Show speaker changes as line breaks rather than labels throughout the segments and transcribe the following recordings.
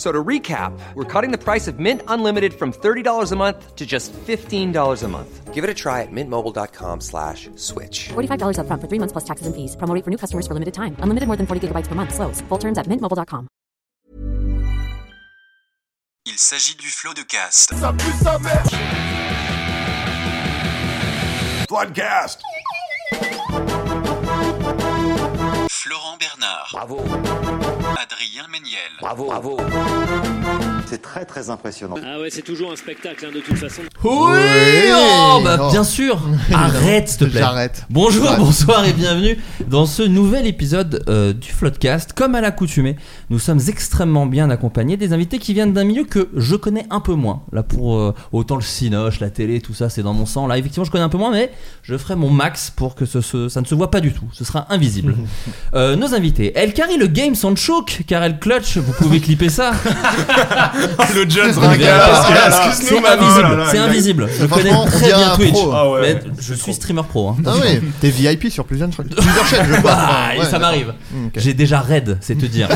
So to recap, we're cutting the price of Mint Unlimited from $30 a month to just $15 a month. Give it a try at mintmobile.com slash switch.
$45 up front for three months plus taxes and fees. Promo rate for new customers for limited time. Unlimited more than 40 gigabytes per month. Slows. Full terms at mintmobile.com.
Il s'agit du flot de cast.
Floodcast.
Florent Bernard,
Bravo,
Adrien Méniel,
bravo, bravo.
C'est très très impressionnant.
Ah ouais, c'est toujours un spectacle hein, de toute façon.
Oui,
Oui.
oh, bah,
Oh.
bien sûr. Arrête, s'il te plaît.
J'arrête.
Bonjour,
Ouais.
bonsoir et bienvenue dans ce nouvel épisode euh, du Floodcast. Comme à l'accoutumée, nous sommes extrêmement bien accompagnés des invités qui viennent d'un milieu que je connais un peu moins. Là, pour euh, autant le cinoche, la télé, tout ça, c'est dans mon sang. Là, effectivement, je connais un peu moins, mais je ferai mon max pour que ce, ce- ça ne se voit pas du tout. Ce sera invisible. Euh, nos invités, elle carry le game sans choke, car elle clutch. Vous pouvez clipper ça.
Le John
Vous ne verrez pas.
Bringas,
Voilà. Ah, C'est
excuse-nous, maintenant. Oh là
invisible.
là,
C'est
il a-
invisible. Je connais
Franchement, on
très
dirait
bien
un
Twitch.
pro. hein.
Ah ouais.
Mais je suis streamer pro. hein.
Ah oui, t'es VIP sur plusieurs, plusieurs chaînes, je crois.
Bah,
Ouais,
ça
d'accord.
m'arrive.
Hmm, ok.
J'ai déjà raid, c'est te dire.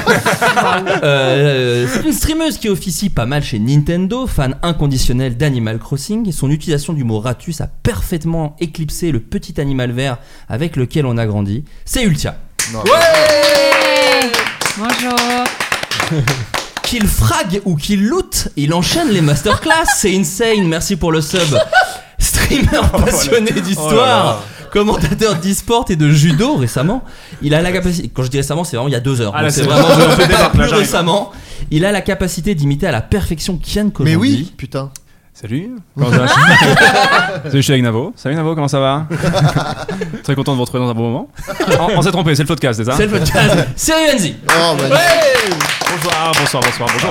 Euh, c'est une streameuse qui officie pas mal chez Nintendo, fan inconditionnel d'Animal Crossing. Son utilisation du mot Ratus a parfaitement éclipsé le petit animal vert avec lequel on a grandi. C'est Ultia.
Non.
Bonjour.
Qu'il frague ou qu'il loot, il enchaîne les masterclass. c'est insane, merci pour le sub. Streamer passionné d'histoire, commentateur d'e-sport et de judo récemment, il a la capacité. Quand je dis récemment, c'est vraiment il y a deux heures.
Ah,
donc
là,
c'est
c'est-
vraiment
on fait des
pas
marques, là,
plus
j'arrive.
récemment. Il a la capacité d'imiter à la perfection Kian Kojandi.
Mais oui, putain.
Salut. Comment ça va Salut, je suis avec Navo. Salut Navo, comment ça va Très content de vous retrouver dans un bon moment. On, on s'est trompé, c'est le podcast, c'est ça
C'est le podcast. Sérieux Enzi.
Oh, bah,
Bonsoir, bonsoir, bonsoir, bonjour.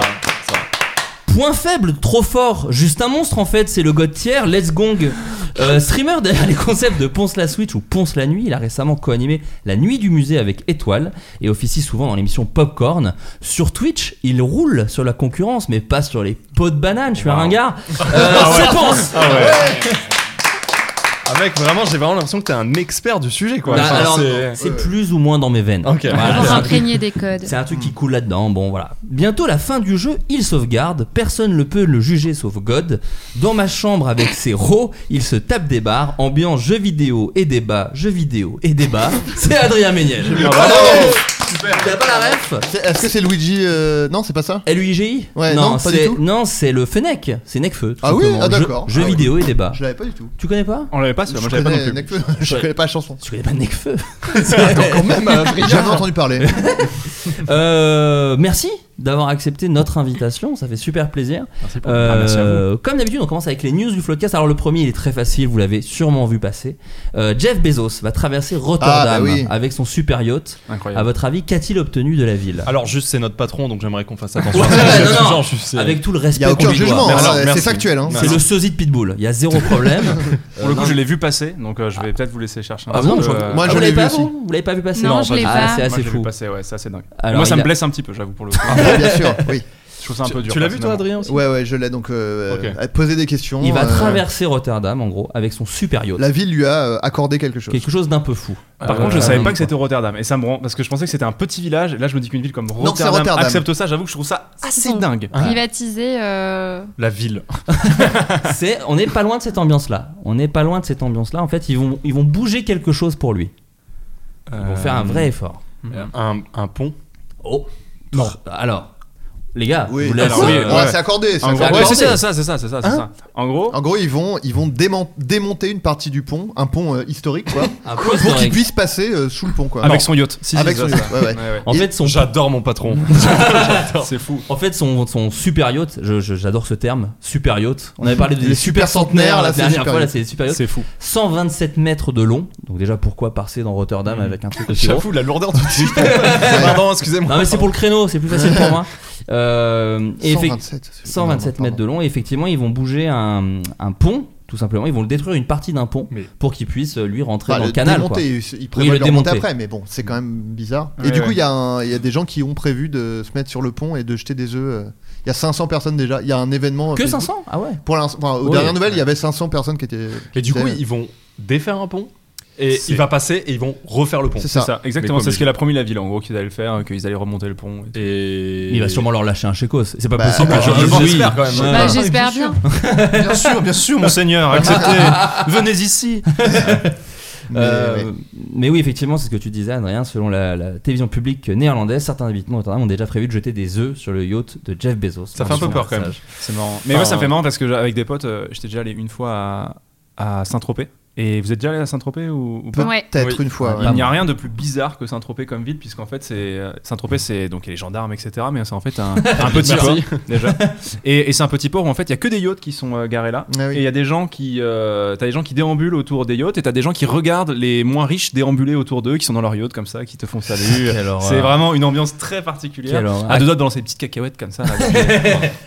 Point faible, trop fort, juste un monstre en fait, c'est le god tiers, Let's Gong. Euh, streamer derrière les concepts de Ponce la Switch ou Ponce la Nuit, il a récemment co-animé La Nuit du Musée avec Étoile et officie souvent dans l'émission Popcorn. Sur Twitch, il roule sur la concurrence, mais pas sur les pots de banane, je suis un
Wow. Ah
ringard. Euh, C'est Ponce Bah,
Avec vraiment, j'ai vraiment l'impression que t'es un expert du sujet, quoi.
Bah,
Enfin,
alors,
c'est-
C'est plus ou moins dans mes veines.
Ok.
Voilà,
Vous
c'est un truc-
imprégnez des codes.
C'est un truc qui coule là-dedans, bon voilà. Bientôt la fin du jeu, il sauvegarde, personne ne peut le juger sauf God. Dans ma chambre avec ses rots, il se tape des barres, ambiance jeux vidéo et débat, jeux vidéo et débat. C'est Adrien Méniel.
Bravo.
T'as pas la ref
C'est- Est-ce que c'est Luigi euh, Non, c'est pas ça
LUIGI
Ouais, non, pas du
c'est
tout.
non, c'est le Fenec, c'est Necfeu. tout
Ah oui,
simplement.
ah
Jeux-
d'accord.
Jeux
Ah oui.
vidéo et débat.
Je l'avais pas du tout.
Tu connais pas
On l'avait pas, celui-là, moi je l'avais pas non plus.
connais Nekfeu, je connais pas la chanson.
Tu connais pas Necfeu
Quand même, euh, j'ai jamais entendu parler.
Euh, merci d'avoir accepté notre invitation, ça fait super plaisir.
Merci pour- Ah, merci à vous.
Euh, comme d'habitude, on commence avec les news du Floodcast. Alors le premier, il est très facile, vous l'avez sûrement vu passer. Euh, Jeff Bezos va traverser Rotterdam
Ah, bah oui.
avec son super yacht.
Incroyable.
À votre avis, qu'a-t-il obtenu de la ville
Alors juste c'est notre patron donc j'aimerais qu'on fasse attention.
Ouais,
à ce
non,
sujet,
non.
genre, je suis-
Avec tout le
Il y
respect
a
qu'on
aucun
lui doit.
jugement,
Merci.
hein, c'est
Merci.
factuel. Hein. Euh,
C'est le sosie de Pitbull, il y a zéro problème.
Pour le coup je l'ai vu passer donc euh, je vais peut-être vous laisser chercher un
Ah
petit
bon,
peu,
je-
euh,
moi,
Ah,
je
vous
l'ai
l'avez
vu
pas
aussi.
vous Vous l'avez pas vu passer
Non,
Non,
je l'ai
pas
Ah,
pas.
c'est
moi,
assez
je l'ai vu
fou.
passer, ouais, c'est assez dingue.
Alors,
moi ça
il
me
a-
blesse un petit peu j'avoue pour le coup.
Ah, bien sûr, oui.
Je trouve ça un peu dur. personnellement.
Adrien
Ouais, ouais, je l'ai donc euh,
Ok.
à te poser des questions.
Il va
euh,
traverser Rotterdam en gros avec son super yacht.
La ville lui a euh, accordé quelque chose.
Quelque chose d'un peu fou.
Par
Euh,
contre, je savais pas
quoi.
que c'était Rotterdam et ça me rend parce que je pensais que c'était un petit village et là je me dis qu'une ville comme
c'est
Rotterdam,
Rotterdam.
accepte ça, j'avoue que je trouve ça assez
sont-
dingue.
Privatiser. euh,
La ville.
C'est, on n'est pas loin de cette ambiance-là. On n'est pas loin de cette ambiance-là. En fait, ils vont, ils vont bouger quelque chose pour lui.
Euh,
Ils vont faire un vrai effort.
un, un pont.
Oh. Non. Alors, les gars,
Ah, Oui,
vous laissez,
alors, oui,
euh,
ouais, c'est accordé.
En gros,
accordé.
ouais, c'est ça, ça, c'est ça, c'est ça, c'est
Hein
ça. En gros,
En gros, ils vont, ils vont déman- démonter une partie du pont, un pont euh, historique, quoi,
un peu
pour
historique.
qu'ils puissent passer euh, sous le pont, quoi.
avec son yacht.
Avec son
ça,
yacht,
ça.
ouais, ouais.
Ouais,
En
Et-
fait, son,
J'adore mon patron.
C'est fou.
en fait, son, son super yacht, je- je- j'adore ce terme, super yacht. On avait parlé des
Les
super
super
centenaires
centenaires,
la
là, c'est
dernière
super
fois, là
yacht.
c'est les super yachts.
C'est fou.
127 mètres de long. Donc déjà, pourquoi passer dans
Mmh.
Rotterdam avec un truc aussi gros
J'avoue, la lourdeur du titre. Pardon, excusez-moi.
Non mais c'est pour le créneau, c'est plus facile pour moi. Euh, et effect-
127. c'est-
127
pardon.
mètres de long et effectivement ils vont bouger un, un pont tout simplement ils vont le détruire une partie d'un pont
Mais-
pour qu'il puisse euh, lui rentrer
Bah,
dans le,
le
canal
démonter,
quoi.
ils- ils prévoient
le
de le remonter
démonter.
après, mais bon, c'est quand même bizarre.
Ouais,
et du
ouais.
coup, il y, a un- il y a des gens qui ont prévu de se mettre sur le pont et de jeter des œufs. euh. Il y a 500 personnes déjà. Il y a un événement. euh,
que
Facebook.
500 ah ouais
Pour l'instant, enfin, aux
Ouais.
dernières nouvelles, il y avait 500 personnes qui étaient.
Et du coup,
qui étaient-
ils vont défaire un pont et
C'est-
il va passer et ils vont refaire le pont.
c'est
C'est
ça.
ça, exactement.
Mais
C'est
comme
ce qu'elle a promis la ville, en gros, qu'ils allaient le faire, euh, qu'ils allaient remonter le pont. et tout.
Et
il va sûrement leur lâcher un chécos c'est pas
Bah,
possible
Ah,
bah,
que
je
je
pense,
oui.
Ah, j'espère quand même.
Ouais.
Bah, j'espère bien.
Bien sûr, bien sûr, monseigneur, acceptez. Venez ici.
Mais,
Euh,
ouais.
mais oui, effectivement, c'est ce que tu disais, Adrien. Selon la, la télévision publique néerlandaise, certains habitants de Rotterdam ont déjà prévu de jeter des œufs sur le yacht de Jeff Bezos.
Ça fait un peu peur, quand même. C'est marrant. Mais moi, ça me fait
Enfin,
marrant parce que j'ai- avec des potes, euh, j'étais déjà allé une fois à, à Saint-Tropez. Et vous êtes déjà allé à Saint-Tropez ou, ou pas
Ouais.
Peut-être
Oui.
une fois. ouais.
Il n'y a rien de plus bizarre que Saint-Tropez comme ville, puisqu'en fait, c'est euh,
Mm.
Saint-Tropez, c'est donc il y a les gendarmes, etc. Mais c'est en fait un, un petit port déjà. Et, et c'est un petit port où en fait, il y a que des yachts qui sont euh, garés là.
Ah oui.
Et il y a des gens qui, euh, t'as des gens qui déambulent autour des yachts, et t'as des gens qui regardent les moins riches déambuler autour d'eux, qui sont dans leur yacht comme ça, qui te font salut.
Quelle horreur.
euh,
c'est vraiment une ambiance très particulière.
Quelle horreur.
À deux doigts de balancer des petites cacahuètes comme ça. là.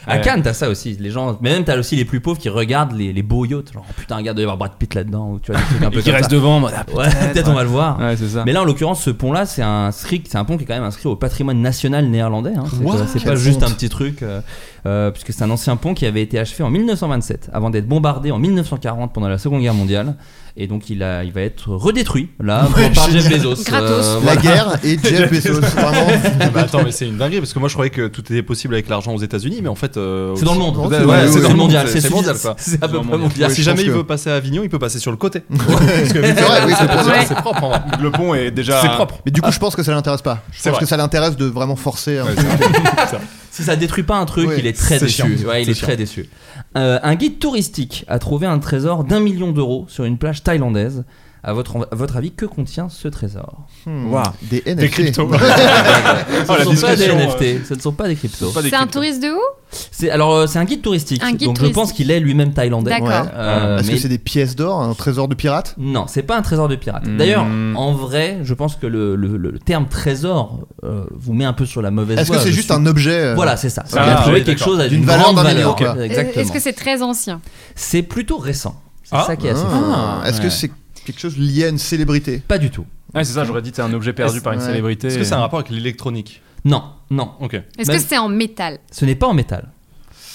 À
Ouais.
Cannes, t'as ça aussi. Les gens, mais même t'as aussi les plus pauvres qui regardent les, les beaux yachts. Genre, oh, putain, regarde, il doit y avoir Brad Pitt là-dedans. Ou tu vois, des trucs un peu
Et qui
comme
restent
ça.
devant. en mode, ah,
Ouais, peut-être on va le voir.
Ouais, c'est ça.
Mais là, en l'occurrence, ce pont-là, c'est un strict- c'est un pont qui est quand même inscrit au patrimoine national néerlandais. hein. C'est,
What
euh, c'est pas
Quelle
juste
honte.
un petit truc, euh, euh, puisque c'est un ancien pont qui avait été achevé en 1927, avant d'être bombardé en 1940 pendant la Seconde Guerre mondiale. Et donc, il, a, il va être redétruit là
Ouais,
par Jeff
génial.
Bezos. Euh,
Gratos.
euh,
voilà.
La guerre et Jeff Bezos. Vraiment.
Mais Bah, attends, mais c'est une dinguerie parce que moi je croyais que tout était possible avec l'argent aux États-Unis, mais en fait. euh,
C'est dans le monde.
Ouais,
c'est,
c'est
ouais,
dans
c'est
le
dans le
monde,
mondial.
c'est-
C'est,
c'est mondial, ça.
c'est à peu
C'est
près
mondial.
mondial.
Oui,
si
je
jamais
pense
il
que-
veut passer à Avignon, il peut passer sur le côté.
Parce que- c'est vrai, oui, c'est possible.
Ouais.
C'est propre. hein. en vrai.
Le pont est déjà.
C'est propre. Ah.
Mais du coup, je pense que ça l'intéresse pas. Je
C'est
pense
vrai.
que ça l'intéresse de vraiment forcer. un peu.
Si ça détruit pas un truc,
Ouais,
il est très
c'est
déçu.
chiant.
Ouais, il
C'est
est très déçu. Euh, un guide touristique a trouvé un trésor d'un million d'euros sur une plage thaïlandaise. À votre, à votre avis, que contient ce trésor
Hmm.
Waouh.
Des NFT.
Des cryptos.
Ce ne
la
sont pas des
discussion,
NFT, ce ne sont pas des cryptos.
Pas des
C'est un
cryptos.
touriste de où
C'est alors euh, c'est un guide touristique.
Un guide
donc je
touristique.
pense qu'il est lui-même thaïlandais.
D'accord.
Ouais. Ah,
Euh,
Est-ce
mais-
que c'est des pièces d'or, un trésor de pirate
Non, c'est pas un trésor de pirate.
Hmm.
D'ailleurs, en vrai, je pense que le, le- le terme trésor euh, vous met un peu sur la mauvaise
Est-ce
voie.
que c'est
je
juste
suis-
un objet euh,
Voilà, c'est ça. C'est
Ah,
bien
oui,
trouvé quelque
d'accord.
chose à
D'une
une
valeur
grande
d'un million,
valeur.
quoi.
Ah. Exactement.
Euh, Est-ce que c'est très ancien
C'est plutôt récent. C'est
Ah.
ça qui est assez
Ah.
fou.
Est-ce que
Ouais.
c'est quelque chose lié à une célébrité
Pas du tout.
Ouais, c'est ça, j'aurais dit c'est un objet perdu
Est-ce-
par une
ouais.
célébrité.
Est-ce que c'est un rapport avec l'électronique
Non, non.
Ok.
Est-ce
Même-
que c'est en métal
Ce n'est pas en métal.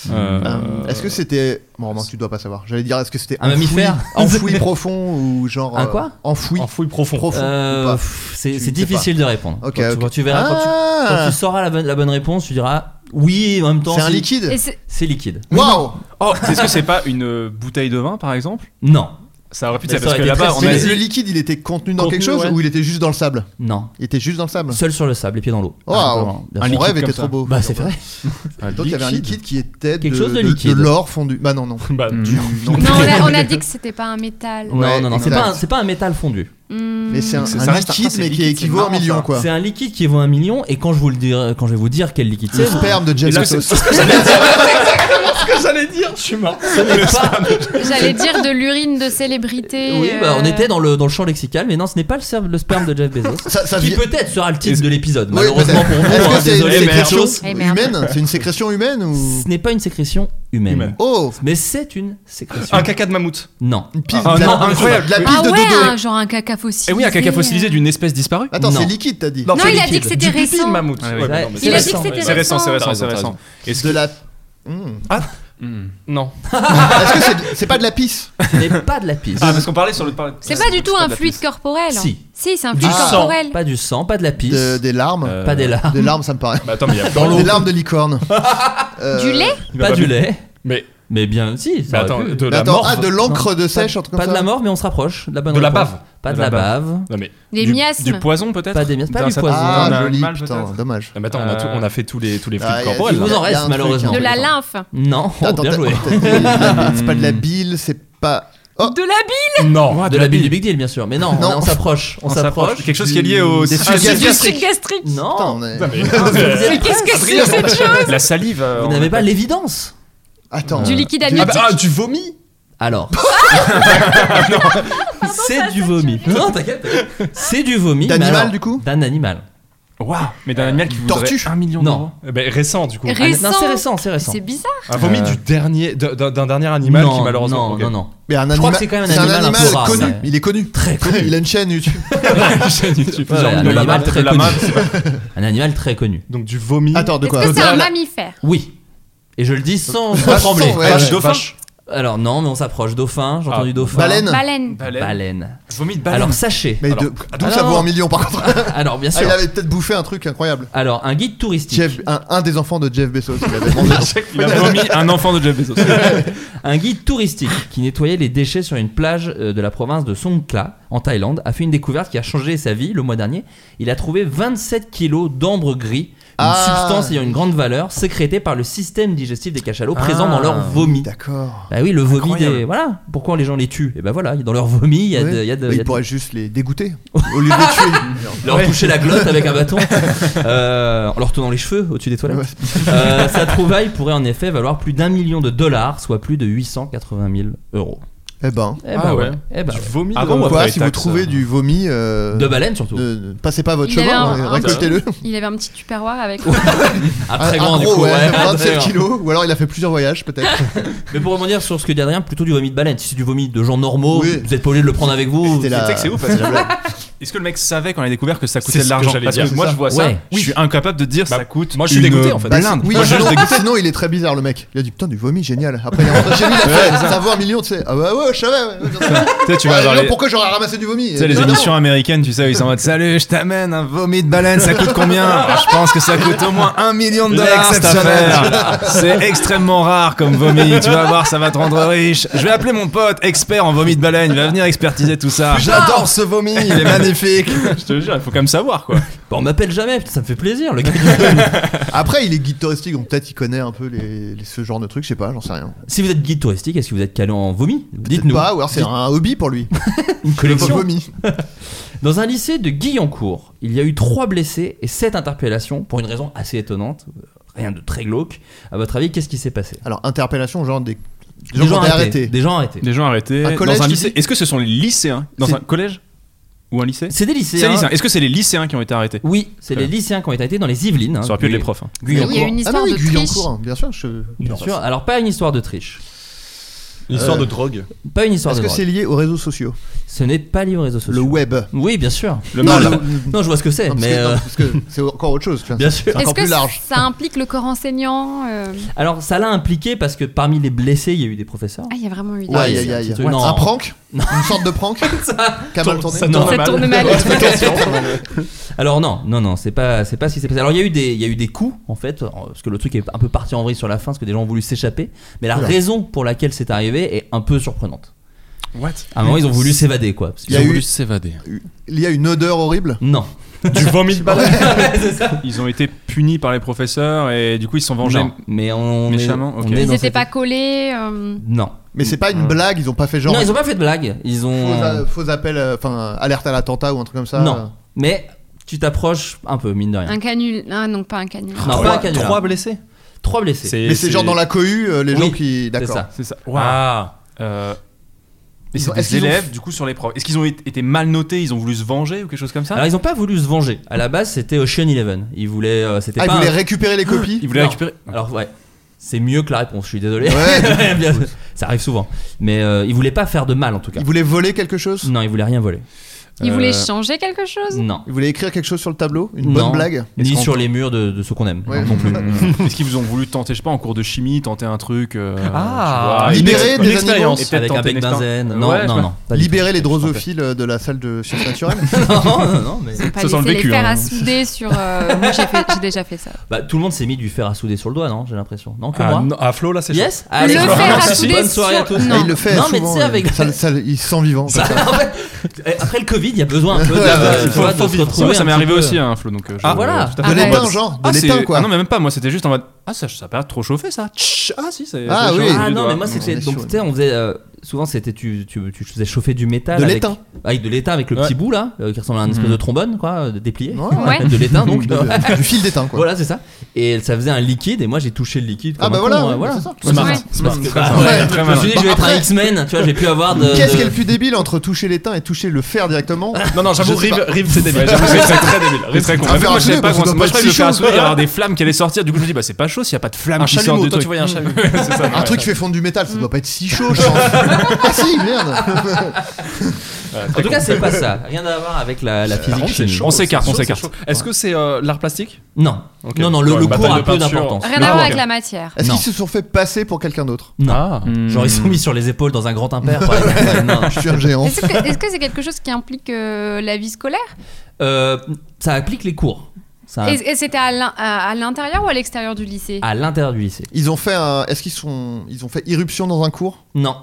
Euh,
Euh, Est-ce que c'était. Bon, remarque, tu dois pas savoir. J'allais dire, est-ce que c'était
Un
enfoui-
mammifère
enfoui profond ou genre.
Un
euh,
quoi
Enfoui
En fouille profond.
profond.
Euh,
ou pas
pff, c'est
Tu
c'est
sais
difficile de répondre.
Ok,
Quand tu-
ok.
quand tu verras, quand tu- Quand
Ah
tu sauras la bonne, la bonne réponse, tu diras oui et en même temps.
C'est un
Et
liquide
c'est-
C'est liquide.
Waouh
Oh, est-ce que c'est pas une euh, bouteille de vin par exemple
Non,
Ça aurait pu
Mais
être
ça
parce
aurait
que
été
là-bas
très
en
Mais
stylé.
Asie.
le liquide, il était contenu dans
Contenu,
quelque chose
ouais.
ou il était juste dans le sable
non.
Il était juste dans le sable.
Seul sur le sable, les pieds dans l'eau.
Wow.
Simplement,
Un
bien sûr.
Mon
liquide
rêve
comme
était
ça.
trop beau.
Bah c'est vrai.
Donc il y avait un liquide qui était de,
Quelque chose de
de-
liquide.
l'or fondu. Bah non, non.
Bah,
Du-
Non,
non.
on a, on a dit que c'était pas un métal.
Non,
Ouais,
non, non, c'est
exact.
pas, un- c'est pas un métal fondu.
Hmm.
Mais c'est un,
C'est-
un
ça reste-
liquide,
ça, c'est
mais qui
liquide, c'est
équivaut à un
marrant,
million,
ça.
quoi.
C'est un liquide qui vaut un million et quand je vous le dirai, quand je vais vous dire quel liquide
Le
c'est,
sperme de
Et
Jeff
là, c'est-
Bezos.
J'allais dire, je suis mort.
ce n'est pas.
J'allais dire de l'urine de célébrité.
Oui, bah, on
euh,
était dans le dans le champ lexical, mais non, ce n'est pas le, sperme- le sperme de Jeff Bezos.
Ça, ça
Qui
vient-
peut-être sera le titre
Est-ce-
de l'épisode.
Oui,
Malheureusement
peut-être.
pour
Est-ce
vous,
que
hein,
c'est
désolé.
une
mais-
sécrétion
Eh merde.
humaine C'est une sécrétion humaine ou
Ce n'est pas une sécrétion humaine.
Humaine.
Oh
Mais c'est une sécrétion.
Un caca de mammouth.
Non.
Une piste
Ah,
de
non,
la-
incroyable.
de la piste
Ah
de
ouais,
dodo.
un- genre un caca fossilisé.
Eh
Et oui, un caca fossilisé d'une espèce disparue.
Attends,
Non.
c'est liquide, t'as dit.
Non,
Non,
c'est
il a
liquide.
dit que c'était
Du pipi de
récent.
Ah
mammouth.
Ouais,
Ouais,
ouais.
non, mais
Il
c'est
a dit que
récent.
c'était
C'est récent, c'est récent,
T'as
c'est
raison, t'as
récent.
raison.
Est-ce
De
que-
la. Hmm.
Ah.
Hmm.
Non.
Est-ce que c'est- c'est pas de la pisse
Ce n'est pas de la pisse.
Ah, parce qu'on parlait sur le. par-
C'est pas du tout
pas
un
de la
fluide
pisse.
corporel.
Si.
Si, c'est un
Du
fluide
sang.
corporel.
Pas du sang, pas de la pisse. Euh,
De- Des larmes Euh,
Pas des larmes.
Des larmes, ça me paraît.
Bah attends, mais il y a
Dans Des larmes de licorne. Euh,
Du lait
il va
Pas
pas
du
bien.
lait.
Mais
Mais Eh bien si. ça
mais
aurait
attends,
pu.
de
mais
la
attends,
mort.
ah, de l'encre de
Pas-
sèche, un truc comme
Pas
ça.
de la mort, mais on se rapproche. De la bonne
De la
réponse.
bave.
Pas de la bave.
Non, mais
Des
du,
miasmes.
du poison peut-être
Pas des miasmes, pas
D'un
du
certain-
poison.
Ah,
d'un
joli,
animal,
putain,
peut-être
dommage.
Ah, mais attends, on a, tout-
Euh,
on a fait tous les, tous les fluides
Ah, y a-
corporels.
il vous
là.
en reste, Il y a un truc, malheureusement.
De la lymphe.
Non,
Attends,
bien
t'as-
joué.
t'as- t'as- c'est pas de la bile, c'est pas. Oh.
De la bile
Non,
de la bille du Big Deal, bien sûr. Mais non,
Non.
on on s'approche. On
On s'approche.
s'approche.
Quelque chose qui est lié au-
des
Ah,
sujets
du
gastriques.
Du sucre gastrique. Ah,
Non.
Non, mais-
Mais
Qu'est-ce que c'est cette chose
La salive. euh,
Vous
on
n'avez
appelle-
pas l'évidence. Euh,
Attends. euh,
Du liquide
Ah,
amniotique.
bah, ah, du vomi
Alors. C'est du vomi. Non, t'inquiète. t'inquiète. C'est du vomi. mais
D'animal,
alors-
du coup
D'un animal.
Waouh Mais d'un animal qui vous
Tortue.
aurait un million
Euh, Non.
d'euros.
Eh ben, Récent, du coup.
Ré- Récent.
Ah, Non, c'est récent, c'est récent.
C'est bizarre.
Un vomi
Euh.
du dernier, d'un- d'un d'un dernier animal
non,
qui malheureusement.
Non,
ok.
non, non.
Mais un
Je crois
animal,
que c'est quand même un
c'est un
animal un
animal
peu rare,
connu.
ça.
Il est connu.
Très
connu. Il a une chaîne YouTube.
Chaîne YouTube.
Ouais, un
de la
animal
marque,
très
de la
connu.
marque,
Un animal très connu.
Donc du vomi.
Attends, de
Est-ce
quoi
que c'est un
Total.
mammifère
Oui. Et je le dis sans
Vache,
trembler.
sans- ouais,
Vache,
ouais.
dauphin.
Vache.
Alors non, mais on s'approche. Dauphin, j'ai
Ah.
entendu dauphin.
Baleine.
Baleine.
Baleine.
Vomi de baleine.
Alors sachez.
Mais
Alors-
de- donc
Ah,
ça
non,
vaut
non.
un million par contre.
Alors bien
Ah,
sûr.
il avait peut-être bouffé un truc incroyable.
Alors un guide touristique.
Jeff, un, un des enfants de Jeff Bezos. Il avait mangé.
Il a vomi un enfant de Jeff Bezos.
Un guide touristique qui nettoyait les déchets sur une plage euh, de la province de Songkhla, en Thaïlande, a fait une découverte qui a changé sa vie le mois dernier. Il a trouvé 27 kilos d'ambre gris, une
Ah.
substance ayant une grande valeur, sécrétée par le système digestif des cachalots présent
Ah,
dans leur vomi.
D'accord.
Bah oui, le vomi
Incroyable.
des. Voilà, pourquoi les gens les tuent Et bah voilà, dans leur vomi, il y a
Ouais.
de. il Y a de-
Bah,
il y a
il
de-
pourrait juste les dégoûter au lieu de les tuer.
leur toucher la glotte avec un bâton, Eh ben euh, en leur tenant les cheveux au-dessus des toilettes. Euh, sa trouvaille pourrait en effet valoir plus d'un million de dollars, soit plus de 880 000 euros.
Eh ben.
Eh
Ah ouais.
Eh ben
Du
ouais.
vomi.
Avant
de-
ou
Quoi,
après
si
les
vous
taxes,
trouvez
euh,
du vomi. euh,
De baleine surtout.
ne- ne passez pas votre
Il avait
chemin,
un-
euh, récoltez-le.
Il avait un petit tupperware avec.
Un très
Un
grand du
gros,
coup.
ouais,
ouais, très
27
grand.
kilos. Ou alors il a fait plusieurs voyages peut-être.
Mais pour rebondir sur ce que dit Adrien, plutôt du vomi de baleine. Si c'est du vomi de gens normaux,
Oui.
vous êtes pas obligé de le prendre avec vous.
C'était la-
Tu sais que c'est ouf, parce que-
la blague.
Est-ce que le mec savait quand il a découvert que ça
C'est
coûtait
ce que
de l'argent
j'allais
Parce
dire.
que moi
C'est
je vois
ça.
ça,
Ouais.
je suis incapable de dire
Bah,
ça coûte.
moi, je suis
une euh,
dégoûté, en fait.
Bah,
blinde.
Oui,
Moi, je
sinon,
suis dégoûté.
sinon, il est très bizarre le mec. Il a dit putain du vomi génial. Après il est rentré chez lui, il a fait ça vaut un million, tu sais. Ah bah ouais, je savais. ouais.
Tu sais, tu
Ah,
vas dans
non,
les-
Pourquoi j'aurais ramassé du vomi
tu sais, les émissions américaines, tu sais, où ils sont en mode Salut, je t'amène un vomi de baleine, ça coûte combien Ah, Je pense que ça coûte au moins un million de dollars cette affaire. C'est extrêmement rare comme vomi, tu vas voir, ça va te rendre riche. Je vais appeler mon pote, expert en vomi de baleine, il va venir expertiser tout ça.
Ah,
J'adore ce vomi, il est magnifique. Je te jure, il faut quand même savoir quoi.
Bah, on m'appelle jamais, putain, ça me fait plaisir. Le gars.
hein.
Après, il est guide touristique, donc peut-être il connaît un peu les, les- ce genre de trucs, je sais pas, j'en sais rien.
si vous êtes guide touristique, est-ce que vous êtes calé en vomi
Peut-être
Dites-nous.
pas, ou alors c'est un hobby pour lui.
Une
Le
collection.
vomi.
Dans un lycée de Guyancourt, il y a eu trois blessés et sept interpellations pour une raison assez étonnante. Euh, Rien de très glauque. À votre avis, qu'est-ce qui s'est passé
Alors, interpellation, genre des, des gens qui ont
arrêtés.
été arrêtés.
Des gens arrêtés.
Des gens arrêtés
Un collège,
dans un
tu
lycée.
dis
Est-ce que ce sont les lycéens dans
C'est-
un collège ou un lycée
C'est des lycéens.
C'est les lycéens. Est-ce que c'est les lycéens qui ont été arrêtés
Oui, c'est
Ouais.
les lycéens qui ont été arrêtés dans les Yvelines. hein,
Ça aurait pu être
Guy-
les profs. hein.
Il y a
Guyancourt.
une
Ah
histoire
non, oui,
de triche.
Guyancourt, bien sûr. je-
Bien sûr. Alors pas une histoire de triche. Euh,
Une histoire de drogue.
Pas une histoire
Est-ce
de
que
drogue.
c'est lié aux réseaux sociaux
Ce n'est pas lié aux réseaux sociaux.
Le web
Oui, bien sûr.
Le
Non,
mal.
le-
Non, je vois ce que c'est,
non, parce
mais
que-
euh,
non, parce que c'est encore autre chose. tu vois.
bien sûr.
C'est encore
Est-ce que
plus large.
ça implique le corps enseignant euh,
Alors, ça l'a impliqué parce que parmi les blessés, il y a eu des professeurs.
Ah, il y a vraiment eu des.
Ouais,
Ouais,
aïe, aïe,
c'est-
aïe.
c'est- non.
Un prank Une sorte de prank Qui a mal tourné
Ça tourne
Ça
mal.
tourne mal.
Alors non, non, non, c'est pas, c'est pas ce qui s'est passé. Alors il y a eu des, il y a eu des coups en fait, euh, parce que le truc est un peu parti en vrille sur la fin, parce que des gens ont voulu s'échapper. Mais la
Oula.
raison pour laquelle c'est arrivé est un peu surprenante.
What
À un moment, ils ont voulu s'évader, quoi. parce que-
Il y a eu-
s'évader.
Il y a une odeur horrible
Non.
Du vomi de baleine.
Ouais, c'est ça.
Ils ont été punis par les professeurs et du coup ils se sont vengés.
Non, mais on, est,
Méchamment, ok.
on est
Ils
dans
n'étaient
cette-
pas collés. euh,
Non.
Mais c'est pas une blague, ils ont pas fait genre.
Hum. non, ils ont pas fait de blague. Ils ont.
Faux, a- faux appel, euh, enfin alerte à l'attentat ou un truc comme ça.
Non. Mais tu t'approches un peu, mine de rien.
Un canul. Ah non, pas un canul.
Non, pas un canular.
Trois blessés.
Trois blessés.
C'est-
Mais c'est genre dans la cohue, euh, les
Oui,
gens qui. D'accord.
ça.
C'est ça.
Ah.
Euh, mais
Ils
c'est
ont- est-ce
des
qu'ils ont
élèves
f-
du coup sur les profs. Est-ce qu'ils ont été été mal notés Ils ont voulu se venger ou quelque chose comme ça
Alors Ah, ils ont pas voulu se venger. À la base, c'était Ocean Eleven. Ils voulaient, euh, c'était
Ah, ils
pas.
voulaient
un-
récupérer les copies
Ils voulaient
Non.
récupérer.
Alors ouais, c'est mieux que la réponse. Je suis désolé.
Ouais.
Bien- ça arrive souvent. Mais euh, ils voulaient pas faire de mal en tout cas.
Ils voulaient voler quelque chose
Non, ils voulaient rien voler.
Il voulait
Euh,
changer quelque chose
Non.
Vous voulez écrire quelque chose sur le tableau Une
Non.
bonne blague
Ni sur les murs de, de ceux qu'on aime.
Ouais.
Non plus.
Est-ce qu'ils vous ont voulu tenter, je sais pas, en cours de chimie, tenter un truc euh,
Ah,
tu vois,
libérer
une ex-
des
une expérience.
animaux.
Et peut-être
Avec un
tenter une
bec
expérience.
d'Azen. Non,
Ouais, je
non,
sais
non.
pas.
Pas du
Libérer les drosophiles Euh, de la salle de sciences naturelles
Non, non, non, mais-
Pas laisser les
hein.
faire
hein.
à souder sur. euh, Moi, j'ai fait- j'ai déjà fait ça.
Bah, tout le monde s'est mis du fer à souder sur le doigt, non J'ai l'impression. Non, que
Ah,
moi.
non, à Flo, là, c'est
Yes
chaud.
Allez,
Le
Flo.
fer à
Bonne
souder
soirée à
sur-
tous.
Non.
Il le fait
Non, mais tu
souvent. euh,
sais, avec.
ça, ça- il se sent vivant.
Ça-
comme ça.
en fait, eh, Après le Covid, il y a besoin un peu de,
Ouais,
tu vois, de se retrouver
Moi, ça
un
m'est
petit
arrivé
peu.
aussi, hein, Flo. Donc, euh, je-
Ah, voilà.
je-
De
je-
l'étain,
je-
genre, de
Ah, c'est-
l'étain, quoi.
Ah, non, mais même pas. Moi, c'était juste en mode. Ah, ça, ça a pas l'air trop chauffé, ça. Tch, Ah, si, c'est.
Ah,
c'est
oui.
chauffé
Ah
du
non,
doigt.
mais moi, c'est que c'est.
on est
Donc,
chaud,
tu sais, on faisait. euh, Souvent, c'était tu, tu, tu faisais chauffer du métal.
De
avec-
l'étain.
Avec de l'étain, avec le petit
Ouais.
bout là, euh, qui ressemble à un espèce
Mm.
Mhm.
de trombone, quoi, euh, déplié.
Ouais.
De l'étain, donc.
De- du fil d'étain, quoi.
Voilà, c'est ça. Et ça faisait un liquide, et moi, j'ai touché le liquide.
Ah,
comme
bah
un con,
voilà,
euh,
ouais,
voilà.
c'est ça. Smart,
Parce que-
smart.
bah,
Ouais,
ouais,
très
Je me suis dit, je
malin.
vais être un
Après-
X-Men, tu vois, j'ai pu avoir de.
Qu'est-ce
de-
qui est le plus débile entre toucher l'étain et toucher le fer directement
Non, non, j'avoue,
Je sais
Rive,
pas. Ah,
Rive, c'est débile. J'avoue, c'est très, très débile. Rive, très con.
Un
En fait,
fer
Moi,
à
je savais
souder,
pas
parce
comment
qu'on
Moi,
doit
je
pas
croyais que le
être si
fer à
chaud,
souder, il y
quoi.
avait des flammes qui allaient sortir. Du coup, je me dis, bah, c'est pas chaud s'il y a pas de flammes
Un
qui
chalumeau,
sortent du
toi,
truc.
tu voyais un chalumeau.
C'est ça.
Un truc qui fait fondre du métal, ça doit pas être si chaud, je pense. ah si, merde
En tout cas, c'est pas ça. Rien à voir avec la,
Ah,
la physique.
contre, c'est
chimique.
chaud. On s'écarte, on s'écarte.
Est-ce que c'est euh, l'art plastique
Non.
Ok.
Non, non, le,
Ouais, bah,
le
bataille
cours a
de
peu
peinture.
d'importance.
Rien à
Le
voir
cours.
avec la matière.
Est-ce
Non.
qu'ils se sont fait passer pour quelqu'un d'autre
Non.
Ah.
Hmm.
Genre, ils sont mis sur les épaules dans un grand impair. par exemple. Non.
Je suis un géant.
Est-ce que est-ce que c'est quelque chose qui implique euh, la vie scolaire
Euh, ça applique les cours. Ça,
Et, et c'était à l'in- à à l'intérieur ou à l'extérieur du lycée
Ah. à l'intérieur du lycée.
Ils ont fait un... Est-ce qu'ils sont... Ils ont fait irruption dans un cours
Non.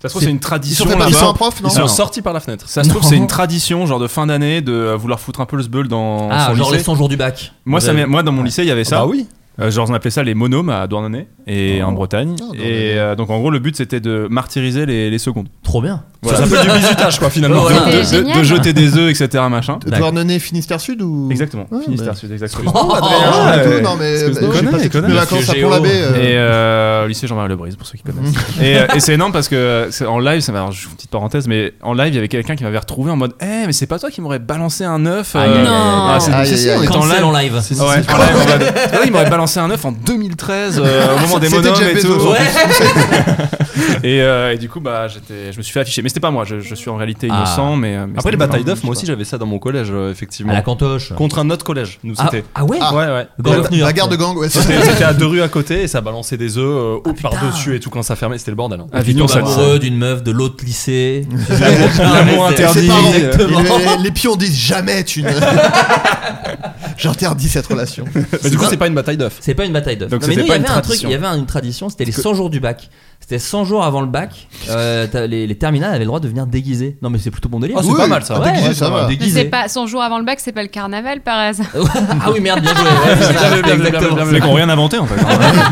Ça se trouve, c'est une tradition.
Ils sont fait
là-bas.
partie sur un prof, non
Ils
Ils sont
Non.
sortis par la fenêtre.
Ça se trouve,
Non.
c'est une tradition, genre de fin d'année, de euh, vouloir foutre un peu le sbeul dans
Ah,
son
genre
lycée.
les 100 jours du bac.
Moi,
Vous
ça
avez- bah
m'est- moi, dans mon lycée, il y avait ça.
Ah oui.
Euh, genre, on appelait ça les monomes à Douarnenez et
Oh.
en Bretagne.
Ah, Douarnenez.
et euh, donc, en gros, le but c'était de martyriser les, les secondes.
Trop bien.
Ça s'appelle du bisutage, quoi, finalement.
Voilà.
De-
C'était
de, de
génial.
jeter des œufs, etc. Ah, Machin.
De Douarnenez, Finistère Sud ou
Exactement.
Ouais,
Finistère,
bah.
Sud, exactement.
Ah,
Ouais.
et tout, Non mais
Parce que
bah,
je
j'ai
connais,
passé toutes
connais,
mes
parce que
vacances à
géo.
Pont-l'Abbé. euh,
Et euh, au lycée Jean-Marie Lebrise, pour ceux qui connaissent. et euh, et c'est énorme parce que euh, c'est- en live, ça m'a- je fais une petite parenthèse, mais en live, il y avait quelqu'un qui m'avait retrouvé en mode Eh, mais c'est pas toi qui m'aurais balancé un œuf euh,
Aïe, aïe, aïe, aïe.
Ah, c'est-
Aïe,
si, si,
aïe,
on
aïe.
était en
Cancel
live.
en live.
Ouais, en live, en mode, Ah oui, il m'aurait balancé un œuf en 2013 euh, au moment des
C'était
monomes
Jeff
et tout.
Bezos.
Ouais.
Et, euh, et du coup, bah, j'étais- je me suis fait afficher. Mais c'était pas moi, je, je suis en réalité
Ah.
innocent. Mais, euh, mais
Après
c'était-
les batailles d'œufs, moi
je
aussi
sais
j'avais ça dans mon collège, euh, effectivement.
À la cantoche.
Contre un autre collège, nous
Ah,
c'était.
ah ouais
Ah.
Ouais, ouais.
Gang of New York.
La gare de gang, ouais.
C'était c'était à deux rues à côté et ça balançait des œufs euh, au-
Ah, putain.
par-dessus et tout quand ça fermait, c'était le bordel. hein.
pas.
Tu
Avignon,
tombes
ça
amoureux d'une meuf de l'autre lycée.
L'amour
Ah, mais c'est-
Et ses
interdit.
parents,
Exactement.
et les, les pions disent jamais tu ne... J'interdis cette relation.
Mais du coup, c'est pas une bataille d'œufs.
C'est pas une bataille d'œufs.
Donc
Non, Mais
c'était
nous, il
pas
y
une
avait un truc,
tradition.
il y avait un- une tradition, c'était les 100 jours du bac. C'était 100 jours avant le bac, euh, t'as- les, les terminales avaient le droit de venir déguisés. Non, mais Ah, c'est plutôt bon délire.
Oh, c'est
Oui,
pas mal ça.
ouais, déguisé, ça
Mais
va.
c'est
Déguisé.
pas son jour avant le bac, c'est pas le carnaval par hasard.
ah oui, merde, bien joué. ouais, c'est ça,
Bien joué, bien joué, bien joué, bien
Les mecs ont rien inventé en fait.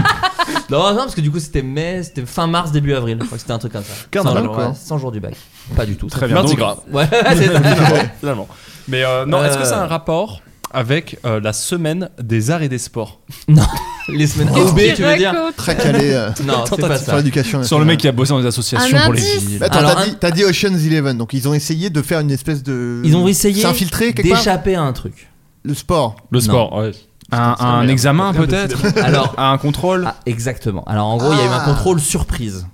Non, non, parce que du coup, c'était mai, c'était fin mars, début avril. Je crois que c'était un truc comme ça.
Carnaval,
100 jours,
quoi.
ouais, 100 jours du bac. Pas du tout.
Très bien.
Mardi
donc-
gras.
Ouais, c'est ça.
Finalement. Mais euh, non, est-ce que
Euh.
ça a un rapport avec euh, la semaine des arts et des sports Oh.
Les semaines
Qu'est-ce
OB,
qu'il
tu veux dire
raconte
Très calé euh,
Non, c'est pas
sur
ça.
l'éducation.
Sur le mec qui a bossé dans les associations
Un
pour les
indice.
villes. Ah,
Attends,
Alors,
t'as
un-
dit, t'as dit Ocean's Eleven, donc ils ont essayé de faire une espèce de.
Ils ont essayé
S'infiltrer quelque part
d'échapper à un truc.
Le sport.
Le
Non.
sport, ouais.
Un, un examen peut-être
Alors,
Un contrôle
ah, exactement. Alors, en gros, il y a eu un
Ah.
contrôle surprise.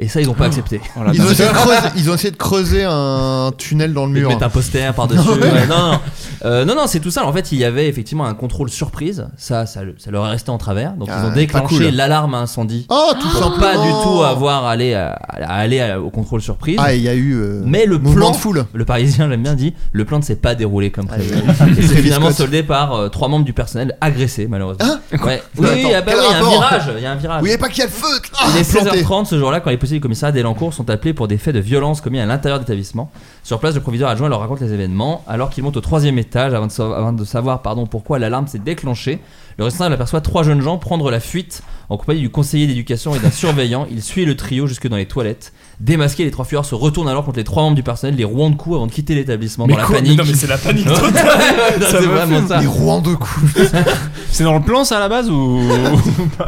Et ça, ils ont pas accepté.
Oh la
Ils ont,
dalle.
essayé de creuser, ils ont essayé de creuser un tunnel dans le
Mais de
mur.
mettre un poster par-dessus. Ouais, non, non, Euh, non, non, c'est tout ça. En fait, il y avait effectivement un contrôle surprise. Ça, ça, le- ça leur est resté en travers. Donc, ils
Ah,
ont
pas
déclenché
cool.
l'alarme à incendie.
Oh, tout
Pour
simplement.
pas du tout avoir à aller, euh, à, à aller à- au contrôle surprise.
Ah, il y a eu. euh,
Mais le
mouvement
plan-
de foule. Ah,
Le Parisien, j'aime bien, dit le plan ne s'est pas déroulé comme prévu.
oui.
Et c'est
Travis
finalement
Scott.
soldé par euh, trois membres du personnel agressés, malheureusement.
Hein
Ouais. Oui,
Attends,
oui, ah bah
quel
oui, il y a un
rapport
virage. Il y a un virage.
Vous voyez pas qu'il y a le feu Ah,
Il est
planté.
16h30 ce jour-là quand les policiers du commissariat d'Elancourt sont appelés pour des faits de violence commis à l'intérieur d'établissement. Sur place, le proviseur adjoint leur raconte les événements alors qu'ils montent au troisième étage avant de, sa- avant de savoir pardon, pourquoi l'alarme s'est déclenchée. Le responsable aperçoit trois jeunes gens prendre la fuite en compagnie du conseiller d'éducation et d'un surveillant. Il suit le trio jusque dans les toilettes. Démasqués, les trois fuyards se retournent alors contre les trois membres du personnel, les rouant de coups avant de quitter l'établissement dans la
quoi
panique.
Mais non, mais c'est la panique
Ouais,
totale.
ouais, non,
Ça
c'est
me
vraiment
fume.
ça.
Les Rouen de coups.
C'est dans le plan ça à la base ou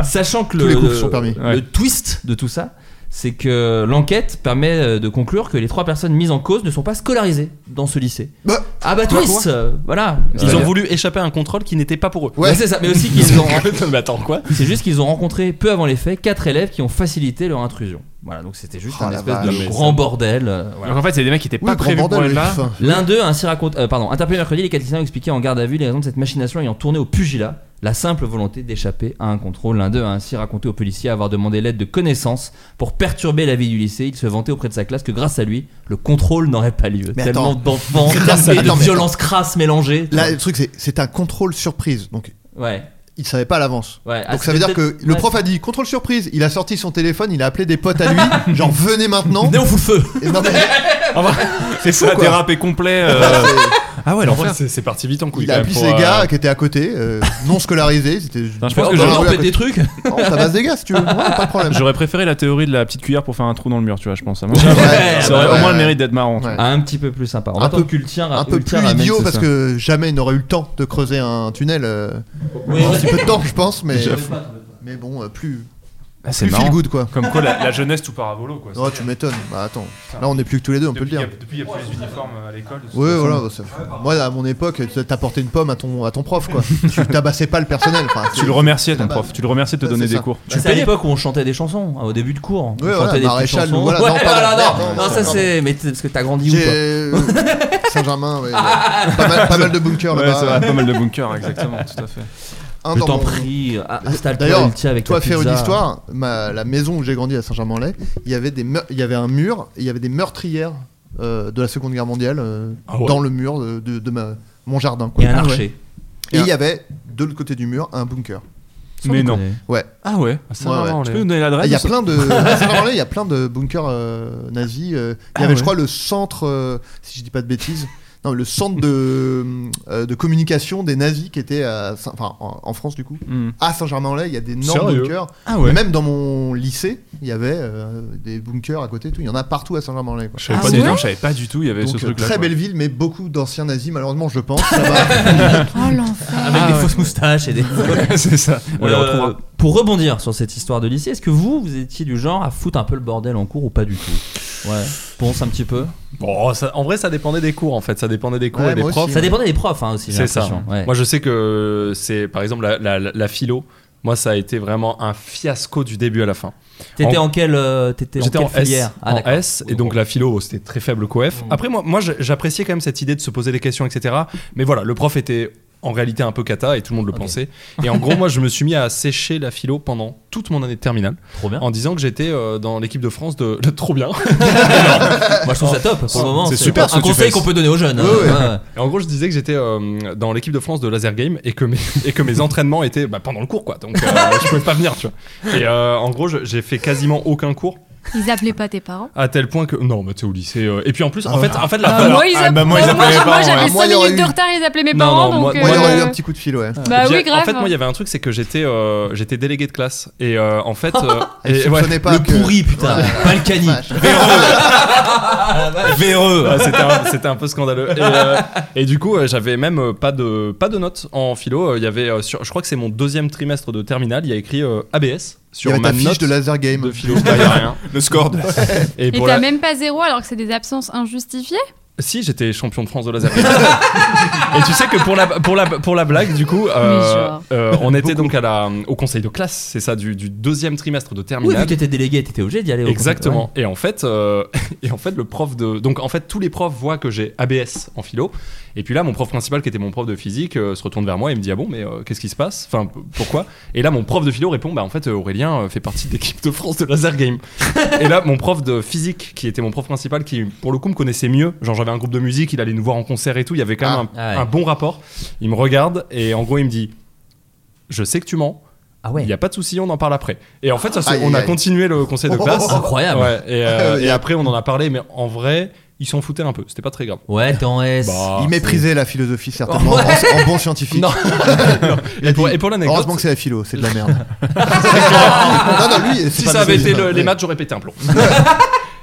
Sachant que
Tous
le,
les coups
le-
sont permis.
le
Ouais.
twist de tout ça, c'est que l'enquête permet euh, de conclure que les trois personnes mises en cause ne sont pas scolarisées dans ce lycée. ah bah
Bah,
twist,
quoi
euh, voilà.
Ils ont
Euh,
voulu échapper à un contrôle qui n'était pas pour eux.
Ouais, c'est ça, mais aussi qu'ils ont.
mais attends, quoi
C'est juste qu'ils ont rencontré peu avant les faits quatre élèves qui ont facilité leur intrusion. Voilà, donc c'était juste
Oh
un
la
espèce
vache.
de grand bordel. euh, voilà.
Donc en fait, c'est des mecs qui étaient pas Oui, grand prévus pour bordel, être là. le F.
L'un d'eux a ainsi raconté, euh, pardon, interpellé mercredi, les Catalans ont expliqué en garde à vue les raisons de cette machination ayant tourné au pugilat. La simple volonté d'échapper à un contrôle. L'un d'eux a ainsi raconté aux policiers avoir demandé l'aide de connaissances pour perturber la vie du lycée. Il se vantait auprès de sa classe que grâce à lui, le contrôle n'aurait pas lieu.
Mais
Tellement
attends.
d'enfants,
Grâce à-
et de
attends, mais
violences
attends.
crasses mélangées.
Là, le truc, c'est c'est un contrôle surprise. Donc,
Ouais.
il savait pas à l'avance.
Ouais, ah,
Donc, ça veut dire
c'était
que
peut-être-
le
ouais.
prof a dit contrôle surprise. Il a sorti son téléphone, il a appelé des potes à lui, genre venez maintenant.
Venez, on fout le feu.
c'est
ça,
quoi.
dérapé complet. euh,
Voilà, c'est-
Ah ouais, l'enfer,
Enfin,
c'est c'est parti vite en couille.
Il a appelé
euh,
ses gars qui étaient à côté, euh, non scolarisés. ils étaient-
je pense
dans
que
la
je-
rue à
on pète
côté.
des trucs.
Non, ça passe des gars si tu veux. Ouais, pas de problème.
J'aurais préféré la théorie de la petite cuillère pour faire un trou dans le mur, tu vois, je pense. Ça,
Ouais, ouais,
ça aurait
ouais,
au moins
ouais.
le mérite d'être marrant.
bah Ouais.
Un petit peu plus sympa. On
un
attend
peu,
que le tien ra-
un peu
le tien
plus
ramène,
idiot
c'est
parce
ça.
que jamais il n'aurait eu le temps de creuser un tunnel. euh,
Oui,
en
ouais.
un petit peu de temps, je pense, mais
J'avoue.
mais bon, euh, plus.
Ah, c'est
plus feel
marrant.
good quoi.
Comme quoi, la, la jeunesse tout paravolo quoi.
Non, tu m'étonnes. Bah attends, là on est plus que tous les deux, on peut le
Depuis, il y
dire.
a- depuis, il y a plus les uniformes euh, à l'école. de toute
Ouais,
façon.
voilà. bah, ça- Moi, à mon époque, tu t'apportais une pomme à ton, à ton prof, quoi. tu tabassais pas le personnel. enfin,
Tu
c'est-
le remerciais
c'est
ton
la
prof,
base.
tu le remerciais de te
Ouais,
donner
c'est
des
ça.
cours.
Bah, c'est à l'époque où on chantait des chansons, hein, au début de cours. on chantait
Ouais, voilà,
des petites
Maréchal,
chansons.
voilà,
Ouais,
non, pas
voilà,
la-
non,
merde,
non,
non,
ça
pardon.
c'est. Mais t- parce que t'as grandi où
J'ai-
toi
euh, Saint-Germain, ouais. pas, mal, pas mal de bunkers
Ouais,
là-bas.
c'est vrai, pas mal de bunkers, exactement, tout à fait.
Un
Je
dans
t'en
mon- Euh,
prie, ah, installe-toi
D'ailleurs,
le thé avec
toi,
la
faire une
pizza.
histoire. ma- la maison où j'ai grandi à Saint-Germain-en-Laye, il y avait des, meur- il y avait un mur, et il y avait des meurtrières euh, de la Seconde Guerre mondiale euh,
Ah ouais.
dans le mur de, de- de ma- mon jardin. quoi.
Et un archer.
Et
Et
il y
un-
avait de l'autre côté du mur un bunker.
Sans
Mais non.
déconner.
Ouais.
Ah ouais,
Ouais, ouais.
Tu peux nous donner l'adresse
Il y a plein de, à Saint-Germain-en-Laye, il y a plein de bunkers euh, nazis. euh. il y
Ah
avait,
ouais.
je crois, le centre, euh, si je dis pas de bêtises. Non, le centre de, euh, de communication des nazis qui était à Saint- enfin, en, en France du coup. Ah,
Hmm.
À Saint-Germain-en-Laye, il y a d'énormes
Sérieux
bunkers.
Ah ouais.
Et Même dans mon lycée, il y avait euh, des bunkers à côté. et Tout. Il y en a partout à Saint-Germain-en-Laye. quoi.
Je savais pas
Ah
du
ouais
tout, je savais pas du tout, il y avait ce
Donc,
truc là.
très belle ville, mais beaucoup d'anciens nazis, malheureusement, je pense. là-bas.
Oh l'enfer.
Avec
Ah
des
ouais.
fausses moustaches et des.
C'est ça. On les
Euh,
retrouvera.
pour rebondir sur cette histoire de lycée, est-ce que vous, vous étiez du genre à foutre un peu le bordel en cours ou pas du tout Ouais, pense un petit peu.
Bon, oh, ça- en vrai, ça dépendait des cours en fait. Ça dépendait des cours
Ouais,
et des
moi aussi,
profs.
ouais.
Ça dépendait des profs hein, aussi, j'ai
C'est ça.
l'impression. Ouais.
Moi, je sais que c'est par exemple la, la- la- la philo. Moi, ça a été vraiment un fiasco du début à la fin.
T'étais
En-
en quelle, euh, t'étais en
J'étais
quelle
en, S,
filière Ah,
en
d'accord. Mm.
S, et donc la philo, c'était très faible qu'au F. Après, moi, moi je- j'appréciais quand même cette idée de se poser des questions, etc. Mais voilà, le prof était en réalité un peu cata et tout le monde le pensait. Et en gros, moi, je me suis mis à sécher la philo pendant toute mon année de terminale
Trop bien.
en disant que j'étais euh, dans l'équipe de France de, de- trop bien.
Moi, je trouve ça top pour le moment.
C'est super ce
Un
que tu
conseil
fais.
qu'on peut donner aux jeunes. hein.
Ouais, ouais.
Ouais, ouais.
Et en gros, je disais que j'étais euh, dans l'équipe de France de laser game et que mes, et que mes entraînements étaient bah, pendant le cours, quoi. Donc, euh, je pouvais pas venir, tu vois. Et euh, en gros, je- j'ai fait quasiment aucun cours
Ils appelaient pas tes parents
à tel point que non, mais t'es au lycée. euh, Et puis en plus, en fait, en fait, la
Ah,
voilà.
Moi, ils
ah, bah,
appelaient.
moi, ils appelaient
moi,
les parents,
j'avais
ouais.
5
Moi, il y aurait
minutes de
eu-
retard, ils appelaient mes
Non,
parents.
non, moi-
donc,
moi,
Moi,
euh,
il y aurait eu un petit coup de fil, ouais.
Bah
Puis,
oui,
En
grave.
fait, moi, il y avait un truc, c'est que j'étais, euh, j'étais délégué de classe. Et euh, en fait, euh,
Et
et,
je
ouais.
soupçonnais pas
Le
que-
pourri, putain. Pas le cani.
Ah,
véreux. Ouais, c'était, un, c'était un peu scandaleux. Et, euh, et du coup, euh, j'avais même euh, pas de, pas de notes en philo. Euh, Il y avait, euh, sur, je crois que c'est mon deuxième trimestre de terminale, il y a écrit euh, ABS
Il y
sur
avait
ma
ta fiche
note
de laser game.
de philo. Bah, il y a rien.
Le score de la
Et
Et
pour
t'as
la-
même pas zéro alors que c'est des absences injustifiées
Si, j'étais champion de France de laser. et tu sais que pour la, pour la, pour la blague, du coup, euh,
Mais genre.
euh, on était donc à la, au conseil de classe, c'est ça, du, du deuxième trimestre de
Oui, vu
terminale.
que t'étais délégué, t'étais obligé d'y aller. au
Exactement. Et en fait, euh, et en fait, le prof de, donc en fait, tous les profs voient que j'ai ABS en philo. Et puis là, mon prof principal, qui était mon prof de physique, euh, se retourne vers moi et me dit ah bon, mais euh, qu'est-ce qui se passe Enfin, p- pourquoi Et là, mon prof de philo répond bah en fait, euh, Aurélien euh, fait partie de l'équipe de France de laser game. et là, mon prof de physique, qui était mon prof principal, qui pour le coup me connaissait mieux. Genre, j'avais un groupe de musique, il allait nous voir en concert et tout. Il y avait quand même
Ah,
un,
ah ouais.
un bon rapport. Il me regarde et en gros, il me dit je sais que tu mens.
Ah ouais.
Il n'y a pas de souci, on en parle après. Et en fait, ça, se-
Aïe,
on a
aïe.
continué le conseil de
Oh.
classe.
Incroyable.
Ouais, et, euh,
Ouais,
et
ouais.
après, on en a parlé, mais en vrai, ils s'en foutaient un peu. C'était pas très grave.
Ouais, t'es en S.
Bah.
Il méprisait la philosophie, certainement,
Ouais.
en, en bon scientifique. Il a
Et pour,
dit,
et pour l'anecdote,
Heureusement que c'est la philo, c'est de la merde. non, non, lui, c'est
si
pas
ça avait
de-
été le-
ouais.
les matchs, j'aurais pété un plomb.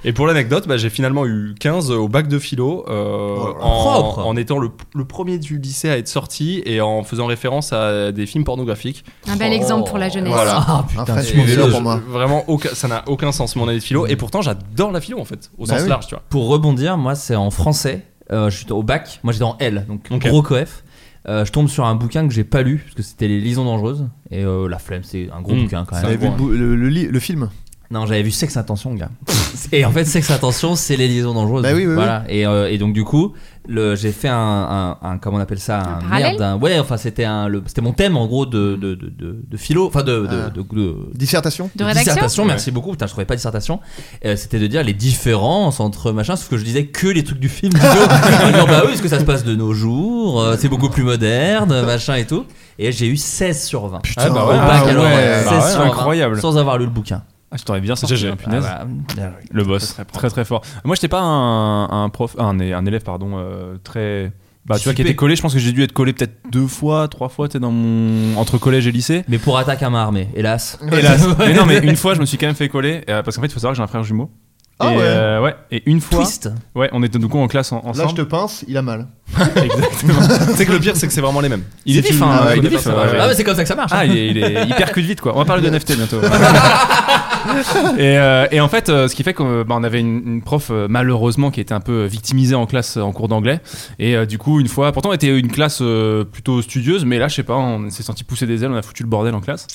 Et pour l'anecdote, bah, j'ai finalement eu 15 au bac de philo euh,
Oh,
en,
Propre.
en étant le, le premier du lycée à être sorti et en faisant référence à des films pornographiques.
Un bel exemple pour la jeunesse.
Voilà.
Ah, putain,
Et
tu m'en
je-
veux
je-
pour moi.
Vraiment, aucun- ça n'a aucun sens mon année de philo. Et
Mm.
pourtant, j'adore la philo en fait, au
Bah
sens
oui.
large, tu vois.
Pour rebondir, moi, c'est en français. Euh, je suis au bac. Moi, j'étais en L, donc
Ok.
gros coef. Euh, je tombe sur un bouquin que j'ai pas lu parce que c'était Les Liaisons Dangereuses et euh, La Flemme, c'est un gros
Hmm.
Mmh.
bouquin quand
Vous
même.
avez vu le, bou- le- le li- le film
Non, j'avais vu Sex Intention, gars. et en fait, Sex Intention, c'est les liaisons dangereuses.
Bah oui, oui,
voilà. Et, euh, et donc, du coup, le- j'ai fait un, un- un- Comment on appelle ça Un,
parallèle
merde. un- ouais, enfin, c'était un- le- c'était mon thème, en gros, de, de, de, de- de philo. Enfin, de. de-
Ah.
de- de-
Dissertation
de Dissertation, merci beaucoup. Putain, je trouvais pas dissertation. Euh, c'était de dire les différences entre machin, sauf que je disais que les trucs du film. vidéo. En disant, bah oui, parce que ça se passe de nos jours, euh, c'est beaucoup plus moderne, machin et tout. Et j'ai eu 16 sur 20.
Putain,
Au
bah ouais,
bac,
ah
alors,
ouais,
ouais,
bah
16
ouais,
sur 20,
incroyable.
Sans avoir lu le bouquin.
Ah, je t'aurais bien sorti,
GG.
hein, punaise.
Ah bah, bien joué.
le boss, très très, fort. Moi, j'étais pas un, un prof, un, un élève, pardon, euh, très. Bah, tu vois, qui
Dissipé.
était collé, je pense que j'ai dû être collé peut-être deux fois, trois fois, tu sais, dans mon. entre collège et lycée.
Mais pour attaque à main armée, hélas.
Hélas. mais non, mais une fois, je me suis quand même fait coller. euh, parce qu'en fait, il faut savoir que j'ai un frère jumeau.
Ah
et,
ouais.
euh, ouais. Et une fois.
Twist.
Ouais, on était du coup en classe en- ensemble.
Là, je te pince, il a mal.
Exactement.
C'est que le pire, c'est que c'est vraiment les mêmes.
Il est
C'est vif,
vif, hein,
ah ouais,
il
il
est
est
vif,
vif,
ouais,
ouais.
ouais.
Ah, mais c'est comme ça que ça marche.
hein.
Ah, il, est- il est- il percute vite, quoi. On va
Ah,
parler de NFT bientôt. et, euh, et en fait, euh, ce qui fait qu'on bah, on avait une, une prof, euh, malheureusement, qui était un peu victimisée en classe euh, en cours d'anglais. Et euh, du coup, une fois, pourtant, on était une classe euh, plutôt studieuse, mais là, je sais pas, on s'est senti pousser des ailes, on a foutu le bordel en classe.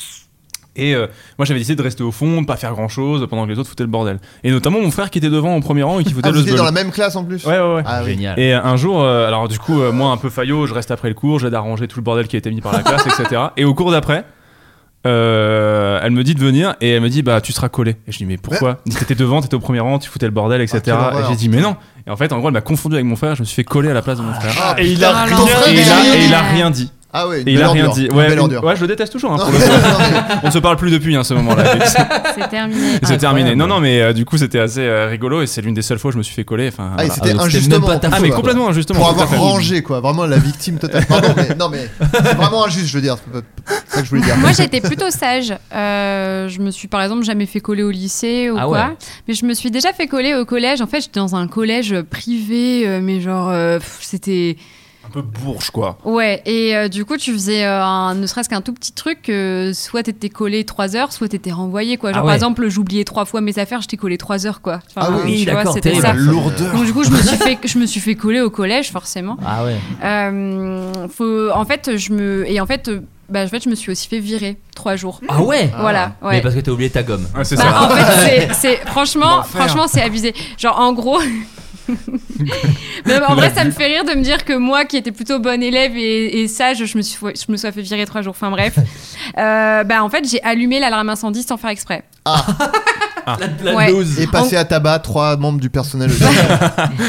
Et euh, moi j'avais décidé de rester au fond, de pas faire grand chose pendant que les autres foutaient le bordel. Et notamment mon frère qui était devant au premier rang et qui foutait
Ah,
le
vous étiez
sbeul.
dans la même classe en plus
Ouais, ouais, ouais.
Ah, oui.
Et euh, un jour, euh, alors du coup, euh, moi un peu faillot, je reste après le cours, j'aide à ranger tout le bordel qui a été mis par la classe, etc. Et au cours d'après, euh, elle me dit de venir et elle me dit bah tu seras collé. Et je dis mais pourquoi Elle dit, T'étais devant, t'étais au premier rang, tu foutais le bordel, etc.
quelle
et
Ah, horreur.
j'ai dit mais non. Et en fait, en gros, elle m'a confondu avec mon frère, je me suis fait coller à la place de mon frère.
Ah,
et, il a
putain,
rien,
ton frère,
et,
il
il a,
a
et il a
rien dit.
rien dit.
Ah ouais, une
et il a
belle
rien
ordure,
dit.
une
Ouais,
belle ordure.
ouais, je le déteste toujours. hein,
Non,
pour le
mais-
coup. On se parle plus depuis hein, ce moment-là.
C'est terminé.
C'est terminé. Non, non, mais euh, du coup, c'était assez euh, rigolo et c'est l'une des seules fois où je me suis fait coller. Enfin,
Ah, et
voilà.
c'était
donc c'était
injustement.
même pas ta
faute,
en plus, quoi.
Ah, mais complètement injustement,
Pour
tout
avoir
à fait.
rangé, quoi. Vraiment la victime totale. Pardon, mais non, mais c'est vraiment injuste, je veux dire. C'est ça que je voulais dire.
Moi, j'étais plutôt sage. Euh, je me suis, par exemple, jamais fait coller au lycée ou
Ah
quoi.
ouais.
Mais je me suis déjà fait coller au collège. En fait, j'étais dans un collège privé, euh, mais genre, euh, pff, c'était.
Un peu bourge, quoi.
Ouais, et euh, du coup, tu faisais euh, un- ne serait-ce qu'un tout petit truc, euh, soit t'étais collé 3 heures, soit t'étais renvoyé, quoi. Genre,
Ah
par
ouais.
exemple, j'oubliais trois fois mes affaires, j'étais collé 3 heures, quoi. Enfin,
Ah oui,
tu vois,
d'accord,
c'était
terrible.
ça.
La lourdeur.
Donc, du coup, je me suis fait, je me suis fait coller au collège, forcément.
Ah ouais.
Euh, faut, en fait, je me et en fait, euh, bah, en fait, je me suis aussi fait virer trois jours.
Ah ouais
Voilà.
Mais
Ouais.
parce que t'as oublié ta gomme.
Ah, c'est
Bah, en
Euh,
fait, c'est- c'est franchement, franchement, c'est abusé. Genre, en gros. Mais en vrai, ça me fait rire de me dire que moi, qui étais plutôt bonne élève et, et sage, je me suis, je me sois fait virer trois jours. Enfin bref, Euh, bah en fait, j'ai allumé l'alarme incendie sans faire exprès.
Ah,
Ah.
La
Ouais.
loose.
Et passer à tabac trois membres du personnel.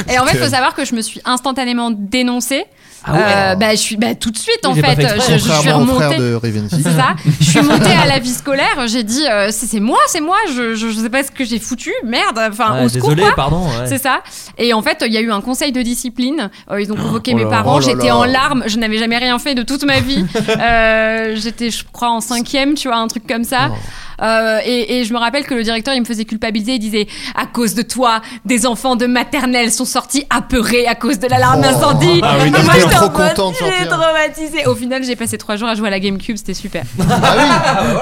Et en fait, faut savoir que je me suis instantanément dénoncée.
Ah ouais.
Euh, bah, je suis bah, tout de suite en
Oui, j'ai pas
fait.
fait exprès.
je, je suis
Contrairement au frère
remontée.
de Rivency.
C'est ça. Je suis montée à la vie scolaire. J'ai dit euh, c'est c'est moi, c'est moi. Je, je, je sais pas ce que j'ai foutu. Merde. Enfin
Ouais,
au secours.
désolé,
quoi.
pardon, ouais.
C'est ça. Et en fait, il y a eu un conseil de discipline. Euh, ils ont convoqué
Oh
mes
là là.
parents.
Oh là
J'étais
là.
en larmes. Je n'avais jamais rien fait de toute ma vie. Euh, J'étais, je crois, en cinquième. Tu vois, un truc comme
Oh.
ça. Euh, et, et je me rappelle que le directeur, il me faisait culpabiliser. Il disait à cause de toi, des enfants de maternelle sont sortis apeurés à cause de l'alarme
Oh.
incendie.
Ah oui,
Et
donc
moi,
t'es
j'étais
trop
en mode,
content de
j'ai
sortir.
traumatisé. Au final, j'ai passé trois jours à jouer à la GameCube. C'était super.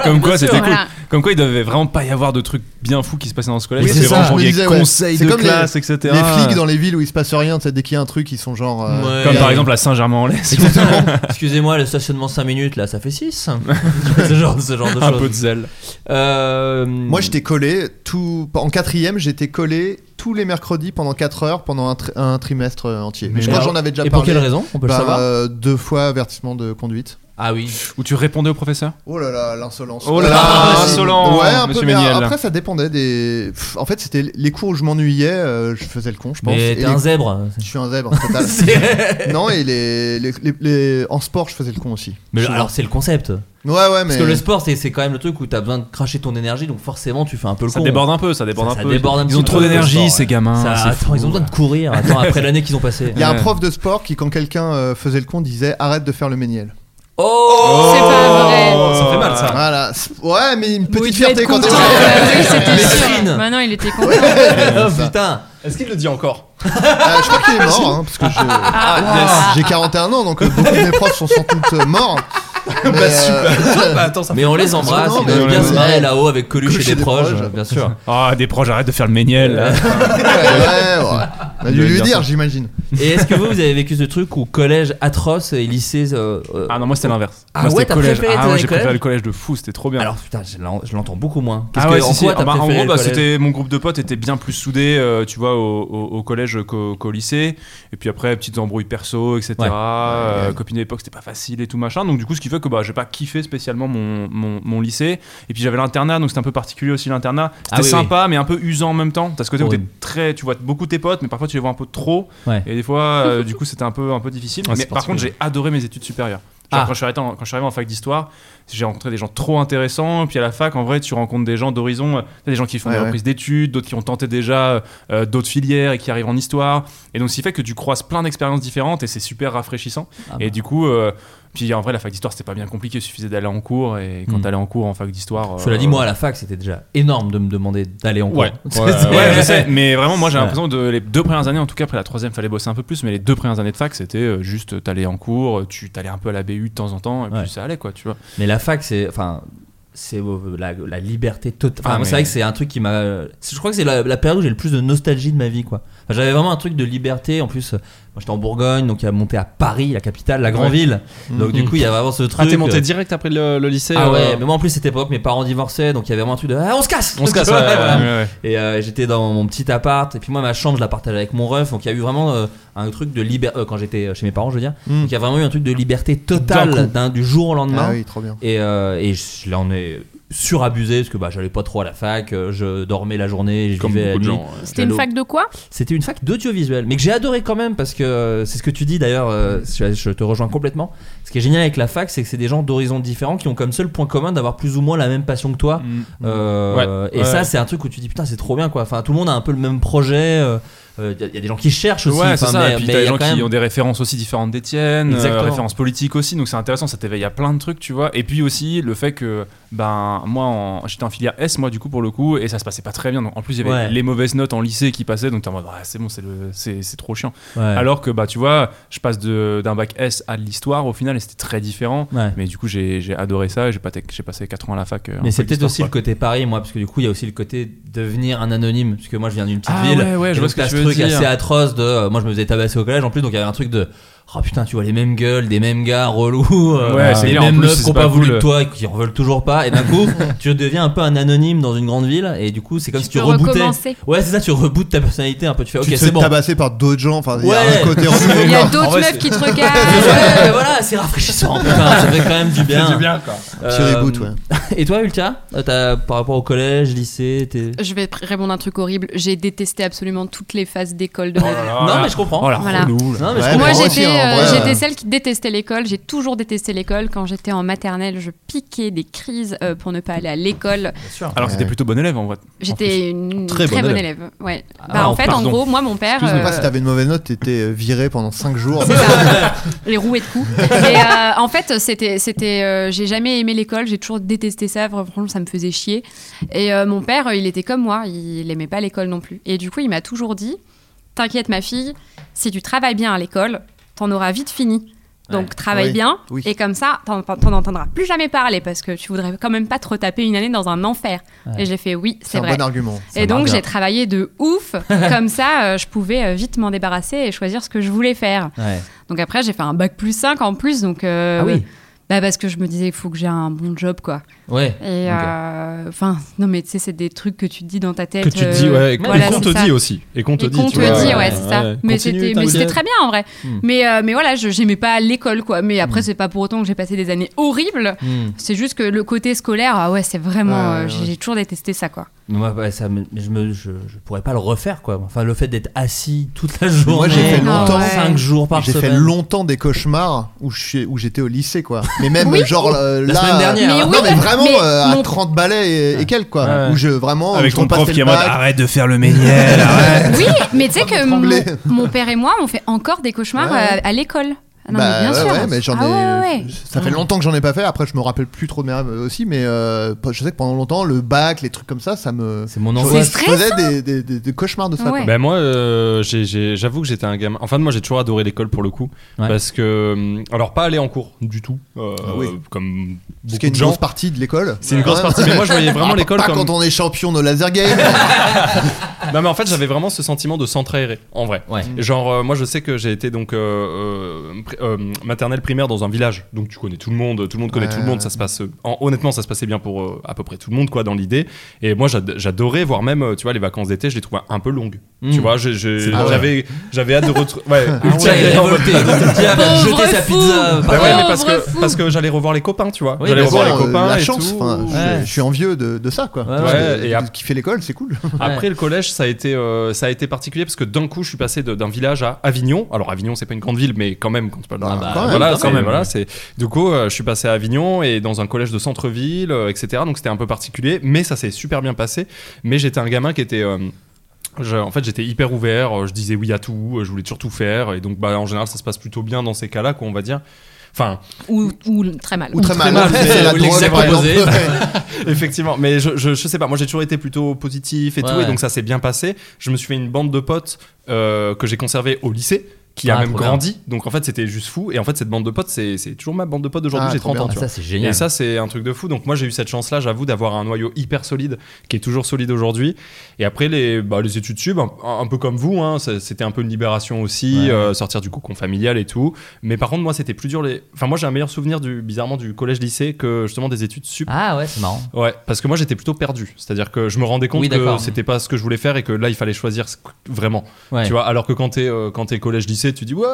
Comme quoi, c'était
sûr.
cool.
Voilà.
Comme quoi, il devait vraiment pas y avoir de trucs bien fous qui se passaient dans ce collège.
Oui,
C'était
c'est ça,
vraiment
je me
des
disais, ouais.
conseils
C'est
de
comme les-
classe, etc.
Les flics dans les villes où il se passe rien, tu sais, dès qu'il y a un truc, ils sont genre. euh,
Ouais.
Comme par exemple à Saint-Germain-en-Laye.
Excusez-moi, le stationnement 5 minutes, là, ça fait 6. ce genre, ce genre de choses. Euh,
Un peu de zèle.
Moi, j'étais collé tout. En quatrième, j'étais collé tous les mercredis pendant 4 heures pendant un, tri- un trimestre euh, entier. Mais,
Mais
je crois que
alors-
j'en avais déjà
et pour
parlé.
quelle raison On peut le
Bah,
savoir
euh, Deux fois avertissement de conduite.
Ah oui.
Où tu répondais au professeur
Oh là là, l'insolence.
Oh là là,
Ah,
insolent,
Ouais, un peu,
monsieur
mais
Méniel.
Après, ça dépendait des. Pff, En fait, c'était les cours où je m'ennuyais, euh, je faisais le con, je pense.
Mais
Et
t'es
les-
un zèbre.
Je suis un zèbre, total. non, et les, les- les- les- en sport, je faisais le con aussi.
Mais
Souvent.
alors, c'est le concept.
Ouais, ouais, mais.
Parce que le sport, c'est- c'est quand même le truc où t'as besoin de cracher ton énergie, donc forcément, tu fais un peu le
Ça
con. hein.
déborde un peu, ça déborde
Ça-
un
ça
peu.
déborde un
Ils
petit
ont
peu
trop
le
d'énergie,
sport,
ces
ouais.
gamins.
Ça-
c'est
attends,
fou.
ils ont besoin de courir. Attends, après l'année qu'ils ont passée.
Il y a un prof de sport qui, quand quelqu'un euh, faisait le con, disait arrête de faire le méniel.
Oh, C'est pas vrai.
Ça fait mal ça.
Voilà. Ouais, mais une petite
Oui, il devait
fierté
être
quand
content.
t'es-
Ouais, oui, c'était sûr. Maintenant, il était content.
Oh,
putain.
Euh, Est-ce qu'il le dit encore
Ah, je crois qu'il est mort, hein, parce que je- j'ai 41 ans, donc euh, beaucoup de mes profs sont sans doute euh, morts.
Bah,
Mais, euh,
mais on les embrasse,
Non,
ils
mais-
doivent bien se
Ouais.
marrer là-haut avec Coluche, et des, proches,
proches.
bien sûr.
Ah, des proches, arrête de faire le méniel. là.
euh, Ouais, ouais. On a dû
Il
lui
doit
dire,
ça.
j'imagine.
Et est-ce que vous, vous avez vécu ce truc où collège atroce et lycée euh,
Ah non, moi c'était l'inverse.
Ah
moi
ouais,
c'était
t'as
collège.
préféré tes
ah ouais,
années
j'ai préféré
collège
le collège de fou, c'était trop bien.
Alors putain, je l'en- je l'entends beaucoup moins. Qu'est-ce
Ah
que-
ouais,
en
si, si.
quoi t'as
Ah bah, en
préféré
gros,
le
bah,
collège
c'était mon groupe de potes était bien plus soudé, euh, tu vois, au, au- au collège qu'au qu'au lycée. Et puis après, petites embrouilles perso, etc.
Ouais.
Euh, Copine à l'époque, c'était pas facile et tout machin. Donc du coup, ce qui fait que bah, j'ai pas kiffé spécialement mon, mon, mon lycée. Et puis j'avais l'internat, donc c'était un peu particulier aussi l'internat. C'était
Ah oui,
sympa, mais un peu usant en même temps. T'as ce côté où t'es
Horrible.
très, tu vois beaucoup tes potes, mais parfois tu les vois un peu trop.
Ouais.
Et des fois, euh, du coup, c'était un peu un peu difficile.
Ouais,
mais
c'est
par contre,
particulier.
j'ai adoré mes études supérieures. Genre,
Ah.
quand, je suis arrêté en- quand je suis arrivé en fac d'histoire, j'ai rencontré des gens trop intéressants. Puis à la fac, en vrai, tu rencontres des gens d'horizons, euh, t'as des gens qui font
Ouais,
des
ouais.
reprises d'études, d'autres qui ont tenté déjà euh, d'autres filières et qui arrivent en histoire. Et donc, ce qui fait que tu croises plein d'expériences différentes et c'est super rafraîchissant.
Ah
et du coup, euh, puis en vrai, la fac d'histoire, c'était pas bien compliqué. Il suffisait d'aller en cours et quand
Hmm.
t'allais en cours en fac d'histoire.
Cela
euh,
dit, moi à la fac, c'était déjà énorme de me demander d'aller en cours.
Ouais, ouais, ouais, je sais, mais vraiment, moi j'ai l'impression que les deux premières années, en tout cas après la troisième, fallait bosser un peu plus, mais les deux premières années de fac, c'était euh, juste euh, t'allais en cours, tu t'allais un peu à la BU de temps en temps, et
Ouais.
puis ça allait quoi, tu vois.
Mais la fac, c'est. Enfin, c'est euh, la, la liberté totale. Enfin,
Ah,
moi, C'est
mais-
vrai que c'est un truc qui m'a. Je crois que c'est la, la période où j'ai le plus de nostalgie de ma vie, quoi. Enfin, J'avais vraiment un truc de liberté. En plus, euh, moi j'étais en Bourgogne, donc il a monté à Paris, la capitale, la grande
Ouais.
ville. Donc
Mhm.
du coup, il y a vraiment ce truc.
Ah, t'es monté
euh,
direct après le, le lycée
Ah
euh,
ouais, mais moi en plus c'était époque mes parents divorçaient donc il y avait vraiment un truc de ah, on se casse
On se casse,
Tu vois,
ouais, ouais,
voilà.
ouais, ouais.
Et euh, j'étais dans mon petit appart et puis moi ma chambre je la partageais avec mon ref donc il y a eu vraiment euh, un truc de liberté quand j'étais euh, chez mes parents je veux dire
Mmh.
Mm.
donc il y a vraiment eu un truc de liberté
D'un
totale
coup.
d'un- du jour au lendemain
Ah oui, trop bien.
et, euh, et je l'en ai surabusé parce que bah j'allais pas trop à la fac euh, je dormais la journée je
Comme
vivais la
beaucoup de
nuit.
gens, euh, ouais.
C'était une
J'allais au-
fac de quoi
c'était une fac d'audiovisuel, mais que j'ai adoré quand même parce que euh, c'est ce que tu dis d'ailleurs. euh, je, je te rejoins complètement. Ce qui est génial avec la fac, c'est que c'est des gens d'horizons différents qui ont comme seul point commun d'avoir plus ou moins la même passion que toi. Euh,
Mm. Ouais.
Et
Ouais.
ça, c'est un truc où tu dis putain, c'est trop bien quoi. Enfin, tout le monde a un peu le même projet. Il y, a- y a des gens qui cherchent aussi.
ouais, c'est
enfin,
ça,
mais-
et puis
mais
t'as
y
des
a
gens
quand
qui
même-
ont des références aussi différentes des tiennes, euh,
Exactement.
références politiques aussi, donc c'est intéressant, ça t'éveille à plein de trucs, tu vois. Et puis aussi le fait que, ben, moi, en- j'étais en filière S, moi, du coup, pour le coup, et ça se passait pas très bien. Donc en plus, il y avait
Ouais.
les mauvaises notes en lycée qui passaient, donc t'es en mode, Ah, c'est bon, c'est le- c'est c'est trop chiant.
Ouais.
Alors que, bah, tu vois, je passe de- d'un bac S à de l'histoire au final, et c'était très différent.
Ouais.
Mais du coup, j'ai j'ai adoré ça, et j'ai pas- j'ai passé 4 ans à la fac. euh, en
Mais c'est
fac
peut-être
d'histoire,
aussi
quoi.
le côté Paris, moi, parce que du coup, il y a aussi le côté devenir un anonyme, parce que moi, je viens d'une petite
Ah
ville.
ouais, ouais, je vois
et donc,
ce que
t'as
tu
ce
veux
truc
dire.
assez atroce de. euh, moi, je me faisais tabasser au collège en plus, donc il y avait un truc de. Oh putain, tu vois les mêmes gueules, des mêmes gars relous, euh,
Ouais, c'est
les
clair, en
mêmes
plus,
meufs
c'est
qui ont
pas
pas voulu
cool.
de toi et qui en veulent toujours pas. Et d'un coup, tu deviens un peu un anonyme dans une grande ville, et du coup, c'est comme si tu
peux
rebootais.
recommencer.
Ouais, c'est ça, tu rebootes ta personnalité un peu. Tu fais,
Tu
ok,
te
c'est
fais
bon.
tabasser par d'autres gens, enfin, il y
Ouais.
a un côté
Il y a
renouvelé.
d'autres meufs qui te regardent.
Ouais, voilà, c'est rafraîchissant. Putain, ça fait quand même du bien.
C'est du bien, quoi.
Petit reboot, ouais.
Et toi, Ulta, Euh, t'as- par rapport au collège, lycée, t'es.
Je vais pr- répondre à un truc horrible. J'ai détesté absolument toutes les phases d'école de ma vie.
Non, mais je comprends.
Oh la
Voilà.
relou, là.
Non, mais
Ouais,
je
mais
comprends.
Moi,
moi
j'étais
aussi, en vrai,
euh, j'étais
euh,
celle qui détestait l'école. J'ai toujours détesté l'école. Quand j'étais en maternelle, je piquais des crises euh, pour ne pas aller à l'école.
Alors que t'étais plutôt bon élève en vrai.
J'étais une
Très
très,
bonne
bonne élève. Ouais. Bah,
ah,
en fait, en
pardon.
gros, moi, mon père,
Je sais pas
euh,
si t'avais une mauvaise note, t'étais euh, viré pendant 5 jours.
C'est
Ah
ça. les rouées de coups. Et euh, en fait, c'était, c'était, euh, j'ai jamais aimé l'école, j'ai toujours détesté ça. Vra- Franchement, ça me faisait chier. Et euh, mon père, euh, il était comme moi, il aimait pas l'école non plus. Et du coup, il m'a toujours dit, t'inquiète ma fille, si tu travailles bien à l'école, t'en auras vite fini. Donc
Ouais.
travaille
Oui.
bien
Oui.
et comme ça t'en, t'en entendras plus jamais parler parce que tu voudrais quand même pas te retaper une année dans un enfer. Et j'ai fait oui, c'est,
C'est un
vrai.
bon argument.
Et donc
marche bien.
j'ai travaillé de ouf, comme ça euh, je pouvais euh, vite m'en débarrasser et choisir ce que je voulais faire.
Ouais.
Donc après, j'ai fait un bac plus 5 en plus. Donc, euh,
Ah oui.
Bah parce que je me disais, il faut que j'ai un bon job, quoi.
Ouais.
Et
Ok.
euh, enfin, non, mais tu sais, c'est des trucs que tu te dis dans ta tête.
que tu te
euh,
dis, ouais, et qu'on
voilà,
qu'on
c'est
te
ça.
dit aussi. Et qu'on te
Et
dit,
qu'on
tu
te
vois.
dit, ouais, c'est ça.
ouais.
mais
Continue,
c'était mais c'était
t'inquiète.
très bien en vrai.
Hmm.
Mais, euh, mais voilà, je j'aimais pas l'école, quoi. Mais après, c'est pas pour autant que j'ai passé des années horribles.
Hmm.
C'est juste que le côté scolaire, ah ouais, c'est vraiment.
Ouais,
euh,
ouais,
j'ai-
ouais.
J'ai toujours détesté ça, quoi.
Mais Moi, ouais, ça, me- mais je, me, je, je pourrais pas le refaire quoi. Enfin, le fait d'être assis toute la journée.
Moi, j'ai fait
longtemps.
5 jours par
J'ai
semaine.
fait longtemps des cauchemars où je suis- où j'étais au lycée, quoi. Mais même,
Oui.
genre, euh,
La
là.
semaine dernière. hein.
euh,
Mais
non,
oui,
mais vraiment,
mais
euh, à
mon-
30 balais et, et quelques, quoi.
Ouais.
Où je vraiment.
Avec
où je
ton prof
repassais
qui est
le
en mode
bac.
arrête de faire le méniel, arrête.
Oui, mais tu sais que
trembler.
mon, mon père et moi, on fait encore des cauchemars
Ouais. Bah
euh, à l'école. Ah non, mais bien
ouais,
sûr.
ouais, mais j'en
Ah
ai-
ouais, ouais, ouais.
Ça fait
Ah.
longtemps que j'en ai pas fait. Après, je me rappelle plus trop de mes rêves aussi, mais euh, je sais que pendant longtemps, le bac, les trucs comme ça, ça me.
C'est mon
Je
angoisse. C'est
faisais des, des- des- des cauchemars de ça. quoi.
Ben moi, euh, j'ai- j'ai- j'avoue que j'étais un gamin. Enfin, moi, j'ai toujours adoré l'école pour le coup, parce que hum, alors pas aller en cours du tout, euh,
Ah oui.
comme beaucoup
Parce qu'il y a
de
une
gens.
grosse partie de l'école.
C'est une grosse
Quand même.
partie, mais moi, je voyais vraiment
Ah,
l'école
pas
comme-
quand on est champion de laser game.
Non mais en fait j'avais vraiment ce sentiment de centre aéré en vrai.
Mm.
Genre euh, moi je sais que j'ai été donc euh, euh, pri- euh, maternelle primaire dans un village donc tu connais tout le monde tout le monde connaît
Ouais,
tout le monde
ouais.
ça se passe euh, en- honnêtement ça se passait bien pour euh, à peu près tout le monde quoi dans l'idée et moi j'ad- j'adorais voire même euh, tu vois les vacances d'été je les trouvais un peu longongues
Mm.
tu vois j'ai- j'ai-
C'est pas
j'avais
vrai.
j'avais hâte de retrouver ouais
Ah
ultra
ouais, il est
agréable.
révolté. Il a Pauvre jeté sa fou. pizza
Bah
par
ouais,
terre.
mais parce
Pauvre
que
fou.
parce que j'allais revoir les copains tu vois
Oui,
j'allais
mais
revoir
bon,
les
euh,
copains
la
et
chance,
tout.
enfin, je-
Ouais.
je, suis envieux de, de ça, quoi.
Ouais, ouais, et ap-
qui fait l'école, c'est cool.
Après le collège, ça a été euh, ça a été particulier parce que d'un coup, je suis passé de- d'un village à Avignon. Alors Avignon, c'est pas une grande ville, mais quand même, quand tu parles d'un-
Ah bah, quand même,
voilà,
quand
c'est-
même.
voilà, c'est du coup, euh, je suis passé à Avignon et dans un collège de centre-ville, euh, etc. Donc c'était un peu particulier, mais ça s'est super bien passé. Mais j'étais un gamin qui était euh, je- en fait, j'étais hyper ouvert, euh, je disais oui à tout, euh, je voulais toujours tout faire, et donc bah, en général, ça se passe plutôt bien dans ces cas-là, quoi, on va dire. Enfin,
Ou, ou très mal.
Ou très mal.
mais-
C'est la
mais-
drogue,
c'est
par
vrai.
exemple.
Effectivement, mais je, je, je sais pas, moi j'ai toujours été plutôt positif et
Ouais,
tout, et
ouais.
donc ça s'est bien passé. Je me suis fait une bande de potes euh, que j'ai conservé au lycée. Qui a
Ah,
même
trop bien.
grandi, donc en fait c'était juste fou. Et en fait, cette bande de potes, c'est c'est toujours ma bande de potes d'aujourd'hui,
Ah,
j'ai
trop
30 ans.
bien.
tu
Ah, ça,
vois.
c'est génial.
Et ça, c'est un truc de fou. Donc moi, j'ai eu cette chance-là, j'avoue, d'avoir un noyau hyper solide qui est toujours solide aujourd'hui. Et après, les, bah, les études sub, un, un peu comme vous, hein, ça- c'était un peu une libération aussi,
Ouais.
euh, sortir du cocon familial et tout. Mais par contre, moi, c'était plus dur. Les... Enfin, moi, j'ai un meilleur souvenir du, bizarrement du collège-lycée que justement des études sup.
Ah ouais, c'est marrant.
Ouais, parce que moi, j'étais plutôt perdu. C'est-à-dire que je me rendais compte
Oui,
que
d'accord.
c'était pas ce que je voulais faire et que là, il fallait choisir ce que- vraiment.
Ouais.
Tu vois, alors que quand t'es euh, quand t'es collège-lycée, tu dis ouais,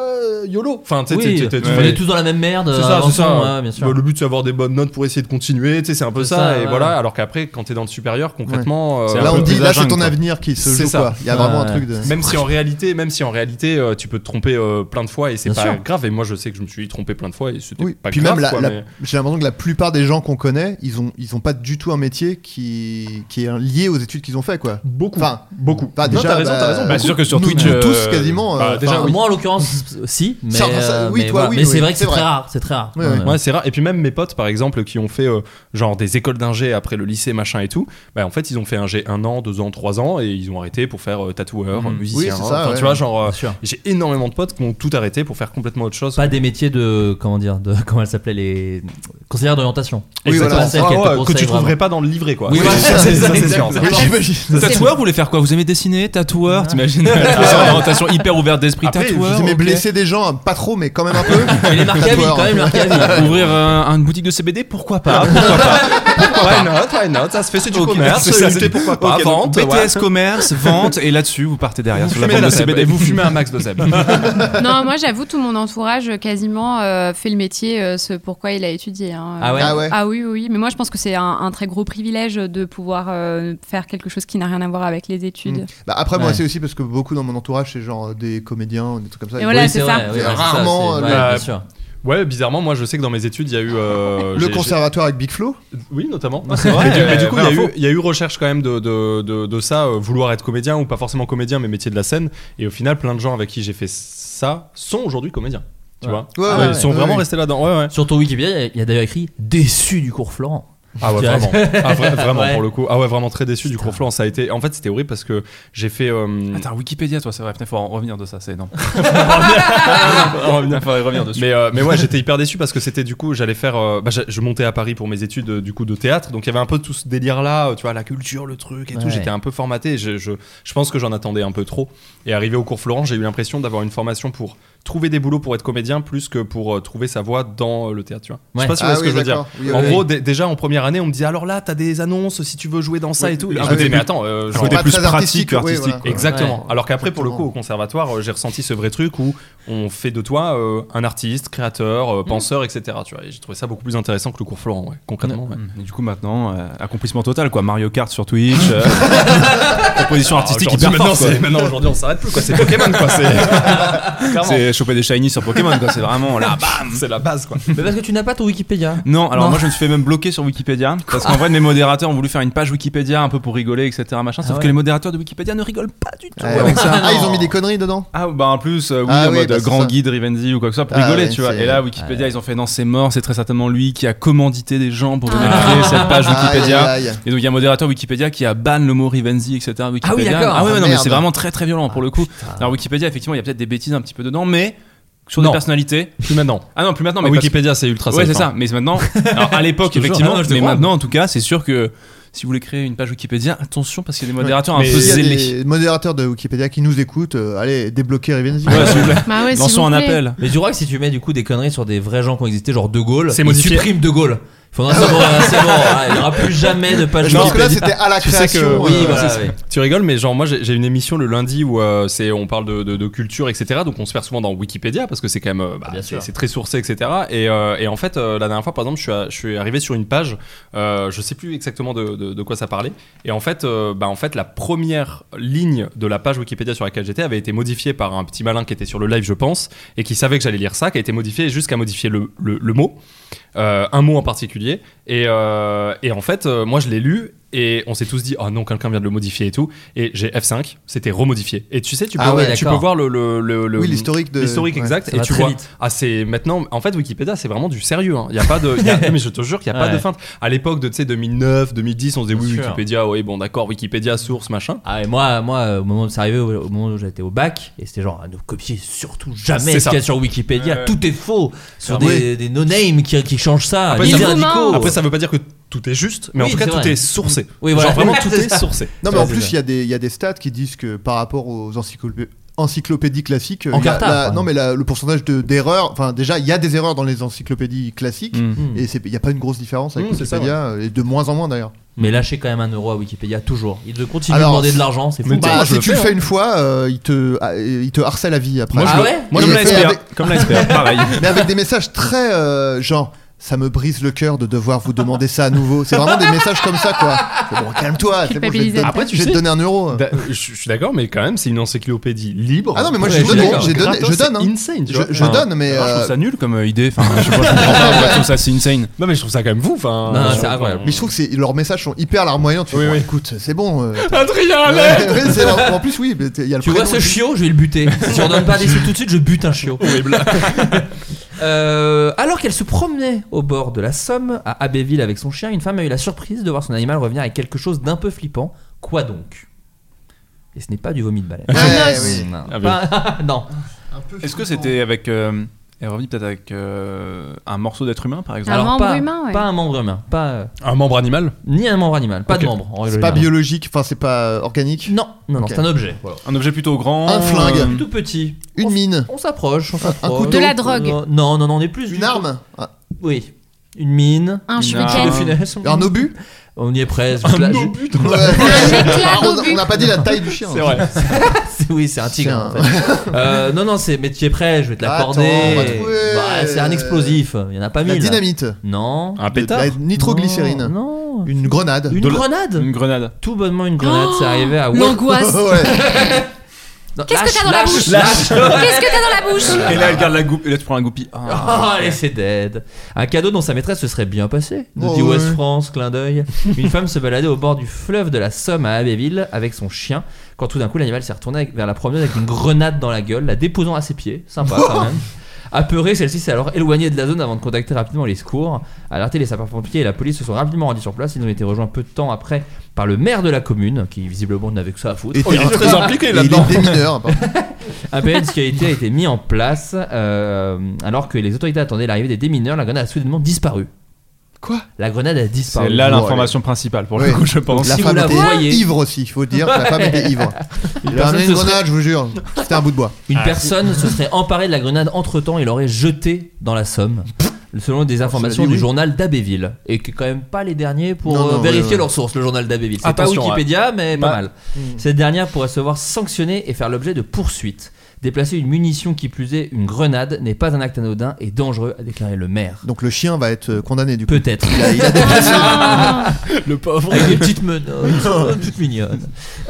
YOLO. Enfin, tu sais,
Oui,
tu- tu- tu- tu
on
fais-
est tous dans la même merde,
C'est ça, c'est
avançons,
ça.
ouais, bien sûr.
Bah, le but, c'est d'avoir des bonnes notes pour essayer de continuer. Tu sais, c'est un peu
C'est
ça.
ça,
et
ouais,
voilà.
ouais.
Alors qu'après, quand t'es dans le supérieur, concrètement,
Ouais.
euh,
Là,
un peu
on dit,
plus la
là, c'est
jungle,
ton
quoi.
avenir qui se
C'est
joue,
ça.
quoi. Il y a vraiment un truc de-
Même si en réalité, même si en réalité, euh, tu peux te tromper euh, plein de fois et c'est pas
Bien sûr.
grave. Et moi, je sais que je me suis trompé plein de fois et c'était
Oui,
pas
puis
grave.
même, la-
quoi,
la-
mais-
j'ai l'impression que la plupart des gens qu'on connaît, ils ont, ils ont pas du tout un métier qui, qui est lié aux études qu'ils ont fait, quoi.
Beaucoup.
beaucoup. Bah,
Non,
déjà,
t'as raison,
bah,
t'as raison. Bah,
beaucoup.
sûr que sur
Nous-
Twitch,
nous
euh,
tous quasiment.
bah,
euh,
déjà,
enfin,
oui.
Moi en l'occurrence, si, mais,
Ça, ça,
euh,
oui,
mais
toi,
voilà.
oui,
Mais
oui,
c'est vrai que
c'est
c'est
vrai.
très rare, c'est très rare.
Ouais, ouais.
Ouais, c'est rare. Et puis même mes potes, par exemple, qui ont fait euh, genre des écoles d'ingé après le lycée, machin et tout, bah en fait, ils ont fait ingé un an, deux ans, trois ans et ils ont arrêté pour faire euh, tatoueur,
Mhm.
musicien.
Oui, c'est
enfin,
ça,
tu
ouais.
vois, genre, euh,
Bien sûr.
j'ai énormément de potes qui ont tout arrêté pour faire complètement autre chose.
Pas des métiers de comment dire, de comment elle s'appelait les conseillères d'orientation.
Exactement.
C'est pas celles
Ah
qu'elles te
ouais, que tu
conseillent
trouverais
vraiment.
pas dans le livret, quoi.
Oui,
Oui,
voilà,
c'est
c'est
ça,
ça,
c'est sûr.
exactement.
Oui, j'imagine.
Tatoueur, vous voulez faire quoi Vous aimez dessiner Tatoueur, t'imagines
Ah ouais.
Une orientation hyper ouverte d'esprit.
Après,
Tatoueur.
vous aimez
ok.
blesser des gens, pas trop, mais quand même un peu.
Il est marqué à vie,
Tatoueur.
quand même marqué à vie. Ouvrir euh, une boutique de CBD, pourquoi
Ah,
pas Pourquoi pas
Why not, why not, ça se fait, c'est du
Ok,
commerce,
c'est ça,
lutter,
c'est-
pourquoi pas,
ok, donc
vente.
BTS
ouais.
commerce, vente, et là-dessus, vous partez derrière
Vous
sur la
fumez
vente de
la sève,
CBD.
et vous fumez un max de sève.
Non, moi j'avoue, tout mon entourage euh, quasiment euh, fait le métier, euh, ce pourquoi il a étudié. hein.
Ah ouais Ah ouais.
oui, oui, oui. Mais moi je pense que c'est un, un très gros privilège de pouvoir euh, faire quelque chose qui n'a rien à voir avec les études.
Bah, après, moi,
Ouais.
c'est aussi parce que beaucoup dans mon entourage, c'est genre euh, des comédiens, des trucs comme ça.
Et voilà, Oui, c'est c'est ça. vrai,
oui, voilà, c'est ça,
rarement
c'est-
euh,
ouais,
le-
Bah,
bien
Euh,
sûr.
Ouais, bizarrement, moi je sais que dans mes études, il y a eu. euh,
le
j'ai- j'ai-
conservatoire avec Big Flo.
Oui, notamment.
c'est vrai.
mais, du, mais du
Euh,
coup, il
vraie
y, a eu-
info.
il y a eu recherche quand même de, de, de, de ça, euh, vouloir être comédien ou pas forcément comédien, mais métier de la scène. Et au final, plein de gens avec qui j'ai fait ça sont aujourd'hui comédiens. Tu
Ouais.
vois
Ouais,
Ils
ouais,
sont
ouais,
vraiment
ouais.
restés là-dedans. Ouais, ouais.
Sur ton Wikipédia, il y a- il y a d'ailleurs écrit déçu du cours Florent.
Ah ouais,
Tu vois,
vraiment. Ah, vra- vraiment
Ouais.
pour le coup. Ah ouais, vraiment très déçu du cours Florent. Ça a été. En fait, c'était horrible parce que j'ai fait. euh,
Attends, Wikipédia, toi, c'est vrai. Il faut en revenir de ça, c'est énorme. Faut y revenir dessus.
Mais, euh, mais ouais, j'étais hyper déçu parce que c'était du coup, j'allais faire. euh, bah, j'a- je montais à Paris pour mes études euh, du coup de théâtre, donc il y avait un peu tout ce délire là, tu vois, la culture, le truc et tout.
Ouais.
J'étais un peu formaté. et Je, je, je pense que j'en attendais un peu trop. Et arrivé au cours Florent, j'ai eu l'impression d'avoir une formation pour trouver des boulots pour être comédien plus que pour euh, trouver sa voie dans euh, le théâtre. Tu vois. Je sais
Ouais.
pas si vous
Ah
voyez
oui,
ce que je veux dire.
d'accord. Oui,
en
oui,
gros,
oui.
dé- déjà en première année, on me dit alors là, t'as des annonces si tu veux jouer dans ça
Oui,
et tout.
le
Et je me
côté
dis, mais
plus-
attends, euh,
le
genre,
côté
pas
plus
très
pratique, artistique, quoi.
Exactement.
Ouais.
Alors qu'après, pour le coup,
Exactement.
au conservatoire, euh, j'ai ressenti ce vrai truc où on fait de toi euh, un artiste, créateur, euh, penseur, etc. Tu vois, et j'ai trouvé ça beaucoup plus intéressant que le cours Florent, ouais, concrètement. ouais.
Et Mmh. Du coup, maintenant, euh, accomplissement total, quoi. Mario Kart sur Twitch, euh, proposition
Alors,
artistique
Ah, aujourd'hui,
hyper
maintenant,
forte, quoi.
c'est- maintenant, aujourd'hui, on s'arrête plus, quoi. C'est Pokémon, quoi. C'est- Clairement.
C'est aller choper des shiny sur Pokémon, quoi. C'est vraiment la bam
C'est la base, quoi.
Mais parce que tu n'as pas ton Wikipédia.
Non, alors moi je me suis fait même bloquer sur Wikipédia parce qu'en vrai mes modérateurs ont voulu faire une page Wikipédia un peu pour rigoler etc machin. Sauf
Ah
ouais.
que les modérateurs de Wikipédia ne rigolent pas du tout.
Ouais, avec ça. Ah, ils ont mis des conneries dedans
Ah bah en plus euh, oui
Ah
en
oui,
mode
bah, c'est
grand
ça.
guide Rivenzi ou quoi que ce soit pour
Ah
rigoler
ouais,
tu vois.
c'est-
Et là Wikipédia ils ont fait non c'est mort c'est très certainement lui qui a commandité des gens pour venir créer cette page
Ah. Aïe,
Wikipédia.
aïe, aïe.
Et donc il y a un modérateur Wikipédia qui a ban le mot Rivenzi etc Wikipédia.
d'accord.
Ah ouais,
Ah,
non mais
merde.
c'est vraiment très très violent
Ah,
pour le coup. Alors Wikipédia effectivement il y a peut-être des bêtises un petit peu dedans mais sur
Non.
des personnalités.
Plus maintenant.
Ah non, plus maintenant. Mais
Ah,
parce-
Wikipédia, c'est ultra
Ouais,
safe,
c'est
hein.
ça. Mais c'est maintenant. Alors, à l'époque,
Je te jure.
effectivement.
Ah non, je te
mais
crois.
maintenant, en tout cas, c'est sûr que si vous voulez créer une page Wikipédia, attention parce qu'il y a des modérateurs un
Mais
peu
il y a
zélés.
des modérateurs de Wikipédia qui nous écoutent, euh, allez, débloquez Rivenzi.
Ouais, s'il vous plaît.
Bah ouais, s'il
Lançons
vous
un
plaît.
appel.
Mais tu crois que si tu mets du coup des conneries sur des vrais gens qui ont existé, genre De Gaulle,
C'est
ils
modifié.
suppriment De Gaulle. Il faudra savoir, c'est bon, ah, il n'y aura plus jamais de page
Je pense que là,
Wikipédia.
c'était à la
Tu sais que-
création.
oui,
euh,
voilà,
c'est-
oui.
bah, Tu rigoles, mais genre moi j'ai j'ai une émission le lundi où euh, c'est on parle de, de- de culture, etc. Donc on se perd souvent dans Wikipédia parce que c'est quand même euh, bah,
Bien
c'est-
sûr.
c'est très sourcé, etc. Et, euh, et en fait euh, la dernière fois par exemple je suis, à- je suis arrivé sur une page, euh, je sais plus exactement de, de- de quoi ça parlait. Et en fait euh, bah, en fait la première ligne de la page Wikipédia sur laquelle j'étais avait été modifiée par un petit malin qui était sur le live je pense et qui savait que j'allais lire ça, qui a été modifié jusqu'à modifier le- le- le mot. Euh, un mot en particulier. Et, euh, et en fait, euh, moi, je l'ai lu et on s'est tous dit, oh non, quelqu'un vient de le modifier et tout. Et j'ai F5, c'était remodifié. Et tu sais, tu peux,
Ah ouais,
tu peux
d'accord.
voir le, le, le- le-
Oui, l'historique de-
l'historique
ouais,
exact.
ça
Et
va
tu
très
vois,
vite.
ah, c'est maintenant, en fait, Wikipédia, c'est vraiment du sérieux. hein. Il y a pas de, il y a- mais je te jure qu'il n'y a pas
Ouais.
de feinte. À l'époque de, tu sais, 2009, 2010, on se disait,
Bien
oui,
sûr.
Wikipédia, oui, bon, d'accord, Wikipédia, source, machin.
Ah, et moi, moi, euh, au moment où c'est arrivé, au au moment où j'étais au bac, et c'était genre, ah, ne copiez surtout jamais
C'est
ce qu'il y a
ça.
sur Wikipédia,
Ouais.
tout est faux, sur
Ah,
des, des no-names qui, qui changent ça,
Après,
des
ça-
radicaux.
Après, ça veut pas dire que tout est juste, mais
Oui,
en tout cas,
c'est
tout
vrai.
est sourcé.
Oui, voilà.
Genre vraiment, tout
C'est
est
ça.
sourcé.
Non, mais
Ouais,
en
c'est
plus,
ça.
il y, a des- il y a des stats qui disent que par rapport aux encyclopé- encyclopédies classiques, euh,
En
il y a
cartable,
la-
ouais.
non mais la- le pourcentage de- d'erreurs, enfin déjà il y a des erreurs dans les encyclopédies classiques
Mm.
et c'est- il n'y a pas une grosse différence avec
Mm, c'est ça,
Wikipédia et de moins en moins d'ailleurs.
Mais lâchez quand même un euro à Wikipédia, toujours. Ils continuent de
Alors,
demander de l'argent, c'est fou.
Bah,
moi, je
si
le
tu le
fais,
fais une fois, euh, il te ah, il te harcèle à vie après.
Moi, je
Ah
le-
ouais
Moi,
Et
comme
il
la
fait
SPR.
avec-
Comme la SPR, pareil.
Mais avec des messages très euh, genre ça me brise le cœur de devoir vous demander ça à nouveau. C'est vraiment des messages comme ça quoi. C'est Bon, calme-toi, c'est bon, je vais te,
Culpabilisateur.
Après,
Après, tu
je vais te
sais-
donner un euro.
Da- je, je suis d'accord, mais quand même, c'est une encyclopédie libre.
Ah non, mais moi,
Ouais,
j'ai
je suis
donné,
d'accord.
j'ai donné,
Gratos,
je donne,
c'est
hein.
insane, tu
Je,
vois.
je
Enfin,
donne mais
Alors, je trouve
euh,
ça nul comme euh, idée. Enfin, je, sais pas, je comprends pas. Moi, je trouve ça c'est insane.
Non, mais je trouve ça quand même fou. Enfin,
Non,
euh,
c'est incroyable.
Mais je trouve que c'est- leurs messages sont hyper larmoyants. Tu fais,
Oui,
bon,
oui.
écoute, c'est bon. euh,
Adrien,
Ouais,
allez
ouais, c'est- en en plus, oui, mais t'es- il y a le
Tu vois
prénom
ce
du-
chiot, je vais le buter. Si tu redonnes pas des sous tout de suite, je bute un chiot. Euh, alors qu'elle se promenait au bord de la Somme, à Abbeville avec son chien, une femme a eu la surprise de voir son animal revenir avec quelque chose d'un peu flippant. Quoi donc Et ce n'est pas du vomi de baleine.
Ouais, oui.
Non.
Ah oui.
Pas- non.
Est-ce que c'était avec euh, elle est revenue peut-être avec euh, un morceau d'être humain par exemple
Un membre
pas,
humain, ouais.
pas un membre humain, pas euh,
Un membre animal
ni un membre animal, pas
Ok.
de membre. en
C'est
règle
pas
générale.
biologique, enfin, c'est pas organique.
Non, non, non,
Ok.
c'est un objet. Voilà.
Un objet plutôt grand.
Un flingue.
euh,
Tout petit.
Une
On s-
mine.
On s'approche, on s'approche.
couteau. De
la drogue.
Oh, Non, non, non, on est plus.
Une
du-
arme. Ah. Un-
Oui. Une mine.
Un
Une
de
shuriken.
arme.
finesse.
Un obus.
On y est presque. juste là-
obus
Ouais.
éclat
On-
d'obus.
On n'a pas dit la taille du chien. hein.
C'est vrai.
C'est- oui, c'est un tigre.
C'est
en fait. Euh, non, non, c'est mais tu es prêt, je vais te l'accorder.
Bah, Attends, on va trouver.
Bah, c'est un explosif, il y en a pas
La
mille.
dynamite.
Non.
Un
De-
pétard
La nitroglycérine.
Non. non.
Une grenade.
Une
De la-
grenade.
Une grenade.
Tout bonnement une grenade, c'est arrivé à
Oh L'angoisse.
Ouais.
Non,
Qu'est-ce que
lâche,
t'as dans la
lâche,
bouche
lâche.
Qu'est-ce que t'as dans la bouche
Et là elle garde la goupe et là tu prends un goupille. Ah.
Oh, allez, c'est dead. Un cadeau dont sa maîtresse se serait bien passée, nous
Oh,
dit
ouais.
West France, clin d'œil. Une femme se baladait au bord du fleuve de la Somme à Abbeville avec son chien, quand tout d'un coup l'animal s'est retourné avec- vers la promeneuse avec une grenade dans la gueule, la déposant à ses pieds. Sympa quand même. Apeurée, celle-ci s'est alors éloignée de la zone avant de contacter rapidement les secours. Alertés, les sapeurs-pompiers et la police se sont rapidement rendus sur place. Ils ont été rejoints peu de temps après par le maire de la commune, qui visiblement n'avait que ça à foutre.
Et
Oh, il est très impliqué
Et
là-dedans.
Il est démineur. pardon.
Un péage de sécurité a été mis en place euh, alors que les autorités attendaient l'arrivée des démineurs. La grenade a soudainement disparu.
Quoi
La grenade a disparu.
C'est là
Bon,
l'information principale pour
Ouais.
le coup je pense.
La
si
femme
vous la
était
voyez-
ivre aussi, il faut dire que la femme était ivre. Il a
personne
ramené
se
une
serait-
grenade, je vous jure. C'était un bout de bois.
Ah.
Une personne se serait emparée de la grenade entre temps et l'aurait jetée dans la Somme. Selon des informations
dit
du
oui.
journal d'Abbeville, et qui est quand même pas les derniers pour
Non,
euh,
non,
vérifier
ouais, Ah, ouais.
leurs sources, le journal d'Abbeville. C'est Ah, hein. pas
Attention,
Wikipédia, mais pas
Bah.
mal. Cette dernière pourrait se voir sanctionnée et faire l'objet de poursuites. Déplacer une munition qui plus est une grenade n'est pas un acte anodin et dangereux, a déclaré le maire.
Donc le chien va être euh, condamné du coup.
Peut-être.
Il a, il a déplacé-
le pauvre. Avec des petites menottes, toutes mignonnes.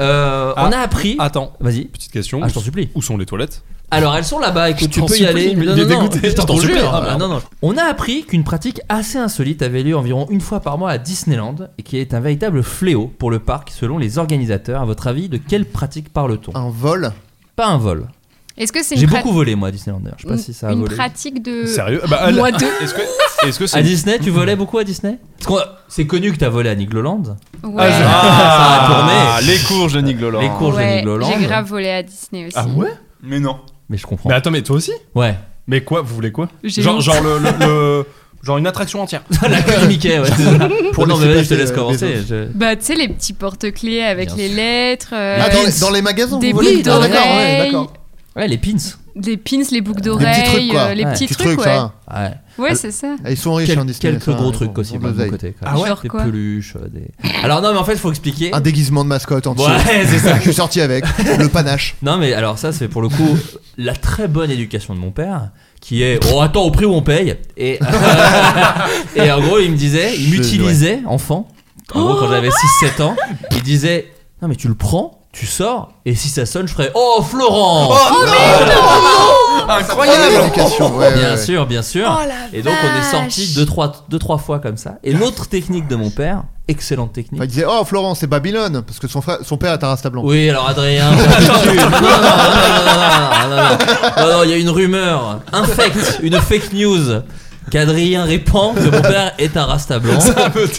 Euh, on a appris.
Ah, Attends,
vas-y.
Petite question.
Ah, je t'en supplie.
Où sont les toilettes
Alors elles sont là-bas, écoute, tu
t'en
peux y
supplie,
aller.
mais
Non,
il est
non, non,
dégoûté,
je t'en
je t'en
jure.
supplie.
Ah bah, non, non. On a appris qu'une pratique assez insolite avait lieu environ une fois par mois à Disneyland et qui est un véritable fléau pour le parc selon les organisateurs. À votre avis, de quelle pratique parle-t-on
Un vol
Pas un vol.
Est-ce que c'est une
J'ai
prat-
beaucoup volé moi à Disneyland d'ailleurs. Je sais pas
une-
si ça a
une
volé.
pratique de.
Sérieux Bah, elle-
Moi deux.
Est-ce que est-ce que c'est
À Disney, tu volais beaucoup à Disney Parce qu'on- c'est connu que t'as volé à Nigloland.
Ouais.
Ah, je-
ça
Ah,
a tourné.
les courges de Nick Loland.
Les courges de
Ouais,
Nick Loland.
j'ai grave volé à Disney aussi.
Ah ouais Mais non.
Mais je comprends.
Mais attends, mais toi aussi
Ouais.
Mais quoi Vous voulez quoi
J'ai
Genre,
honte.
genre le, le- le- genre une attraction entière.
La queue de Mickey, ouais.
Pour
non, mais
laisser
vas-y, je te laisse
passer, euh, les
commencer.
autres.
je-
Bah, tu sais, les petits porte-clés avec
Bien
les lettres. euh,
Ah, dans, les, dans les magasins
Des
vous volez
boucles
Ah, d'accord, ouais,
d'oreilles.
d'accord.
Ouais, les pins.
Des pins, les boucles
Des petits trucs
d'oreilles,
quoi.
euh, les
Ouais.
petits
Petits
trucs,
trucs,
ouais.
ça.
Ouais.
Ouais, c'est ça.
Ah, Ils sont riches
Quel-
en Disney.
quelques
ça, hein,
gros
ils
trucs
font-
aussi,
ils font
moi,
de
de mon
l'oseille.
côté. quand
Ah
même.
ouais
Genre
Des
quoi
peluches, euh, des. Alors non, mais en fait, il faut expliquer.
Un déguisement de mascotte en dessous.
Ouais, c'est ça.
Je suis sorti avec le panache.
Non, mais alors ça, c'est pour le coup la très bonne éducation de mon père, qui est oh attends au prix où on paye. Et et en gros, il me disait, il
Je-
m'utilisait enfant. En gros, quand j'avais 6-7 ans, il disait non mais tu le prends, tu sors, et si ça sonne, je ferai oh Florent.
Incroyable Éducation, ouais, ouais,
Bien
ouais.
sûr, bien sûr. et donc on est sorti deux trois, deux trois fois comme ça. Et l'autre technique de mon père, excellente technique.
Enfin, il disait Oh, Florent, c'est Babylone Parce que son, frère- son père est un rasta blanc.
Oui, alors Adrien, je t'en prie. non, non, non, non, non, non, non, non, non, non, il y a une rumeur, infecte, une fake news qu'Adrien répand que mon père est un rasta blanc,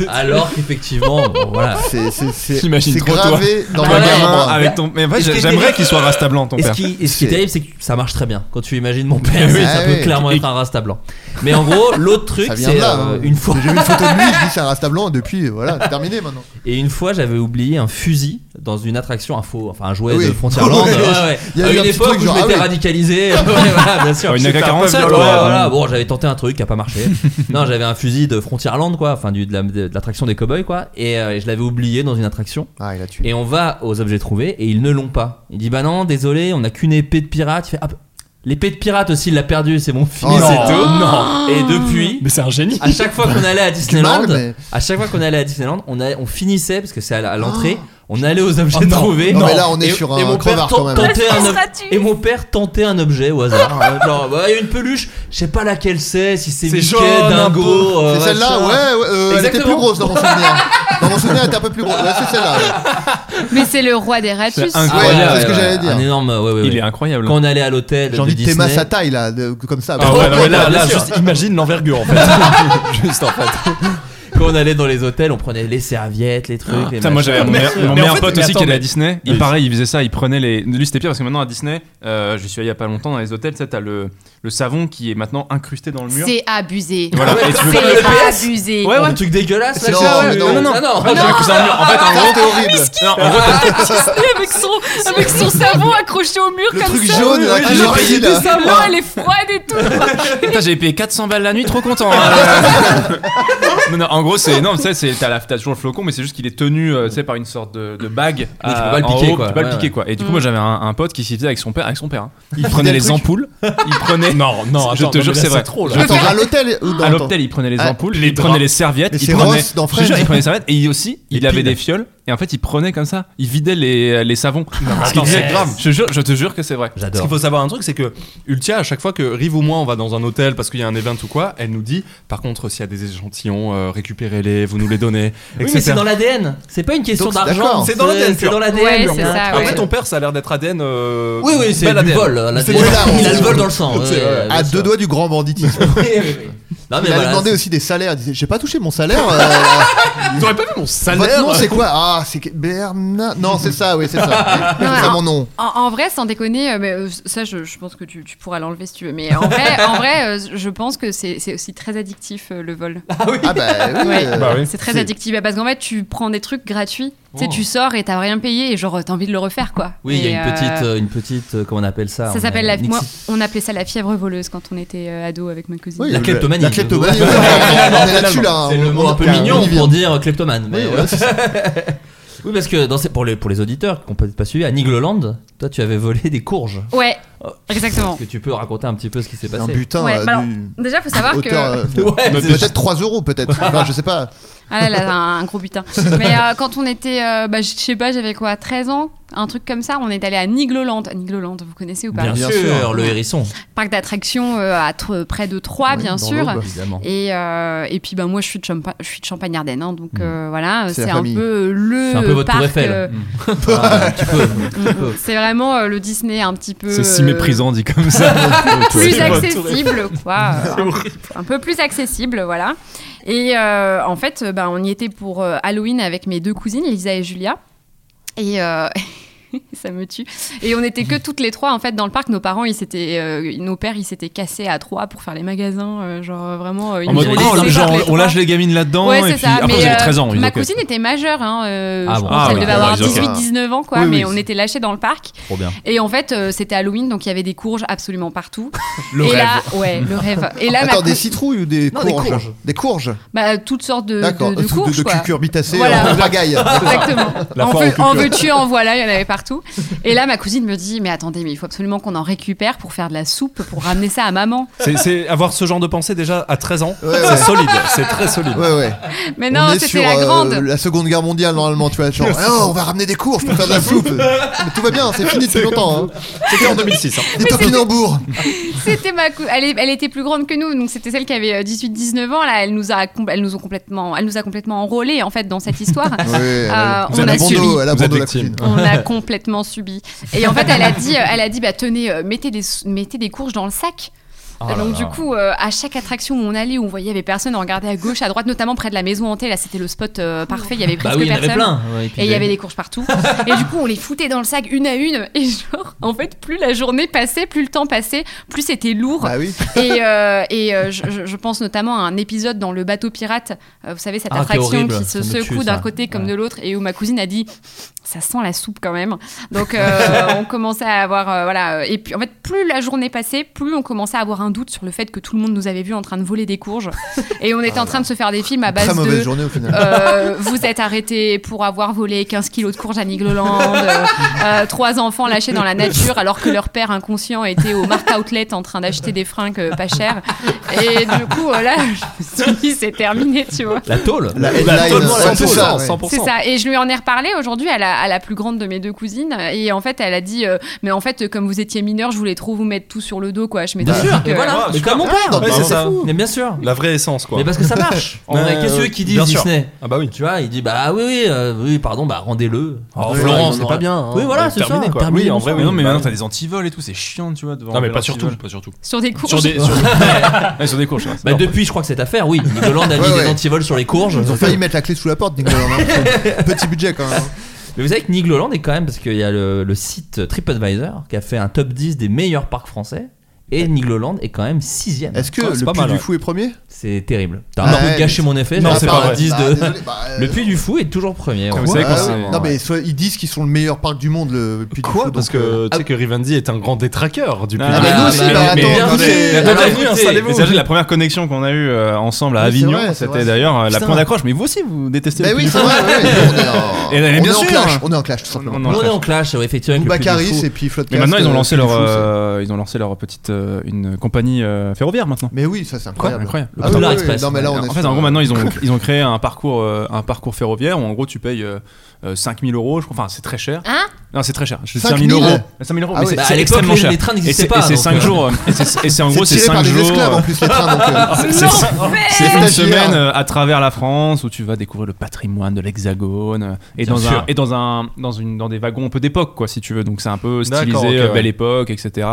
alors qu'effectivement, bon, voilà.
C'est c'est- c'est-
J'imagine
c'est
trop,
gravé dans
Ah
ma
ouais.
mémoire.
avec ton. Mais en fait,
Est-ce que
j'aimerais
t'es-
qu'il soit rasta blanc, ton
Et ce
père. Eh
qui, et ce qui est
C'est-
terrible, c'est que ça marche très bien. Quand tu imagines mon père,
oui.
ça
Ah
peut
oui.
clairement être un rasta blanc. Mais en gros, l'autre truc,
Ça vient
c'est
de là,
euh,
hein.
une fois.
J'ai vu une photo de lui, je dis c'est un rasta blanc, et depuis, voilà, c'est terminé maintenant.
Et une fois, j'avais oublié un fusil dans une attraction, un faux, enfin un jouet
Oui.
de Frontierland.
Ouais.
Ouais, ouais.
Il y a
À
eu un
une
petit
époque
truc
où je
genre, ah
m'étais
oui.
radicalisé. Ouais, voilà, bien sûr.
Une AK-47,
Ouais,
ouais.
voilà. Bon, j'avais tenté un truc qui a pas marché. non, j'avais un fusil de Frontierland, quoi, enfin du, de la- de de l'attraction des cowboys, quoi. Et euh, je l'avais oublié dans une attraction.
Ah, il a tué.
Et on va aux objets trouvés et ils ne l'ont pas. Il dit bah non, désolé, on n'a qu'une épée de pirate. Il fait, ah, l'épée de pirate aussi, il l'a perdue, c'est mon fils.
Oh
et
non.
tout.
Non.
Et depuis,
Mais c'est un génie.
à chaque fois qu'on allait à Disneyland,
mal, mais-
à chaque fois qu'on allait à Disneyland, on, allait- on finissait parce que c'est à la- à l'entrée, on allait aux objets
Oh non.
trouvés.
Ah. Non, mais là, on est
et,
sur
et
un
mon père
crevard,
ten-
quand même. Ah.
tentait un ob-
Seras-tu
et mon père tentait un objet au hasard. Euh, Genre, bah, il y a une peluche, je sais pas laquelle c'est, si c'est
C'est
Mickey,
jaune, un
Dingo, euh,
C'est celle-là,
machin.
ouais, ouais, euh, elle était
Exactement.
plus grosse dans mon souvenir. Dans mon souvenir, elle était un peu plus grosse. Ouais, c'est celle-là. ouais.
Mais c'est le roi des ratus.
C'est incroyable.
Ouais,
Ouais,
c'est ce que
ouais,
j'allais
ouais,
dire.
Un énorme, ouais, ouais,
Il
ouais.
est incroyable.
Quand on allait à l'hôtel,
J'ai
de
envie de
Disney,
t'aimer sa taille, là, de- comme ça.
Ah ouais, non, mais là, là,
Bien sûr.
juste imagine l'envergure en fait. juste en fait.
quand on allait dans les hôtels, on prenait les serviettes, les trucs. les
Ah. Putain, moi
machins.
j'avais mon
Mais-
meilleur,
mais
mon
en
meilleur
fait-
pote
mais
aussi qui
attends,
allait à
mais-
Disney. Il
mais-
pareil, il faisait ça. Il prenait les. Lui c'était pire parce que maintenant à Disney, euh, je suis allé il y a pas longtemps dans les hôtels, tu sais, t'as le, le savon qui est maintenant incrusté dans le mur.
C'est abusé.
Voilà, et tu veux pas
C'est
le PS?
abusé.
Ouais,
Oh,
ouais.
le truc dégueulasse, là,
Non,
ça,
mais
ouais.
non.
non, non, non,
Ah, j'ai incrusté dans le mur. En fait, en
Oh,
Ah,
gros,
C'était horrible.
non, en gros,
Ah, Disney avec son, avec son savon accroché au mur
Le
comme
truc
ça.
jaune, là, qui jaune,
Le
là.
savon, elle est froide et tout.
Putain, j'ai payé 400 balles la nuit, trop content. hein. non, non, en gros, c'est énorme. Tu sais, c'est- t'as la- t'as toujours le flocon, mais c'est juste qu'il est tenu euh, tu sais, par une sorte de, de bague.
Oui, tu peux
euh,
pas le
en
piquer,
haut,
quoi.
tu peux pas le
Ouais,
piquer,
ouais.
quoi. Et du coup, moi, j'avais un, un pote qui s'y faisait avec son père. Avec son père hein. Il
des
prenait les
trucs.
ampoules. Il prenait. Non,
non,
je
attends,
te
non,
jure,
mais là,
c'est vrai.
c'est trop, là.
Je te
Attends,
jure.
à l'hôtel ou dans
à
le temps
l'hôtel, il prenait les
Ah,
ampoules,
les
il prenait
draps.
les serviettes,
Mais
il
c'est
prenait,
Ross dans
je te jure,
Friends.
il prenait les serviettes et il aussi,
Les
il avait
piles.
des fioles et en fait, il prenait comme ça, il vidait les, euh, les savons. Ce qu'il
attends,
disait,
c'est-
grave. Je, jure- je te jure que c'est vrai.
Ce
J'adore.
qu'il faut savoir un truc, c'est que Ultia, à chaque fois que Rive ou moi on va dans un hôtel parce qu'il y a un event ou quoi, elle nous dit par contre, s'il y a des échantillons, euh, récupérez-les, vous nous les donnez,
Oui,
etc.
mais c'est dans l'ADN. C'est pas une question
Donc, c'est d'accord.
d'argent.
C'est dans l'ADN,
C'est dans
Ouais,
l'ADN.
c'est ça,
Après,
ouais.
ton père, ça a l'air d'être ADN. euh,
Oui, oui, c'est
bel
du
ADN.
vol. l'ADN.
C'est voilà,
Il a
on-
le vol dans le sang.
C'est
ouais,
vrai.
ouais, bien
À
sûr.
deux doigts du grand banditisme.
Oui, oui, oui. Non,
Il
mais
avait
voilà.
demandé aussi des salaires. Il disait J'ai pas touché mon salaire. euh,
T'aurais pas vu mon
Votre
salaire
nom, c'est quoi Ah, c'est que- Bernard. Non, c'est ça, oui, c'est ça. c'est ça mon nom.
En, en vrai, sans déconner, euh, mais euh, ça, je, je pense que tu, tu pourras l'enlever si tu veux. Mais en vrai, en vrai euh, je pense que c'est c'est aussi très addictif euh, le vol.
Ah bah oui.
Ouais.
euh,
Bah oui.
C'est très addictif parce qu'en fait, tu prends des trucs gratuits. Tu sais, tu sors et t'as rien payé et genre t'as envie de le refaire quoi.
Oh. Oui, il y
Et,
a une petite,
euh,
euh, une petite, euh, comment on appelle ça
ça
on
s'appelle
a-
la.
Nixi-
Moi, on appelait ça la fièvre voleuse quand on était euh, ado avec ma cousine.
oui,
La
le-
kleptomanie.
La kleptomanie. ouais, ouais, on est là-dessus là.
hein.
C'est
on-
le
on
mot un
est-
peu
on est
mignon
Olivier.
pour dire euh, kleptomane. Mais
Oui,
voilà.
voilà, c'est ça.
Oui, parce que dans ces- pour les pour les auditeurs qui n'ont peut-être pas suivi, à Nigloland, toi, tu avais volé des courges.
Ouais, Exactement.
Euh, Est-ce que tu peux raconter un petit peu ce qui s'est
un
passé
butin
Ouais,
euh,
bah alors,
du-
déjà, faut savoir
hauteur,
que-
euh,
Ouais,
de-
c'est
peut-être
juste-
3 euros peut-être. Enfin, je sais pas.
Ah là là, un gros butin. Mais euh, quand on était, euh, bah, je sais pas, j'avais quoi, 13 ans, un truc comme ça, on est allé à Nigloland. Nigloland, vous connaissez ou pas
Bien, sûr, le hérisson.
Parc d'attractions euh, à tr- près de Troyes,
dans
bien sûr.
l'Aube, évidemment.
Et, euh, et puis, ben, moi, je suis de, Champa- je suis de Champagne-Ardenne, hein, donc euh, voilà,
Mm. C'est la
c'est un
famille.
peu le.
C'est un peu votre
parc,
tour Eiffel.
euh, Mm.
Mm. Ah, tu peux, tu peux.
C'est vraiment euh, le Disney un petit peu.
C'est si
euh,
méprisant dit comme ça.
plus accessible, quoi. Euh, un peu plus accessible, voilà. Et euh, en fait, euh, ben, on y était pour euh, Halloween avec mes deux cousines, Lisa et Julia. Et. euh, Ça me tue. Et on était que toutes les trois en fait dans le parc. Nos parents, ils s'étaient, euh, nos pères, ils s'étaient cassés à trois pour faire les magasins, euh, genre vraiment. euh, ils
En
nous
mode,
ont
oh,
laissés
genre,
toutes les
on
trois.
lâche les gamines là-dedans.
Ouais,
et
c'est
puis,
ça.
après,
mais,
j'avais
euh,
13 ans. oui,
ma
ok.
cousine était majeure, hein, euh,
Ah
je
bon.
pense
Ah
qu'elle
oui,
devait
d'accord,
avoir
ils ont fait
18-19 ans, quoi,
Oui, oui,
mais on
c'est-
était lâchés dans le parc.
Trop bien.
Et en fait, euh, c'était Halloween, donc il y avait des courges absolument partout.
Le
et
rêve.
là, ouais, le rêve. Et là, ma
Attends, des
cou-
citrouilles ou des
Non, des
courges
courges.
Des courges.
bah, toutes sortes de,
D'accord,
de,
de- de-
courges,
de
quoi.
cucurbitacées
Voilà.
en pagaille.
Exactement.
La
en
foire
veux-
aux
en
cucurbes.
veux-tu, hein. en voilà, il y en avait partout. Et là, ma cousine me dit, mais attendez, mais il faut absolument qu'on en récupère pour faire de la soupe, pour ramener ça à maman.
C'est- C'est avoir ce genre de pensée déjà à 13 ans,
Ouais,
c'est
ouais.
solide, c'est très solide.
Ouais, ouais.
Mais
On
non,
est
c'était
sur,
la
euh,
grande.
la Seconde Guerre mondiale, normalement, tu vois. Genre, Ah, on va ramener des courges pour faire de la soupe. Mais tout va bien, c'est fini depuis longtemps. hein.
C'était en 2006. hein.
Des topinambours.
C'était ma cou- elle, est- elle était plus grande que nous, donc c'était celle qui avait euh, 18-19 ans. Là, elle nous a, com- elle nous ont complètement, elle nous a complètement enrôlés en fait dans cette histoire.
Ouais,
Euh,
elle a-
on
elle
a
a bon
subi.
dos, elle a
Vous
bon
êtes
dos, la
victime.
On
cousine.
a complètement subi. Et en fait, elle a dit, euh, elle a dit, bah tenez, euh, mettez des, sou- mettez des courges dans le sac.
Oh là
Donc
là.
du coup, euh, à chaque attraction où on allait, où on voyait, il y avait personne, on regardait à gauche, à droite, notamment près de la maison hantée. Là, c'était le spot euh, parfait. Il y avait
Bah
presque
oui, il y en avait
personne.
plein. Ouais, et puis
et il y
des-
avait des courges partout. et du coup, on les foutait dans le sac une à une. Et genre, en fait, plus la journée passait, plus le temps passait, plus c'était lourd.
Bah
Et, euh, et euh, je, je- je pense notamment à un épisode dans le bateau pirate. Euh, vous savez cette
Ah, c'est
attraction
horrible.
qui se
Ça me tue,
secoue d'un
ça.
côté comme de l'autre, et où ma cousine a dit ça sent la soupe quand même. Donc euh, on commençait à avoir euh, voilà et puis en fait plus la journée passait, plus on commençait à avoir un doute sur le fait que tout le monde nous avait vu en train de voler des courges et on était en train de se faire des films à base
Ah Très mauvaise
de
journée, au final.
euh, vous êtes arrêté pour avoir volé 15 kilos de courges à Nigloland, euh, euh, trois enfants lâchés dans la nature alors que leur père inconscient était au Marc Outlet en train d'acheter des fringues euh, pas chères et du coup euh, là je me suis dit c'est terminé tu vois.
La tôle. Bah,
La headline,
tôle,
ouais, c'est ça, ouais.
C'est ça. Et je lui en ai reparlé aujourd'hui à la, à la plus grande de mes deux cousines. Et en fait, elle a dit euh, Mais en fait, comme vous étiez mineur, je voulais trop vous mettre tout sur le dos, quoi. Je m'étais
Bien
dit
sûr,
que-
Bah, mais voilà, mais comme mon père.
Ouais, c'est hein, ça.
Mais bien sûr.
La vraie essence quoi.
Mais parce que ça marche. En
Ouais,
vrai, qu'est-ce
ouais,
que qui dit
Euh, bien sûr.
Disney
Ah bah oui.
Tu vois, il dit bah oui, oui, euh, oui pardon, bah rendez-le.
Oh,
Oui,
Florent,
oui,
c'est
non,
pas
non.
bien, hein.
Oui, voilà,
Ouais,
c'est
terminé,
ça.
quoi.
terminé,
Oui, en
mon
vrai,
frère.
oui,
Non, mais
Bah
maintenant
oui.
t'as des antivols et tout, c'est chiant, tu vois. devant
Non mais
les
pas surtout,
antivols.
pas surtout.
Sur des courses.
Sur des sur- Ouais, sur des courses. ouais, c'est
Bah
normal.
depuis, je crois que cette affaire, oui. Nicolas a mis
Ouais, ouais.
des antivols sur les courges.
Ils ont failli mettre la clé sous la porte, Nicolas. hein. Petit budget quand même. hein.
Mais vous savez que Nigloland est quand même, parce qu'il y a le, le site TripAdvisor qui a fait un top 10 des meilleurs parcs français. Et Nigloland est quand même Ah, 6
Est-ce que le Puy du Fou est premier
C'est terrible. T'as
Ah
un peu
ouais,
gâché
mais-
mon effet.
Non,
j'ai
c'est
fait
pas
un
vrai.
10
Bah,
de-
désolé, bah, euh,
Le Puy du Fou est toujours premier.
Comme
ouais.
vous savez
Ah
quand
ouais.
c'est-
Non mais soit- ils disent qu'ils sont le meilleur parc du monde, le Puy du Fou.
Quoi Parce
donc,
que
Ah
euh,
tu sais que Rivendi est un grand détraqueur du
Ah,
public.
mais nous aussi,
mais-
bah,
mais-
attends,
mais-
attendez.
Ah, mais-
Alors,
attendez,
écoutez,
installez-vous.
mais
C'est la première connexion qu'on a eue euh, ensemble à
Oui, c'est
Avignon.
vrai, c'est vrai.
C'était d'ailleurs euh, la
Putain.
point d'accroche, mais vous aussi vous détestez
Bah
le
oui,
Puy
c'est
du Fou.
vrai. ouais, ouais, on est en-
Et elle est
on
Eh ben, bien
est en
sûr.
clash, On est en clash, tout simplement.
On est en
On est
clash.
en clash, ouais, effectivement. avec le Puy du
Boubacaris
Fou.
et puis Floodcast.
Mais maintenant ils ont
euh,
lancé
Puy du
leur
Fou, c'est-
euh, ils ont lancé leur petite euh, une compagnie euh, ferroviaire maintenant.
Mais oui, ça c'est incroyable.
incroyable.
Ah
Le
oui,
Polar
oui,
Express.
Non mais là on est
en fait,
sur-
en gros, maintenant, ils ont, ils ont créé un parcours, euh, un parcours ferroviaire où, en gros, tu payes 5000 euh, euros. Je crois, enfin, c'est très cher.
Hein
Non, c'est très cher. Je dis
5
5
000
000 euros. 5 000 euros,
Ah
mais
oui.
c'est
Bah,
à
c'est
l'époque,
extrêmement
les-
cher.
les trains
Et
n'existaient
c'est-
pas,
Et c'est
donc,
5
euh,
jours. euh, Et c'est et c'est en gros,
C'est
c'est
tiré
5
par des
jours.
esclaves en
euh,
plus les trains donc. euh,
c'est- C'est une
Stagiaire.
semaine euh, à travers la France où tu vas découvrir le patrimoine de l'Hexagone euh, et
Bien
dans
sûr.
un et dans un dans une dans des wagons un peu d'époque quoi si tu veux donc c'est un peu stylisé
D'accord, ok,
euh,
ouais.
belle époque etc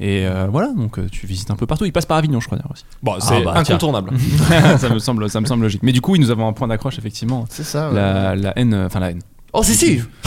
et euh, voilà donc euh, tu visites un peu partout il passe par Avignon je crois d'ailleurs aussi Ah,
Bon, c'est
bah, tiens.
incontournable.
ça me semble ça me semble logique mais du coup nous avons un point d'accroche effectivement
C'est ça. ouais.
la, la haine euh, enfin la haine
Oh si si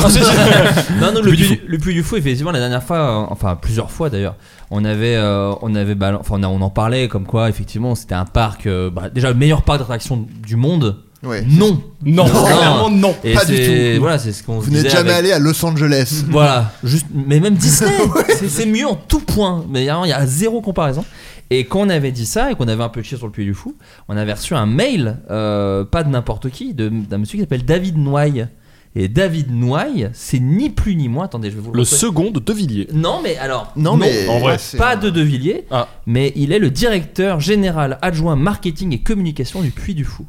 Non non le
Puy du
Puy- le Puy du Fou effectivement la dernière fois euh, enfin plusieurs fois d'ailleurs on avait euh, on avait balan- enfin on, a- on en parlait comme quoi effectivement c'était un parc euh, bah, déjà le meilleur parc d'attraction du monde
Ouais.
non
Non, clairement non.
et
Pas du
c'est-
tout.
voilà c'est ce qu'on se
Vous n'êtes
disait
jamais
avec-
allé à Los Angeles.
voilà juste mais même Disney c'est- c'est mieux en tout point mais vraiment, il y a zéro comparaison et quand on avait dit ça et qu'on avait un peu chié sur le Puy du Fou on avait reçu un mail euh, pas de n'importe qui de- d'un monsieur qui s'appelle David Noailles Et David Noailles, c'est ni plus ni moins. Attendez, je vais vous
Le
retrouver.
second de De Villiers.
Non, mais alors.
Non, mais- En vrai, c'est
Pas
un-
de De Villiers,
Ah.
mais il est le directeur général adjoint marketing et communication du Puy du Fou.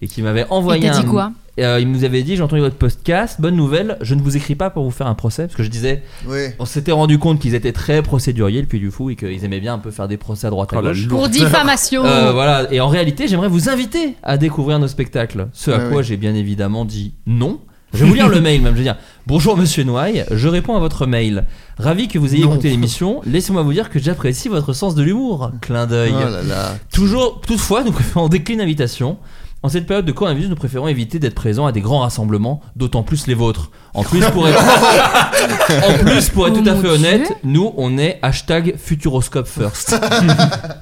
Et qui m'avait envoyé.
Il t'a
un-
dit quoi
Euh, Il nous avait dit j'ai entendu votre podcast, bonne nouvelle, je ne vous écris pas pour vous faire un procès, parce que je disais.
Oui.
On s'était rendu compte qu'ils étaient très procéduriers, le Puy du Fou, et qu'ils aimaient bien un peu faire des procès à droite à
Oh, la
gauche.
Pour diffamation.
Euh, voilà, et en réalité, j'aimerais vous inviter à découvrir nos spectacles. Ce à
Ouais,
quoi
ouais.
j'ai bien évidemment dit non. Je vais vous lire le mail même, je vais dire Bonjour Monsieur Noailles, je réponds à votre mail. Ravi que vous ayez
Non.
écouté l'émission, laissez-moi vous dire que j'apprécie votre sens de l'humour. Clin d'œil.
Oh là là.
Toujours, toutefois, nous préférons décliner l'invitation. En cette période de coronavirus, nous préférons éviter d'être présents à des grands rassemblements, d'autant plus les vôtres. En plus, pour être, en plus, pour être
Oh
tout à
mon
fait
Dieu.
honnête, nous, on est hashtag Futuroscope First.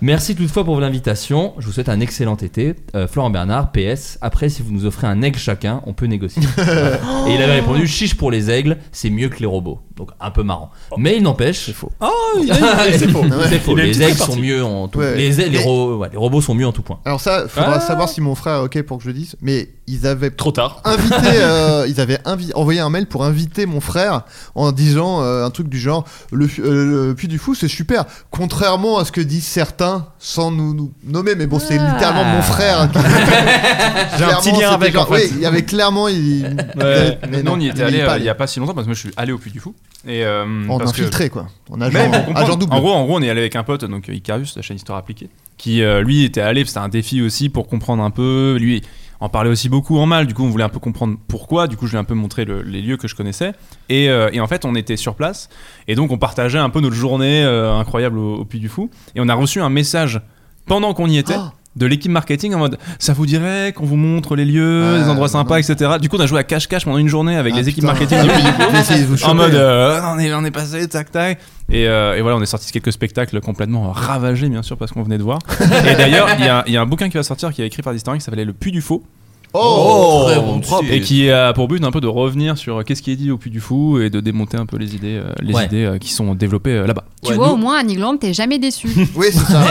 Merci toutefois pour l'invitation. Je vous souhaite un excellent été. Euh, Florent Bernard, PS, après, si vous nous offrez un aigle chacun, on peut négocier. Et il avait répondu chiche pour les aigles, c'est mieux que les robots. Donc, un peu marrant. Mais il n'empêche. C'est faux.
il a- il a- c'est faux.
C'est faux.
Il a une
Les
petite
aigles
répartie.
sont mieux en tout.
Ouais.
Les, aigles, les
Mais-
ro- ouais, les robots sont mieux en tout point.
Alors ça, faudra
Ah.
savoir si mon frère est ok pour que je le dise, mais ils avaient
trop tard
invité, euh, ils avaient invi- envoyé un mail pour inviter mon frère en disant euh, un truc du genre le, fu- euh, le puits du fou c'est super, contrairement à ce que disent certains sans nous, nous nommer, mais bon c'est littéralement mon frère. qui-
J'ai un petit lien
Clairement, c'était
avec,
genre-
en fait.
Oui, il y avait clairement il.
Ouais.
mais
Nous, on y était allé
est pas
euh, il n'y a pas si longtemps parce que moi je suis allé au Puy du Fou. Et, euh,
En
parce que-
infiltré, quoi. En agent-
Même, on comprend.
agent double.
En gros, en gros, on est allé avec un pote, donc euh, Icarus, la chaîne Histoire Appliquée, qui euh, lui était allé, c'était un défi aussi pour comprendre un peu. Lui en parlait aussi beaucoup en mal, du coup on voulait un peu comprendre pourquoi, du coup je lui ai un peu montré le- les lieux que je connaissais. Et, euh, et en fait, on était sur place, et donc on partageait un peu notre journée euh, incroyable au, au Puy du Fou. Et on a reçu un message pendant qu'on y était.
Ah.
de l'équipe marketing en mode ça vous dirait qu'on vous montre les lieux, les endroits sympas, etc. Du coup, on a joué à cache-cache pendant une journée avec
Ah,
les équipes
putain.
marketing du Puy du Fou.
J'ai essayé de vous
en
choper. hein.
mode euh, on, est, on est passé, tac tac. Et, euh, et voilà, on est sorti de quelques spectacles complètement ravagés, bien sûr, parce qu'on venait de voir. et d'ailleurs, il y, a- il y a un bouquin qui va sortir qui est écrit par des historiens qui s'appelait Le Puy du Faux.
Oh, très bon titre.
et qui a pour but un peu de revenir sur euh, qu'est-ce qui est dit au Puy du Fou et de démonter un peu les idées, euh, les
Ouais.
idées euh, qui sont développées euh, là-bas.
Tu vois, au moins, à Nigland, t'es jamais déçu. Bah,
oui, c'est ça.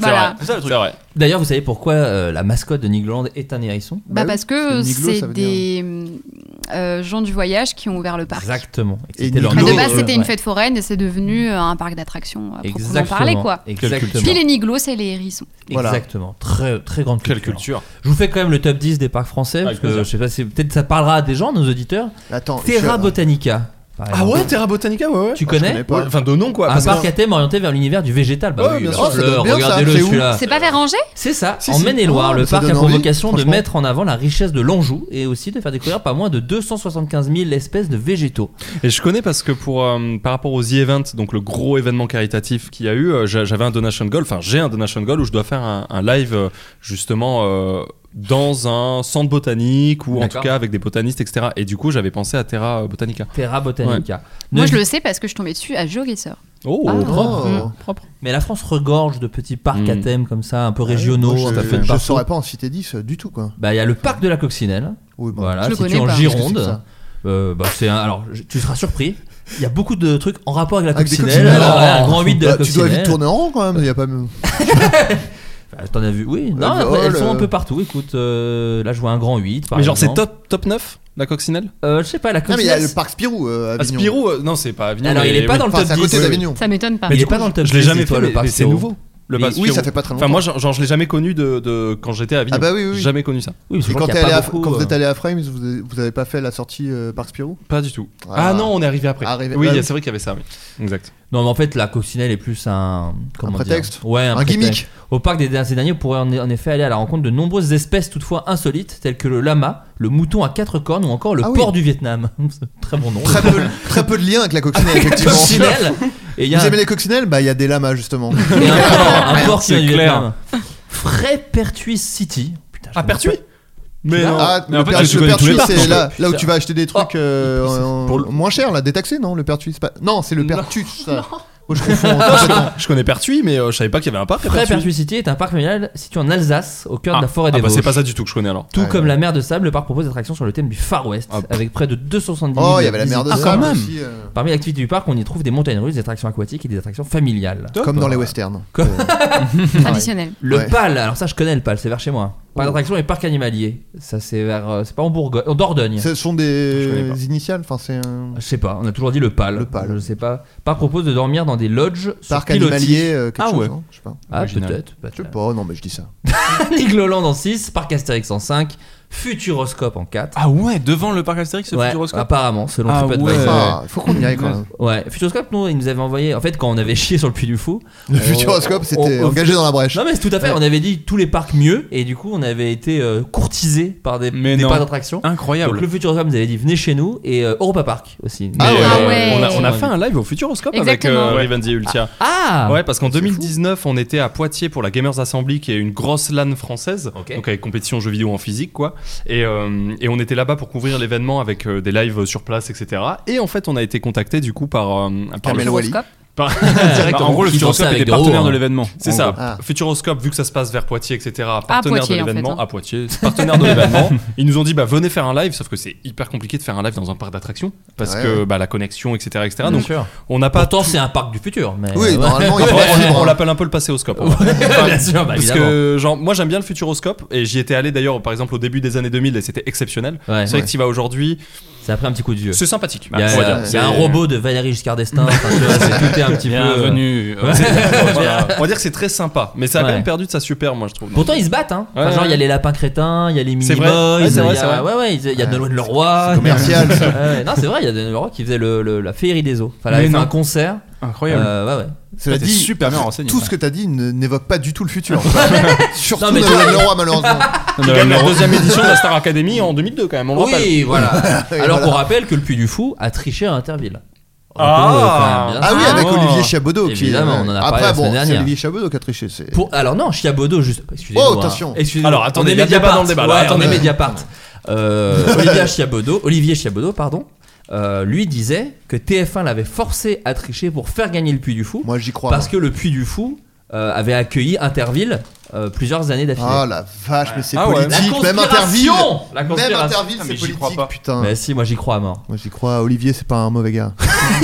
Voilà.
C'est vrai. C'est vrai.
D'ailleurs, vous savez pourquoi euh, la mascotte de Nigland est un hérisson
Bah, parce que
c'est Niglo,
c'est
ça veut
des euh, gens du voyage qui ont ouvert le parc.
Exactement. Et
Et
c'était leur
Enfin, de
nom.
base, c'était une
Ouais.
fête foraine et c'est devenu euh, un parc d'attractions à proprement
Exactement.
parler, quoi.
Exactement.
Puis les niglos, c'est les hérissons.
Exactement, très, très grande culture. Je vous fais quand même le top 10 des parcs
Ah,
français, parce
Avec
que
plaisir.
je sais pas si peut-être ça parlera à des gens, nos auditeurs.
Attends,
Terra
je-
Botanica. par
Ah
exemple.
ouais, Terra Botanica,
Ah,
ouais, Ah, ouais.
Tu connais,
Ouais, Enfin, de nom, quoi.
Un
parce que-
parc à thème orienté vers l'univers du végétal. Bah
Ouais,
oui,
bien
bah,
sûr, ça
le-
donne bien, ça.
regardez-le
C'est où
celui-là.
C'est pas Vérangé
C'est ça,
Si,
en
si.
Maine-et-Loire,
Oh,
le
ça
parc a
donne
pour
envie,
vocation de
franchement.
mettre en avant la richesse de l'Anjou et aussi de faire découvrir pas moins de 275 000 espèces de végétaux.
Et je connais parce que pour, euh, par rapport aux The Event, donc le gros événement caritatif qu'il y a eu, euh, j'a- j'avais un donation goal, enfin j'ai un donation goal où je dois faire un, un live euh, justement euh, dans un centre botanique ou en tout
D'accord.
cas avec des botanistes, etc. Et du coup j'avais pensé à Terra Botanica.
Terra Botanica.
Moi, je le sais parce que je tombais dessus à Jogisseur.
Oh,
Ah.
propre.
Mm.
Mais la France regorge de petits parcs
Mm.
à thème comme ça, un peu régionaux,
Ah Moi,
un peu
je,
de
je
partout.
saurais pas en citer 10 euh, du tout, quoi.
Bah, il y a le parc de la Coccinelle.
bon.
Voilà,
Je le
situé
connais
en
pas. Qu'est-ce que c'est que
Gironde.
ça
Euh, bah, c'est un- alors, je- tu seras surpris. Il y a beaucoup de trucs en rapport avec la
Avec Ah, des
Coccinelle.
coccinelles.
Alors, voilà,
Oh.
un grand 8 de la
Bah, Tu dois
Coccinelle.
vite tourner en rond, quand même. Il y a pas.
Bah, T'en as vu, oui. Non,
Euh,
après,
oh,
elles sont
le-
un peu partout. Écoute, euh, là, je vois un grand 8. Par
Mais genre c'est
exemple.
top, top 9 la coccinelle
Euh, Je sais pas, la
Non, Ah, mais il y
Coccinelle.
a le parc Spirou euh, à
Ah,
Avignon.
Spirou, euh, non c'est pas Avignon.
Alors,
mais-
il est pas
oui.
dans le top
Enfin, c'est à côté
10,
d'Avignon.
Ça m'étonne pas.
Mais
Il
du
est pas
coup,
dans le top
Je l'ai
10,
jamais
dis-toi,
fait,
le
mais-
parc
mais c'est
Spirou.
nouveau. Le
Mais-
parc
oui,
Spirou.
ça fait pas très
Enfin, moi,
longtemps.
genre, genre, je l'ai jamais connu de, de- quand j'étais à Avignon.
Ah bah oui, oui, oui.
Jamais connu ça.
Oui,
Et quand,
qu'il y
t'es
a
allé
pas
à-
beaucoup,
quand vous
euh,
êtes allé à Frames, vous, avez- vous avez pas fait la sortie euh, Parc Spirou
Pas du tout. Ah, non, on est arrivé après.
Arrivé-
Oui,
bah
il y a- c'est vrai qu'il y avait ça. oui. Exact.
Non, mais en fait, la coccinelle est plus un. Comment
Un prétexte
dire Ouais, un,
Un
prétexte.
gimmick
Au parc des ces derniers, on pourrait en, en effet aller à la rencontre de nombreuses espèces toutefois insolites, telles que le lama, le mouton à quatre cornes ou encore le
Ah oui.
porc du Vietnam. Très bon nom.
Très peu, très peu de lien avec la
Ah,
coccinelle,
Avec la
effectivement.
coccinelle. Et il y a
Vous
un-
aimez les coccinelles Bah, il y a des lamas, justement.
Et un porc, un porc qui
C'est
vient du
clair.
Vietnam. Fray Pertuis City. Putain, je
Ah,
connais
Pertuis
pas.
Mais non.
Ah,
Mais
le
en fait,
Pertuis-
je
le
connais tous les
Pertuis,
parcs,
c'est
en
là,
fait.
là où tu vas acheter des
Oh.
trucs euh, en- moins chers, là, détaxés, non Le Pertuis, c'est pas... Non, c'est le Pertuis, ça. Oh, je confonds.
Non, je, connais- je connais Pertuis, mais euh, je savais pas qu'il y avait un parc. à
Fray
Pertuis.
Pertuis City est un parc familial situé en Alsace, au cœur
Ah,
de la forêt
ah
des
bah, c'est
Vosges.
pas ça du tout que je connais alors. Ah.
Tout
Ah
Ouais,
comme
ouais.
la mer de sable, le parc propose des attractions sur le thème du Far West, avec près de 270 000
Oh, il y avait la mer de
visiteurs.
Ah,
sable aussi, euh.
Parmi les activités du parc, on y trouve des montagnes russes, des attractions aquatiques et des attractions familiales.
Comme dans les westerns.
Comme-
Traditionnel.
Traditionnel.
Le
Ouais. Oh.
PAL, alors ça je connais le PAL, c'est vers chez moi. Parc d'attraction et parc animalier. Ça, c'est vers. euh, C'est pas en Bourgogne, en Dordogne.
Ce sont des initiales Enfin, c'est un.
Je sais pas, on a toujours dit le PAL. Le PAL. Je sais pas. Par propose de dormir dans des lodges sur
Parc
pilotis.
animalier, euh, quelque
ah
chose,
ouais.
hein, je sais pas.
Ah,
Original.
peut-être.
Je sais pas, non, mais je dis ça.
Nick Leland en 6, Parc Astérix en 5, Futuroscope en 4.
Ah ouais, devant le parc Astérix, ce
Ouais,
Futuroscope
Apparemment, selon
Ah
TripAdvisor.
ouais. Ah, faut qu'on y aille, quand même.
Ouais, Futuroscope, nous, ils nous avaient envoyé. En fait, quand on avait chié sur le Puy du Fou.
Le
on-
Futuroscope, c'était engagé dans la brèche.
Non, mais c'est tout à fait.
Ouais.
On avait dit tous les parcs mieux, et du coup, on avait été euh, courtisés par des, des
non.
parcs d'attraction.
Incroyable.
Donc, le Futuroscope nous avait dit venez chez nous, et euh, Europa Park aussi.
Mais,
Mais,
euh,
euh,
On, a, on a fait un live au Futuroscope
Exactement.
avec euh,
Ouais.
Rivenzi et Ultia.
Ah, ah
Ouais, parce qu'en 2019, on était à Poitiers pour la Gamers Assembly, qui est une grosse LAN française, donc avec compétition jeux vidéo en physique, quoi. Et, euh, et on était là-bas pour couvrir l'événement avec euh, des lives sur place, etc. Et en fait, on a été contacté du coup par. euh, par
Kamel
le
Wally.
Futuroscope. Par-
Directement.
en gros, le
Qui dansait
Futuroscope
avec
était
des roues,
partenaire de
hein.
l'événement. C'est
En
ça.
gros. Ah.
Futuroscope, vu que ça se passe vers Poitiers, etc., partenaire
Poitiers,
de
en fait,
l'événement,
hein.
à Poitiers, c'est partenaire de l'événement. Ils nous ont dit, bah, venez faire un live, sauf que c'est hyper compliqué de faire un live dans un parc d'attractions, parce
Ouais,
que
ouais.
bah, la connexion, etc. etc.
Bien
donc,
sûr.
on n'a pas.
Pourtant,
tout-
c'est un parc du futur. Mais
Ouais,
Ouais.
on- on, on l'appelle un peu le passéoscope. en vrai.
Ouais, bien sûr, bah,
parce
évidemment.
que genre, moi j'aime bien le futuroscope et j'y étais allé d'ailleurs par exemple au début des années 2000 et c'était exceptionnel.
Ouais.
c'est vrai
Ouais.
que tu vas aujourd'hui.
Ça a pris un petit coup de vieux.
C'est sympathique.
Il y a,
on va dire.
il y
C'est-
a un robot de Valérie Giscard d'Estaing. enfin, tu vois, c'est- tout est un petit peu. euh,
Bienvenue.
Ouais.
C'est- on va dire que c'est très sympa, mais ça a
Ouais.
quand même perdu de sa super, moi je trouve.
Pourtant, ils se battent, hein. Enfin,
Ouais,
genre, il y a
ouais.
les lapins crétins, il y a les mini
C'est vrai.
boys,
Ouais, c'est vrai,
il y a-
c'est vrai.
ouais, ouais, il y a
Ouais.
Donald Leroy.
C'est commercial, ça.
Ouais, non, c'est vrai, il y a Donald Leroy qui faisait le, le- la féerie des eaux. Enfin, là,
Mais
il a fait
non.
un concert.
Incroyable.
Euh, ouais, ouais.
Cela
T'es
dit,
super bien renseigné,
tout
ouais.
ce que t'as dit ne- n'évoque pas du tout le futur. Surtout
Non, mais
Noël
toi-
Leroy, malheureusement.
Il gagne la deuxième édition de la Star Academy en 2002 quand même. On le
Oui,
rappelle.
voilà.
Et
Alors
voilà.
qu'on rappelle que le Puy du Fou a triché à Interville. euh,
Ah.
Ah oui, avec Olivier Chabodeau. Qui, euh,
Évidemment, on en a parlé la
Après,
semaine
bon, c'est
dernière.
Olivier Chabodeau qui a triché. c'est-
Pour- alors non, Chiabodo, juste. Excusez-moi.
Oh, attention.
Excusez-moi.
Alors, attendez,
hein. on est
il y a
Mediapart.
débat dans le débat, là.
Ouais, on est
Attendez.
Mediapart. Euh, Olivier Chiabodo, Olivier Chiabodo, pardon. euh, lui disait que TF1 l'avait forcé à tricher pour faire gagner le Puy du Fou.
Moi, j'y crois.
Parce
moi.
que le Puy du Fou euh, avait accueilli Interville euh, plusieurs années d'affilée.
Ah la vache, mais c'est
Ah ouais.
politique.
La
Même Interville.
conspiration La
Même
conspiration.
Interville,
Ah,
c'est
mais j'y
politique.
crois pas.
Putain.
Mais si, moi j'y crois à mort.
Moi, j'y crois. Olivier, c'est pas un mauvais gars.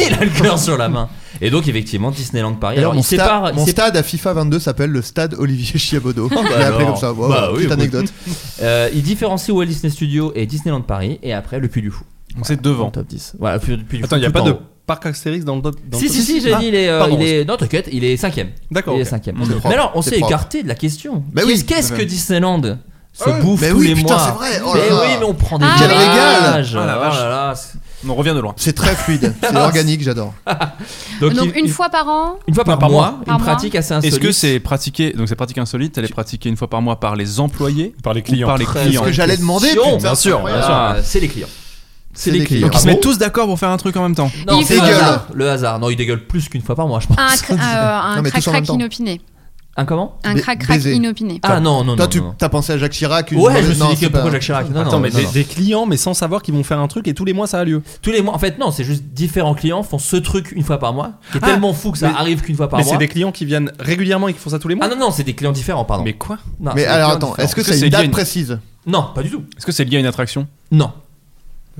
Il a le cœur sur la main. Et donc effectivement Disneyland Paris.
D'ailleurs,
Alors
mon,
il
sta-
sépare. il
mon
sépare-
stade à FIFA 22 s'appelle le stade Olivier Chiabodeau.
Ah, bah
Je l'ai appelé
alors.
comme ça. Wow,
Bah oui,
petite
écoute.
anecdote.
Euh, il différencie Walt Disney Studios et Disneyland Paris et après le Puy du Fou.
Donc c'est devant.
Top 10. Voilà, Puy- Puy du
Attends, il
Fou
n'y a
tout
pas
en
de
haut.
parc Astérix dans le. dans
Si,
le-
si, si, j'ai
Ah,
dit, il est, euh,
pardon,
il est- Non, t'inquiète, il est cinquième.
D'accord,
Il est
ok.
cinquième.
On est propre,
Mais alors, on
c'est
s'est
propre.
écarté de la question.
Bah
Qu'est-ce
oui,
qu'est-ce
bah
que
oui.
Disneyland se
Ah oui.
bouffe
Mais
tous
oui,
les
putain,
mois
c'est vrai, oh là
Mais
là.
oui, mais on prend des
Ah, Quel
gages.
régal.
Oh
Ah,
là
la
là
vache.
là, c'est-
On revient de loin.
C'est très fluide. C'est organique, j'adore.
Donc,
il-
Ah une
il-
fois par an
une fois par,
par
mois,
mois.
une
Par mois.
pratique assez insolite.
Est-ce que c'est pratiqué donc c'est pratique insolite Elle est pratiquée une fois par mois par les employés,
par les
clients, par les
Très
clients.
que j'allais demander,
question.
putain,
Bien sûr, bien sûr.
Ah, C'est les clients. C'est les clients.
Donc ils
Ah
se
bon
mettent tous d'accord pour faire un truc en même temps.
Non,
Ils
c'est le
dégueulent.
hasard. Le hasard. Non, ils dégueulent plus qu'une fois par mois, je pense.
Un, cra- euh,
Non,
un
mais tous en même
crac-crac
temps.
inopiné.
Un comment
Un
Ba-
crac-crac
baiser.
inopiné.
Ah non, non,
Toi,
non,
tu
non, non.
t'as pensé à Jacques Chirac une
Ouais,
mauvaise-
je me suis
non,
dit que
c'est pas-
pourquoi Jacques Chirac Non,
Attends,
non,
mais
non,
des,
non.
des clients, mais sans savoir qu'ils vont faire un truc et tous les mois ça a lieu.
Tous les mois, en fait, non, c'est juste différents clients font ce truc une fois par mois, qui est
Ah,
tellement fou que ça
mais-
arrive qu'une fois par
mais
mois.
c'est des clients qui viennent régulièrement et qui font ça tous les mois.
Ah non, non, c'est des clients différents, pardon.
mais quoi
Non,
Mais
c'est des
alors
clients
attends,
différents.
est-ce que
Est-ce que
c'est
c'est
une
lié à
date
une-
précise
Non, pas du tout.
Est-ce que c'est lié à une attraction
Non,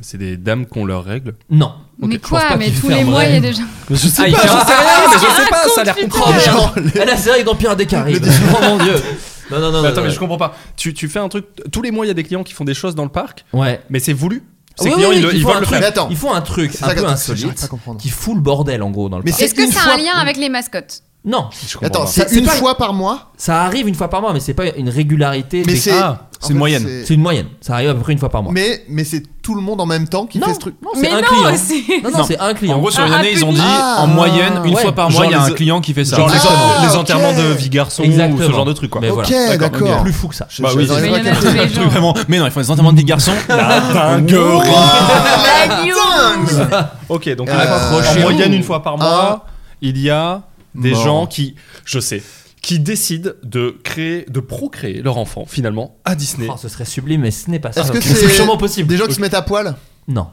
C'est des dames qui ont leurs règles.
non.
Mais
Je pense pas
quoi Mais
qu'il
tous
fait
les
un
mois,
vrai-
il y a des gens.
Je sais
Ah, il
pas,
fait
j'en
un-
sais rien, mais je sais pas,
raconte,
ça a l'air
putain.
compliqué.
Genre, les-
Elle a série dans Pirates des Caraïbes. Oh mon dieu. Non, non, non.
Mais
non,
attends,
non,
mais
non.
je comprends pas. Tu, tu fais un truc. Tous les mois, il y a des clients qui font des choses dans le parc,
Ouais.
mais c'est voulu. Ces
Oui,
clients,
oui,
ils, le-
oui,
ils
font
veulent
un
le
truc-
faire.
Mais attends,
Ils font un truc
C'est ça
un peu
que- c'est- j'arrive pas
insolite
à comprendre.
qui fout le bordel en gros dans le
Mais
parc.
c'est
Est-ce que
une
ça
fois-
a un lien avec les mascottes
Non,
Attends,
c'est
c'est une
pas-
fois par mois
ça arrive une fois par mois, mais c'est pas une régularité.
Mais
des-
c'est
Ah,
en
c'est une
fait,
moyenne.
c'est-
C'est une moyenne. Ça arrive à peu près une fois par mois.
Mais mais c'est tout le monde en même temps qui
non,
fait ce truc.
non, c'est
Mais
un
non,
client.
c'est-
Non, non,
Non.
c'est un client.
En gros, sur
Ah,
une
un
année, ils ont dit
public.
en moyenne, une
Ouais.
fois par mois,
Genre
il y a
les-
un client qui fait ça.
Genre les,
Ah,
les
ok.
enterrements de vie garçon ou
Exactement.
ce genre de truc quoi.
Mais voilà.
Ok, d'accord.
Plus fou que ça.
Bah oui,
Mais
J'aurais
c'est
il y
pas
en a
capté.
tous les
Truc
jours.
vraiment- Mais non, ils font des enterrements de vie garçon. La dinguerie.
Ah, bah,
La Ah, bah, news
Ok, donc
Euh,
en
accrochez-vous.
moyenne une fois par mois,
Ah.
il y a des
Mort.
gens qui, je sais, qui décident de créer, de procréer leur enfant finalement à Disney.
Oh, ce serait sublime, mais ce n'est pas ça.
Est-ce que
c'est
c'est
sûrement possible
Des gens qui se mettent à poil
Non.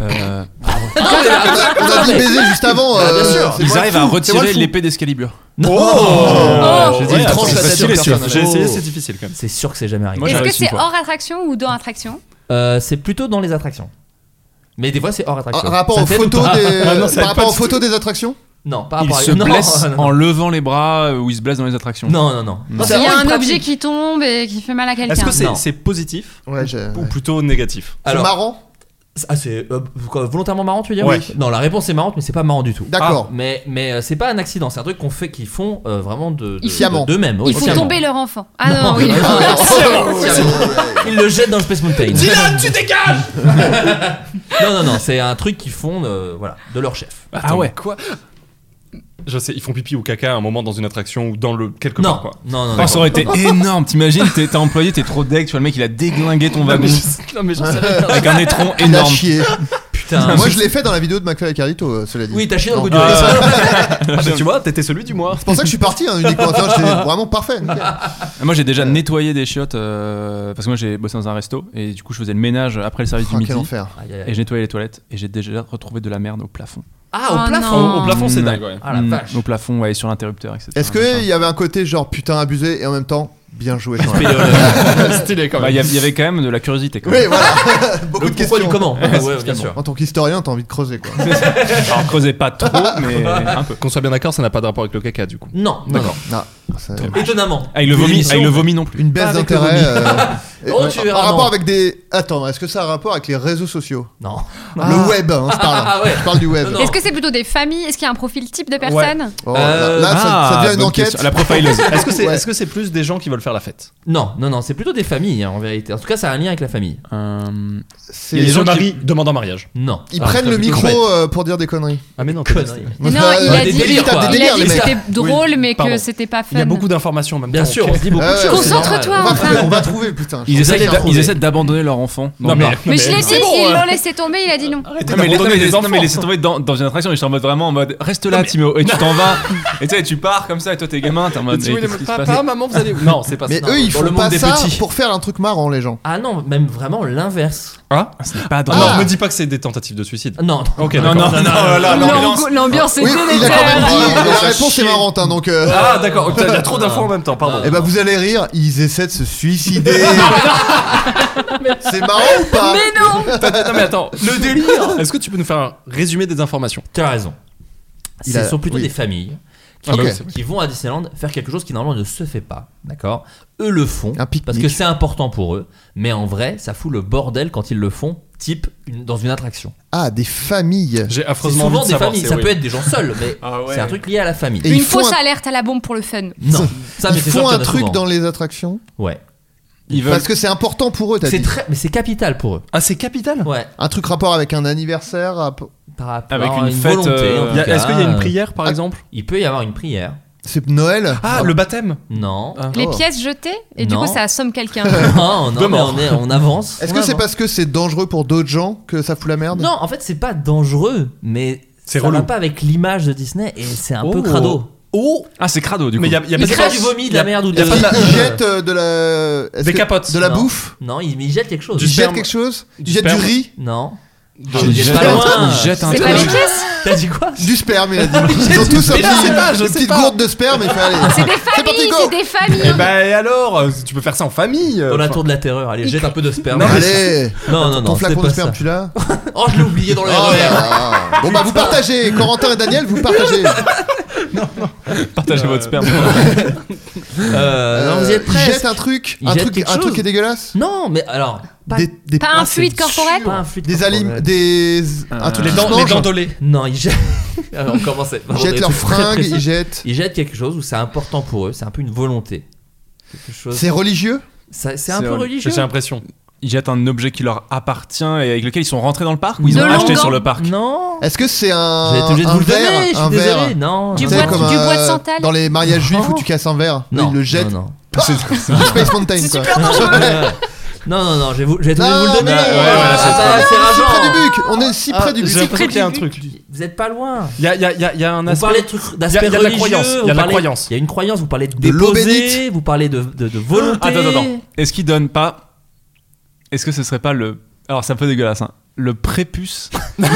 Euh,
On a dit baiser juste avant.
Ah, bien
euh,
Bah, Ils
sûr.
c'est moi le
arrivent à
fou, c'est moi le
retirer
fou. Oh.
l'épée d'Escalibur.
Non.
J'ai dit,
Ouais,
attends,
tranche
c'est
la tête
facile,
de
c'est sûr.
personne.
J'ai essayé,
Oh.
c'est difficile quand même.
C'est sûr que c'est jamais arrivé.
Moi, j'ai
Est-ce que
réussi une
c'est
fois.
hors attraction ou dans attraction
Euh, c'est plutôt dans les attractions. Mais des fois, c'est hors attraction.
Un Ah, rapport
Ça
aux
t'aide ou
photos
pas
des
Ah non, ça
par
aide pas
rapport aux
du tout.
photos des attractions
Non, pas
il
bah,
rapport à-
se
non,
blesse
non, non.
en levant les bras euh, ou il se blesse dans les attractions.
Non, non, non.
Il y a un objet qui tombe et qui fait mal à quelqu'un.
Est-ce que c'est
Non.
c'est positif ou
ouais.
plutôt négatif
Alors-
marrant
Ah, c'est euh, quoi, volontairement marrant, tu veux dire
Ouais. Ah,
Non, la réponse est marrante, mais c'est pas marrant du tout.
D'accord.
Ah, mais mais euh, c'est pas un accident, c'est un truc qu'on fait, qu'ils font euh, vraiment de, de,
Sciemment.
de d'eux-mêmes. oui,
Ils font
sciemment.
tomber leur enfant. Ah non, oui.
Ils le jettent dans le Space Mountain.
Dylan, tu dégages
Non, non, non, c'est un truc qu'ils font euh, voilà, de leur chef.
Attends, Quoi Je sais, ils font pipi ou caca à un moment dans une attraction ou dans le quelque
Non.
part quoi.
Non, non,
Oh,
non.
ça aurait été énorme, t'imagines, t'es t'es employé, t'es trop deck, tu vois le mec il a déglingué ton
Non,
wagon
mais je- non, mais j'en sais rien.
avec un étron
Il a
énorme.
chié.
Putain.
Moi, je l'ai fait dans la vidéo de McFly et Carlito, euh, cela dit.
Oui, t'as chié dans le
Non.
goût du
Ah,
Ah, bah, tu vois, t'étais celui du mois.
C'est pour ça que je suis parti hein, uniquement. Tiens, J'étais vraiment parfait.
Ah,
nickel.
Ah, Moi j'ai déjà nettoyé des chiottes euh, parce que moi j'ai bossé dans un resto et du coup je faisais le ménage après le service
Ah,
du
quel
midi
enfer.
Aïe, aïe, aïe.
et j'ai nettoyé les toilettes et j'ai déjà retrouvé de la merde au plafond.
Ah, au
Oh
plafond.
non.
Au plafond, c'est
Mm.
dingue. ouais.
Ah la
Mm,
vache.
Au plafond, ouais, et sur l'interrupteur, etc.
Est-ce qu'il y avait un côté genre putain abusé et en même temps bien joué quand même
Stylé quand
Bah,
même.
il y, a- il y avait quand même de la curiosité. Quand
Oui,
même.
voilà. Beaucoup
Le
de
pourquoi
questions.
du comment Ouais, ouais, bien sûr.
En tant qu'historien, t'as envie de creuser quoi.
Alors creusez pas trop, mais un peu.
Qu'on soit bien d'accord, ça n'a pas de rapport avec le caca du coup. Ah,
Non, non, non.
Non, ça-
Étonnamment.
Avec le vomi,
L'émission,
avec le vomi non plus.
Une baisse
Pas avec le
d'intérêt.
vomi.
euh, et-
Oh, tu
en-
verras,
en rapport
non.
avec des. Attends, est-ce que ça a un rapport avec les réseaux sociaux
Non.
Le web, hein, je parle.
Ah, ouais.
Je parle du web.
Non.
Est-ce que c'est plutôt des familles Est-ce qu'il y a un profil type de personne
Oh, là, là, ça- ça,
Ah,
devient une
bonne
enquête.
question. La profileuse.
Est-ce que c'est
Ouais.
est-ce que c'est plus des gens qui veulent faire la fête
Non, non, non, c'est plutôt des familles hein, en vérité. En tout cas, ça a un lien avec la famille.
Euh,
C'est-
Il y a des gens
gens
qui demandent en mariage.
Non.
Ils
Ah,
prennent
ça,
le
plutôt
micro
bête.
euh, pour dire des conneries.
Ah mais non.
Conneries.
Non, il
Ouais,
a
des
dit,
délires,
il
quoi.
a
Délire,
dit
les
que
mecs.
c'était drôle, mais
Pardon.
que c'était pas fun.
Il y a beaucoup d'informations en même
Bien
temps.
sûr,
ok.
on se dit beaucoup.
Ah ouais,
de choses, c'est
Concentre-toi,
On
normal.
va
enfin.
trouver, on va trouver, putain.
Ils essaient,
Ils
d'a-
ont
ils
trouvé.
essaient d'abandonner leur enfant. dans
Non
le
mais,
parc.
Mais je l'ai dit,
c'est bon,
ils
hein.
l'ont laissé tomber, il a dit non.
Non, mais,
d'abandonner
les,
les
non, mais
enfants.
laissez tomber dans, dans une attraction. et Je suis en mode vraiment en mode reste là, Timo. Et tu t'en vas. Et tu sais, tu pars comme ça. Et toi, t'es gamin. T'es en mode
Tu vois,
mais qu'est-ce qui se passe
Papa, maman, vous allez où Non, c'est pas
Mais
ça.
eux, ils
dans le
font
monde
pas
des
ça
petits.
pour faire un truc marrant, les gens.
Ah non, même vraiment l'inverse.
Ah, ce n'est pas drôle.
Non,
Ah.
me dis pas que c'est des tentatives de suicide.
Non.
Ok,
non,
d'accord.
non, non, là, là, l'ambiance.
L'ambiance- L'ambiance est
Oui, il a quand même
délétère.
dit.
Ah,
La
ça
réponse
chie.
est marrante, hein, donc. euh,
Ah d'accord, il y a trop d'infos en même temps, pardon.
Eh ben vous allez rire, ils essaient de se suicider. C'est marrant ou pas
Mais non
non mais attends, le délire Est-ce que tu peux nous faire un résumé des informations
Tu as raison.
Il
Ce
a-
sont plutôt
oui.
des familles qui,
Ah bah oui,
qui vont à Disneyland faire quelque chose qui normalement ne se fait pas. D'accord Eux le font
Un pique-nique.
parce que c'est important pour eux. Mais en vrai, ça fout le bordel quand ils le font, type une- dans une attraction.
Ah, des familles.
J'ai
C'est
affreusement
souvent
envie de
des
savoir.
familles.
c'est-
Ça
oui. Ah
peut être des gens seuls, mais c'est un truc lié à la famille.
Et
Une
ils font
fausse
un-
alerte à la bombe pour le fun.
Non. Ça, mais
ils
c'est sûr
font
qu'il y
un
en a
truc
souvent.
dans les attractions
Ouais.
Ils veulent.
Parce que c'est important pour eux, t'as
C'est
dit.
très, mais c'est capital pour eux.
Ah c'est capital
Ouais.
Un truc rapport avec un anniversaire rap-
Par rapport
Avec
à
une fête,
volonté.
euh,
en
Il y a-
tout
Est-ce qu'il y a
cas,
une
euh,
prière
Ah.
par exemple
Il peut y avoir une prière.
C'est Noël
Ah, le baptême
Non.
Ah.
Les
Oh.
pièces jetées, et du
Non.
coup ça assomme quelqu'un.
Non, non,
De
mais
mort.
on, est- on avance.
Est-ce
on
que c'est
avance.
parce que c'est dangereux pour d'autres gens que ça fout la merde
Non, en fait, c'est pas dangereux, mais
C'est
ça
relou.
va pas avec l'image de Disney et c'est un peu
Oh.
crado.
Oh
Ah, c'est crado du coup.
Mais il y a, il y a
Il
pas
crache
de-
du vomi, de
il y a-
la merde ou
il y a
de-
pas de la-
Ils jettent euh, de la. est-ce
Des
que-
capotes.
De la
Non.
bouffe
Non, il, il jette quelque chose.
Du
Ils jettent
sperme.
quelque chose
Du
Ils jettent du
sperme.
riz
Non.
Ah,
Il
ils
jette
jettent
pas
un-
loin.
ils jettent un
C'est
truc.
pas les pièces
T'as dit quoi
Du sperme, il a dit. Ils ont tous un petit. Une petite gourde de sperme, il fait aller.
C'est des
parti,
familles,
go.
c'est des
Eh
familles. hein.
ben et alors euh, Tu peux faire ça en famille euh,
Dans la
enfin.
tour de la terreur, allez, jette un peu de sperme.
Allez
Non, non, non,
Ton
c'est
flacon
pas
de sperme,
ça.
tu l'as
Oh, je l'ai oublié dans le
Oh
RER.
là là. Bon bah vous partagez, Corentin et Daniel, vous partagez.
Partagez votre sperme.
Euh, Non, vous y êtes
Euh,
presque.
jette un truc,
Ils
un
jettent
truc,
quelque
un truc
chose.
qui est dégueulasse.
Non, mais alors.
Des, des,
Pas un
Ah, c'est
fluide corporel
Pas un fluide
des
corporel.
alim- des un truc
Les
qui se
dents, les
mange.
dents dolées.
Non, ils jettent. Alors, on commence. à-
Ils
vraiment
jettent
des
leurs
trucs très
fringues,
précis.
ils jettent.
Ils jettent quelque chose où c'est important pour eux, c'est un peu une volonté. Quelque chose.
C'est religieux
Ça- C'est un
C'est
peu
vrai.
religieux.
J'ai l'impression.
Ils jettent un objet qui leur appartient et avec lequel ils sont rentrés dans le parc ou ils
De
ont acheté
longueur.
sur le parc.
Non.
Est-ce que c'est un
J'ai été obligé de
un
vous le
verre,
donner, je
un
suis
verre
désolé. Non.
Du
Tu
non.
sais,
bois de-
comme,
du
euh,
bois de santal Oh.
Dans les mariages juifs
Non.
où tu casses un verre,
Non,
ils le jettent.
Non, non.
Du Space Mountain quoi.
Non, non, non, j'ai vous, j'ai
Non,
obligé de vous le donner.
mais-
euh,
Ouais, ouais,
ça-
c'est-
ça- c'est
Si près du
rageant.
buc, on est si près
Ah, J'ai
du buc.
l'impression qu'il y a un truc.
Vous êtes pas loin.
Il y a, il y a- il y a- il y a un
Vous
aspect.
parlez de trucs- d'aspect
Il y a de la
religieux,
croyance, il y a
vous
de la
parlez-
croyance.
Il y a une croyance. Vous parlez de
l'eau
déposer,
bénite.
vous parlez de, de, de volonté.
Attends, attends, attends. Est-ce qu'ils donnent pas. Est-ce que ce serait pas le. Alors, c'est un peu dégueulasse, hein. Le prépuce.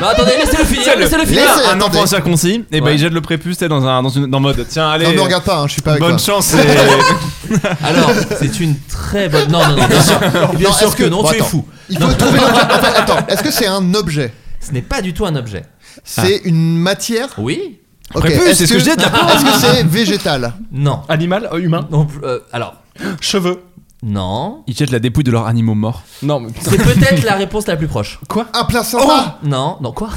Non, attendez, laissez-le finir. Laissez-le finir.
Laissez-
un
attendez.
enfant circoncis, et ben
Ouais.
il jette le prépuce, t'es dans un dans une dans mode. Tiens, allez.
Non me regarde pas, hein, je suis pas avec toi.
Bonne chance et...
Alors, c'est une très bonne. Non, non, non, bien sûr, bien
Non,
sûr
est-ce
que,
que-
non,
Bon,
tu es
attends.
fou.
Il faut trouver l'objet. Enfin, attends, est-ce que c'est un objet
Ce n'est pas du tout un objet. Ah.
C'est une matière
Oui.
Ok.
Prépuce,
Est-ce
c'est ce que je disais, de la-
Est-ce que c'est végétal
Non.
Animal, euh, humain
Non, euh, alors.
Cheveux
Non.
Ils jettent la dépouille de leurs animaux morts.
Non, mais
C'est peut-être la réponse la plus proche.
Quoi
Un
Oh.
placenta
Non, non, quoi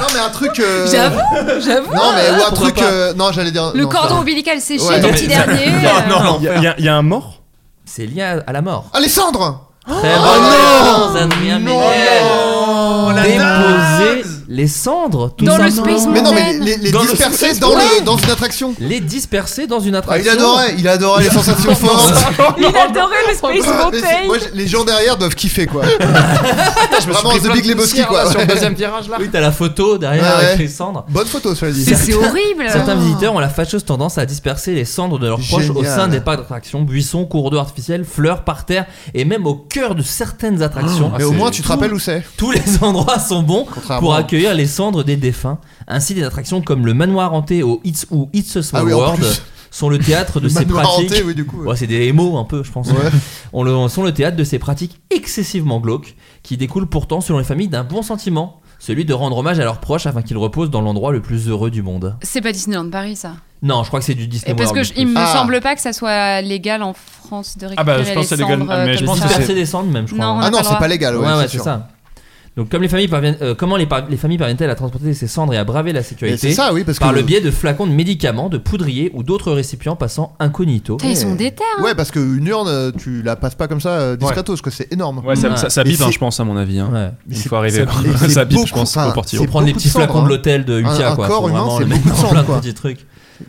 Non mais un truc. euh,
J'avoue, j'avoue.
Non mais ou un
Pourquoi
truc.
pas
euh, Non j'allais
Eh,
dire.
Le
non, c'est
cordon
pas-
ombilical séché
Ouais.
du
Non,
petit
mais-
dernier. euh,
non,
Il y, a- y a- y a un mort
C'est lié à, à la mort.
Ah les cendres
Très
Oh
bonne
non
réponse, Adrien
Non,
Méniel.
non, la
Déposer les cendres, tout
Dans le
simplement.
Space
Mais non mais
Mountain.
les, les
Dans le-
disperser dans, le, dans une attraction.
Les disperser dans une
Ah, il
attraction.
adorait, il adorait les sensations fortes.
Il adorait le
Mais
Space
c'est- moi,
Mountain.
je- les gens derrière doivent kiffer quoi. Vraiment The Big Lebowski quoi.
sur
Ouais.
le deuxième virage là.
Oui, t'as la photo derrière
Ouais,
avec
ouais.
les cendres.
Bonne photo cela dit.
C'est c'est horrible.
Certains visiteurs ont la fâcheuse tendance à disperser les cendres de leurs proches au
Génial.
sein des parcs d'attractions, buissons, cours d'eau artificiels, fleurs par terre et même au cœur de certaines attractions.
Mais au moins tu te
Tout-
rappelles où c'est.
Tous les endroits sont bons
Contrairement-
pour accueillir les cendres des défunts. Ainsi, des attractions comme le manoir hanté au It's ou It's a Small
Ah oui, en
World
plus.
sont le théâtre de
Le
ces
manoir
pratiques.
hanté, oui, du coup, ouais.
Ouais, c'est des mots un peu, je pense.
Ouais.
On le, sont le théâtre de ces pratiques excessivement glauques qui découlent pourtant, selon les familles, d'un bon sentiment. Celui de rendre hommage à leurs proches afin qu'ils reposent dans l'endroit le plus heureux du monde.
C'est pas Disneyland Paris ça.
Non, je crois que c'est du
Et
Disney
parce que
World.
je- il me
Ah.
semble pas que ça soit légal en France de récupérer
Ah bah, je pense
les
que c'est légal,
cendres, euh,
mais je
comme
pense
ça.
que
Disperser des cendres même, je crois.
Non, on a
Ah non
pas le
c'est
droit.
pas légal ouais,
ouais, ouais,
c'est
c'est
sûr.
ça. Donc, comme les familles parviennent, euh, comment les, par- les familles parviennent-elles à transporter ces cendres et à braver la
Mais
sécurité
C'est ça oui parce que.
Par le biais de flacons de médicaments, de poudriers ou d'autres récipients passant incognito.
Putain, ils sont déter. hein.
Ouais parce que une urne euh, tu la passes pas comme ça euh, discretos quoi c'est énorme.
Ouais, ça,
Ouais.
ça, ça
Mais
bip, hein,
c'est-
je pense, à mon avis. Hein.
Ouais.
Il
Mais c'est-
faut arriver.
et
Ça,
c'est
bip, je
beaucoup-
pense,
enfin,
au portillon.
Faut
C'est
prendre les
beaucoup
petits
de cendres,
flacons de
hein.
l'hôtel de Ultia,
Un- un
quoi.
corps
Faut
humain,
vraiment
c'est
le mettre
beaucoup
dans
de cendres,
plein de
quoi.
petits trucs.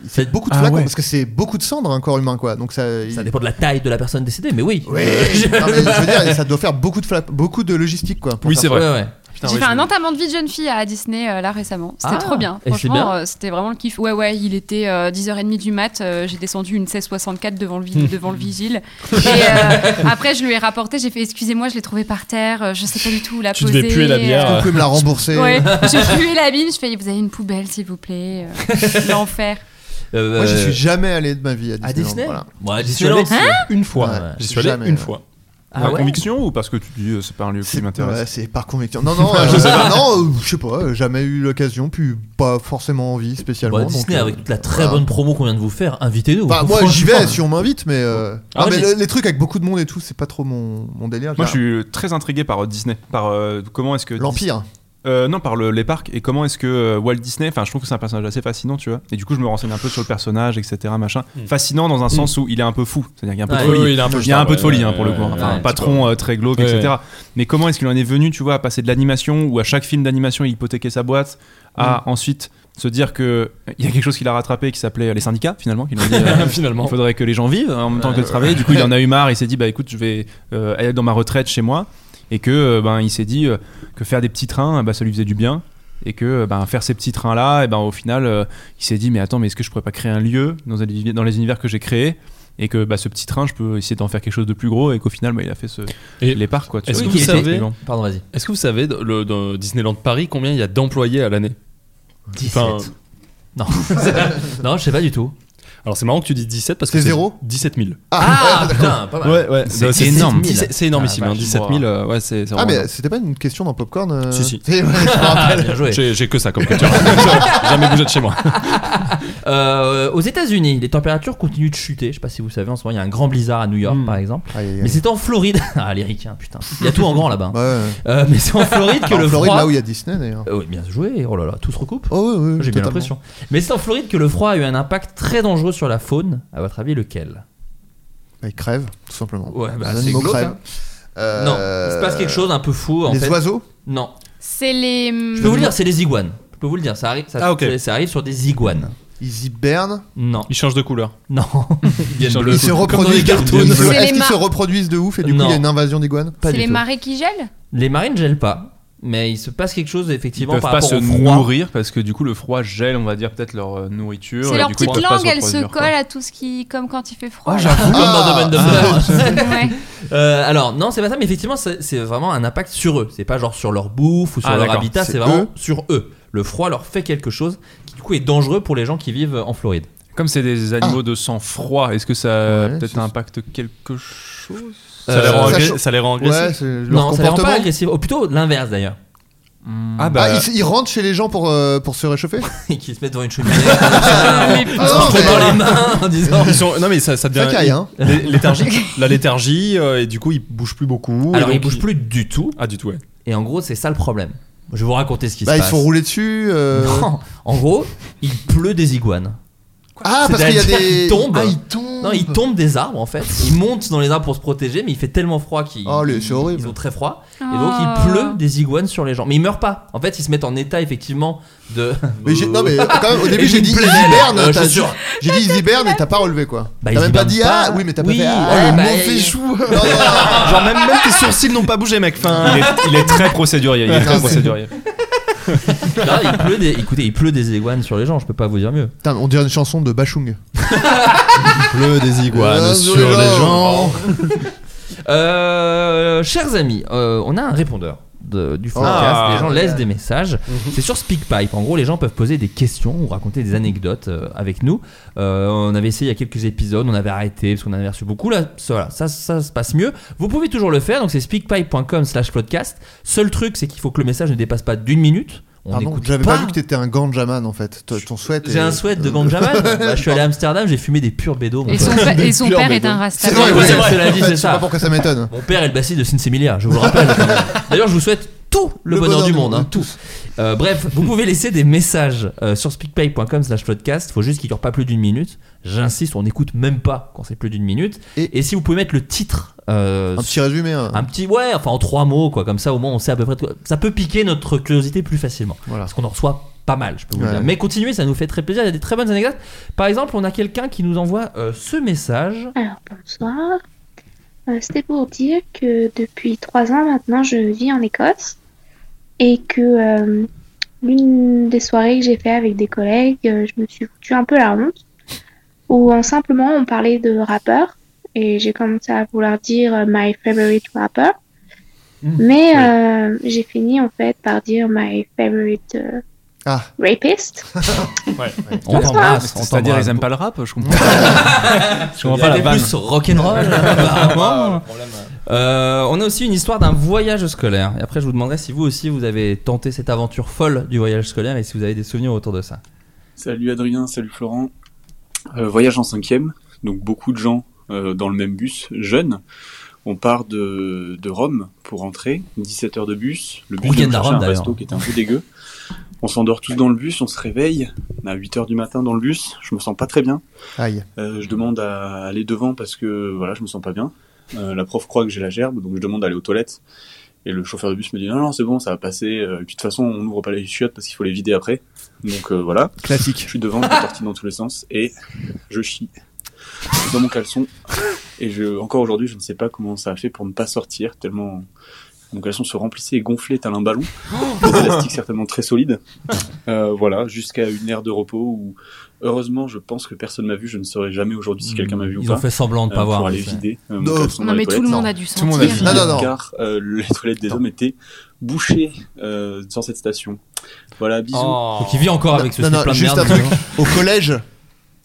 C'est beaucoup de
Ah
flacons
ouais.
parce que c'est beaucoup de cendres un corps humain quoi donc ça.
Ça dépend de la taille de la personne décédée, mais oui.
Oui. Non, mais je veux dire ça doit faire beaucoup de fla- beaucoup de logistique quoi. pour
Oui,
faire
c'est vrai.
Ouais, ouais.
Putain,
J'ai
ouais,
fait
je-
un entamement de vie de jeune fille à Disney euh, là récemment. C'était
Ah,
trop bien.
et c'est
Franchement,
bien
euh, c'était vraiment le kiff. Ouais, ouais, il était euh, 10h30 du mat. euh, j'ai descendu une 1664 devant le, vi- devant le vigile. Et euh, après, je lui ai rapporté. J'ai fait Excusez-moi, je l'ai trouvé par terre. euh, Je sais pas du tout où la
Tu
poser. euh.
devais puer la bière.
Vous pouvez me la rembourser. euh
Ouais, je puais la mine. Je fais Vous avez une poubelle, s'il vous plaît. euh, L'enfer.
Euh,
Moi, je suis jamais allé de ma vie à Disneyland.
à Disney
voilà.
Bon, à
J'y suis allé
Hein
Disneyland, c'est-
une fois.
Ouais.
J'y suis allé
Jamais,
une
ouais.
fois.
Ah
Par
ouais
conviction ou parce que tu dis euh, c'est pas un lieu qui
C'est ouais,
m'intéresse
c'est par conviction. Non, non, euh, non, euh, je sais pas, euh, jamais eu l'occasion, puis pas forcément envie
Bon,
spécialement.
à
donc,
Bah, Disney,
euh,
avec toute la très
voilà.
bonne promo qu'on vient de vous faire, invitez-nous.
Enfin, moi, j'y vais si on m'invite, mais. euh,
Ah,
non,
moi,
mais
j'y-
le- les trucs avec beaucoup de monde et tout, c'est pas trop mon, mon délire.
Moi, je suis très intrigué par euh, Disney, par euh, comment est-ce que
L'Empire.
Euh, non, par le- les parcs et comment est-ce que euh, Walt Disney. Enfin, je trouve que c'est un personnage assez fascinant, tu vois. Et du coup, je me renseigne un peu sur le personnage, etc. Machin. Fascinant dans un sens où il est un peu fou, c'est-à-dire qu'il y a un peu
Ouais,
de folie.
Mm. oui, il est un peu
il y a
star,
un peu de
ouais,
folie hein,
ouais,
pour le coup.
ouais,
Enfin,
ouais,
un patron euh, très glauque,
Ouais,
etc. Mais comment est-ce qu'il en est venu, tu vois, à passer de l'animation où à chaque film d'animation il hypothéquait sa boîte, à
Mm.
ensuite se dire que euh, il y a quelque chose qu'il a rattrapé qui s'appelait les syndicats finalement. Qu'il a dit, euh,
Finalement.
Il faudrait que les gens vivent hein, en même temps que de
Ouais.
travailler. Du coup, il en a eu marre. Il s'est dit, bah écoute, je vais euh, aller dans ma retraite chez moi. Et que, euh, ben, il s'est dit euh, que faire des petits trains, bah, ça lui faisait du bien. Et que, euh, ben, faire ces petits trains-là, et ben, au final, euh, il s'est dit, mais attends, mais est-ce que je pourrais pas créer un lieu dans, les- dans les univers que j'ai créés et que bah, ce petit train, je peux essayer d'en faire quelque chose de plus gros, et qu'au final, bah, il a fait ce...
Et-
les parcs, quoi. tu
Est-ce
vois.
que vous
Oui,
savez-
effectivement.
Pardon, vas-y.
Est-ce que vous savez, dans le, dans Disneyland Paris, combien il y a d'employés à l'année
17.
Enfin,
Non. non, je sais pas du tout.
Alors c'est marrant que tu dis 17 parce que
C'est zéro
17 000.
Ah, putain, pas mal.
ouais,
C'est énorme.
C'est c'est énormissime,
Ah,
hein,
vache,
17 000, euh, ouais, c'est c'est
Ah,
vraiment
mais
énorme.
c'était pas une question dans Popcorn euh,
Si, si.
Ouais, je me rappelle.
Ah, bien joué.
J'ai j'ai que ça comme culture. J'ai Jamais bougé de chez moi.
Euh, aux États-Unis, les températures continuent de chuter. Je sais pas si vous savez, en ce moment, il y a un grand blizzard à New York,
Mm.
par exemple.
Hmm. Aïe, aïe,
Mais
aïe.
c'est en Floride. Ah, les ricains, putain. Il y a tout en grand là-bas.
Ouais, ouais.
Euh, mais c'est en Floride que
En
le
Floride,
froid.
là où il y a Disney d'ailleurs.
Euh, oui, bien joué. Oh là là, tout se recoupe.
Oh, ouais, ouais,
J'ai bien
totalement.
l'impression. Mais c'est en Floride que le froid a eu un impact très dangereux sur la faune. À votre avis, lequel
Bah, Ils crèvent, tout simplement.
Ouais, bah,
Les
c'est
animaux
glauque,
crèvent.
hein. Non, il se passe quelque chose un peu fou en
Euh, Les
fait.
oiseaux
Non.
C'est les. hum,
Je peux vous le dire, c'est les iguanes. Je peux vous le dire, ça arrive, ça,
Ah, ok.
ça- ça arrive sur des iguanes.
Ils hibernent
Non,
Il change de couleur.
non. Ils viennent
Ils
bleus.
Ils se reproduisent de
Comme dans les
ouf.
cartoons.
C'est
Est-ce
les
qu'ils
mar-
se reproduisent de ouf et du coup
Non.
il y a une invasion d'iguanes
Pas
C'est
du
les
tout.
marées qui gèlent
Les marines gèlent pas, mais il se passe quelque chose
Ils
effectivement
peuvent
par
pas se
rapport au froid.
nourrir parce que du coup le froid gèle, on va dire peut-être leur euh, nourriture.
C'est
et
leur
du coup, ils
petite
peuvent pas
langue, elle se
reproduire, quoi.
colle à tout ce qui. comme quand il fait froid.
Oh, Comme dans
Ah.
Dumb and Dumber.
Ouais.
Euh, alors non, c'est pas ça, mais effectivement, c'est c'est vraiment un impact sur eux. C'est pas genre sur leur bouffe ou sur
Ah,
leur
d'accord.
habitat, c'est
C'est
vraiment
eux.
sur eux. Le froid leur fait quelque chose qui du coup est dangereux pour les gens qui vivent en Floride.
Comme c'est des animaux de sang froid, est-ce que ça euh,
Ah. Ouais,
peut-être
c'est-
impacte quelque chose
Ça les
Euh,
rend
ça
agré-
change-
ça les rend agressifs.
Ouais, c'est leur
non, ça les rend
comportement.
Oh,
pas agressifs. Ou plutôt l'inverse d'ailleurs.
Ah bah ils, ils rentrent chez les gens pour, euh, pour se réchauffer Ah,
et qui se mettent devant une cheminée. Ah,
Les
Ils se
pauvres.
rentrent dans les mains en disant.
Ils sont- non mais ça, ça devient
Ça caille, hein.
lé- léthargique. la léthargie euh, et du coup ils bougent plus beaucoup.
Alors
et
ils
donc,
bougent plus du tout.
Ah du tout ouais.
Et en gros, c'est ça le problème. Je vais vous raconter ce qui
Bah
se
ils
passe.
se font rouler dessus. euh.
Non. Bah, En gros, il pleut des iguanes.
Ah parce qu'il y a
C'est-à-dire
des.
qu'ils tombent.
Ah, ils tombent.
Non, ils tombent des arbres en fait. Ils montent dans les arbres pour se protéger, mais il fait tellement froid qu'ils
Oh, les-
ils-
c'est horrible.
ils ont très froid. Et donc
Ah.
il pleut des iguanes sur les gens. Mais ils meurent pas. En fait, ils se mettent en état effectivement de.
Mais j'ai- non mais quand même au
Et
début j'ai
une
dit ils
plaie, euh,
hibernent.
je
t'as-
suis sûr.
J'ai dit ils hibernent et t'as pas relevé quoi.
Bah, ils
t'as même pas
hibernent
dit
pas.
ah oui mais t'as
Oui,
pas fait.
oh,
Ah,
le
mon
mauvais
chou. Non, non, non.
Genre même, même tes sourcils n'ont pas bougé mec. Enfin, il, est, il est très procédurier. Il est très
Non, c'est-
procédurier.
Non, il pleut des. Écoutez, il pleut des iguanes sur les gens. Je peux pas vous dire mieux.
Putain, on dirait une chanson de Bachung.
Bleu des
Ah,
iguanes
sur
sur
les
les
gens.
gens.
Euh, chers amis, euh, on a un répondeur. de- du podcast,
Ah.
les gens laissent des messages.
Mhm.
C'est sur SpeakPipe. En gros, les gens peuvent poser des questions ou raconter des anecdotes euh, avec nous. Euh, on avait essayé il y a quelques épisodes, on avait arrêté parce qu'on en avait reçu beaucoup. Là, ça, voilà, ça, ça se passe mieux. Vous pouvez toujours le faire. Donc c'est speakpipe.com/slash podcast. Seul truc, c'est qu'il faut que le message ne dépasse pas d'une minute. On
Pardon,
n'écoute
Ah j'avais
pas.
pas vu que t'étais un Ganjaman en fait. Toi, Ton sweat.
J'ai
est-
un sweat de
Euh,
Ganjaman. Bah, je suis allé à Amsterdam, j'ai fumé des purs bédos. mon
Et son,
pote.
pa- et son
Pure,
père
mais
est un
bon.
rasta.
C'est vrai,
Ouais,
oui,
c'est vrai,
En
dit,
fait,
c'est
Je sais
ça.
pas pourquoi ça m'étonne.
Mon père est le bassiste de Sin Similia, je vous le rappelle. D'ailleurs, je vous souhaite tout le, bonheur, du monde, hein, tout. Euh, bref, vous pouvez laisser des messages euh, sur speakpay.com slash podcast. Faut juste qu'il dure pas plus d'une minute. J'insiste, on n'écoute même pas quand c'est plus d'une minute. Et,
Et-
si vous pouvez mettre le titre, euh,
Un petit résumé. hein.
un petit ouais, enfin en trois mots quoi, comme ça au moins on sait à peu près. de quoi- Ça peut piquer notre curiosité plus facilement.
Voilà.
Parce qu'on en reçoit pas mal, je peux vous le
Ouais.
dire. Mais continuez, ça nous fait très plaisir. Il y a des très bonnes anecdotes. Par exemple, on a quelqu'un qui nous envoie euh, ce message.
Alors bonsoir. Euh, C'était pour dire que depuis trois ans maintenant, je vis en Écosse et que euh, l'une des soirées que j'ai fait avec des collègues, euh, je me suis foutu un peu la honte où on, simplement on parlait de rappeurs et j'ai commencé à vouloir dire euh, my favorite rapper, mais euh, j'ai fini en fait par dire my favorite euh,
Ah.
rapist.
Oh,
On t'embrasse, on
C'est-à-dire
t'embrasse.
ils aiment pas le rap, je comprends. pas. je comprends
Il y
pas la
avait
vanne.
plus rock'n'roll
Ah,
apparemment. Euh, on a aussi une histoire d'un voyage scolaire. Et après, je vous demanderai si vous aussi vous avez tenté cette aventure folle du voyage scolaire et si vous avez des souvenirs autour de ça.
Salut Adrien, salut Florent. Euh, voyage en cinquième, donc beaucoup de gens euh, dans le même bus, jeunes. On part de, de Rome pour rentrer, 17 heures de bus. Le bus
Week-end
nous
à
cherchait
Rome,
un resto
d'ailleurs.
qui était un peu dégueu. On s'endort tous dans le bus, on se réveille. On est à 8 heures du matin dans le bus, je me sens pas très bien.
Aïe.
Euh, je demande à aller devant parce que voilà, je me sens pas bien. Euh, la prof croit que j'ai la gerbe, donc je demande d'aller aux toilettes. Et le chauffeur de bus me dit non, non, c'est bon, ça va passer. Euh, Et puis de toute façon, on n'ouvre pas les chiottes parce qu'il faut les vider après. Donc euh, voilà.
Classique.
Je suis devant, je parti dans tous les sens et je chie dans mon caleçon. Et je, encore aujourd'hui, je ne sais pas comment ça a fait pour ne pas sortir tellement mon caleçon se remplissait et gonflait tel un ballon. Des élastiques certainement très solides. Euh, voilà, jusqu'à une aire de repos où, heureusement, je pense que personne m'a vu. Je ne saurais jamais aujourd'hui si quelqu'un m'a vu ou
Ils
pas.
ont fait semblant de
Euh,
pas voir.
Pour aller
mais c'est-
vider euh, mon
Non.
caleçon dans
Non,
les
mais tout le
toiletes.
monde a dû
Tout le monde a
sentir.
vu.
Non, non, non.
Car euh, les toilettes des hommes étaient bouchées euh, dans cette station. Voilà, bisous.
Donc il vit encore avec ce
Non,
slip
non,
plein de
juste
merde. hein.
un truc. Au collège,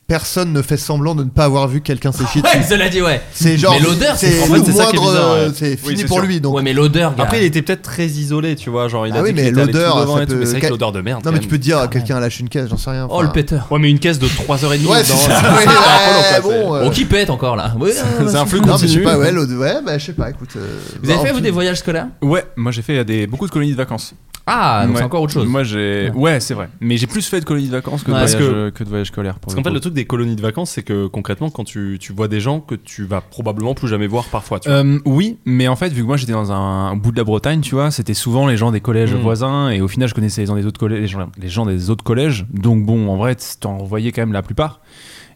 personne ne fait semblant de ne pas avoir vu quelqu'un s'échiffer
Ouais,
dessus.
cela dit, ouais.
C'est genre.
mais l'odeur, c'est
c'est
en fait,
le
c'est ça
qui est
moindre,
bizarre, ouais.
euh, C'est
Oui,
fini
c'est
pour
sûr.
lui. Donc.
Ouais, mais l'odeur, gars.
Après il était peut-être très isolé tu vois genre il
Ah
a
oui,
dit qu'il
mais
était allé tout
l'odeur,
devant
ça
et tout,
peut-
mais c'est vrai que l'odeur de merde. quand
Non, mais tu
même.
peux dire à quelqu'un lâche une caisse, j'en sais rien.
Ah, Oh le
enfin.
péteur.
Ouais mais une caisse de 3h30
Ouais,
dans-
c'est ça. Ouais,
dans la polo, quoi,
bon,
c'est-
euh,
Oh, qui pète encore là. Ouais, ouais,
C'est un flux
Non, mais je sais
continu.
pas, ouais, l'odeur- ouais, bah, je sais pas, écoute. euh,
Vous avez
bah,
fait
en
vous
plus-
des voyages scolaires
Ouais, moi j'ai fait des, beaucoup de colonies de vacances.
Ah, donc
Ouais.
c'est encore autre chose.
Moi j'ai, ouais, c'est vrai. Mais j'ai plus fait de colonies de vacances que,
Ouais.
de,
Parce
voyages,
que-
euh, que de voyages scolaires. Pour
Parce qu'en fait,
coup.
le truc des colonies de vacances, c'est que concrètement, quand tu, tu vois des gens que tu vas probablement plus jamais voir parfois. Tu vois.
Euh, oui, mais en fait, vu que moi j'étais dans un, au bout de la Bretagne, tu vois, c'était souvent les gens des collèges
Mm.
voisins, et au final, je connaissais les gens des autres collèges, les gens, les gens des autres collèges. Donc bon, en vrai, t- t'en voyais quand même la plupart.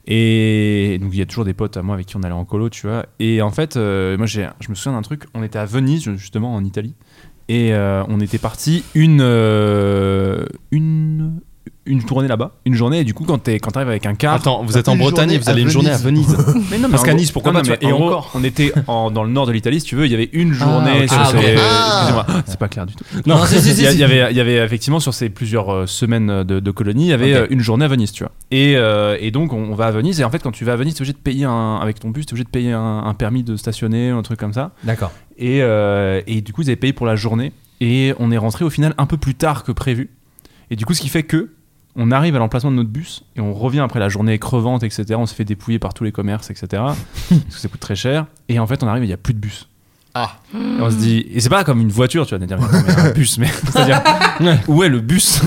Et donc il y a toujours des potes à moi avec qui on allait en colo, tu vois. Et en fait, euh, moi j'ai, je me souviens d'un truc. On était à Venise justement en Italie, et euh, on était parti une euh, une une journée là-bas, une journée. Et du coup, quand t'es quand t'arrives avec un car,
Attends, vous êtes en
une
Bretagne
journée
et vous allez
à
une journée à Venise.
mais non, mais
Parce
en
qu'à
gros-
Nice, pourquoi
non,
pas,
non,
tu
mais en
vois, et
gros,
encore.
On était en- dans le nord de l'Italie, si tu veux, il y avait une
Ah,
journée. sur
ah,
ces-
ok.
Excusez-moi, c'est pas clair du tout.
Non, si, si, si,
il y a-
si.
il y avait, il y avait effectivement sur ces plusieurs euh, semaines de, de colonie, il y avait
Ok.
euh, une journée à Venise, tu vois. Et, euh, et donc on, on va à Venise, et en fait, quand tu vas à Venise, t'es obligé de payer un, avec ton bus, t'es obligé de payer un, un permis de stationner, un truc comme ça.
D'accord.
Et, euh, et du coup, ils avaient payé pour la journée. Et on est rentré au final un peu plus tard que prévu. Et du coup, ce qui fait que on arrive à l'emplacement de notre bus et on revient après la journée crevante, etc. On se fait dépouiller par tous les commerces, etc. parce que ça coûte très cher. Et en fait, on arrive, il n'y a plus de bus.
Ah.
Et on se dit, et c'est pas comme une voiture, tu vas dire, mais un bus, mais c'est-à-dire, où est le bus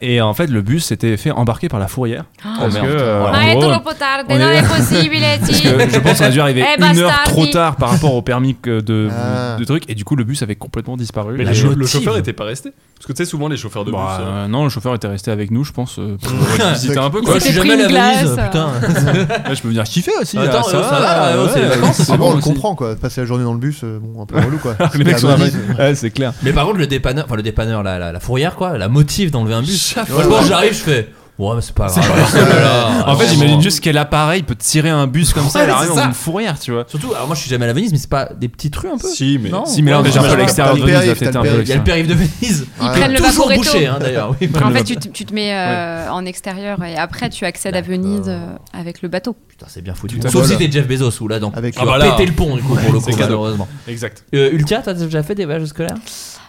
Et en fait, le bus s'était fait embarquer par la fourrière. parce que, euh, en
Ma è
gros,
troppo tardi,
on
non
est-
è possibile,
Parce
sì.
que je pense qu'on a dû arriver
Eh,
une heure
bastardi.
trop tard par rapport au permis que de,
Ah.
de truc, et du coup, le bus avait complètement disparu.
Mais
Et-
le, chauffeur- le chauffeur était pas resté. Parce que tu sais, souvent les chauffeurs de bus.
Bah,
euh,
euh, non, le chauffeur était resté avec nous, je pense. euh, pour visiter un peu
Il
quoi.
s'était Je suis pris jamais
une à Venise, glace. putain.
Ouais, je peux venir kiffer aussi.
Attends,
ah,
euh, ça va, euh, c'est les vacances, c'est
Ah
bon, on le
aussi.
comprend quoi. Passer la journée dans le bus, euh, bon, un peu relou quoi.
Les mecs sont
Venise.
arrêtés. Ouais, c'est clair.
Mais par contre, le dépanneur, enfin le dépanneur, la, la, la fourrière quoi, la motive d'enlever un bus.
Chaque
Moi, je
fois.
pense, j'arrive, je fais. Ouais, mais c'est pas
C'est
grave.
pas grave.
Oh là là,
En fait,
vraiment.
j'imagine juste quel appareil peut tirer un bus comme ça.
Ouais,
Elle
c'est
arrive
ça.
dans une fourrière, tu vois.
Surtout, alors moi je suis jamais à la Venise, mais c'est pas des petites rues un peu
Si, mais-
Non
si, mais là, on est déjà un peu à l'extérieur de Venise, là, t'étais un peu à
Il y a le périph' de Venise.
Ils
qui est
prennent le
Ah, toujours
vaporetto.
bouché hein, d'ailleurs. Oui,
en fait, tu, te- tu te mets euh, en extérieur et après tu accèdes à Venise euh, avec le bateau.
Putain, c'est bien foutu.
Tout à
Sauf
fait.
si t'es Jeff Bezos ou là, donc
Avec-
tu
Ah bah
vas
là.
péter le pont du coup pour le
C'est
coup,
cadeau.
malheureusement.
Exact.
Euh, Ultia, t'as déjà fait des voyages scolaires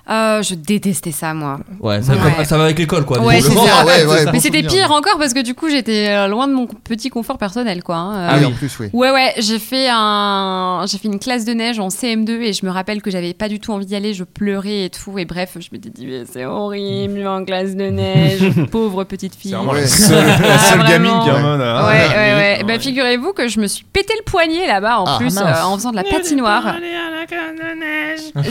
Euh, je détestais ça, moi.
Ouais, ça,
Ouais.
ça va avec l'école quoi.
Ouais, c'est
visiblement.
ça.
Ah ouais, ouais,
Mais
bon
c'était
souvenir.
pire encore parce que du coup j'étais euh, loin de mon petit confort personnel quoi. hein. Euh,
Ah oui, en plus, oui.
Ouais ouais, j'ai fait un, j'ai fait une classe de neige en CM2 et je me rappelle que j'avais pas du tout envie d'y aller, je pleurais et tout et bref, je m'étais dit mais c'est horrible, je vais en classe de neige, pauvre petite fille.
C'est vraiment la seule- la
Ah,
seule gamine
vraiment.
qui est en mode, ah,
Ouais
ah,
ouais ouais.
oui.
Bah figurez-vous que je me suis pété le poignet là-bas en
Ah,
plus
mince.
euh, en faisant de la patinoire.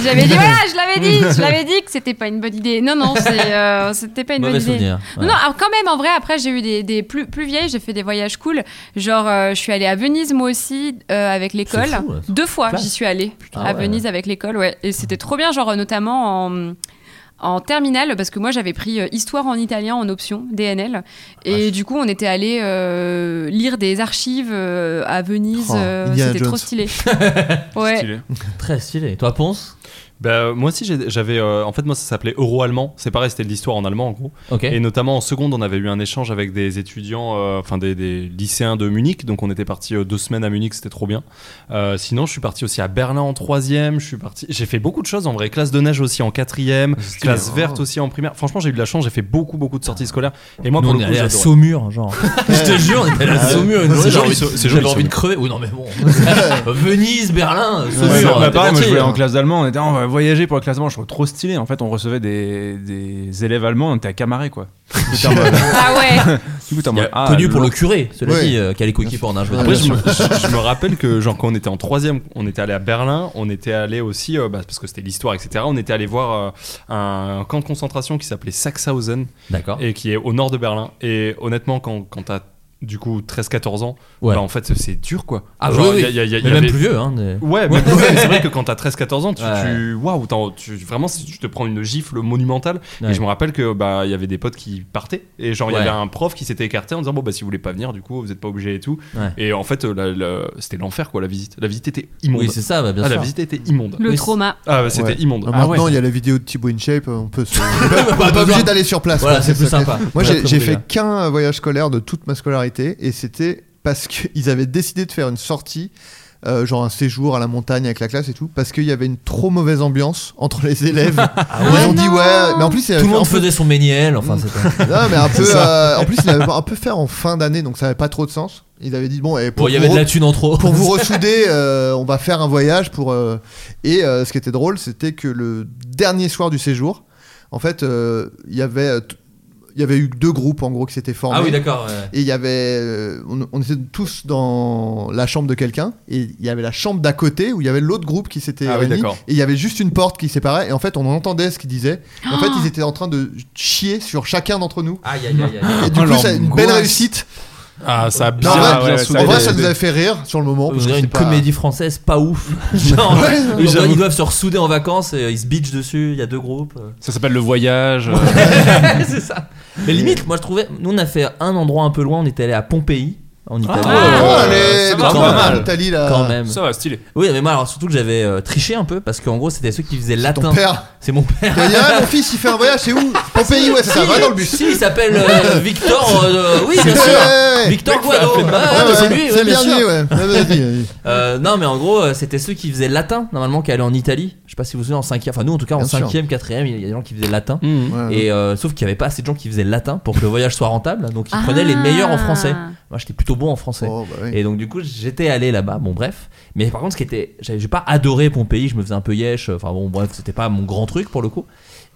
J'avais dit voilà, je l'avais dit, je l'avais dit que c'était pas une bonne idée. Non non, c'est, euh, c'était pas une
Mauvais
bonne idée.
souvenir, ouais.
Non, non, alors, quand même, en vrai, après, j'ai eu des, des plus, plus vieilles, j'ai fait des voyages cool. Genre, euh, je suis allée à Venise, moi aussi, euh, avec l'école.
C'est fou, ouais.
Deux fois,
Classe.
j'y suis allée
Ah
à
ouais.
Venise avec l'école, ouais. Et c'était trop bien, genre, euh, notamment en. En terminale, parce que moi j'avais pris euh, histoire en italien en option, DNL.
Ah,
Et du coup, on était allé euh, lire des archives euh, à Venise.
Oh,
euh,
Indiana
c'était trop
Jones.
stylé. ouais.
Stylé.
Très stylé. Toi, Ponce
Bah, euh, moi aussi, j'ai- j'avais. euh, en fait, moi, ça s'appelait euro-allemand. C'est pareil, c'était de l'histoire en allemand, en gros.
Ok.
Et notamment en seconde, on avait eu un échange avec des étudiants, euh, enfin des, des lycéens de Munich. Donc, on était parti deux semaines à Munich, c'était trop bien. Euh, sinon, je suis parti aussi à Berlin en troisième. Je suis parti. J'ai fait beaucoup de choses en vrai. Classe de neige aussi en quatrième. Classe
hein.
verte aussi en primaire. Franchement, j'ai eu de la chance. J'ai fait beaucoup, beaucoup de sorties scolaires. Et moi,
Nous,
pour
on est
le coup,
allé à
j'adorais.
Saumur, genre. je te jure, on est allé à
Ah,
Saumur. une
c'est joli,
journée, j'avais envie-
c'est joli,
J'avais envie
Saumur.
de crever. Oui, non, mais bon. Venise, Berlin,
Ouais,
Saumur.
bah,
t'es
pareil, moi je
gentil,
voulais en
hein.
classe d'allemand, on était on va voyager pour la classe d'allemand, je trouve trop stylé. En fait, on recevait des, des élèves allemands, on était à Camaret quoi. bah.
Ah ouais.
Du coup, t'es en
Il y a-
mode, ah,
Connu pour
l'eau.
le curé, cela
Ouais.
dit, euh, qui a les coéquipes en âge.
Après, je me, je- je me rappelle que, genre, quand on était en troisième, on était allé à Berlin, on était allé aussi, euh, bah, parce que c'était l'histoire, etc., on était allé voir euh, un camp de concentration qui s'appelait Sachshausen.
D'accord.
Et qui est au nord de Berlin. Et honnêtement, quand, quand t'as du coup 13-14 ans,
Ouais.
bah, en fait, c'est dur, quoi.
Ah,
Genre,
oui, oui.
y a- y a- y a-
Mais
y
même
avait-
plus vieux, hein, des-
Ouais, même plus vieux. c'est vrai que quand t'as 13-14 ans, tu,
Ouais.
tu- waouh, t'en- tu- vraiment, c'est- tu te prends une gifle monumentale.
Ouais.
Et je me rappelle que, bah, il y avait des potes qui partaient. Et genre, il
Ouais.
y avait un prof qui s'était écarté en disant, bon, bah, si vous voulez pas venir, du coup, vous êtes pas obligé et tout.
Ouais.
Et en fait, euh, la- la- c'était l'enfer, quoi, la visite. La visite était immonde.
Oui, c'est ça, bah, bien
Ah,
sûr.
La visite était immonde.
Le Oui, trauma.
Ah, bah, c'était
Ouais.
immonde.
Non,
Ah,
maintenant,
ouais.
il y a la vidéo de Thibaut InShape, on peut se. on
Bah, pas
pas
besoin.
obligé d'aller sur place.
Voilà,
quoi,
c'est plus
ça,
sympa.
clair. Moi,
Voilà,
j'ai
comme
j'ai
déjà.
fait qu'un voyage scolaire de toute ma scolarité et c'était parce qu'ils avaient décidé de faire une sortie. euh, genre un séjour à la montagne avec la classe et tout, parce qu'il y avait une trop mauvaise ambiance entre les élèves. Ils ont dit ouais, mais en plus c'est-
Ah Tout le monde
en plus- Mm.
faisait son méniel, enfin, c'était.
Non, mais un peu.
C'est ça.
euh, en plus, ils l'avaient un peu fait en fin d'année, donc ça n'avait pas trop de sens. Ils avaient dit bon, et pour
Bon, il y
vous
avait de
re-
la thune en trop.
Pour vous ressouder, euh, on va faire un voyage pour. euh, Et euh, ce qui était drôle, c'était que le dernier soir du séjour, en fait, euh, il y avait. euh, t- il y avait eu deux groupes en gros qui s'étaient formés.
Ah oui, d'accord, ouais.
Et il y avait. euh, on, on était tous dans la chambre de quelqu'un. Et il y avait la chambre d'à côté où il y avait l'autre groupe qui s'était
Ah oui,
réuni.
d'accord.
et il y avait juste une porte qui séparait. Et en fait, on entendait ce qu'ils disaient. Et en fait,
Ah
Oh.
ils étaient en train de chier sur chacun d'entre nous.
Aïe, aïe, aïe, aïe.
Et du
Oh,
coup, c'est une belle
l'angoisse.
réussite.
Ah, ça a bien,
Non, en vrai,
bien
en
soudé.
vrai, ça nous avait fait rire sur le moment.
On
parce que
dirait une
c'est pas-
comédie française pas ouf. Genre,
Ouais,
ils
oui,
doivent-
j'avoue.
ils doivent se ressouder en vacances et euh, ils se bitchent dessus. Il y a deux groupes. euh.
Ça s'appelle le voyage. euh.
c'est ça. Mais limite, moi je trouvais, nous on a fait un endroit un peu loin, on était allé à Pompéi. en Italie.
Ah, ouais, allez,
ça
mais
va,
c'est
quand
pas mal,
même.
l'Italie, là.
Quand même.
Ça
va, stylé.
Oui, mais moi, alors surtout que j'avais euh, triché un peu parce qu'en gros, c'était ceux qui faisaient latin.
ton père.
C'est mon père.
Il dit, ah, mon fils, il fait un voyage, c'est où Pompéi, ouais, c'est ça,
Si,
va dans le bus.
Si, il s'appelle euh, Victor. euh, oui, bien
Ouais,
sûr.
ouais, ouais.
Victor
Mec, ça a
Guado.
fait
Ah,
n'importe
ouais,
quoi.
c'est lui,
C'est
ouais,
le
bien
dernier,
sûr.
ouais. Ouais, vas-y, vas-y.
Euh, non, mais en gros, euh, c'était ceux qui faisaient latin, normalement, qui allaient en Italie. Je sais pas si vous vous souvenez, en 5 enfin, nous, en tout cas, en
Bien sûr.
5 quatrième, il y a des gens qui faisaient latin.
Mmh.
Ouais,
Et euh, sauf qu'il y avait pas assez de gens qui faisaient latin pour que le voyage soit rentable. Donc, ils
Ah.
prenaient les meilleurs en français. Moi, j'étais plutôt bon en français.
Oh, bah
Et donc, du coup, j'étais allé là-bas. Bon, bref. Mais par contre, ce qui était. J'ai j'ai pas adoré Pompéi, je me faisais un peu yesh. Enfin, bon, bref, c'était pas mon grand truc pour le coup.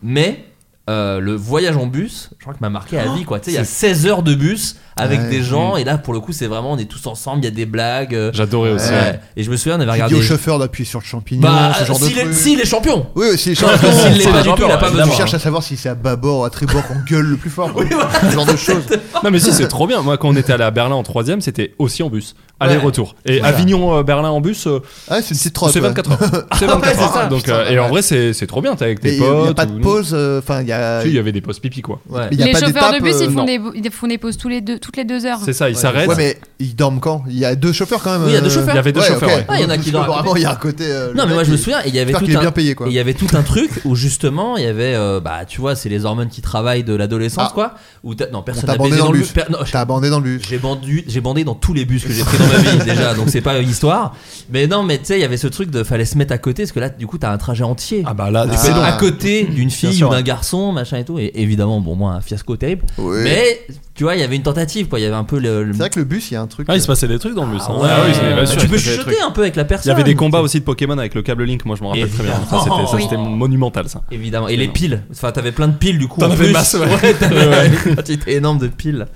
Mais. euh, le voyage en bus, je crois que m'a marqué à vie quoi. Tu sais, il y a
Oh, C'est-
16 heures de bus avec
Ouais.
des gens,
Mm.
et là pour le coup, c'est vraiment on est tous ensemble, il y a des blagues. euh,
J'adorais
aussi, ouais.
Et je me souviens, on avait
Tu
regardé.
dis au chauffeur d'appuyer sur le champignon,
Bah,
ce genre de
s'il est-
truc.
s'il est champion.
Oui, oui, s'il est
Parce que
champion.
s'il l'est
c'est
pas
le
du tout,
champion.
il a pas besoin.
Tu cherches à savoir si c'est à bâbord ou à tribord qu'on gueule le plus fort. quoi. Ce genre de choses.
Non mais si c'est trop bien. Moi quand on était allé à Berlin en troisième, c'était aussi en bus, aller-retour. Et
Voilà.
Avignon euh, Berlin en bus, euh,
Ouais, Ah, c'est une petite trotte.
c'est
ouais.
24 heures. C'est 24
Ouais,
heures.
c'est ça.
Donc euh,
Putain,
et en
ouais.
vrai c'est c'est trop bien. T'es avec
Mais
tes
il y a-
potes.
il y a pas de
ou-
pause, euh, enfin, il y a.
Si, il y avait des pauses pipi quoi.
Mais il y a
Les
pas
chauffeurs de
d'étape,
bus,
euh,
ils font,
non.
des, ils font des pauses tous les deux, toutes les deux heures.
Ouais. Ouais, mais ils dorment quand Il y a deux chauffeurs quand même.
Oui, il y a deux
euh,
chauffeurs. Il y avait deux
ouais,
chauffeurs,
ok.
ouais. Ah, il y en a qui
Parce que
dorment à
Vraiment,
côté.
il y a un côté. euh,
non
le
mais moi
mec,
je me souviens et il y avait
J'espère
tout
qu'il est
un
bien payé, quoi.
et il y avait tout un truc où justement il y avait euh, bah tu vois c'est les hormones qui travaillent de l'adolescence quoi où t'as- non
On
personne
t'a
n'a baisé
Ah. abandonné
dans le bus Per- non,
T'as abandé dans le bus.
j'ai bandu- j'ai bandé dans tous les bus que j'ai pris dans ma vie déjà donc c'est pas une histoire mais non mais tu sais il y avait ce truc de fallait se mettre à côté parce que là du coup t'as un trajet entier ah bah là
des pédons.
hein.
à côté d'une fille
sûr,
ou d'un
ouais.
garçon machin et tout et évidemment bon moi un fiasco terrible
Oui.
mais tu vois il y avait une tentative quoi il y avait un peu le, le-
C'est vrai que le bus, il y a un truc. euh,
Ah, il se passait des trucs dans le bus. hein.
ouais.
Ah oui, c'est- bien sûr, il
Tu peux
se passait des
chuchoter
trucs.
un peu avec la
Il y avait
personne.
des combats aussi de Pokémon avec le câble Link, moi je me rappelle très bien. Ça, c'était- Ça
Évidemment.
c'était monumental
Hein.
ça.
Évidemment. Et les piles. Enfin, t'avais plein de piles du coup.
T'en
en
avais
plus.
masse, ouais.
t'avais
Ouais.
une quantité énorme de piles.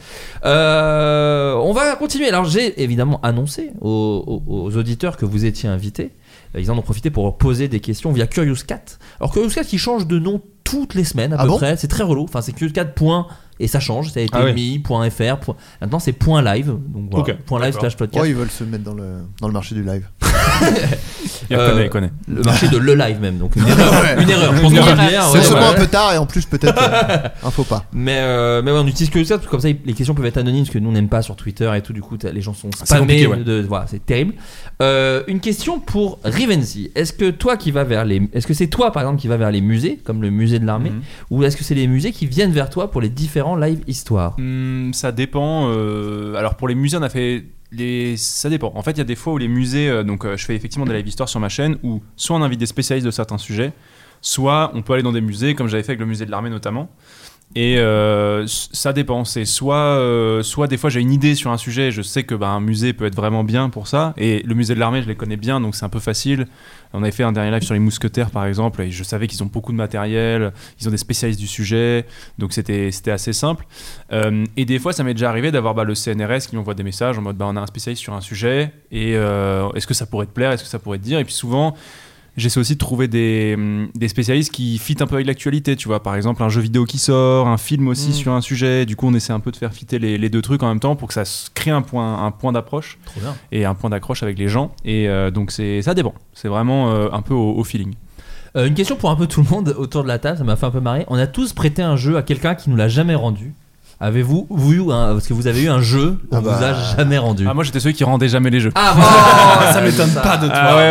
Euh, on va continuer. Alors, j'ai évidemment annoncé aux, aux- aux auditeurs que vous étiez invités. Euh, Ils en ont profité pour poser des questions via Curious Cat. Alors, Curious Cat qui change de nom toutes les semaines à
Ah
peu
bon
près. C'est très relou. Enfin, c'est Curious Cat. Point, et ça change. Ça a été
Ah ouais.
mis. Point .fr. point- Maintenant, c'est point .live. Donc voilà.
Ok,
point .live
d'accord.
slash podcast.
Oh, ils veulent se mettre dans le, dans le marché du live.
Il connaît, il connaît.
Euh, Le marché de le live même. Donc une erreur. Une erreur. Je pense
Une
qu'on va
erreur.
dire,
C'est
ouais,
seulement
ouais.
un peu tard et en plus, peut-être euh, un faux pas.
Mais, euh, mais ouais, on utilise que ça parce que comme ça il- les questions peuvent être anonymes parce que nous on n'aime pas sur Twitter et tout du coup t'as- les gens sont spammés
compliqué, ouais.
de- voilà c'est terrible. Euh, une question pour Rivency. Est-ce que toi qui vas vers les est-ce que c'est toi par exemple qui va vers les musées comme le musée de l'armée
Mhm.
ou est-ce que c'est les musées qui viennent vers toi pour les différents live histoires
Hmm, ça dépend. euh, alors pour les musées, on a fait les. Ça dépend. En fait, il y a des fois où les musées, euh, donc euh, je fais effectivement des live histoires sur ma chaîne où soit on invite des spécialistes de certains sujets, soit on peut aller dans des musées, comme j'avais fait avec le musée de l'armée notamment. Et euh, s- ça dépend. C'est soit, euh, soit des fois j'ai une idée sur un sujet, et je sais que bah, un musée peut être vraiment bien pour ça. Et le musée de l'armée, je les connais bien, donc c'est un peu facile. On avait fait un dernier live sur les mousquetaires, par exemple, et je savais qu'ils ont beaucoup de matériel, ils ont des spécialistes du sujet, donc c'était c'était assez simple. Euh, et des fois, ça m'est déjà arrivé d'avoir bah, le CNRS qui m'envoie des messages en mode bah, on a un spécialiste sur un sujet, et euh, est-ce que ça pourrait te plaire, est-ce que ça pourrait te dire Et puis souvent, J'essaie aussi de trouver des, hum, des spécialistes qui fit un peu avec l'actualité, tu vois. Par exemple, un jeu vidéo qui sort, un film aussi
Mm.
sur un sujet. Du coup, on essaie un peu de faire fitter les, les deux trucs en même temps pour que ça se crée un point, un point d'approche
Trop bien.
et un point d'accroche avec les gens. Et euh, donc, c'est ça dépend. C'est vraiment euh, un peu au, au feeling.
Euh, une question pour un peu tout le monde autour de la table, ça m'a fait un peu marrer. On a tous prêté un jeu à quelqu'un qui nous l'a jamais rendu. Avez-vous vous un- parce que vous avez eu un jeu qu'on
Ah bah.
vous a jamais rendu
Ah, moi, j'étais celui qui rendait jamais les jeux.
Ah,
bon,
ça m'étonne
pas de toi. Ah, ouais,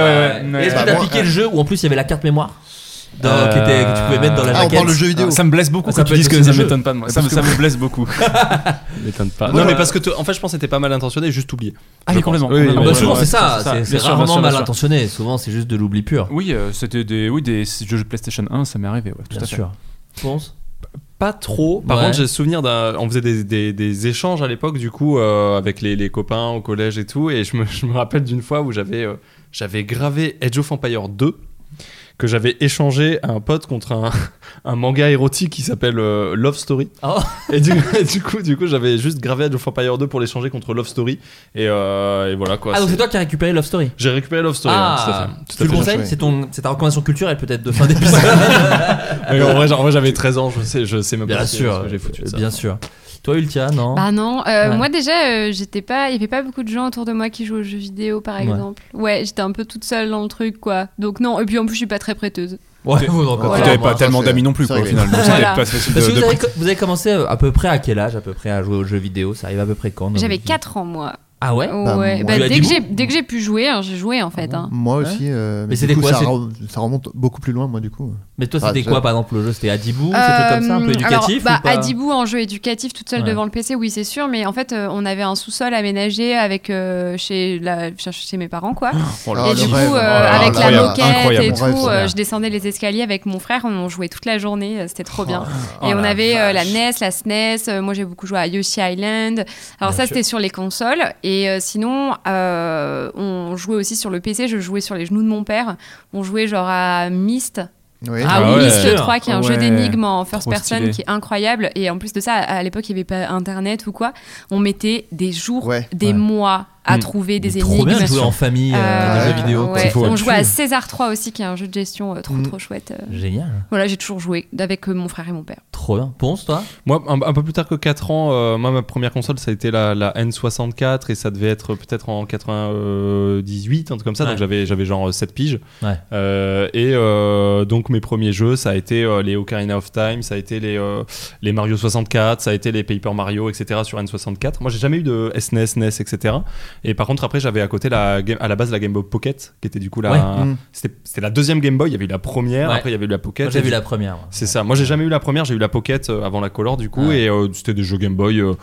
ouais, ouais.
Et Est-ce que
Ouais.
t'as
Bah,
piqué
moi,
le jeu où en plus il y avait la carte mémoire dans-
Euh,
qui était- que tu pouvais mettre dans la
ah, on
jaquette
parle de jeux vidéo. Ça me blesse beaucoup quand
Ça peut
tu dis
être
que
aussi
ça
un jeu.
m'étonne pas de moi. Ça me- ça me blesse beaucoup.
M'étonne pas.
Moi,
non, mais
euh,
parce que te- en fait, je pense que c'était pas mal intentionné, juste oublié.
Ah,
Je
mais
pense.
complètement.
Oui,
Ah,
Ah
oui,
bah
oui,
souvent
oui.
c'est
ouais,
ça,
c'est ça.
c'est
Bien
c'est
sûr, bien
rarement
sûr, bien
mal
sûr.
intentionné, souvent c'est juste de l'oubli pur.
Oui, euh, c'était des, oui, des jeux de PlayStation 1, ça m'est arrivé, ouais, tout
Bien
à fait.
sûr. Tu penses
Pas trop. Par
Ouais.
contre, j'ai souvenir d'un. On faisait des, des- des échanges à l'époque, du coup, euh, avec les, les copains au collège et tout. Et je me, je me rappelle d'une fois où j'avais euh, j'avais gravé Edge of Empire 2 que j'avais échangé à un pote contre un, un manga érotique qui s'appelle euh, Love Story.
Oh.
Et, du, et du coup, du coup, j'avais juste gravé Edge of Empire 2 pour l'échanger contre Love Story. Et, euh, et voilà quoi.
Ah donc c'est toi qui as récupéré Love Story
J'ai récupéré Love Story.
Ah,
ouais, tout à fait. Tout
tu
à
le
fait.
conseilles C'est ton- c'est ta recommandation culturelle peut-être de fin d'épisode
Ouais, en vrai, j'en- en vrai, j'avais 13 ans, je sais, je sais même pas
Bien
ce que-
sûr, euh,
ce que j'ai foutu de ça.
Bien sûr. Toi Ultia, non
Bah non, euh,
hein. Ouais.
moi déjà, euh, j'étais pas, il y avait pas beaucoup de gens autour de moi qui jouent aux jeux vidéo, par
Ouais.
exemple. Ouais, j'étais un peu toute seule dans le truc, quoi. Donc non, et puis en plus, je suis pas très prêteuse.
Ouais,
T'es-
vous, donc,
T'avais
voilà.
pas
Voilà.
tellement d'amis non plus, quoi, au final. Donc, c'était
Voilà.
pas facile
Parce
de-
que vous
de-
euh, avez, vous avez commencé à peu près à quel âge à peu près à jouer aux jeux vidéo Ça arrive à peu près quand dans
J'avais
votre vie
4 ans, moi.
Ah ouais Ah
Ouais, bah, dès, que j'ai, dès que j'ai pu jouer, alors j'ai joué en fait. hein.
Moi aussi. euh,
Mais
du
c'était
coup,
quoi,
ça,
c'est-
re- ça remonte beaucoup plus loin, moi, du coup.
Mais toi,
Ah,
c'était
ça-
quoi par exemple le jeu C'était Adibou
Euh,
C'était comme ça, un peu
alors,
éducatif
bah,
ou pas
Adibou en jeu éducatif toute seule
Ouais.
devant le PC, oui, c'est sûr. Mais en fait, euh, on avait un sous-sol aménagé avec euh, chez, la- chez mes parents, quoi.
Oh là
et
là,
du
le
coup,
rêve.
euh,
Oh là là,
avec la
incroyable,
moquette
incroyable.
et
Mon rêve,
tout,
trop
euh,
bien.
je descendais les escaliers avec mon frère. On jouait toute la journée. euh, C'était trop bien.
Oh
et on
la
avait euh, la NES, la SNES. euh, moi, j'ai beaucoup joué à Yoshi Island.
Bien
Alors ça,
sûr.
c'était sur les consoles. Et euh, sinon, euh, on jouait aussi sur le PC. Je jouais sur les genoux de mon père. On jouait genre à Myst.
Oui.
Ah,
Ah
oui,
ouais.
Myst 3 qui est un jeu
Ouais.
d'énigmes en first
Trop
person
stylé.
qui est incroyable et en plus de ça à l'époque il n'y avait pas internet ou quoi on mettait des jours des mois à
Mm.
trouver des
trop
énigmes Ah
bien de jouer en famille, euh, à des jeux vidéo, quoi.
ouais.
C'est fou,
on
ouais.
jouait à César 3 aussi qui est un jeu de gestion euh, trop trop chouette euh.
Génial.
voilà j'ai toujours joué avec euh, mon frère et mon père
Trop bien. Ponce, toi
Moi, un, un peu plus tard que 4 ans, euh, moi, ma première console, ça a été la, la N64 et ça devait être peut-être en 98, un truc comme ça.
Ouais.
Donc j'avais, j'avais genre euh, 7 piges.
Ouais.
Euh, et euh, donc mes premiers jeux, ça a été euh, les Ocarina of Time, ça a été les, euh, les Mario 64, ça a été les Paper Mario, etc. sur N64. Moi, j'ai jamais eu de E SNES, NES, etc. Et par contre, après, j'avais à côté la, Game- à la base la Game Boy Pocket, qui était du coup la.
Ouais. Mm.
C'était, c'était la deuxième Game Boy, il y avait eu la première,
Ouais.
après il y avait eu la Pocket.
Moi, j'ai
Et
vu
du-
la première, moi.
c'est ça. Moi, j'ai jamais eu la première. J'ai eu la Pocket euh, avant la Color, du coup, et euh, c'était des jeux Game Boy. euh,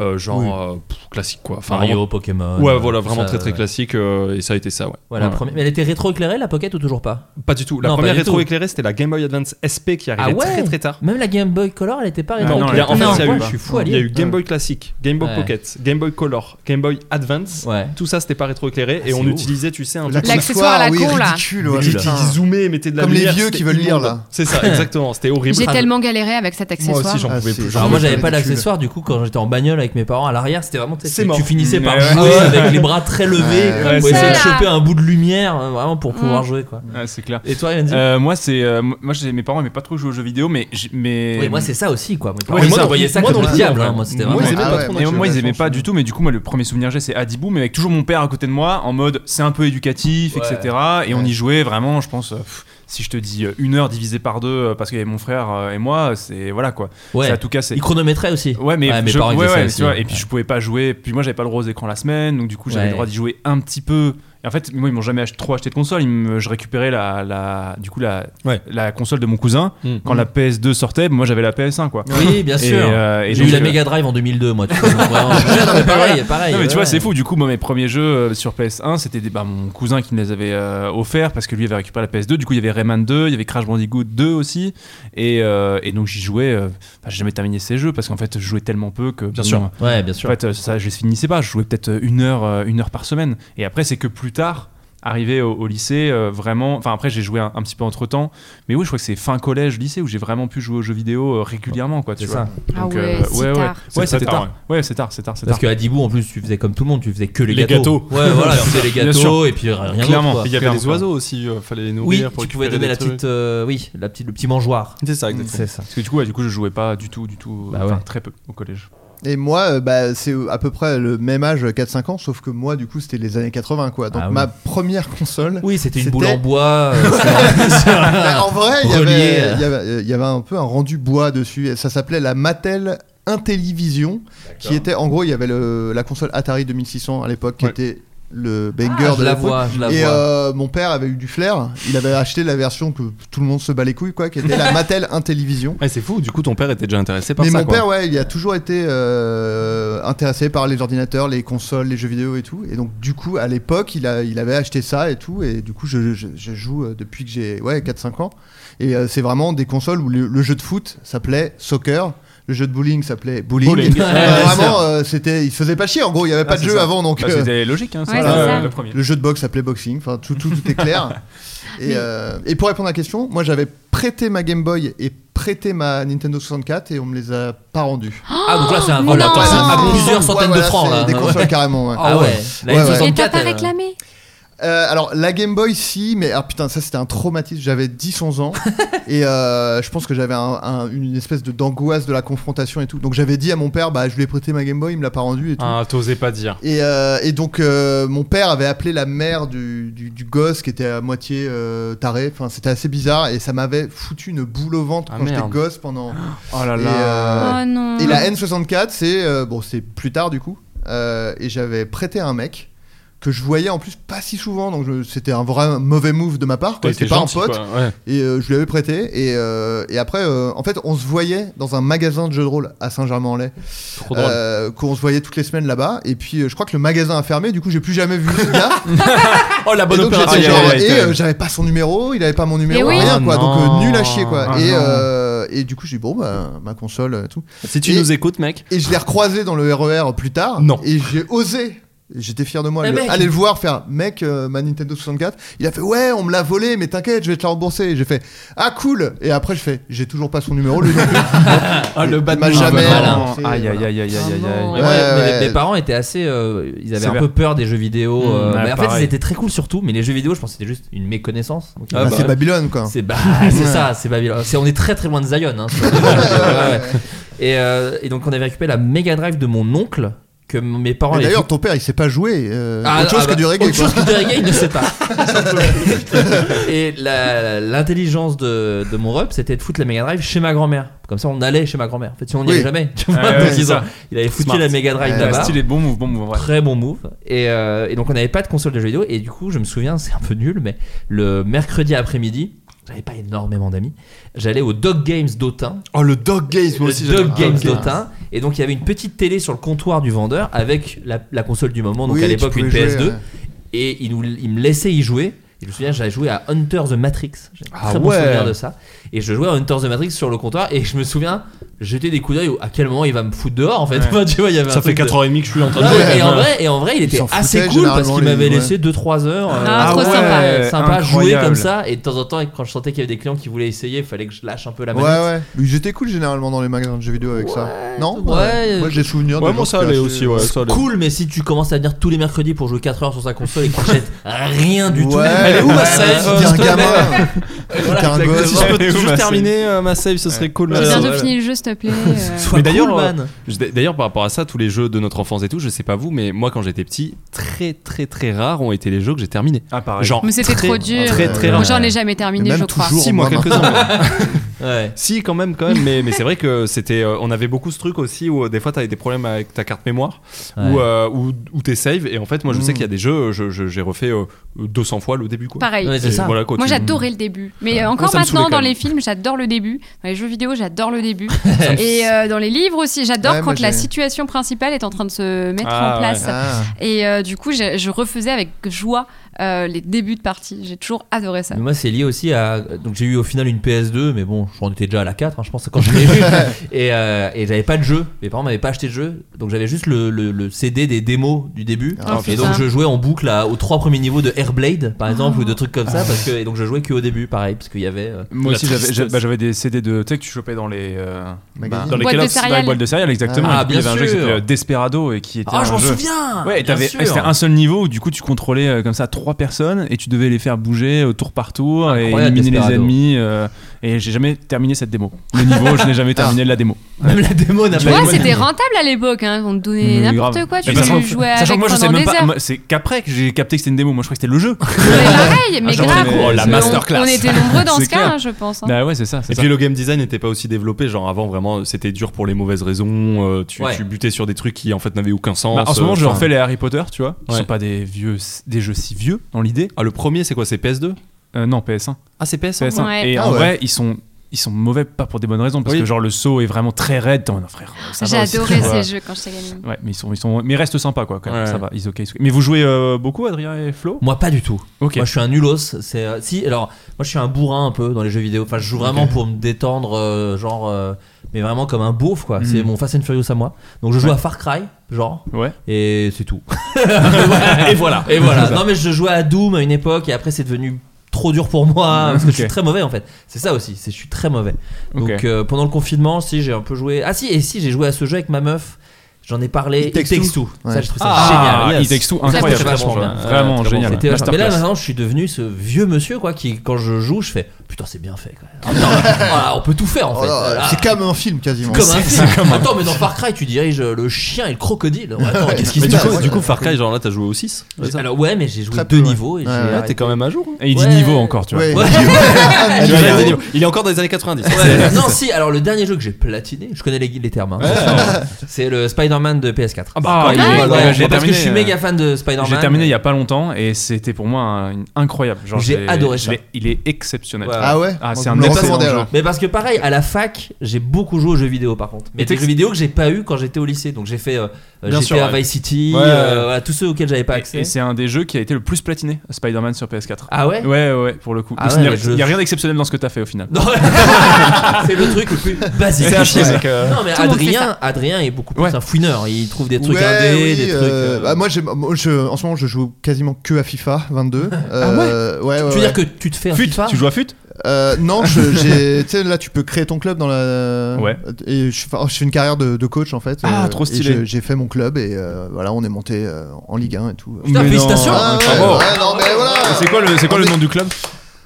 euh, genre
Oui.
euh, pff, classique quoi.
Mario,
vraiment-
Pokémon,
Ouais,
euh,
voilà,
tout
vraiment
ça,
très très
ouais.
classique euh, et ça a été ça, ouais.
Ouais, la
Voilà.
première- Mais elle était rétro-éclairée, la Pocket, ou toujours pas
Pas du tout. La
Non, pas
première
du tout.
rétro-éclairée, c'était la Game Boy Advance SP qui
Ah
arrivait
ouais Ah,
très très tard. Ah
Même la Game Boy Color, elle était pas
Non, il y a- en fait, il
rétro-éclairée.
y a eu-
Je suis fou,
il y a eu
Aline.
Game Boy Classic, Game Boy
Ouais.
Pocket, Game Boy Color, Game Boy Advance. Tout ça, c'était pas rétro-éclairé et
Ah, c'est
on
ouf.
utilisait, tu sais, un truc-
L'accessoire à la
Ah oui,
con, là.
ridicule, ouais,
Qui-
putain.
qui zoomait et mettait de la
Comme les
lumière,
vieux
c'était
qui veulent lire,
immonde.
là.
C'est ça, exactement. C'était horrible.
j'ai tellement galéré avec cet accessoire
Ah,
pouvais
si.
plus.
Alors moi, j'avais
J'en
pas
pouvais plus.
d'accessoire. Du coup, quand j'étais en bagnole avec mes parents à l'arrière, c'était vraiment. tu sais,
C'est
tu-
mort.
Tu finissais par
Ouais, ouais.
jouer
Ouais.
avec les bras très levés
Ouais, ouais,
pour
c'est
essayer de
ça.
choper un bout de lumière, euh, vraiment pour pouvoir
Mm.
jouer, quoi.
Ouais, c'est clair.
Et toi, Yanzi
Euh, Moi, c'est euh, moi, j'ai- mes parents aimaient pas trop jouer aux jeux vidéo, mais j'- mais.
Oui, moi, c'est ça aussi, quoi. Mes parents,
Ouais,
ils
moi,
voyaient
non,
ça
moi
comme
non
le
plus,
diable,
en
hein,
fait.
moi, c'était
Moi,
vraiment-
ils aimaient
Ah
pas
ouais.
trop. Et moi, ils aimaient pas du tout, mais du coup, moi, le premier souvenir que j'ai, c'est Adibou, mais avec toujours mon père à côté de moi, en mode c'est un peu éducatif,
Ouais.
etc. Et on y jouait vraiment, je pense, euh, pff, si je te dis euh, une heure divisée par deux, euh, parce qu'il y avait mon frère euh, et moi, c'est voilà quoi.
Ouais.
Ça a tout cassé.
Ils chronométraient aussi.
Ouais, mais,
Ouais, mes
je-
parents, ils
ouais,
faisaient
ouais,
ça
mais
aussi.
tu vois, et puis je pouvais pas jouer. Puis moi, j'avais pas le droit aux écrans la semaine, donc du coup, j'avais
Ouais.
le droit d'y jouer un petit peu. Et en fait, moi, ils m'ont jamais ach- trop acheté de console. Ils me- je récupérais la, la, du coup, la, la console de mon cousin
Mm.
quand
Mm.
la PS2 sortait. Moi, j'avais la PS1, quoi.
Oui, bien
Et,
sûr.
euh, et
J'ai
donc,
eu la
euh,
Mega Drive en 2002, moi. tu vois. Vraiment. Non, mais pareil, pareil.
non, mais tu vois,
ouais.
c'est fou. Du coup, moi, mes premiers jeux euh, sur PS1, c'était des- bah, mon cousin qui me les avait euh, offerts parce que lui avait récupéré la PS2. Du coup, il y avait Rayman 2, il y avait Crash Bandicoot 2 aussi. Et, euh, et donc, j'y jouais. euh, enfin, j'ai jamais terminé ces jeux parce qu'en fait, je jouais tellement peu que. Bien
sûr. Ouais, bien sûr.
En fait, euh, ça, je les finissais pas. Je jouais peut-être euh, une heure, euh, une heure par semaine. Et après, c'est que plus tard. Arrivé au, au lycée, euh, vraiment. Enfin, après, j'ai joué un, un petit peu entre temps. Mais oui, je crois que c'est fin collège, lycée, où j'ai vraiment pu jouer aux jeux vidéo euh, régulièrement, quoi. Tu
C'est
vois.
ça. Ah
Donc,
ouais,
euh,
si
ouais, ouais.
tard. C'est
Ouais,
très
c'était
tard,
tard. Ouais, c'est tard, c'est tard, c'est
Parce
tard.
que à Dibou, en plus, tu faisais comme tout le monde, tu faisais que les,
Les
gâteaux.
gâteaux.
Ouais, voilà, tu faisais les
Bien
gâteaux
sûr.
et puis euh, rien
Clairement.
d'autre, quoi.
Il y avait Clairement, des oiseaux euh,
aussi, il fallait les
Oui, tu pouvais donner la petite, euh, oui, la petite, le petit mangeoire.
C'est ça,
exactement. C'est ça.
Parce que du coup, ouais, du coup, je jouais pas du tout, du tout, euh,
Bah
enfin,
ouais.
très peu au collège.
Et moi, euh, bah, c'est à peu près le même âge, 4-5 ans, sauf que moi, du coup, c'était les années 80, quoi. Donc
Ah oui.
ma première console.
Oui, c'était une boule en bois. euh,
Bah, en vrai, il y
reliée,
avait-
euh.
il y, avait, euh, il y avait un peu un rendu bois dessus. Et Ça s'appelait la Mattel Intellivision, qui était en gros, il y avait le- la console Atari 2600 à l'époque, qui était le banger
Ah, je
de
la
l'époque.
vois, je la
et
vois.
euh, mon père avait eu du flair il avait acheté la version que tout le monde se bat les couilles quoi qui était la Mattel Intellivision
Ouais, c'est fou, du coup, ton père était déjà intéressé par
mais
ça.
mon
quoi.
père, ouais, il a toujours été euh, intéressé par les ordinateurs, les consoles, les jeux vidéo et tout. Et donc, du coup, à l'époque, il, a- il avait acheté ça et tout. Et du coup, je, je- je joue euh, depuis que j'ai ouais, 4-5 ans. Et euh, c'est vraiment des consoles où le, le jeu de foot s'appelait soccer. Le jeu de bowling s'appelait bowling.
Bowling.
Euh,
Ouais, bien
vraiment,
sûr.
euh, c'était, il se faisait pas chier. En gros, il n'y avait pas
Ah,
de
c'est
jeu
ça.
avant, donc
Bah, c'était logique, hein, ça, Ouais, c'est euh, ça. le premier.
jeu de boxe s'appelait boxing. Enfin, tout, tout, tout est clair. et, euh, et pour répondre à la question, moi, j'avais prêté ma Game Boy et prêté ma Nintendo 64 et on me les a pas rendus.
Ah, donc là,
Oh,
c'est un vol à- à plusieurs centaines de francs, là.
Des
Ouais.
consoles carrément. ouais.
Ah ouais, la N64,
et t'as pas réclamé
Euh, alors la Game Boy si mais ah putain ça c'était un traumatisme j'avais 10-11 ans et euh, je pense que j'avais un- un- une espèce de d'angoisse de la confrontation et tout donc j'avais dit à mon père bah je lui ai prêté ma Game Boy il me l'a pas rendue et tout
Ah, t'osais pas dire.
et, euh, et donc euh, mon père avait appelé la mère du, du- du gosse qui était à moitié euh, taré. Enfin, c'était assez bizarre et ça m'avait foutu une boule au ventre
Ah,
quand j'étais
merde.
gosse pendant.
Oh là
Et,
là.
euh,
Oh non.
et la N64, c'est euh, bon, c'est plus tard du coup. euh, et j'avais prêté à un mec que je voyais en plus pas si souvent donc je- c'était un vrai mauvais move de ma part quoi.
T'as été
c'était pas
gentil,
un pote
quoi, ouais.
et euh, je lui avais prêté et, euh, et après euh, en fait on se voyait dans un magasin de jeux de rôle à Saint-Germain-en-Laye
Trop drôle.
Euh, qu'on se voyait toutes les semaines là-bas et puis euh, je crois que le magasin a fermé du coup j'ai plus jamais vu ce gars
Oh la bonne
et donc,
opération.
j'étais genre,
Aïe, aïe, aïe,
et,
quand
euh,
même.
j'avais pas son numéro, il avait pas mon numéro,
Mais oui.
rien
Ah
quoi.
non.
donc euh, nul à chier quoi.
Ah
et,
non.
euh, et du coup, j'ai dit bon bah ma console euh, tout.
Si tu
Et-
nous écoutes, mec.
Et je l'ai recroisé dans le RER E plus tard. Non. Et j'ai osé. J'étais fier de moi.
Eh
le-
mec.
aller le voir, faire mec, euh, ma Nintendo 64. Il a fait ouais, on me l'a volé, mais t'inquiète, je vais te la rembourser. Et J'ai fait ah cool. Et après, je fais j'ai toujours pas son numéro. Lui non plus.
Ah,
Il
le bad
m'a
move.
jamais
Ah, voilà.
relancé,
Aïe, aïe,
voilà.
aïe, aïe, aïe, aïe, aïe.
Ah,
Ouais,
Ouais,
mes-
ouais.
Mes parents étaient assez. euh, ils avaient un
Sévère.
peu peur des jeux vidéo. euh,
Mmh, ouais,
mais en fait,
pareil.
ils étaient très cool surtout. Mais les jeux vidéo, je pense que c'était juste une méconnaissance. Donc,
Ah,
ils-
bah, c'est Babylone, quoi.
C'est bah,
Ouais.
c'est ça, c'est Babylone. C'est- on est très très loin de Zion. hein, sur les jeux vidéo, ouais, ouais. Et, euh, et donc, on avait récupéré la Mega Drive de mon oncle. Que m- mes parents
Mais
avaient
D'ailleurs,
foutu-
ton père, il sait pas jouer. euh,
Ah,
autre chose
ah,
que
bah,
du reggae.
Autre chose
quoi.
que du reggae, il ne sait pas. et la- l'intelligence de, de mon rep, c'était de foutre la Mega Drive chez ma grand-mère. Comme ça, on allait chez ma grand-mère. En fait, si on n'y
Oui.
allait jamais,
Ah
tu vois,
Ouais, ouais,
donc
c'est
ils ont-
ça.
il avait foutu
Smart.
la Mega Drive
Ouais,
là-bas.
stylé, bon move, bon move, ouais.
Très bon move. Et, euh, et donc, on n'avait pas de console de jeux vidéo. Et du coup, je me souviens, c'est un peu nul, mais le mercredi après-midi. J'avais pas énormément d'amis. J'allais au Dog Games d'Autun.
Oh, le Dog Games, moi aussi,
Le Dog
j'avais-
Games
Ah, ok.
d'Autun. Et donc, il y avait une petite télé sur le comptoir du vendeur avec la, la console du moment. Donc,
Oui,
à
tu
l'époque, une
pouvais jouer,
PS2
ouais.
et il, nous, il me laissait y jouer. Et je me souviens, j'avais joué à Hunter the Matrix. J'ai un
Ah
très bon
ouais.
souvenir de ça. Et je jouais à Hunter the Matrix sur le comptoir. Et je me souviens, jeter des coups d'œil au- à quel moment il va me foutre dehors en fait.
Ouais.
Enfin, tu vois, il y avait
Ça
un
fait
truc de-
4h30 que je suis en train de
Ouais,
jouer.
Et en
Ouais.
vrai, et en vrai, il
Ils
était
s'en
assez
foutaient
cool parce
généralement,
qu'il
les-
m'avait
ouais.
laissé 2-3 heures. euh,
Ah, trop sympa.
Sympa, jouer
Incroyable.
comme ça. Et de temps en temps, et quand je sentais qu'il y avait des clients qui voulaient essayer, il fallait que je lâche un peu la
Ouais,
manette.
ouais. Mais Ils étaient cool généralement dans les magasins de jeux vidéo avec ça. Non
Ouais.
Moi, j'ai souvenir de gens qui achetaient-
C'est Cool, mais si tu commences à venir tous les mercredis pour jouer 4 heures sur sa console et que tu achètes rien du tout.
Ouais,
Elle est où ma
ouais,
save
euh,
si t'es un
s'il te
gamin,
plaît
si
Voilà,
t'es un
exactement.
gosse.
Si je peux
Ouais,
juste
ouais,
terminer euh, ma save, ce serait cool. euh,
J'ai
merci.
bientôt fini le jeu, s'il te plaît. euh.
Sois
euh, Mais d'ailleurs,
cool,
euh,
man.
je- d'ailleurs, par rapport à ça, tous les jeux de notre enfance et tout, je sais pas vous, mais moi quand j'étais petit, très très très rares ont été les jeux que j'ai terminés. Ah pareil. Genre,
Mais c'était
très-
trop dur.
Très très
Moi,
rare.
j'en ai jamais terminé, je crois.
Si, moi, quelques-uns.
Ouais.
Si, quand même, quand même. Mais, mais c'est vrai que c'était. euh, on avait beaucoup ce truc aussi où euh, des fois t'avais des problèmes avec ta carte mémoire ou
Ouais.
euh, ou- ou tes saves. Et en fait, moi, je sais
Mm.
qu'il y a des jeux, je- je- j'ai refait euh, 200 fois le début. Quoi.
Pareil.
Et voilà, quoi,
Moi,
tu-
j'adorais le début. Mais
Ouais.
euh,
Moi,
encore
ça me saoulait
maintenant,
quand
dans
même.
les films, j'adore le début. Dans les jeux vidéo, j'adore le début. et euh, dans les livres aussi, j'adore
Ouais, moi,
quand la
j'ai-
situation principale est en train de se mettre
Ah,
en place.
ouais. Ah.
Et euh, du coup, j'ai- je refaisais avec joie euh, les débuts de partie. J'ai toujours adoré ça.
Mais moi, c'est lié aussi à. Donc, j'ai eu au final une PS2, mais bon, j'en étais déjà à la 4, hein, je pense, quand je l'ai eu. et euh, et j'avais pas de jeu. Mes parents m'avaient pas acheté de jeu. Donc, j'avais juste le, le- le CD des démos du début.
Ah,
et
putain.
donc, je jouais en boucle à- aux trois premiers niveaux de Airblade, par exemple, ou de trucs comme ça. Parce que, et donc, je jouais que au début, pareil, parce qu'il y avait. euh,
Ah. Moi
la
aussi, j'avais-
tristesse.
j'avais bah, j'avais des CD de. Tu sais que tu chopais dans les. euh,
Magazines.
dans les
Boîtes
Kellogg's,
de
dans les
céréales.
boîtes de céréales, exactement.
Ah,
Et puis, il y
bien
avait un jeu qui
sûr.
s'appelait euh, Desperado et qui était.
Ah,
un
je m'en
jeu-
souviens
Ouais, et
Bien
t'avais- et
sûr.
c'était un seul niveau où du coup tu contrôlais euh, comme ça trois personnes et tu devais les faire bouger au tour par tour et
Incroyable,
éliminer les
Desperado.
ennemis. euh, Et j'ai jamais terminé cette démo. Le niveau, je n'ai jamais terminé Ah. la démo.
Même la démo n'a
Tu vois, c'était rentable à l'époque. hein. On te donnait
Mais
n'importe
grave.
quoi. Tu
Mais sachant-
jouais
sachant
avec
que moi je sais
pendant
même
des
pas
heures.
moi, c'est qu'après que j'ai capté que c'était une démo moi je crois que c'était le jeu
Pareil, mais
Ah, j'en
grave.
connais- oh, la
Mais on-
masterclass.
On était nombreux dans
C'est
ce cas,
clair.
hein, je pense. hein.
Bah ouais, c'est ça.
Et puis le game design n'était pas aussi développé. Genre avant, vraiment, c'était dur pour les mauvaises raisons. euh, tu,
Ouais.
tu butais sur des trucs qui en fait n'avaient aucun sens.
Bah, en ce moment
euh,
je
enfin.
refais les Harry Potter tu vois qui
Ouais.
sont pas des vieux des jeux si vieux dans l'idée Euh,
ah le premier c'est quoi c'est PS2
non PS1
ah c'est PS1,
et en vrai ils sont ils sont mauvais pas pour des bonnes raisons parce
Oui.
que genre le saut est vraiment très raide T'es en mode, Non, frère ça
J'ai
va aussi,
adoré
tu vois.
ces jeux quand j'étais gamine.
ouais mais ils sont ils sont mais ils restent sympas quoi quand même
Ouais.
ça va ils ok ils sont- mais vous jouez euh, beaucoup Adrien et Flo
Moi pas du tout.
Ok.
Moi je suis un nulos. C'est euh, si alors moi je suis un bourrin un peu dans les jeux vidéo. Enfin je joue vraiment
Ok.
pour me détendre, euh, genre euh, mais vraiment comme un beauf quoi.
Mhm.
C'est mon Fast and Furious à moi. Donc je joue
Ouais.
à Far Cry genre.
Ouais.
Et c'est tout. et voilà. Et voilà. Non mais je jouais à Doom à une époque et après c'est devenu trop dur pour moi parce que je suis
Ok.
très mauvais en fait. C'est ça aussi. C'est je suis très mauvais. Donc
Ok.
euh, pendant le confinement si j'ai un peu joué. Ah si et si j'ai joué à ce jeu avec ma meuf. J'en ai parlé.
It Takes Two.
Ça,
Ouais.
je trouve ça
Ah,
génial.
It Takes Two,
Ça, c'était
incroyable.
vachement
Franchement,
bien.
vraiment
C'était
génial.
vachement- Mais là,
Masterclass.
maintenant, je suis devenu ce vieux monsieur, quoi, qui, quand je joue, je fais Putain, c'est bien fait quand même. Ah, non, voilà, on peut tout faire en fait. Ah,
Oh là,
Voilà.
c'est comme un film quasiment.
Comme un film. Attends, mais dans Far Cry, tu diriges euh, le chien et le crocodile. Ouais, Attends, qu'est-ce qui se
Mais du
passe
coup, du coup, Far Cry, genre là, t'as joué au 6
Alors, ouais, mais j'ai joué deux niveaux. Et j'ai
Là,
arrêté.
t'es quand même à jour. hein.
Et il dit Ouais. niveau
encore,
tu vois. Ouais. Ah,
Il
Ouais.
dit niveau. Il est encore dans les années 90.
Ouais, non, si, alors le dernier jeu que j'ai platiné, je connais les, les termes, hein. c'est le Spider-Man de PS4. Ah
bah,
Ah, il est- ouais, j'ai
parce que
terminé,
je suis
euh,
méga fan de Spider-Man.
J'ai terminé il y a pas longtemps et c'était pour moi un- une- incroyable. Genre,
J'ai adoré
je
ça.
l'ai- Il est exceptionnel. Ah, c'est
On
un
me le
excellent
recommandait,
jeu.
alors. Mais parce que pareil, à la fac, j'ai beaucoup joué aux jeux vidéo par contre. Mais
Et
des
t'es-
jeux vidéo que j'ai pas eu quand j'étais au lycée. Donc j'ai fait, euh, euh,
Bien
j'ai
sûr,
fait à
ouais.
Vice City,
Ouais,
euh,
ouais.
voilà, tous ceux auxquels j'avais pas
Et-
accès.
Et c'est un des jeux qui a été le plus platiné, Spider-Man sur PS4.
Ah ouais
Ouais, ouais, pour le coup.
Ah
Donc,
ouais,
il n'y a,
je-
il y a rien d'exceptionnel dans ce que t'as fait au final.
c'est le truc le plus basique.
C'est un chier,
Ouais.
mec, euh.
Non mais
Tout le monde fait
Adrien,
ça.
Adrien est beaucoup plus un fouineur. Il trouve des trucs
Ouais,
indés,
oui,
des trucs.
euh,
euh,
bah, moi, j'ai- moi, je- en ce moment, je joue quasiment que à FIFA 22. Euh, ouais, ouais,
Ah Tu veux dire
ouais.
que tu te fais un
Fut,
FIFA
tu joues à
fut
Euh, non, je- j'ai- tu sais, là, tu peux créer ton club dans la.
Ouais.
Et je, fais- je fais une carrière de, de coach en fait.
Ah,
Euh,
trop
et
stylé.
je- J'ai fait mon club et euh, voilà, on est monté euh, en Ligue 1 et tout.
Putain, Mais félicitations. non,
Ah, ouais,
bravo.
ouais, non, mais voilà.
C'est quoi le, c'est quoi le nom du club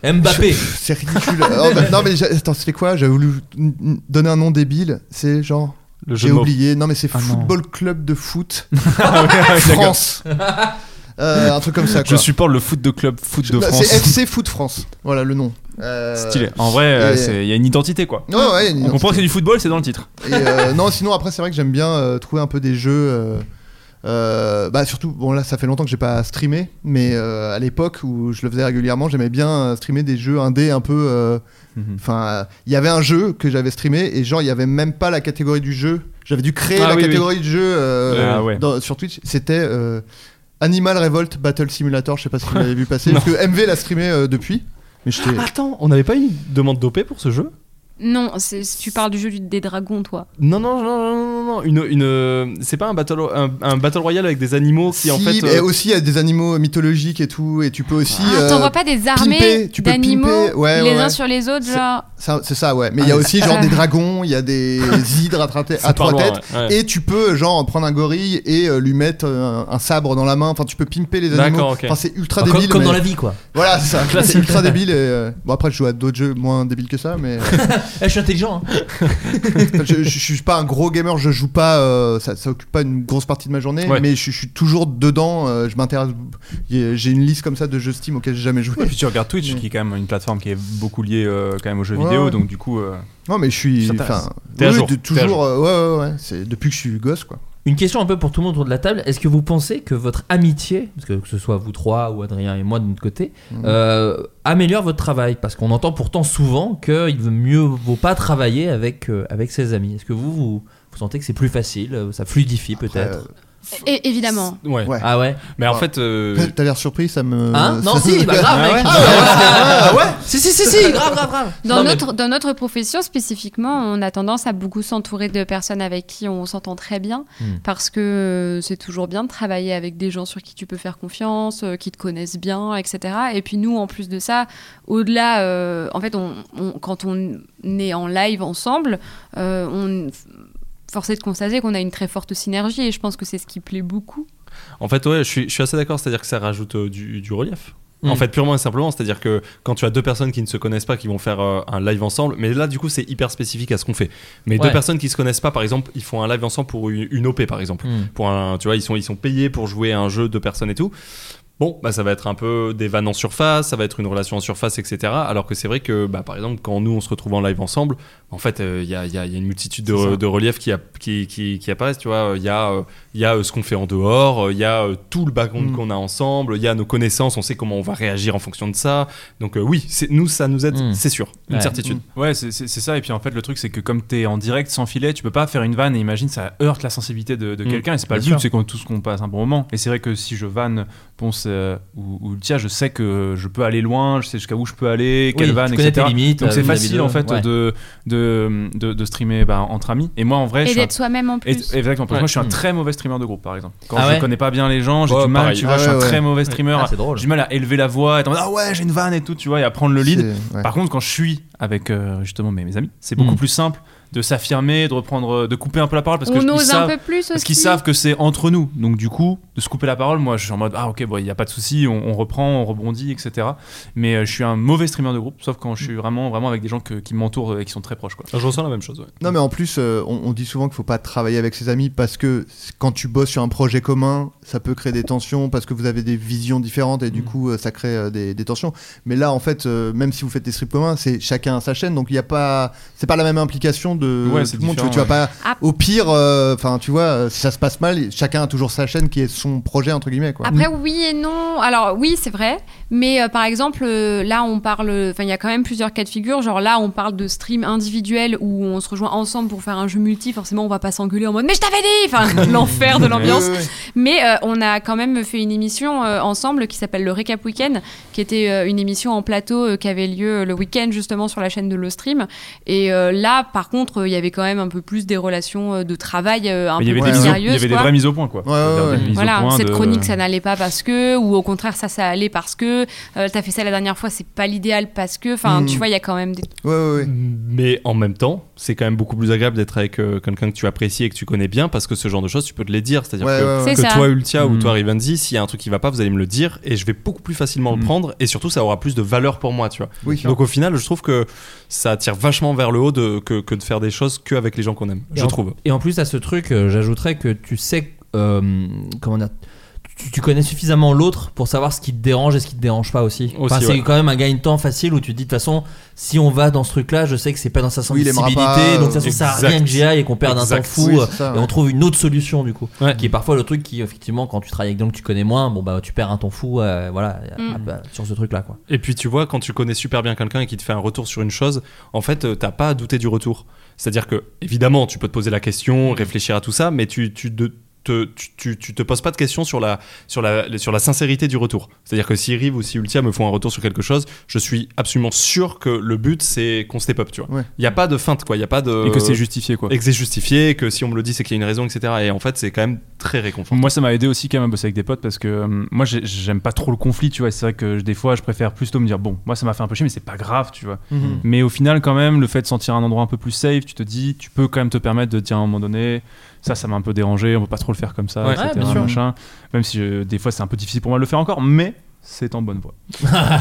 Mbappé.
C'est ridicule. Oh, bah, non, mais j'ai- attends, c'était quoi J'avais voulu n- n- donner un nom débile. C'est genre.
Le jeu
J'ai
de mots.
oublié. Non, mais c'est
Ah, non.
Football Club de Foot
Ah, ouais, ouais,
France.
d'accord.
Euh, un truc comme ça.
Je
Quoi.
supporte le foot de club, foot de
Non,
France.
C'est FC Foot France. Voilà le nom. Euh,
Stylé. En vrai, euh,
et-
c'est- il y a une identité quoi.
Ouais, ouais, il y a une
On comprend
identité.
que c'est du football, c'est dans le titre.
Et, euh, non, sinon après c'est vrai que j'aime bien euh, trouver un peu des jeux. euh, euh, bah surtout bon là ça fait longtemps que j'ai pas streamé mais euh, à l'époque où je le faisais régulièrement j'aimais bien euh, streamer des jeux indés un peu euh,
Mhm.
enfin euh, il y avait un jeu que j'avais streamé et genre il y avait même pas la catégorie du jeu j'avais dû créer
Ah
la
oui, oui.
catégorie du jeu euh,
Ah ouais.
dans- sur Twitch c'était euh, Animal Revolt Battle Simulator je sais pas si vous l'avez vu passer parce
Non.
que MV l'a streamé euh, depuis mais j'étais
Ah, Attends, on n'avait pas une demande dopée pour ce jeu
Non, c'est- tu parles du jeu du- des dragons, toi.
Non, non, non, non, non, non, une, une, euh, c'est pas un battle, ro- un, un battle royale avec des animaux qui en
Si,
fait.
mais
euh,
aussi il y a des animaux mythologiques et tout, et tu peux aussi.
Ah,
euh,
T'envoies pas des armées
pimper, tu peux
d'animaux
pimper, ouais,
les
ouais,
uns
ouais.
sur les autres,
C'est-
genre.
ça- C'est ça, ouais.
Ah,
Mais il y a aussi genre
ah.
des dragons, il y a des hydres à, trois têtes-
C'est
à
pas
trois
loin,
têtes,
ouais, ouais.
et tu peux genre prendre un gorille et euh, lui mettre euh, un, un sabre dans la main. Enfin, tu peux pimper les animaux.
D'accord, ok.
Enfin, c'est ultra
Enfin,
débile.
comme- comme dans
mais-
la vie, quoi.
Voilà, c'est ça.
Classique.
C'est ultra débile. et, euh, Bon, après, je joue à d'autres jeux moins débiles que ça, mais. euh,
Eh, je suis intelligent. hein.
je, je- je suis pas un gros gamer, je joue pas, euh, ça, ça occupe pas une grosse partie de ma journée,
Ouais.
mais je, je suis toujours dedans. euh, je m'intéresse, j'ai une liste comme ça de jeux Steam auxquels j'ai jamais joué.
Et puis tu regardes Twitch, qui est quand même une plateforme qui est beaucoup liée euh, quand même aux jeux
Mm. Ouais,
vidéo,
ouais.
donc du coup. euh,
Non, mais je suis,
ça t'intéresse.
enfin,
T'es à
oui,
jour,
de-
t'es à jour.
toujours, euh, ouais, ouais, ouais, c'est depuis que je suis gosse, quoi.
Une question un peu pour tout le monde autour de la table. Est-ce que vous pensez que votre amitié, parce que, que ce soit vous trois ou Adrien et moi de notre côté,
Mhm.
euh, améliore votre travail Parce qu'on entend pourtant souvent qu'il vaut mieux vaut pas travailler avec, euh, avec ses amis. Est-ce que vous, vous, vous sentez que c'est plus facile euh, Ça fluidifie peut-être
É- évidemment.
Ouais.
Ouais.
Ah ouais
Mais en
Ouais.
fait, euh,
T'as l'air surpris, ça me.
Hein Non,
Euh, ça-
si, bah grave, mec
Ah ouais.
Ah ouais,
Ah ouais.
Si, si, si, si, grave, grave, grave
Dans,
Non, mais-
notre, dans notre profession spécifiquement, on a tendance à beaucoup s'entourer de personnes avec qui on s'entend très bien
Hmm.
parce que euh, c'est toujours bien de travailler avec des gens sur qui tu peux faire confiance, euh, qui te connaissent bien, etc. Et puis nous, en plus de ça, au-delà, euh, en fait, on, on- quand on est en live ensemble, euh, on force est de constater qu'on a une très forte synergie et je pense que c'est ce qui plaît beaucoup.
En fait, ouais, je suis, je suis assez d'accord, c'est-à-dire que ça rajoute euh, du, du relief. En
Mm.
fait, purement et simplement, c'est-à-dire que quand tu as deux personnes qui ne se connaissent pas, qui vont faire euh, un live ensemble, mais là, du coup, c'est hyper spécifique à ce qu'on fait. Mais
Ouais.
deux personnes qui se connaissent pas, par exemple, ils font un live ensemble pour une, une OP, par exemple.
Mm.
Pour un, tu vois, ils sont, ils sont payés pour jouer à un jeu de personnes et tout. Bon, bah, ça va être un peu des vannes en surface, ça va être une relation en surface, etc. Alors que c'est vrai que, bah, par exemple, quand nous, on se retrouve en live ensemble, en fait, euh, il y, a, y a- y a une multitude
C'est ça.
de, de reliefs qui, app- qui, qui, qui apparaissent, tu vois. Il y a, euh, y a euh, ce qu'on fait en dehors, il y a euh, tout le background
Mm.
qu'on a ensemble, il y a nos connaissances, on sait comment on va réagir en fonction de ça. Donc euh, oui, c'est- nous, ça nous aide, c'est sûr, une certitude.
Mm. Ouais, c'est c'est- c'est ça. Et puis en fait, le truc, c'est que comme t'es en direct sans filet, tu peux pas faire une vanne. Et imagine, ça heurte la sensibilité de, de
Mm.
quelqu'un. Et c'est pas
Bien
le but,
sûr.
c'est qu'on tous qu'on passe un bon moment. Et c'est vrai que si je vanne Ponce euh, ou, ou Tia, je sais que je peux aller loin, je sais jusqu'à où je peux aller,
Oui,
quelle
tu
vanne,
connais
etc.
tes limites,
Donc c'est
euh, vis-à-vis
facile
d'eux,
en fait
ouais.
de, de, de, de streamer bah, entre amis. Et moi, en vrai,
Et
je suis un-
d'être soi-même en plus.
Et- Exactement. Parce que
Ouais.
Moi, je suis un
Mm.
très mauvais streamer de groupe, hein. par exemple. Quand
Ah
je
ouais
connais pas bien les gens, j'ai
Ouais,
du mal.
pareil.
Tu vois,
Ah
je suis un
ouais,
très
ouais.
mauvais streamer.
Ah, c'est drôle.
J'ai du mal à élever la voix, être en mode, ah ouais, j'ai une vanne et tout, tu vois, et à prendre le lead.
C'est- ouais.
Hmm.
Par contre, quand je suis avec euh, justement mes, mes amis, c'est beaucoup
Mm.
plus simple de s'affirmer, de reprendre, euh, de couper un peu la parole parce
On
que
ose
ils
un
savent-
peu plus
parce qu'ils
aussi.
savent que c'est entre nous. Donc du coup, de se couper la parole, moi je suis en mode ah ok bon il y a pas de souci, on, on reprend, on rebondit, etc. Mais euh, je suis un mauvais streamer de groupe, sauf quand je suis vraiment vraiment avec des gens que- qui m'entourent et qui sont très proches quoi.
Hmm. Ah, Je ressens la même chose. Ouais.
Non mais en plus euh, on, on dit souvent qu'il faut pas travailler avec ses amis parce que c- quand tu bosses sur un projet commun ça peut créer des tensions parce que vous avez des visions différentes et
Mm.
du coup euh, ça crée euh, des, des tensions mais là en fait euh, même si vous faites des strips communs c'est chacun à sa chaîne donc il y a pas c'est pas la même implication de
Ouais,
tout
c'est
le monde tu, vois, tu vas
différent,
pas
ouais.
au pire enfin tu vois euh, si ça se passe mal chacun a toujours sa chaîne qui est son projet entre guillemets quoi
Après, oui et non. Alors, oui, c'est vrai. Mais euh, par exemple, euh, là, on parle. Enfin, il y a quand même plusieurs cas de figure. Genre là, on parle de stream individuel où on se rejoint ensemble pour faire un jeu multi. Forcément, on va pas s'engueuler en mode Mais je t'avais dit Enfin, l'enfer de l'ambiance.
Ouais, ouais, ouais.
Mais euh, on a quand même fait une émission euh, ensemble qui s'appelle le Récap Weekend, qui était euh, une émission en plateau euh, qui avait lieu le week-end justement sur la chaîne de Le Stream. Et euh, là, par contre, euh, il y avait quand même un peu plus des relations euh, de travail euh, un
Mais il y
peu
avait des mises
plus
au- il y
sérieuses,
avait des
quoi
vraies mises au point, quoi. C'est-à-dire des mises au
voilà,
point
cette
de-
chronique, ça n'allait pas parce que, ou au contraire, ça, ça allait parce que, euh, t'as fait ça la dernière fois, c'est pas l'idéal parce que, enfin,
Mm.
tu vois, il y a quand même des.
Mais en même temps, c'est quand même beaucoup plus agréable d'être avec euh, quelqu'un que tu apprécies et que tu connais bien parce que ce genre de choses, tu peux te les dire. C'est-à-dire
Ouais,
que,
ouais, ouais.
que
C'est ça.
toi, Ultia, ou
Mm.
toi, Rivenzi, s'il y a un truc qui va pas, vous allez me le dire et je vais beaucoup plus facilement
Mm.
le prendre et surtout, ça aura plus de valeur pour moi, tu vois.
Oui.
Donc au final, je trouve que ça tire vachement vers le haut de- que, que de faire des choses qu'avec les gens qu'on aime,
Et
je
en-
trouve.
Et en plus à ce truc, euh, j'ajouterais que tu sais, euh, comment dire, tu, tu connais suffisamment l'autre pour savoir ce qui te dérange et ce qui te dérange pas aussi. Enfin,
Aussi,
c'est
ouais.
quand même un gain de temps facile où tu te dis de toute façon, si on va dans ce truc-là, je sais que c'est pas dans sa
Oui, il aimera
sensibilité,
pas,
donc ça ne sert à
exact.
rien que j'y aille et qu'on perde un temps
Exact.
fou
Oui,
euh,
c'est ça,
et on
ouais.
trouve une autre solution du coup, qui est parfois le truc qui effectivement quand tu travailles avec des gens que tu connais moins, bon bah tu perds un temps fou, euh, voilà,
Mm.
ah, bah, sur ce truc-là quoi.
Et puis tu vois, quand tu connais super bien quelqu'un et qu'il te fait un retour sur une chose, en fait, euh, t'as pas à douter du retour. C'est-à-dire que, évidemment, tu peux te poser la question, réfléchir à tout ça, mais tu, tu, de- te, tu, tu- tu te poses pas de questions sur la, sur la, sur la sincérité du retour. C'est-à-dire que si Rive ou si Ultia me font un retour sur quelque chose, je suis absolument sûr que le but, c'est qu'on step up, tu vois. Il
Ouais.
y a pas de feinte, quoi. Il y a pas de...
Et que c'est justifié, quoi.
Et que c'est justifié, et que si on me le dit, c'est qu'il y a une raison, etc. Et en fait, c'est quand même très réconfortant.
Moi, ça m'a aidé aussi quand même à bosser avec des potes parce que euh, moi, j'ai- j'aime pas trop le conflit, tu vois. C'est vrai que je- des fois, je préfère plutôt me dire, bon, moi, ça m'a fait un peu chier, mais c'est pas grave, tu vois.
Mhm.
Mais au final, quand même, le fait de sentir un endroit un peu plus safe, tu te dis, tu peux quand même te permettre de dire à un moment donné, ça, ça m'a un peu dérangé, on peut pas trop le faire comme ça,
Ouais.
etc.,
Ouais, bien sûr.
machin. Même si euh, des fois, c'est un peu difficile pour moi de le faire encore, mais c'est en bonne voie.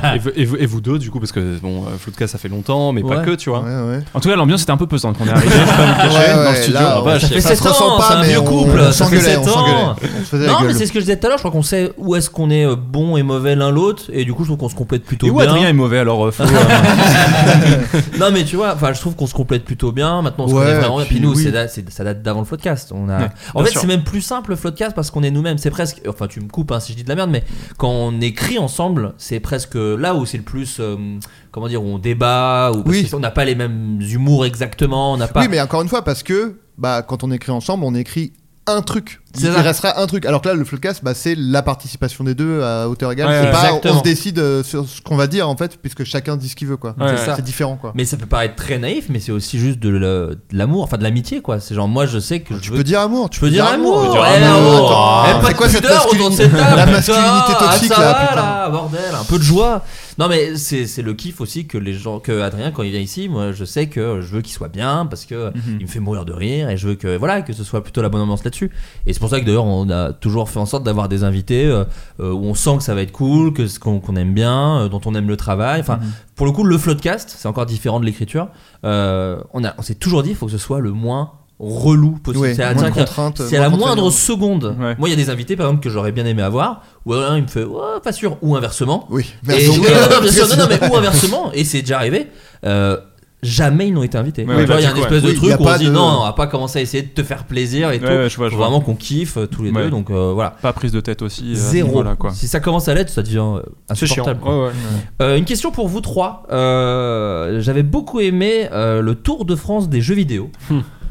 et, vous- et vous- et vous deux, du coup, parce que bon, euh, Floodcast, ça fait longtemps, mais pas
Ouais.
que, tu vois.
En tout cas, l'ambiance était un peu pesante quand on est arrivé. je vais pas vous le cacher,
Ouais, ouais,
dans le studio.
là,
Ah,
on-
vache,
ça fait
ça
Ça
se
se
ressent
c'est un
mais
vieux
on-
couple,
on
ça fait
s'engueulait,
7
on s'engueulait. On
ans.
se faisait la
non, mais
gueule.
c'est ce que je disais tout à l'heure, je crois qu'on sait où est-ce qu'on est euh, bon et mauvais l'un l'autre, et du coup, je trouve qu'on se complète plutôt
Et où
bien.
Adrien est mauvais, alors, euh, faut, euh,
non, mais tu vois, enfin, je trouve qu'on se complète plutôt bien. Maintenant, on se
Ouais,
connaît vraiment. bien.
puis
Puis nous,
oui.
c'est da- c'est- ça date d'avant le podcast. On a...
Ouais,
en
bien
fait,
sûr.
c'est même plus simple le podcast parce qu'on est nous-mêmes. C'est presque. Enfin, tu me coupes hein, si je dis de la merde, mais quand on écrit ensemble, c'est presque là où c'est le plus. euh, comment dire, où on débat, ou parce que on n'a pas les mêmes humours exactement, on n'a pas.
Oui, mais encore une fois, parce que bah, quand on écrit ensemble, on écrit un truc.
C'est
Il
ça.
restera un truc. Alors que là, le floodcast, bah, c'est la participation des deux à hauteur égale.
Ouais,
c'est
ouais.
pas
Exactement.
on se décide euh, sur ce qu'on va dire en fait, puisque chacun dit ce qu'il veut quoi.
Ouais,
c'est
ouais.
c'est différent quoi.
Mais ça peut paraître très naïf, mais c'est aussi juste de le- de l'amour, enfin de l'amitié, quoi. C'est genre, moi, je sais que. Tu
Ah, peux dire amour,
tu peux dire amour.
tu peux dire
Eh,
amour, Ah,
oh,
attends.
eh, pas
C'est
de
quoi cette
pudeur autour de
masculini-
cette table,
la
putain,
masculinité
ah,
toxique,
ça
là,
va,
putain.
bordel, un peu de joie. Non, mais c'est c'est le kiff aussi que les gens, que Adrien, quand il vient ici, moi, je sais que je veux qu'il soit bien parce que il me fait mourir de rire et je veux que voilà que ce soit plutôt la bonne ambiance là-dessus. Et c'est pour ça que d'ailleurs, on a toujours fait en sorte d'avoir des invités euh, euh, où on sent que ça va être cool, que ce qu'on qu'on aime bien, euh, dont on aime le travail.
Mhm.
Enfin, pour le coup, le floodcast, c'est encore différent de l'écriture. Euh, on a, on s'est toujours dit, il faut que ce soit le moins relou possible.
Ouais,
c'est à
moins de
dire que
contraintes,
c'est à
moins
la
contraignant.
moindre seconde. Moi, il y a des invités, par exemple, que j'aurais bien aimé avoir, ou alors il me fait, Ouais, pas sûr, ou inversement.
Oui,
Et,
merci.
ouais, ouais, ouais, bien sûr, non, non, mais ou inversement, et c'est déjà arrivé. euh, Jamais ils n'ont été invités.
Ouais,
Tu
ouais,
vois, il y a
bah,
un
du coup,
espèce
ouais.
de
Oui, y
truc
a
où on
pas
se dit
de-
non, on va pas commencer à essayer de te faire plaisir et
Ouais,
tout.
ouais, je vois, je
Faut
vois.
vraiment qu'on kiffe euh, tous les deux,
Ouais.
donc euh, voilà.
Pas prise de tête aussi. euh, à ce
Zéro.
niveau-là, quoi.
Si ça commence à l'être, ça devient euh,
C'est chiant.
insupportable. quoi.
Ouais, ouais, ouais.
Euh, une question pour vous trois. Euh, J'avais beaucoup aimé euh, le Tour de France des jeux vidéo.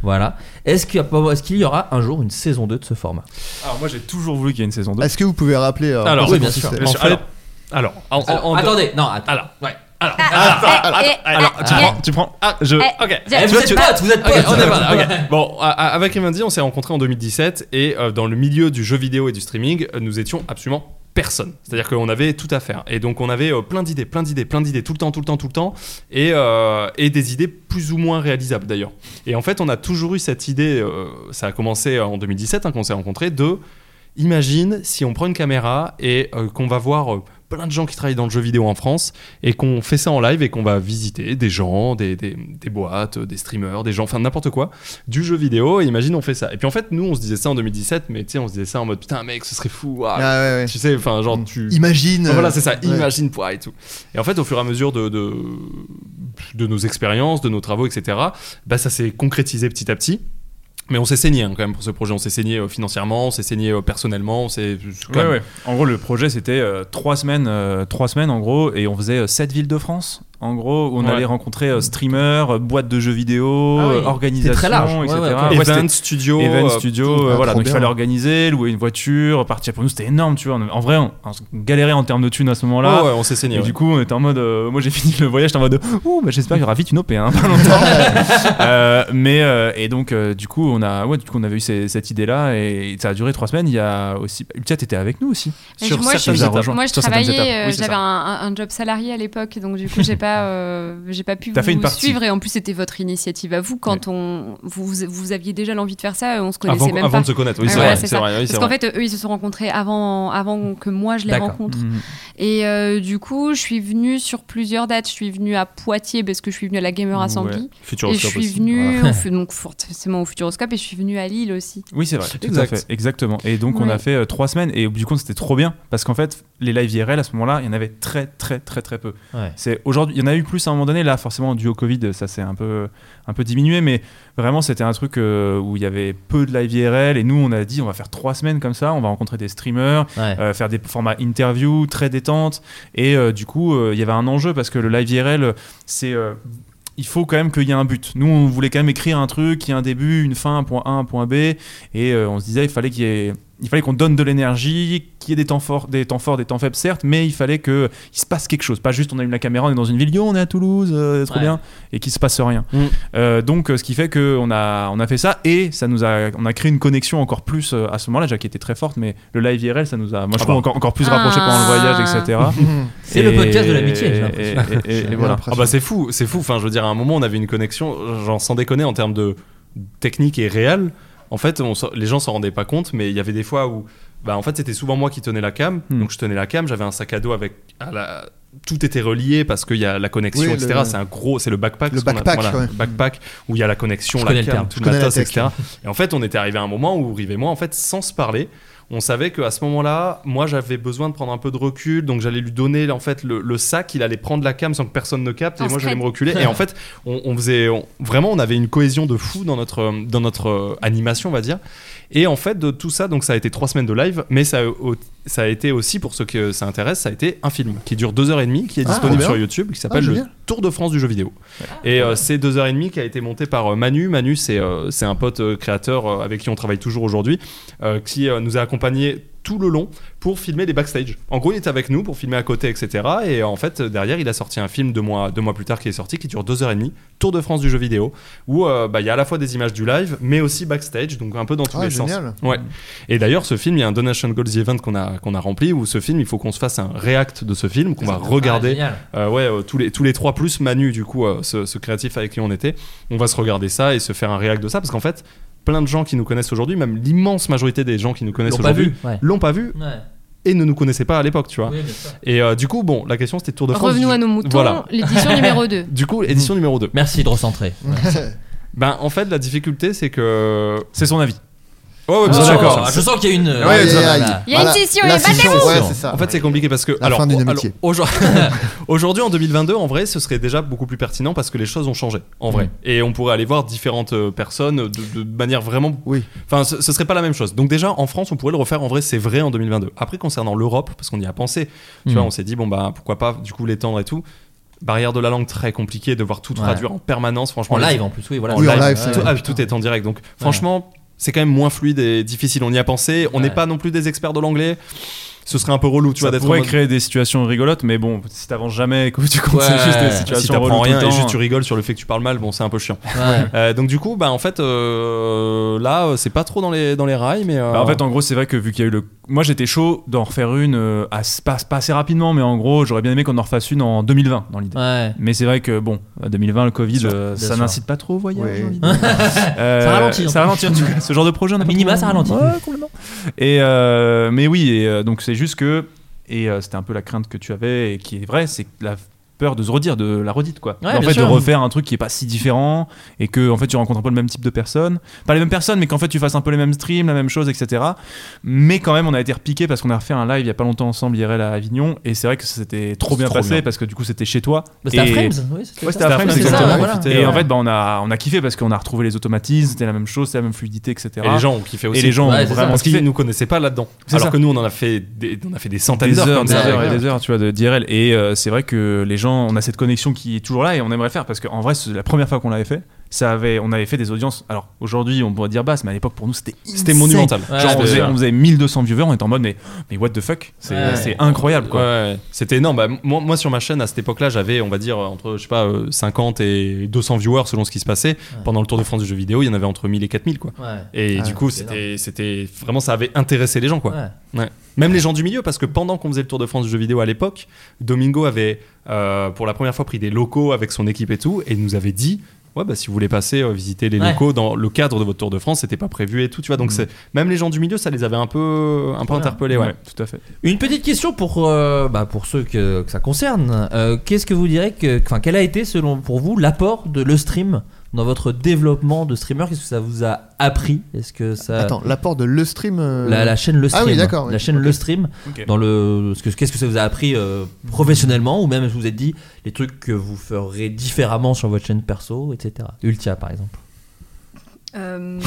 voilà. Est-ce qu'il y, a pas- est-ce qu'il y aura un jour une saison 2 de ce format
Alors moi j'ai toujours voulu qu'il y ait une saison 2.
Est-ce que vous pouvez rappeler euh,
Alors,
en
oui,
fait,
bien
si
sûr.
c'est-
Bien sûr.
en fait-
Alors, alors, en- en- en-
Attendez, non, attends.
Ah, Alors,
ouais. Alors,
alors,
eh,
attends, alors,
eh,
tu
eh,
prends, tu prends. Ah, je.
eh,
Ok.
eh, vous
Tu vois,
êtes
tu-
potes, vous êtes
Ok,
potes.
on est potes, ok. Bon, à- à- avec Emendi, on s'est rencontrés en 2017 et euh, dans le milieu du jeu vidéo et du streaming, euh, nous étions absolument
personne. C'est-à-dire qu'on avait tout à faire. Et donc on avait euh, plein d'idées, plein d'idées, plein d'idées, tout le temps, tout le temps, tout le temps, et, euh, et des idées plus ou moins réalisables d'ailleurs. Et en fait, on a toujours eu cette idée, euh, ça a commencé en 2017 hein, qu'on s'est rencontrés, de imagine si on prend une caméra et euh, qu'on va voir euh, plein de gens qui travaillent dans le jeu vidéo en France et qu'on fait ça en live et qu'on va visiter des gens, des, des- des boîtes, euh, des streamers, des gens, enfin n'importe quoi, du jeu vidéo, et imagine on fait ça. Et puis en fait, nous, on se disait ça en 2017, mais tu sais, on se disait ça en mode putain mec, ce serait fou. ah, Tu sais, enfin genre tu...
Mm. Imagine,
Enfin, Voilà,
euh,
c'est ça,
ouais.
imagine pour et tout. Et en fait, au fur et à mesure de, de, de nos expériences, de nos travaux, etc., bah, ça s'est concrétisé petit à petit. Mais on s'est saigné hein, quand même pour ce projet. On s'est saigné euh, financièrement, on s'est saigné euh, personnellement, on s'est. quand
Ouais,
même-
ouais. En gros, le projet, c'était euh, trois semaines, euh, trois semaines en gros, et on faisait euh, sept villes de France. En gros, où on
Ouais.
allait rencontrer euh, streamers, euh, boîtes de jeux vidéo,
Ah oui.
euh, organisations,
C'était très large. Ouais,
etc.
ouais, quand même. Event
c'était-
studio,
event
euh,
studio,
putain,
euh, voilà.
trop
Donc il
bien.
fallait organiser, louer une voiture, partir. Pour nous, c'était énorme, tu vois. On- En vrai, on, on galérait en termes de thunes à ce moment-là.
Ouais, ouais, on s'est saigné,
Et
ouais.
du coup, on était en mode. euh, moi, j'ai fini le voyage, j'étais en mode. Ouh, bah, j'espère qu'il y aura vite une OP, hein, pas longtemps. Euh, mais euh, et donc, euh, du coup, on a, ouais, du coup, on avait eu ces- cette idée-là, et ça a duré trois semaines. Il y a aussi, Ultia, t'étais avec nous aussi.
Et je- moi, je,
certaines
suis-
étapes.
moi, je
Sur certaines
travaillais,
étapes.
euh,
Oui, c'est
j'avais
ça.
un, un- un job salarié à l'époque, donc du coup, j'ai pas, euh, j'ai pas pu
T'as
vous
fait une partie.
suivre. Et en plus, c'était votre initiative à vous quand on, vous, vous aviez déjà l'envie de faire ça. et On se
Avant-
connaissait même
avant
pas.
de se connaître, oui,
Ouais,
c'est
voilà,
vrai, c'est
ça.
vrai, oui, c'est
Parce qu'en
vrai.
fait, eux, ils se sont rencontrés avant, avant que moi je les
D'accord.
rencontre.
Mhm.
Et euh, du coup, je suis venue sur plusieurs dates. Je suis venue à Poitiers parce que je suis venue à la Gamer
Ouais.
Assembly. Et je
Futuroscope
suis
aussi.
venue,
Voilà.
au fu- donc forcément au Futuroscope, et je suis venue à Lille aussi.
Oui, c'est vrai, tout à fait, exactement. Et donc, on
Ouais.
a fait euh, trois semaines, et du coup, c'était trop bien, parce qu'en fait, les live IRL à ce moment-là, il y en avait très, très, très, très peu.
Ouais.
C'est aujourd'hui, il y en a eu plus à un moment donné. Là, forcément, dû au Covid, ça s'est un peu, un peu diminué, mais vraiment, c'était un truc euh, où il y avait peu de live IRL, et nous, on a dit, on va faire trois semaines comme ça, on va rencontrer des streamers,
Ouais.
euh, faire des formats interview très détente, et euh, du coup, euh, il y avait un enjeu parce que le live IRL, c'est euh, il faut quand même qu'il y ait un but. Nous, on voulait quand même écrire un truc, qu'il y ait un début, une fin, un point A, un point B, et euh, on se disait il fallait qu'il y ait- il fallait qu'on donne de l'énergie, qu'il y ait des temps forts, des temps forts, des temps faibles certes, mais il fallait que il se passe quelque chose, pas juste on allume la caméra, on est dans une ville, Yo, on est à Toulouse, euh, trop
Ouais. Mm.
bien, et qu'il se passe rien. Euh, donc, euh, ce qui fait que on a on a fait ça et ça nous a on a créé une connexion encore plus euh, à ce moment-là, déjà qui était très forte, mais le live IRL, ça nous a, moi je
Ah
trouve
bah.
encore encore plus rapproché
Ah.
pendant le voyage, etc.
C'est le
Et-
podcast de l'amitié, j'ai l'impression.
et- et- et- et
J'ai
voilà.
Ah bah c'est fou, c'est fou. Enfin, je veux dire, à un moment, on avait une connexion, genre sans déconner, en termes de technique et réel. En fait, on s'en- les gens s'en rendaient pas compte, mais il y avait des fois où, bah, en fait, c'était souvent moi qui tenais la cam.
Hmm.
Donc, je tenais la cam, j'avais un sac à dos avec, à la- tout était relié parce qu'il y a la connexion,
Oui,
etc.
le-
C'est un gros, c'est le backpack.
Le
ce qu'on a-
backpack, ouais.
le backpack où il y a la connexion,
Je
la
connais le
cam,
terme.
tout
Je
le
connais la
matos,
tech,
etc.
ouais.
Et en fait, on était arrivé à un moment où Rive et moi, en fait, sans se parler, on savait qu'à ce moment-là, moi, j'avais besoin de prendre un peu de recul, donc j'allais lui donner en fait le, le sac, il allait prendre la cam sans que personne ne capte, et
En
moi, j'allais
secret.
me reculer. Et en fait, on, on faisait on- vraiment, on avait une cohésion de fou dans notre euh, dans notre euh, animation, on va dire. Et en fait, de tout ça, donc ça a été trois semaines de live, mais ça a, au- ça a été aussi pour ceux que ça intéresse, ça a été un film qui dure deux heures et demie, qui est
Ah,
disponible
bien.
sur YouTube, qui s'appelle
Ah,
Le
génial.
Tour de France du jeu vidéo. Et euh, c'est deux heures et demie qui a été monté par euh, Manu. Manu, c'est euh, c'est un pote euh, créateur euh, avec qui on travaille toujours aujourd'hui, euh, qui euh, nous a accompagnés tout le long pour filmer les backstage. En gros, il était avec nous pour filmer à côté, etc. Et euh, en fait, euh, derrière, il a sorti un film deux mois, deux mois plus tard qui est sorti, qui dure deux heures et demie, Tour de France du jeu vidéo, où euh, bah, il y a à la fois des images du live, mais aussi backstage, donc un peu dans tous
Ah,
les
génial.
sens. Ouais. Et d'ailleurs, ce film, il y a un Donation Goals Event qu'on a, qu'on a rempli, où ce film, il faut qu'on se fasse un react de ce film, qu'on va regarder.
génial.
Euh, ouais, euh, tous, les, tous les trois plus Manu, du coup, euh, ce, ce créatif avec qui on était, on va se regarder ça et se faire un réact de ça parce qu'en fait, plein de gens qui nous connaissent aujourd'hui, même l'immense majorité des gens qui nous connaissent
L'ont pas
aujourd'hui,
vu, ouais.
l'ont pas vu.
Ouais.
Et ne nous connaissaient pas à l'époque, tu vois.
Oui, bien sûr.
et euh, du coup, bon, la question c'était Tour de France.
Revenons à nos moutons, l'édition numéro deux.
Du coup, édition numéro 2.
Merci de recentrer.
ben, en fait, la difficulté c'est que.
C'est son avis.
Oh,
Ah, d'accord. Je sens qu'il y a une- euh, Ouais,
ouais, Il y a voilà. une scission, La et battez-vous scission, ouais, c'est ça.
En fait, c'est compliqué parce que.
La fin d'une
alors,
amitié.
aujourd'hui- Aujourd'hui, en 2022, en vrai, ce serait déjà beaucoup plus pertinent parce que les choses ont changé, en vrai.
Mm.
Et on pourrait aller voir différentes euh, personnes de, de manière vraiment. Oui. Enfin, ce, ce serait pas la même chose. Donc, déjà, en France, on pourrait le refaire, en vrai, c'est vrai en 2022. Après, concernant l'Europe, parce qu'on y a pensé, tu
Mm.
vois, on s'est dit, bon, bah, pourquoi pas, du coup, l'étendre et tout. Barrière de la langue très compliquée, devoir tout
Ouais.
traduire en permanence, franchement.
En
les-
live, en plus, oui, voilà.
En
Oui, en
live,
live,
tout-
c'est-
ah, puis tout est en direct. Donc, franchement, c'est quand même moins fluide et difficile. On y a pensé. On n'est
Ouais.
pas non plus des experts de l'anglais.
ce serait un peu relou, tu
ça
vois, d'être. en
pourrait
mode-
créer des situations rigolotes, mais bon, si t'avances jamais et que tu comptes, c'est juste des situations
si t'apprends
reloues
rien
tout le
et
temps.
juste tu rigoles sur le fait que tu parles mal, bon, c'est un peu chiant.
Ouais.
Euh, donc du coup, bah en fait, euh, là, euh, c'est pas trop dans les dans les rails, mais.
Ah.
euh,
Bah, en fait, en gros, c'est vrai que vu qu'il y a eu le. Moi, j'étais chaud d'en refaire une, euh, à- pas, pas assez rapidement, mais en gros, j'aurais bien aimé qu'on en refasse une en 2020, dans l'idée. Mais c'est vrai que, bon, 2020, le Covid, euh,
bien
ça
sûr.
n'incite pas trop au voyage.
Ouais.
j'ai envie de dire. Euh,
Ça ralentit, en
Ça
fait.
ralentit, en tout cas. Ce genre de projet, on a
minima, ça ralentit.
Ouais, complètement. Et, euh, mais oui, et, euh, donc c'est juste que. Et euh, c'était un peu la crainte que tu avais, et qui est vraie, c'est que la peur de se redire, de la redite, quoi.
Ouais,
en
bien
fait,
sûr.
de refaire un truc qui est pas si différent, et que en fait, tu rencontres un peu le même type de personnes. Pas les mêmes personnes, mais qu'en fait, tu fasses un peu les mêmes streams, la même chose, etc. Mais quand même, on a été repiqué parce qu'on a refait un live il y a pas longtemps ensemble, IRL à Avignon, et c'est vrai que c'était trop bien
Trop
passé,
bien.
parce que du coup, c'était chez toi.
Bah, c'était à
Et-
Frames, oui, c'était
Ouais,
ça.
c'était à Frames,
C'était à Frames,
exactement.
c'est ça, voilà.
Et en
Ouais.
fait, bah, on, a, on a kiffé parce qu'on a retrouvé les automatismes, c'était la même chose, c'était la même fluidité, etc.
Et les gens ont kiffé aussi.
Et les gens ont vraiment
Parce
kiffé.
qu'ils nous connaissaient pas là-dedans.
C'est
Alors
ça.
que nous, on en a fait des, on a fait des centaines
des
d'heures.
heures,
comme
des
ça.
heures et des heures, tu vois, de- d'IRL. Et euh, c'est vrai que les gens, on a cette connexion qui est toujours là et on aimerait faire parce qu'en vrai, c'est la première fois qu'on l'avait fait. Ça avait, on avait fait des audiences. Alors aujourd'hui, on pourrait dire basse, mais à l'époque pour nous c'était
C'était
insane.
monumental.
Genre,
Ouais,
on,
c'était-
faisait, on faisait 1200 viewers, on était en mode mais, mais what the fuck, c'est
Ouais.
c'est incroyable quoi.
Ouais, c'était énorme. Bah, moi, moi, sur ma chaîne, à cette époque-là, j'avais, on va dire, entre, je sais pas, euh, 50 et 200 viewers selon ce qui se passait. Pendant le Tour de France du jeu vidéo, il y en avait entre 1000 et 4000, quoi.
Ouais.
Et
Ah,
du coup,
c'est
c'était, c'était vraiment, ça avait intéressé les gens, quoi.
Ouais.
Ouais. Même les gens du milieu, parce que pendant qu'on faisait le Tour de France du jeu vidéo à l'époque, Domingo avait, euh, pour la première fois, pris des locaux avec son équipe et tout, et nous avait dit. Ouais, bah, si vous voulez passer euh, visiter les
Ouais.
locaux dans le cadre de votre Tour de France, c'était pas prévu et tout, tu vois. Donc,
Mm.
c'est même les gens du milieu, ça les avait un peu, un peu
Ouais.
interpellés, ouais.
Ouais, tout à fait.
Une petite question pour, euh, bah, pour ceux que, que ça concerne. Euh, Qu'est-ce que vous direz que, enfin, quel a été selon pour vous l'apport de le stream dans votre développement de streamer Qu'est-ce que ça vous a appris Est-ce que ça
Attends, l'apport de le stream. euh,
la, la chaîne le stream
Ah oui, d'accord.
la
oui.
chaîne
Ok.
le stream
Ok.
dans le ce que- qu'est-ce que ça vous a appris euh, professionnellement ou même vous vous êtes dit les trucs que vous ferez différemment sur votre chaîne perso etc Ultia par exemple
Euh,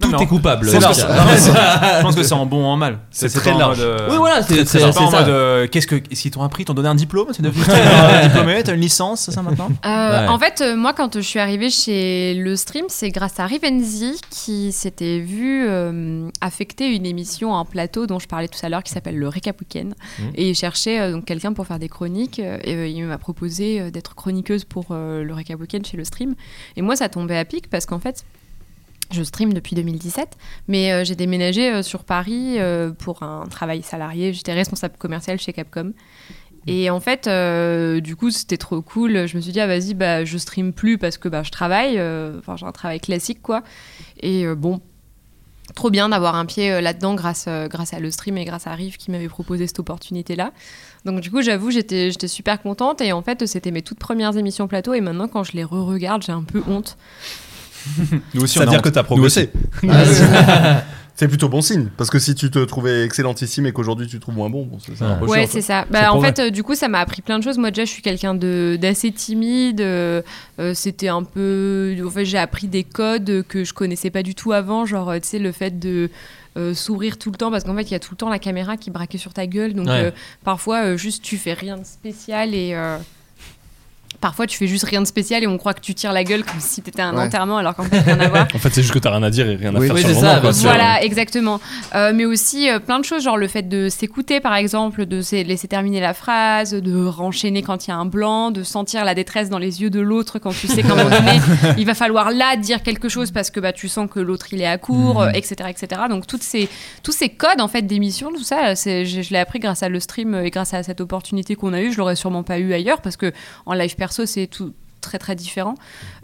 tout
mais
est
en-
coupable
c'est
Ultia.
large. Non, mais c'est- je pense que c'est en bon ou en mal.
C'est
pas
très
en
large.
mode, euh,
Oui, voilà, c'est-
très-
c'est-
très
c'est
pas en
ça.
mode. euh, Qu'est-ce que est-ce qu'ils t'ont appris Ils T'ont donné un diplôme T'es devenu un diplômé T'as une licence C'est ça maintenant
Euh,
Ouais.
En fait, euh, moi, quand je suis arrivée chez le stream, c'est grâce à Rivenzi qui s'était vu euh, affecter une émission, un plateau dont je parlais tout à l'heure qui s'appelle le Récap Weekend.
Mhm.
Et il cherchait euh, donc quelqu'un pour faire des chroniques. euh, et euh, il m'a proposé euh, d'être chroniqueuse pour euh, le Récap Weekend chez le stream. Et moi, ça tombait à pic parce qu'en fait, je stream depuis 2017, mais euh, j'ai déménagé euh, sur Paris euh, pour un travail salarié. J'étais responsable commercial chez Capcom. Et en fait, euh, du coup, c'était trop cool. Je me suis dit, ah, vas-y, bah, je stream plus parce que bah, je travaille. euh, Enfin, j'ai un travail classique, quoi. Et euh, bon, trop bien d'avoir un pied euh, là-dedans grâce, euh, grâce à le stream et grâce à Rive qui m'avait proposé cette opportunité-là. Donc du coup, j'avoue, j'étais j'étais super contente et en fait, c'était mes toutes premières émissions plateau et maintenant, quand je les re-regarde, j'ai un peu honte.
Nous
aussi, on a
C'est-à-dire
honte.
que t'as progressé.
Nous aussi.
Ah,
c'est plutôt bon signe, parce que si tu te trouvais excellentissime et qu'aujourd'hui tu te trouves moins bon, bon c'est c'est un peu
Ouais,
chiant,
c'est
quoi.
ça.
C'est
Bah, en
pas
fait,
vrai.
euh, du coup, ça m'a appris plein de choses. Moi, déjà, je suis quelqu'un de d'assez timide. euh, euh, C'était un peu. En fait, j'ai appris des codes que je connaissais pas du tout avant. Genre, euh, tu sais, le fait de. euh, sourire tout le temps parce qu'en fait il y a tout le temps la caméra qui braquait sur ta gueule donc
Ouais.
euh, parfois euh, juste tu fais rien de spécial et euh, parfois tu fais juste rien de spécial et on croit que tu tires la gueule comme si t'étais à un
Ouais.
enterrement alors qu'en fait rien à voir
En fait, c'est juste que t'as rien à dire et rien à
Oui.
faire
Oui,
sur
c'est
le moment,
ça,
quoi.
bien sûr.
Voilà, exactement. Euh, mais aussi euh, plein de choses, genre le fait de s'écouter, par exemple, de se- laisser terminer la phrase, de renchaîner quand il y a un blanc, de sentir la détresse dans les yeux de l'autre quand tu sais qu'à un moment donné, il va falloir là dire quelque chose parce que bah, tu sens que l'autre il est à court,
Mhm.
euh, etc., etc. Donc toutes ces, tous ces codes en fait d'émission, tout ça, c'est- je, je l'ai appris grâce à le stream euh, et grâce à cette opportunité qu'on a eue. Je l'aurais sûrement pas eu ailleurs parce que en live perso, c'est tout très très différent.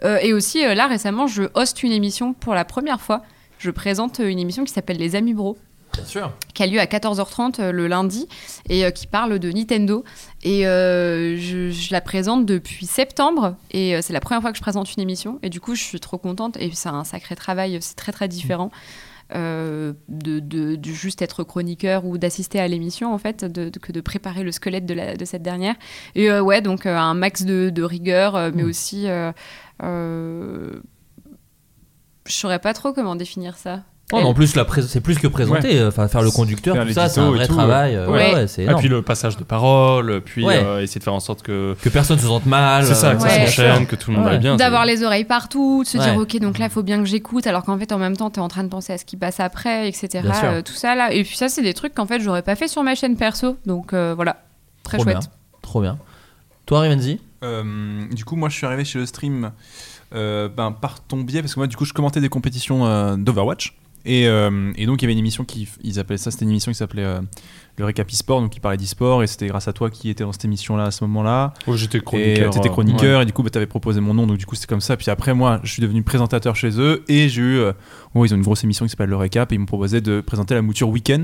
Euh, et aussi euh, là récemment, je hoste une émission pour la première fois. Je présente euh, une émission qui s'appelle Les Amis Bros
bien sûr
qui a lieu à 14h30 euh, le lundi et euh, qui parle de Nintendo. Et euh, je, je la présente depuis septembre et euh, c'est la première fois que je présente une émission. Et du coup, je suis trop contente et c'est un sacré travail, c'est très très différent. euh, de, de- de juste être chroniqueur ou d'assister à l'émission en fait de- de- que de préparer le squelette de, la- de cette dernière et euh, ouais donc euh, un max de, de rigueur euh, mais
Mm.
aussi euh, euh, je saurais pas trop comment définir ça
Oh, mais en plus, la pré- c'est plus que présenter,
Ouais.
enfin faire le conducteur,
Faire
tout
les
ça, c'est un
tutos et
vrai
tout,
travail.
euh,
euh, ouais, ouais, c'est
et
énorme.
puis le passage de parole, puis
Ouais.
euh, essayer de faire en sorte que
que personne se sente mal.
C'est ça, que ça
Ouais.
s'enchaîne, que tout le monde
Ouais.
aille bien.
D'avoir les oreilles partout, de se dire
Ouais.
ok donc là il faut bien que j'écoute alors qu'en fait en même temps t'es en train de penser à ce qui passe après etc
Bien sûr.
euh, tout ça là et puis ça c'est des trucs qu'en fait j'aurais pas fait sur ma chaîne perso donc euh, voilà très
Trop
chouette.
bien, trop bien. Toi, Rivenzi
Euh, du coup, moi, je suis arrivé chez le stream euh, ben, par ton biais, parce que moi, du coup, je commentais des compétitions euh, d'Overwatch. Et, euh, et donc, il y avait une émission qui, ils appelaient ça, c'était une émission qui s'appelait euh, le Récap e-sport, donc qui parlait d'e-sport, et c'était grâce à toi qui était dans cette émission-là à ce moment-là.
Oh, j'étais chroniqueur,
Et, euh, t'étais
ouais.
chroniqueur,
Ouais.
et du coup, bah, t'avais proposé mon nom, donc du coup, c'était comme ça. Puis après, moi, je suis devenu présentateur chez eux, et j'ai eu, euh, bon, ils ont une grosse émission qui s'appelle le Récap, et ils m'ont proposé de présenter la mouture week-end.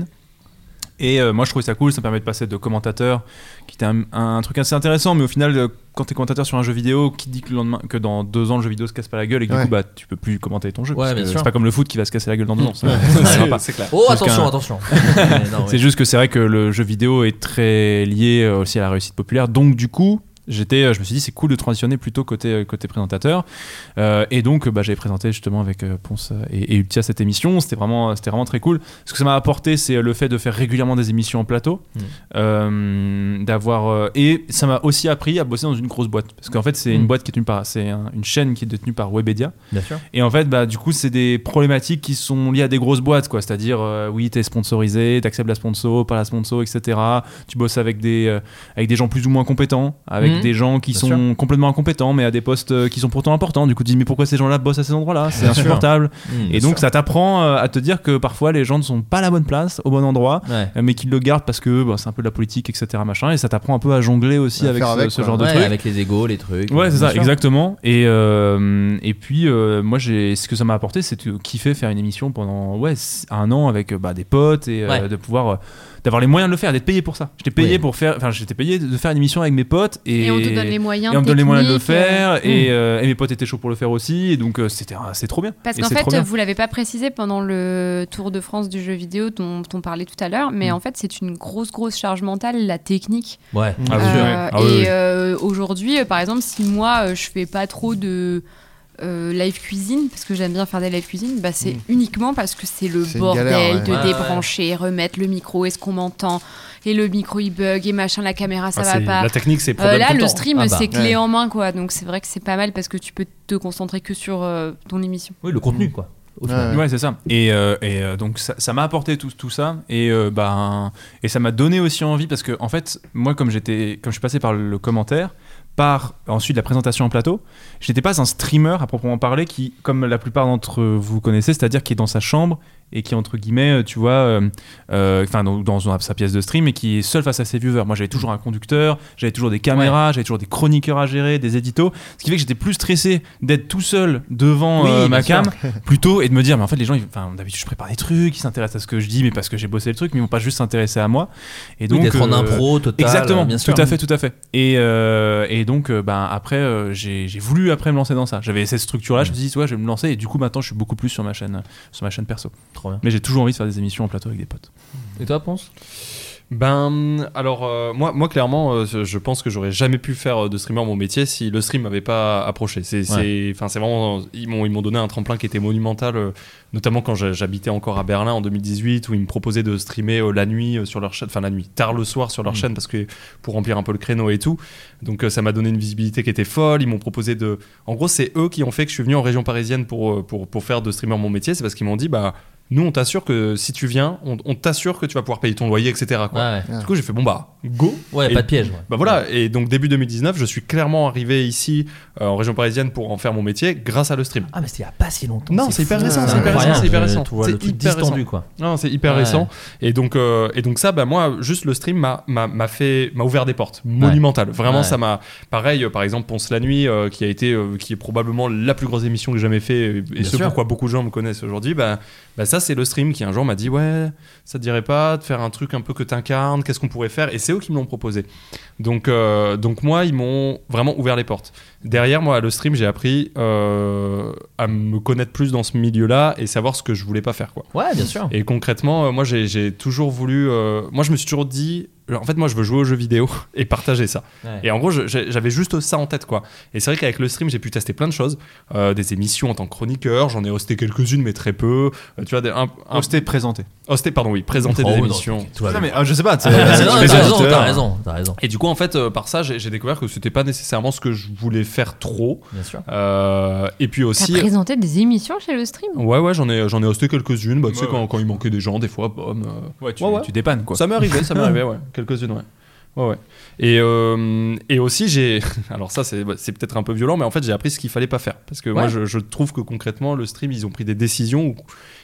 Et euh, moi, je trouvais ça cool, ça me permet de passer de commentateur, qui était un, un truc assez intéressant, mais au final, euh, quand t'es commentateur sur un jeu vidéo, qui dit que, le lendemain, que dans deux ans, le jeu vidéo se casse pas la gueule et que
Ouais.
du coup, bah, tu peux plus commenter ton jeu.
Ouais,
parce
bien
que
sûr.
c'est pas comme le foot qui va se casser la gueule dans deux ans. ça-
Ouais,
ça
c'est-
ira pas.
c'est clair. Oh,
Sauf
attention,
qu'un-
attention. Non,
c'est
oui.
juste que c'est vrai que le jeu vidéo est très lié euh, aussi à la réussite populaire. Donc, du coup. J'étais, euh, je me suis dit c'est cool de transitionner plutôt côté euh, côté présentateur Euh, et donc euh, bah, j'avais présenté justement avec euh, Ponce et, et Ultia cette émission c'était vraiment euh, c'était vraiment très cool ce que ça m'a apporté c'est le fait de faire régulièrement des émissions en plateau
Mm.
euh, d'avoir euh, et ça m'a aussi appris à bosser dans une grosse boîte parce qu'en fait c'est
Mm.
une boîte qui est tenue par c'est un- une chaîne qui est détenue par Webedia
Bien sûr.
et en fait bah du coup c'est des problématiques qui sont liées à des grosses boîtes quoi c'est-à-dire euh, oui t'es sponsorisé t'acceptes la sponsor pas la sponsor etc tu bosses avec des euh, avec des gens plus ou moins compétents avec
Mm.
des gens qui
Bien
sont
sûr.
complètement incompétents mais à des postes euh, qui sont pourtant importants du coup tu te dis mais pourquoi ces gens-là bossent à ces endroits-là c'est
Bien sûr.
insupportable
Mm, bien
et donc
sûr.
ça t'apprend euh, à te dire que parfois les gens ne sont pas à la bonne place au bon endroit
Ouais.
euh, mais qu'ils le gardent parce que bah, c'est un peu de la politique etc machin et ça t'apprend un peu à jongler aussi
À
avec
faire
ce,
avec,
ce
quoi.
genre de
Ouais,
trucs
avec les égos, les trucs.
ouais c'est
Bien
ça
sûr.
exactement et, euh, et puis euh, moi j'ai ce que ça m'a apporté c'est de kiffer faire une émission pendant ouais c- un an avec euh, bah, des potes et euh,
Ouais.
de pouvoir euh, d'avoir les moyens de le faire d'être payé pour ça j'étais payé
Oui.
pour faire enfin j'étais payé de faire une émission avec mes potes et,
Et on te donne les moyens
et on me donne les moyens de le
techniques,
faire
euh,
et,
mm.
euh, et mes potes étaient chauds pour le faire aussi et donc euh, c'était ah, c'est trop bien
Parce
Et
qu'en
c'est trop
fait,
bien.
vous l'avez pas précisé pendant le Tour de France du jeu vidéo dont on parlait tout à l'heure, mais
Mm.
en fait, c'est une grosse, grosse charge mentale, la technique.
Ouais. Ah oui,
Euh,
ouais. Ah oui,
et
oui.
euh, aujourd'hui, euh, par exemple, si moi, euh, je fais pas trop de euh, live cuisine, parce que j'aime bien faire des live cuisine, bah,
Mm.
c'est uniquement parce que c'est le
C'est une
bordel
galère, ouais.
de
Ouais, ouais.
débrancher, remettre le micro, est-ce qu'on m'entend Et le micro, il bug, et machin, la caméra, ça
Ah,
va
c'est-
pas.
la technique, c'est
Euh,
problème
Là,
tout le
le
temps.
stream,
Ah bah.
c'est clé
Ouais.
en main, quoi. Donc, c'est vrai que c'est pas mal parce que tu peux te concentrer que sur euh, ton émission.
Oui, le contenu, quoi. au final.
Ouais, ouais, c'est ça. Et, euh, et, euh, donc ça ça m'a apporté tout, tout ça et euh, ben et ça m'a donné aussi envie parce que en fait moi comme j'étais comme je suis passé par le commentaire par ensuite la présentation en plateau, j'étais pas un streamer à proprement parler qui comme la plupart d'entre vous connaissez, c'est-à-dire qui est dans sa chambre et qui entre guillemets euh, tu vois euh, euh, enfin dans, dans sa pièce de stream et qui est seul face à ses viewers. Moi j'avais toujours un conducteur, j'avais toujours des caméras, j'avais toujours des chroniqueurs à gérer, des éditos, ce qui fait que j'étais plus stressé d'être tout seul devant
Oui,
euh, ma
bien
cam
sûr.
plutôt et de me dire mais en fait les gens ils- enfin d'habitude je prépare des trucs ils s'intéressent à ce que je dis mais parce que j'ai bossé le truc mais ils vont pas juste s'intéresser à moi et
Oui,
donc euh,
d'être en impro total,
exactement
bien
tout
sûr.
à fait tout à fait et, euh, et donc euh, ben après euh, j'ai j'ai voulu après me lancer dans ça j'avais cette structure là je me suis dit ouais je vais me lancer et du coup maintenant je suis beaucoup plus sur ma chaîne sur ma chaîne perso
Trop bien.
mais j'ai toujours envie de faire des émissions en plateau avec des potes
Et toi, Ponce
Ben, alors, euh, moi, moi, clairement, euh, je- je pense que j'aurais jamais pu faire euh, de streamer mon métier si le stream m'avait pas approché. C'est c'est- enfin, c'est vraiment. Ils m'ont ils m'ont donné un tremplin qui était monumental, euh, notamment quand j'a- j'habitais encore à Berlin en 2018, où ils me proposaient de streamer euh, la nuit euh, sur leur chaîne, enfin, la nuit, tard le soir sur leur
Mm.
chaîne, parce que pour remplir un peu le créneau et tout. Donc, euh, ça m'a donné une visibilité qui était folle. Ils m'ont proposé de. En gros, c'est eux qui ont fait que je suis venu en région parisienne pour, euh, pour, pour faire de streamer mon métier. C'est parce qu'ils m'ont dit, bah. Nous, on t'assure que si tu viens, on, on t'assure que tu vas pouvoir payer ton loyer, etc. quoi.
Ouais, ouais.
Du coup, j'ai fait bon bah go.
Ouais,
Et-
pas de piège, ouais.
Bah voilà. Et donc début 2019, je suis clairement arrivé ici euh, en région parisienne pour en faire mon métier grâce à le stream.
Ah, mais c'était il y a pas si longtemps.
Non, c'est hyper récent, c'est hyper récent, c'est hyper récent. C'est hyper
distendu,
récent.
quoi.
Non, c'est hyper
Ouais.
récent. Et donc, euh, et donc ça, bah, moi, juste le stream m'a- m'a m'a fait, m'a ouvert des portes monumentales. Vraiment,
Ouais.
ça m'a. Pareil, euh, par exemple, Ponce la nuit, euh, qui a été, euh, qui est probablement la plus grosse émission que j'ai jamais fait, et, et
Bien
ce
sûr.
pourquoi beaucoup de gens me connaissent aujourd'hui. Bah, bah ça, c'est le stream qui un jour m'a dit, ouais, ça te dirait pas de faire un truc un peu que t'incarnes, qu'est-ce qu'on pourrait faire Et c'est eux qui me l'ont proposé. Donc, euh, donc moi, ils m'ont vraiment ouvert les portes. Derrière moi, à le stream, j'ai appris euh, à me connaître plus dans ce milieu-là et savoir ce que je voulais pas faire. Quoi.
Ouais, bien sûr.
Et concrètement, euh, moi, j'ai- j'ai toujours voulu. euh, moi, je me suis toujours dit. En fait, moi, je veux jouer aux jeux vidéo et partager ça.
Ouais.
Et en gros, je- j'ai- j'avais juste ça en tête, quoi. Et c'est vrai qu'avec le stream, j'ai pu tester plein de choses. Euh, des émissions en tant que chroniqueur, j'en ai hosté quelques-unes, mais très peu. Euh, tu vois, des, un, un...
Hosté, présenté.
Hosté, pardon, oui, présenter
Oh,
des
non,
émissions.
tout va bien. Putain, mais, ah, je sais pas, c'est- Ah, c'est- non,
tu
t'as
fais ça,
raison,
auditeur.
t'as raison, t'as raison.
Et du coup, en fait, euh, par ça, j'ai j'ai découvert que c'était pas nécessairement ce que je voulais faire trop. Euh,
Bien sûr.
et puis aussi.
T'as présenté des émissions chez le stream
Ouais, ouais, j'en ai, j'en ai hosté quelques-unes. Bah, tu sais,
Ouais,
quand, quand il manquait des gens, des fois, bam. euh,
Ouais, tu- tu dépannes, quoi.
Ça m'est arrivé, ça m'est arrivé, ouais. Quelques-unes, ouais. Ouais, ouais. Et, euh, et aussi, j'ai. Alors, ça, c'est, bah, c'est peut-être un peu violent, mais en fait, j'ai appris ce qu'il fallait pas faire. Parce que moi,
Ouais.
je, je trouve que concrètement, le stream, ils ont pris des décisions où-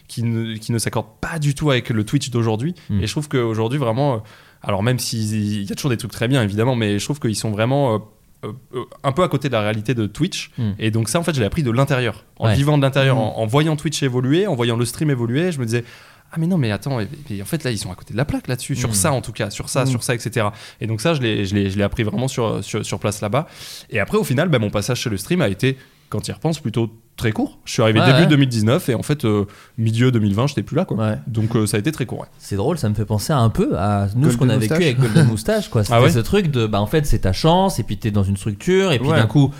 qui ne, qui ne s'accordent pas du tout avec le Twitch d'aujourd'hui.
Hmm.
Mm.
Et je trouve qu'aujourd'hui, vraiment. euh, Alors, même s'il il y a toujours des trucs très bien, évidemment, mais je trouve qu'ils sont vraiment. euh, euh, euh, un peu à côté de la réalité de Twitch.
Hmm.
Mm.
Et donc ça, en fait, je l'ai appris de l'intérieur, en
Ouais.
vivant de l'intérieur,
Mm.
en, en voyant Twitch évoluer, en voyant le stream évoluer. Je me disais, ah mais non, mais attends, et- et en fait là, ils sont à côté de la plaque là-dessus, sur
Mm.
ça en tout cas, sur ça,
Mm.
sur ça, etc. Et donc ça, je l'ai, je l'ai, je l'ai appris vraiment sur, sur, sur place là-bas. Et après, au final, bah, mon passage chez le stream a été, quand il repense, plutôt très court. Je suis arrivé
Ouais,
début
ouais.
2019 et en fait, euh, milieu 2020, j'étais plus là. Quoi. Donc euh, ça a été très court. ouais.
C'est drôle, ça me fait penser un peu à nous
Golden
ce qu'on a vécu
Moustache.
avec Golden Moustache. Quoi. C'était
Ah ouais
ce truc de, bah en fait, c'est ta chance, et puis t'es dans une structure, et puis
Ouais.
d'un coup,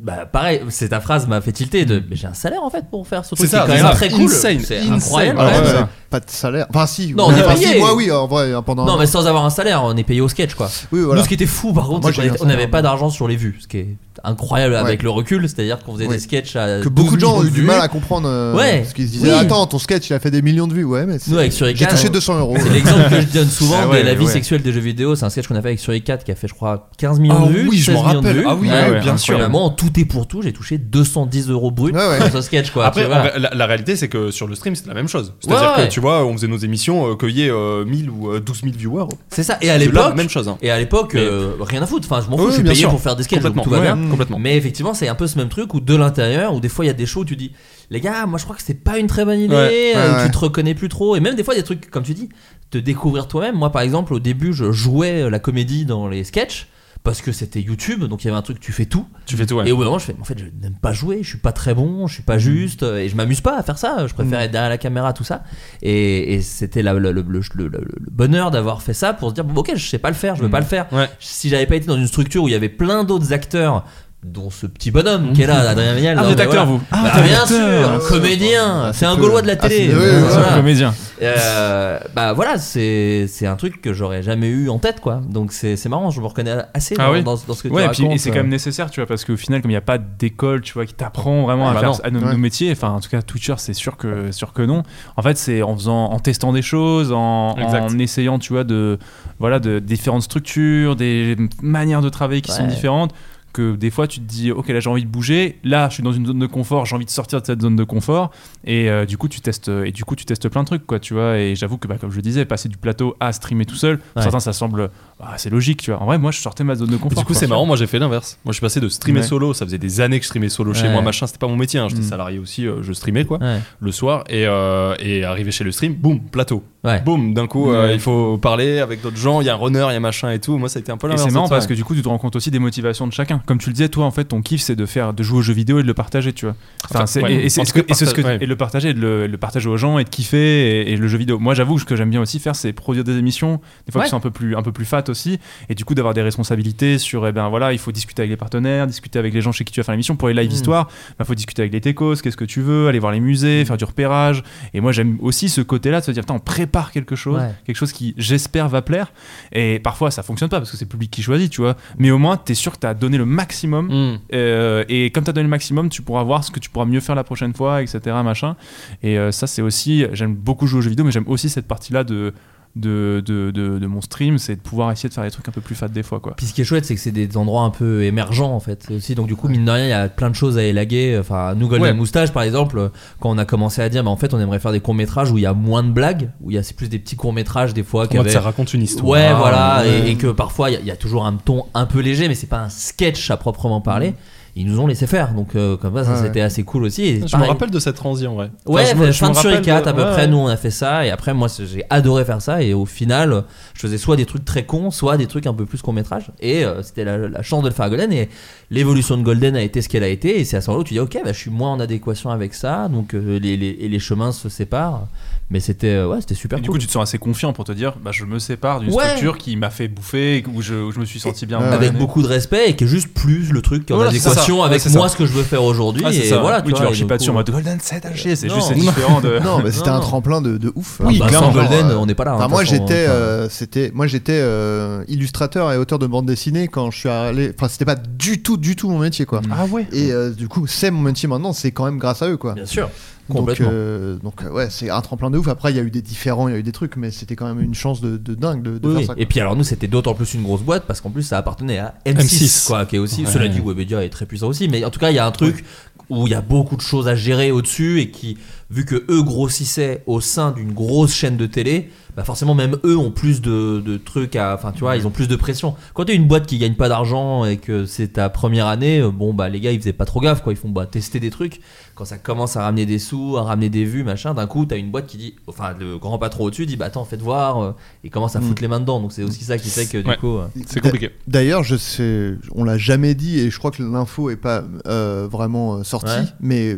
bah pareil, c'est ta phrase m'a fait tilter de, mais j'ai un salaire en fait pour faire ce truc.
ça,
qui est
c'est
quand même
ça.
très cool.
Insane,
C'est
insane.
incroyable.
Ah
quand même,
ouais,
ça.
ouais. Pas de salaire. Enfin, Ah, si.
Non, on est
Enfin, si,
payé.
moi, oui, en vrai, hein, pendant.
Non, mais sans avoir un salaire, on est payé au sketch quoi.
voilà.
Nous, ce qui était fou par contre,
Moi,
c'est qu'on
j'ai eu un
était- on
salaire,
n'avait pas d'argent sur les vues, ce qui est incroyable
Ouais.
avec le recul, c'est-à-dire qu'on faisait
Ouais.
des sketchs à
que
12 000
beaucoup de gens ont eu du
vues.
mal à comprendre euh,
Ouais.
parce qu'ils se disaient
Oui.
attends ton sketch il a fait des millions de vues ouais mais c'est-
Nous, avec Suricat,
j'ai touché
on-
200 euros
E hein, C'est l'exemple que je donne souvent
Ah
de
ouais,
la vie
ouais.
sexuelle des jeux vidéo. C'est un sketch qu'on a fait avec Suricat qui a fait, je crois, 15 millions
Ah
de vues.
oui, je
16
m'en
millions de
rappelle.
vues.
Ah oui, ouais, bien sûr.
Vraiment, en tout est pour tout, j'ai touché 210 euros brut sur ce sketch, quoi.
Après,
tu vois.
en vrai, la, la réalité, c'est que sur le stream, c'était la même chose. C'est-à-dire
Ouais, ouais.
que tu vois, on faisait nos émissions, euh, qu'il y ait euh, 1000 ou euh, 12 000 viewers.
C'est ça. Et à
C'est
l'époque,
la même chose. hein.
Et à l'époque,
Mais-
euh, rien à foutre. Enfin, je m'en fous.
Oui,
je suis
bien
payé
sûr.
pour faire des sketchs, donc
Complètement.
tout va
Ouais,
bien.
mm. Complètement.
Mais effectivement, c'est un peu ce même truc où de l'intérieur, où des fois il y a des shows, où tu dis, les gars, moi je crois que c'est pas une très bonne idée.
Ouais.
euh,
Ouais, ouais.
Tu te reconnais plus trop. Et même des fois des trucs comme tu dis, te découvrir toi-même. Moi, par exemple, au début, je jouais euh, la comédie dans les sketchs. Parce que c'était YouTube, donc il y avait un truc, tu fais tout.
Tu fais tout, ouais. Mm.
Et au bout d'un moment, je fais, en fait, je n'aime pas jouer, je suis pas très bon, je suis pas juste, euh, et je m'amuse pas à faire ça, je préfère être derrière la caméra, tout ça. Et, et c'était la- le, le- le- le- le- le bonheur d'avoir fait ça pour se dire, bon, ok, je sais pas le
Mm.
faire, je veux pas le faire. Si j'avais pas été dans une structure où il y avait plein d'autres acteurs, dont ce petit bonhomme qui est là, Adrien Vignal.
Ah, vous
non,
êtes
mais
acteur,
voilà.
vous Ah,
Bah,
t'es
Bien
acteur.
sûr, comédien, c'est un
peu-
Gaulois de la
ah,
télé.
c'est- oui, oui,
Voilà.
c'est un comédien.
Euh, bah voilà, c'est c'est un truc que j'aurais jamais eu en tête, quoi. Donc c'est c'est marrant, je me reconnais assez dans, dans- dans ce que
Ah Ouais, et
tu
puis-
racontes. euh.
Et c'est quand même nécessaire, tu vois, parce qu'au final, comme il n'y a pas d'école, tu vois, qui t'apprend vraiment
Ouais,
à
Ah,
bah
faire
non.
à nos,
Ouais.
nos métiers, enfin, en tout cas, Twitcher, c'est sûr que, sûr que non. En fait, c'est en faisant, en testant des choses, en,
Exact.
en essayant, tu vois, de, voilà, de différentes structures, des manières de travailler qui sont
Ouais.
différentes. Que des fois tu te dis, ok, là j'ai envie de bouger, là je suis dans une zone de confort, j'ai envie de sortir de cette zone de confort, et euh, du coup tu testes, et du coup tu testes plein de trucs, quoi, tu vois. Et j'avoue que, bah, comme je le disais, passer du plateau à streamer tout seul, pour
Ouais.
certains ça semble, ah, c'est logique, tu vois. En vrai, moi je sortais ma zone de confort.
Mais du coup,
quoi.
c'est marrant, Oh, moi j'ai fait l'inverse. Moi je suis passé de streamer
Ouais.
solo, ça faisait des années que je streamais solo chez
Ouais.
moi, machin, c'était pas mon métier, hein. j'étais
Mm.
salarié aussi, euh, je streamais quoi,
Ouais.
le soir, et, euh, et arrivé chez le stream, boum, plateau.
Ouais.
Boum, d'un coup, euh,
Ouais.
il faut parler avec d'autres gens, il y a un runner, il y a machin et tout. Moi ça a été un peu
Et
l'inverse.
c'est marrant
de ça,
parce que
ouais.
du coup, tu te rends compte aussi des motivations de chacun. Comme tu le disais, toi, en fait, ton kiff, c'est de faire, de jouer aux jeux vidéo et de le partager, tu vois. Enfin,
Enfin,
c'est-
ouais.
et- et c'est
En
ce que-
tout cas,
et c'est ce
partage-
que-
ouais.
et le partager, et de le, et de le partager aux gens et de kiffer et, et le jeu vidéo. Moi, j'avoue, ce que j'aime bien aussi faire, c'est produire des émissions, des fois
Ouais.
qui sont un peu plus, un peu plus fat aussi, et du coup d'avoir des responsabilités sur, eh ben voilà, il faut discuter avec les partenaires, discuter avec les gens chez qui tu vas faire l'émission pour les live
Mm.
histoires. Il Bah, faut discuter avec les techos, qu'est-ce que tu veux, aller voir les
Mm.
musées, faire du repérage. Et moi, j'aime aussi ce côté-là de se dire, putain, on prépare quelque chose,
Ouais.
quelque chose qui, j'espère, va plaire. Et parfois, ça fonctionne pas parce que c'est le public qui choisit, tu vois. Mais au moins, t'es sûr que t'as donné le maximum.
Mm.
Euh, et comme t'as donné le maximum, tu pourras voir ce que tu pourras mieux faire la prochaine fois, etc. Machin. Et euh, ça, c'est aussi. J'aime beaucoup jouer aux jeux vidéo, mais j'aime aussi cette partie-là de. De, de, de, de mon stream, c'est de pouvoir essayer de faire des trucs un peu plus fat des fois. Quoi.
Puis ce qui est chouette, c'est que c'est des endroits un peu émergents en fait aussi. Donc du coup, mine de rien, il y a plein de choses à élaguer. Enfin, nous Golden
Ouais.
Moustache par exemple, quand on a commencé à dire, bah en fait, on aimerait faire des courts métrages où il y a moins de blagues, où il y a c'est plus des petits courts métrages des fois qui
mode, ça raconte une histoire.
Ouais, voilà,
Ouais.
Et, et que parfois il y a- il y, a toujours un ton un peu léger, mais c'est pas un sketch à proprement parler. ils nous ont laissé faire. Donc, euh, comme ça, ça
Mm. Ouais.
c'était assez cool aussi. Et
Je me
pareil-
rappelle de cette transi en vrai.
Ouais,
Enfin, je me- je
fin
me
de Shuri
rappelle
4 à
de-
peu
ouais.
près, nous on a fait ça, et après moi c'est- j'ai adoré faire ça, et au final je faisais soit des trucs très cons, soit des trucs un peu plus court métrage, et euh, c'était la, la chance de le faire à Golden, et l'évolution de Golden a été ce qu'elle a été, et c'est à ce moment-là où tu dis ok, bah, je suis moins en adéquation avec ça, donc euh, les, les- et les chemins se séparent, mais c'était euh, ouais, c'était super
Et du
cool.
coup, tu te sens assez confiant pour te dire, bah, je me sépare d'une
Ouais.
structure qui m'a fait bouffer, où je, où je me suis senti bien.
Ah,
avec
Ouais.
beaucoup de respect et qui est juste plus le truc en
Voilà, c'est ça.
adéquation
Ouais,
avec
c'est ça.
moi ce que je veux faire aujourd'hui
Ah, c'est
et
ça.
voilà
Oui, tu
vois,
leur chies
et
pas
donc,
dessus en
euh,
mode, Golden, c'est à chier, c'est
non.
juste, c'est différent de-
Non, mais c'était
Non,
un
non.
tremplin de, de ouf.
Oui,
Ah bah,
clairement.
sans
Golden, on n'est pas là, hein,
Enfin,
de
moi,
toute façon,
j'étais,
enfin.
euh, c'était, moi, j'étais euh, illustrateur et auteur de bande dessinée quand je suis allé. Enfin, c'était pas du tout, du tout mon métier, quoi.
Ah ouais.
Et euh, du coup, c'est mon métier maintenant. C'est quand même grâce à eux, quoi.
Bien sûr.
Donc,
Complètement.
euh, donc euh, ouais, c'est un tremplin de ouf. Après, il y a eu des différents, il y a eu des trucs, mais c'était quand même une chance de, de dingue de, de
Oui,
faire
oui.
ça. quoi.
Et puis alors nous c'était d'autant plus une grosse boîte parce qu'en plus ça appartenait à M6,
M6.
quoi, qui est aussi.
Ouais.
Cela dit, Webedia est très puissant aussi, mais en tout cas il y a un truc où il y a beaucoup de choses à gérer au-dessus et qui, vu que eux grossissaient au sein d'une grosse chaîne de télé, bah forcément même eux ont plus de, de trucs à, enfin tu vois, ils ont plus de pression. Quand t'es une boîte qui gagne pas d'argent et que c'est ta première année, euh, bon bah les gars ils faisaient pas trop gaffe quoi, ils font bah tester des trucs. Quand ça commence à ramener des sous, à ramener des vues, machin, d'un coup t'as une boîte qui dit, enfin le grand patron au-dessus dit bah attends faites voir euh, et commence à
Mm.
foutre les mains dedans. Donc c'est aussi ça qui fait que du
Ouais.
coup euh,
D'ailleurs, je sais, on l'a jamais dit et je crois que l'info est pas euh, vraiment euh, sortie,
Ouais.
mais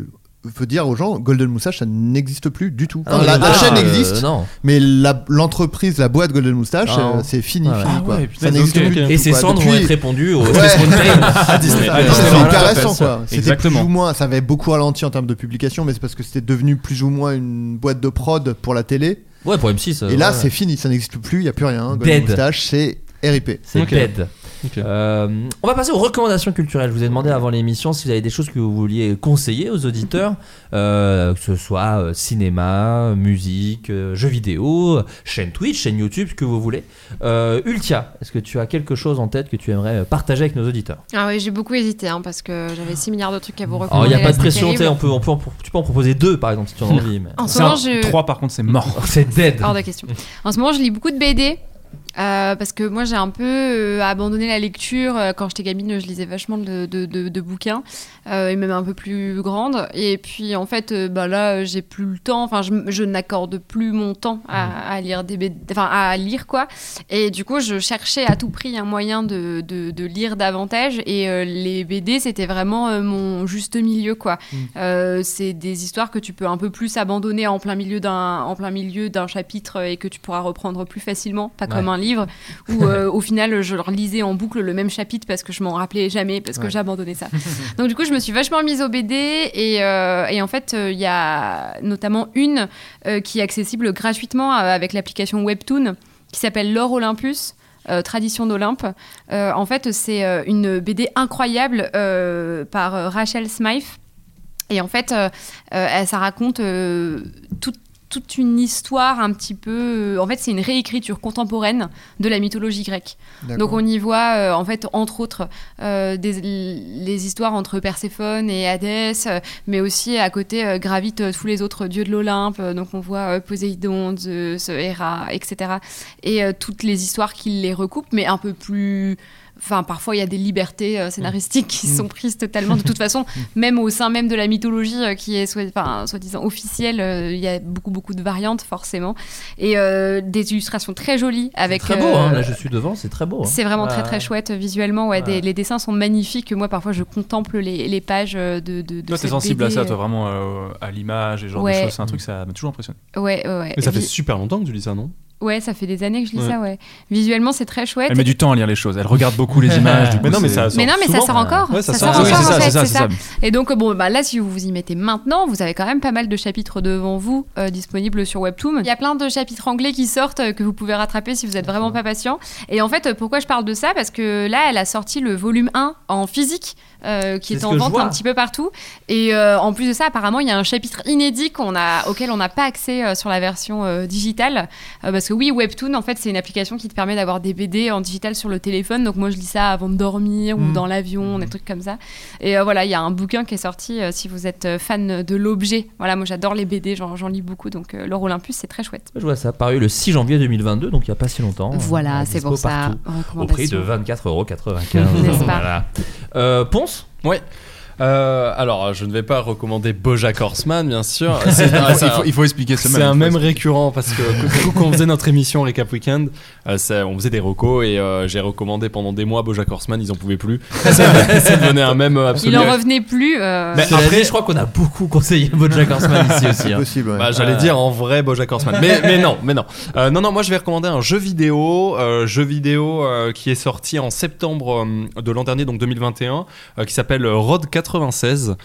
faut dire aux gens, Golden Moustache, ça n'existe plus du tout.
Ah,
Enfin, la,
non,
la
non,
chaîne
euh,
existe,
non.
mais la- l'entreprise, la, boîte Golden Moustache,
Ah,
euh,
non.
c'est fini,
Ah ouais.
fini,
Ah
quoi.
ouais,
ça
putain,
n'existe
donc,
plus.
et
du
ces
tout, quoi.
cendres vont
Depuis-
être répandues au
Ouais.
Space Mountain. À Disney. À
Non,
Disney.
C'était
Voilà,
hyper
on
récent,
appelle ça.
quoi. C'était plus
Exactement.
ou moins, ça avait beaucoup ralenti en termes de publication, mais c'est parce que c'était devenu plus ou moins une boîte de prod pour la télé.
Ouais, pour M6, euh,
Et là,
ouais.
c'est fini, ça n'existe plus, il n'y a plus rien. Golden
Dead.
Moustache, c'est RIP.
C'est dead. Euh, on va passer aux recommandations culturelles. Je vous ai demandé avant l'émission si vous avez des choses que vous vouliez conseiller aux auditeurs, euh, que ce soit euh, cinéma, musique, euh, jeux vidéo, chaîne Twitch, chaîne YouTube, ce que vous voulez. Euh, Ultia, est-ce que tu as quelque chose en tête que tu aimerais euh, partager avec nos auditeurs
Ah oui, j'ai beaucoup hésité hein, parce que j'avais 6 milliards de trucs à vous
Alors,
recommander.
il n'y Oh, a pas
là,
de
Oh, c'est
pression, tu
terrible.
sais, on peut, on peut en- tu peux en proposer deux par exemple si tu en as envie. mais-
En ce moment, je-
Trois, par contre, c'est mort.
Oh, c'est dead.
Hors de question. En ce moment, je lis beaucoup de BD. euh, parce que moi j'ai un peu euh, abandonné la lecture Euh, quand j'étais gamine je lisais vachement de, de- de- de bouquins euh, et même un peu plus grande et puis en fait euh, bah là euh, j'ai plus le temps enfin je, m- je n'accorde plus mon temps
Mm.
à, à lire des BD enfin à lire quoi et du coup je cherchais à tout prix un moyen de, de- de lire davantage et euh, les BD c'était vraiment euh, mon juste milieu quoi euh, c'est des histoires que tu peux un peu plus abandonner en plein milieu d'un en plein milieu d'un chapitre et que tu pourras reprendre plus facilement, pas comme
Ouais.
un livre où euh, au final je leur lisais en boucle le même chapitre parce que je m'en rappelais jamais parce que
Ouais.
j'abandonnais ça. Donc du coup je me suis vachement mise au BD et, euh, et en fait euh, il y a notamment une euh, qui est accessible gratuitement euh, avec l'application Webtoon qui s'appelle L'or Olympus. euh, tradition d'Olympe. Euh, en fait, c'est euh, une BD incroyable euh, par euh, Rachel Smythe, et en fait, euh, euh, elle- ça raconte euh, toute- toute une histoire un petit peu... euh, En fait, c'est une réécriture contemporaine de la mythologie grecque.
D'accord.
Donc on y voit, euh, en fait, entre autres, euh, des- les histoires entre Perséphone et Hadès, euh, mais aussi à côté euh, gravitent euh, tous les autres dieux de l'Olympe. Euh, Donc on voit euh, Poséidon, Zeus, Héra, etc. Et euh, toutes les histoires qui les recoupent, mais un peu plus... Enfin, parfois, il y a des libertés euh, scénaristiques qui
Mm.
sont prises totalement. De toute façon,
Mm.
même au sein même de la mythologie euh, qui est soi- enfin, soi-disant officielle, euh, il y a beaucoup, beaucoup de variantes, forcément. Et euh, des illustrations très jolies avec.
Très beau, hein,
euh,
là je suis devant, c'est très beau. hein.
c'est vraiment très
Ouais.
très chouette euh, visuellement. Ouais,
Ouais.
des- les dessins sont magnifiques. Moi parfois je contemple les, les pages euh, de. de, de
Toi, t'es
cette
sensible à
BD,
ça,
euh,
toi, vraiment, euh, à l'image et ce genre
Ouais.
de choses. C'est un truc, ça m'a toujours impressionné.
Ouais, ouais, ouais.
Mais ça fait
Vi-
super longtemps que tu lis ça, non
Ouais, ça fait des années que je lis
Ouais.
ça. Ouais. Visuellement c'est très chouette.
Elle met du temps à lire les choses. Elle regarde beaucoup les images. du
Mais
coup,
non, mais
c'est-
ça
Mais non, mais ça sort hein. encore.
Ouais,
ça,
ça
sort
sort. Oui,
encore,
c'est
en
ça, c'est
fait,
ça,
c'est
c'est
ça.
ça.
Et donc, euh, bon, bah, là, si vous vous y mettez maintenant, vous avez quand même pas mal de chapitres devant vous euh, disponibles sur Webtoon. Il y a plein de chapitres anglais qui sortent euh, que vous pouvez rattraper si vous êtes vraiment pas patient. Et en fait, euh, pourquoi je parle de ça Parce que là, elle a sorti le volume 1 en physique. euh, qui
C'est
est,
ce
en
que je
vente
vois.
un petit peu partout et euh, en plus de ça apparemment il y a un chapitre inédit qu'on a auquel on n'a pas accès euh, sur la version euh, digitale Euh, parce que oui, Webtoon, en fait, c'est une application qui te permet d'avoir des BD en digital sur le téléphone. Donc moi, je lis ça avant de dormir ou dans l'avion, des trucs comme ça. Et euh, voilà, il y a un bouquin qui est sorti euh, si vous êtes euh, fan de l'objet. Voilà, moi, j'adore les BD, j'en j'en lis beaucoup. Donc euh, L'Or Olympus, c'est très chouette.
Je vois ça paru le 6 janvier 2022, donc il n'y a pas si longtemps.
Voilà,
Euh,
c'est
dispo
pour ça.
partout. Au prix de
Recommandation.
24,95€.
N'est-ce pas
Voilà. Euh, Ponce
Ouais. Euh, alors, je ne vais pas recommander Bojack Horseman, bien sûr.
Il faut- il faut- il faut expliquer ce
C'est
même, il
un
faut
même
expliquer.
récurrent parce que quand- quand on faisait notre émission Récap Weekend, euh, ça- on faisait des recos et euh, j'ai recommandé pendant des mois Bojack Horseman. Ils en pouvaient plus. ça, ça devenait un même absolu.
Il en revenait plus. euh,
Mais
Cela
après-
dit, je crois qu'on a beaucoup conseillé BoJack Horseman ici aussi. hein.
Bah, J'allais dire en vrai Bojack Horseman. Mais, mais non, mais non. Euh, non, non, moi je vais recommander un jeu vidéo, euh, jeu vidéo euh, qui est sorti en septembre euh, de l'an dernier, donc 2021, euh, qui s'appelle Road 96. euh,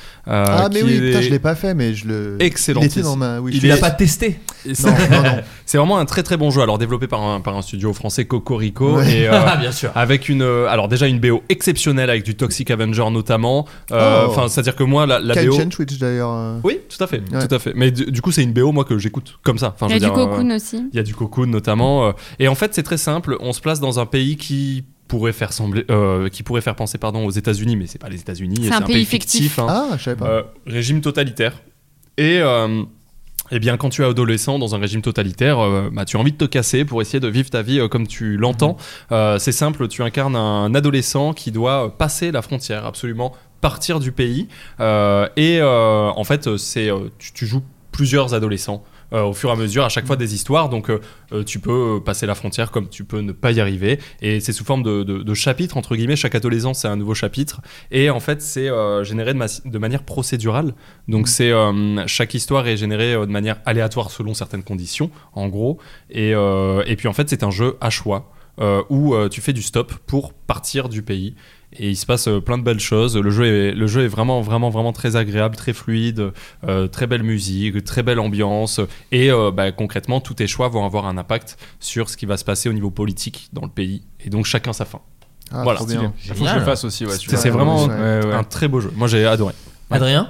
Ah, mais
qui
oui,
est-
putain, je l'ai pas fait, mais je le.
Excellent.
Il était dans ma. Oui, je-
est-
testé
Non, non, non.
C'est vraiment un très très bon jeu. Alors développé par un, par un studio français Cocorico
Ouais.
et euh,
Ah, bien sûr.
avec une euh, alors déjà une BO exceptionnelle avec du Toxic Avenger notamment. Euh,
Oh.
Enfin c'est-à-dire que moi la, la
Kyle
BO
Chenchwich, d'ailleurs. euh.
Oui, tout à fait. tout à fait. Mais du, du coup c'est une BO moi que j'écoute comme ça. Enfin,
Il y
je
a
veux
du
dire, euh,
Cocoon aussi.
Il y a du Cocoon notamment. euh, et en fait c'est très simple. On se place dans un pays qui pourrait faire sembler euh, qui pourrait faire penser pardon aux États-Unis mais c'est pas les États-Unis
C'est un pays fictif.
hein.
Ah, je savais pas.
Euh, régime totalitaire. Et, euh, eh bien, quand tu es adolescent dans un régime totalitaire, euh, bah, tu as envie de te casser pour essayer de vivre ta vie euh, comme tu l'entends.
Mm-hmm.
Euh, c'est simple, tu incarnes un adolescent qui doit euh, passer la frontière, absolument partir du pays. Euh, et euh, en fait, c'est euh, tu, tu joues plusieurs adolescents. euh, au fur et à mesure, à chaque fois des histoires, donc euh, euh, tu peux euh, passer la frontière comme tu peux ne pas y arriver, et c'est sous forme de, de, de chapitres entre guillemets. Chaque adolescent c'est un nouveau chapitre, et en fait c'est euh, généré de, ma- de manière procédurale. Donc c'est euh, chaque histoire est générée euh, de manière aléatoire selon certaines conditions, en gros. Et, euh, et puis en fait c'est un jeu à choix euh, où euh, tu fais du stop pour partir du pays. Et il se passe euh, plein de belles choses. Le jeu est, le jeu est vraiment, vraiment, vraiment très agréable, très fluide, euh, très belle musique, très belle ambiance. Et euh, bah, concrètement, tous tes choix vont avoir un impact sur ce qui va se passer au niveau politique dans le pays. Et donc chacun sa fin.
Ah,
voilà.
trop bien.
Stylé.
Faut que je le
fasse aussi, ouais, tu
C'est
vois.
c'est vraiment
Ouais, ouais.
un très beau jeu. Moi, j'ai adoré.
Adrien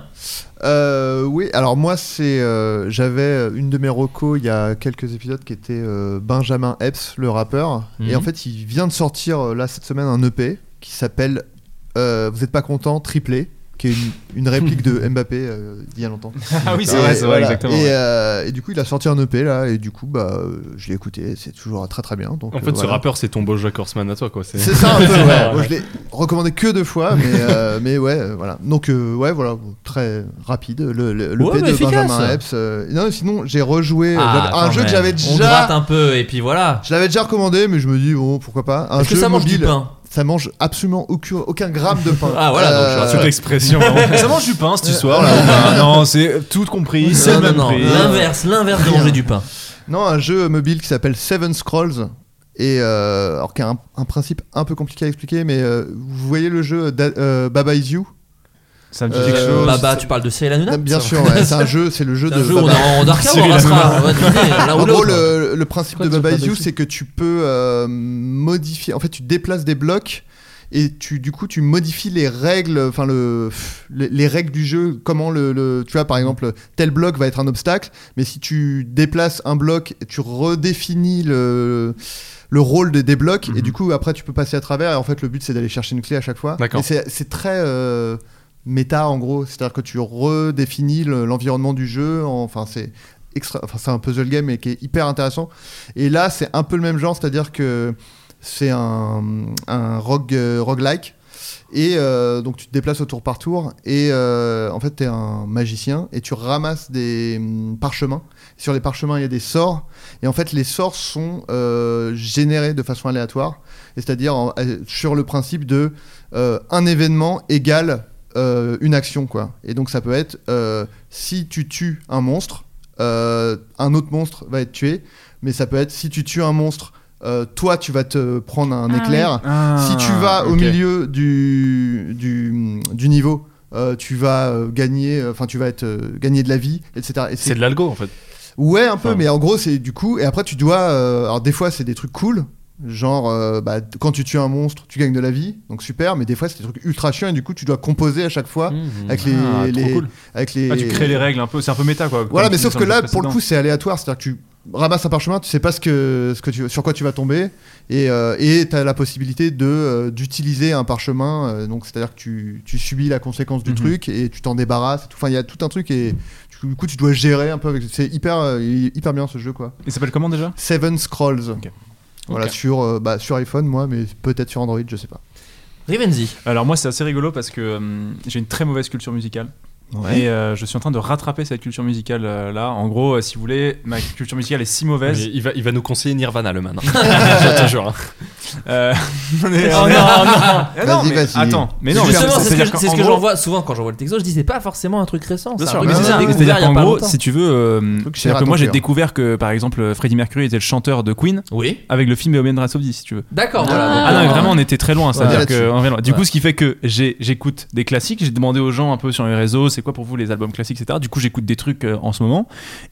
Euh, oui, alors moi c'est euh, j'avais euh, une de mes recos il y a quelques épisodes qui était euh, Benjamin Epps le rappeur
Mhm.
et en fait il vient de sortir euh, là cette semaine un EP qui s'appelle euh, vous êtes pas content triplé qui est une, une réplique de Mbappé euh, d'il y a longtemps.
Ah oui, c'est
Et
vrai, c'est vrai, exactement,
Et,
ouais.
euh, et du coup, il a sorti un EP là, et du coup, bah, euh, je l'ai écouté, c'est toujours très très bien. Donc,
En
euh,
fait, ce
voilà.
rappeur, c'est ton Bojack Horseman à toi, quoi.
C'est ça un peu, ouais. Moi, je l'ai recommandé que deux fois, mais, euh, mais ouais, euh, voilà. Donc, euh, ouais, voilà, très rapide. Le, le, le
Ouais,
P
mais
de
efficace.
Benjamin Epps. euh, non, sinon, j'ai rejoué euh,
Ah,
j'avais- un
quand
jeu que
même.
j'avais
On gratte
déjà.
un peu et puis voilà.
Je l'avais déjà recommandé, mais je me dis, bon, pourquoi pas. Un
Est-ce que
jeu
ça mange du
mobile,
pain
Ça mange absolument aucun, aucun gramme de pain. Euh,
Ah, voilà, donc, je rassure
toute
toute
expression,
hein.
vraiment. Euh, Ça mange du pain,
Euh,
cette histoire, là. Ah, non, c'est tout compris, c'est le
Non, non,
même
non,
prix.
l'inverse, l'inverse de manger du pain.
Non, un jeu mobile qui s'appelle Seven Scrolls. Et euh, alors qui a un, un principe un peu compliqué à expliquer, mais euh, vous voyez le jeu Da- euh, Baba Is You Euh,
Ça
me dit quelque chose. Baba, tu parles de Cyril Hanouna
Bien
Ça-
sûr, ouais, c'est un jeu, c'est le jeu
C'est un
de.
jeu où
Baba.
on est en- en arcade, Cyril on restera, Hanouna. on va deviner, l'un ou
en gros,
l'autre.
le, le principe
Pourquoi
de
tu
Baba
parles
Is You,
dessus
c'est que tu peux euh, modifier. En fait, tu déplaces des blocs. Et tu, du coup, tu modifies les règles, enfin le, pff, les, les règles du jeu. Comment le, le- tu vois, par exemple, tel bloc va être un obstacle, mais si tu déplaces un bloc, tu redéfinis le, le rôle des, des blocs, et du coup, après, tu peux passer à travers. Et en fait, le but, c'est d'aller chercher une clé à chaque fois.
D'accord.
Mais c'est- C'est très euh, méta, en gros. C'est-à-dire que tu redéfinis le- l'environnement du jeu. en- Enfin, c'est extra... enfin, c'est un puzzle game et qui est hyper intéressant. Et là, c'est un peu le même genre, c'est-à-dire que c'est un, un rogue, euh, roguelike. Et euh, donc tu te déplaces au tour par tour et euh, en fait tu es un magicien et tu ramasses des hum, parchemins. Sur les parchemins il y a des sorts et en fait les sorts sont euh, générés de façon aléatoire, Et c'est-à-dire en- euh, sur le principe de euh, un événement égale euh, une action quoi. Et donc ça peut être euh, si tu tues un monstre, euh, un autre monstre va être tué, mais ça peut être si tu tues un monstre, euh, toi tu vas te prendre un
Ah
éclair.
oui. Ah,
si tu vas au
ok.
milieu du, du, du niveau, euh, tu vas euh, gagner, enfin tu vas être euh, gagner de la vie, etc. Et
C'est de l'algo, en fait.
Ouais, un peu, mais en gros, c'est du coup. Et après, tu dois. euh, alors, des fois, c'est des trucs cool. Genre, euh, bah, t- quand tu tues un monstre, tu gagnes de la vie, donc super, mais des fois, c'est des trucs ultra chiants et du coup, tu dois composer à chaque fois avec les.
Ah, trop
les-
cool.
avec les
Ah, tu crées les règles un peu, c'est un peu méta quoi.
Voilà,
comme
mais
tu
sauf
disais
que
dans
là,
le
pour le
précédent.
coup, c'est aléatoire. C'est-à-dire que tu ramasses un parchemin, tu sais pas ce que, ce que tu, sur quoi tu vas tomber, et euh, et t'as la possibilité de euh, d'utiliser un parchemin, euh, donc c'est-à-dire que tu, tu subis la conséquence du
Mhm.
truc et tu t'en débarrasses. et tout. Enfin, il y a tout un truc et tu- du coup tu dois gérer un peu. avec- C'est hyper euh, hyper bien ce jeu quoi.
Il s'appelle comment déjà
Seven Scrolls. Voilà
Ok.
sur euh, bah, sur iPhone moi, mais peut-être sur Android, je sais pas.
Rivenzi.
Alors moi c'est assez rigolo parce que euh, j'ai une très mauvaise culture musicale.
Ouais.
Et euh, je suis en train de rattraper cette culture musicale euh, là. En gros, euh, si vous voulez, ma culture musicale est si mauvaise.
Mais il va- il va nous conseiller Nirvana le man. Je te jure. hein.
Euh, on est-
Oh non,
on est-
non.
Ah non, mais attends, mais non, mais
justement,
c'est-
c'est ce
c'est-à-dire
que, c'est ce
qu'en
que
gros-
j'envoie souvent quand j'envoie le texto. Je dis, c'est pas forcément un truc récent.
Bien
c'est
sûr,
un truc
mais
que
c'est
j'ai
ça.
découvert il y a
C'est-à-dire qu'en
pas
gros,
longtemps.
si tu veux, euh, c'est-à-dire
Truc cher
que
à
moi j'ai
conclure.
découvert que par exemple Freddie Mercury était le chanteur de Queen
oui.
avec le film Bohemian Rhapsody, si tu veux.
D'accord,
Ah,
voilà.
non, mais
euh,
vraiment, on était très loin.
Ouais.
C'est-à-dire
Là-dessus.
que on vient loin. Du
Ouais.
coup, ce qui fait que j'ai- j'écoute des classiques. J'ai demandé aux gens un peu sur les réseaux, c'est quoi pour vous les albums classiques, etc. Du coup, j'écoute des trucs euh, en ce moment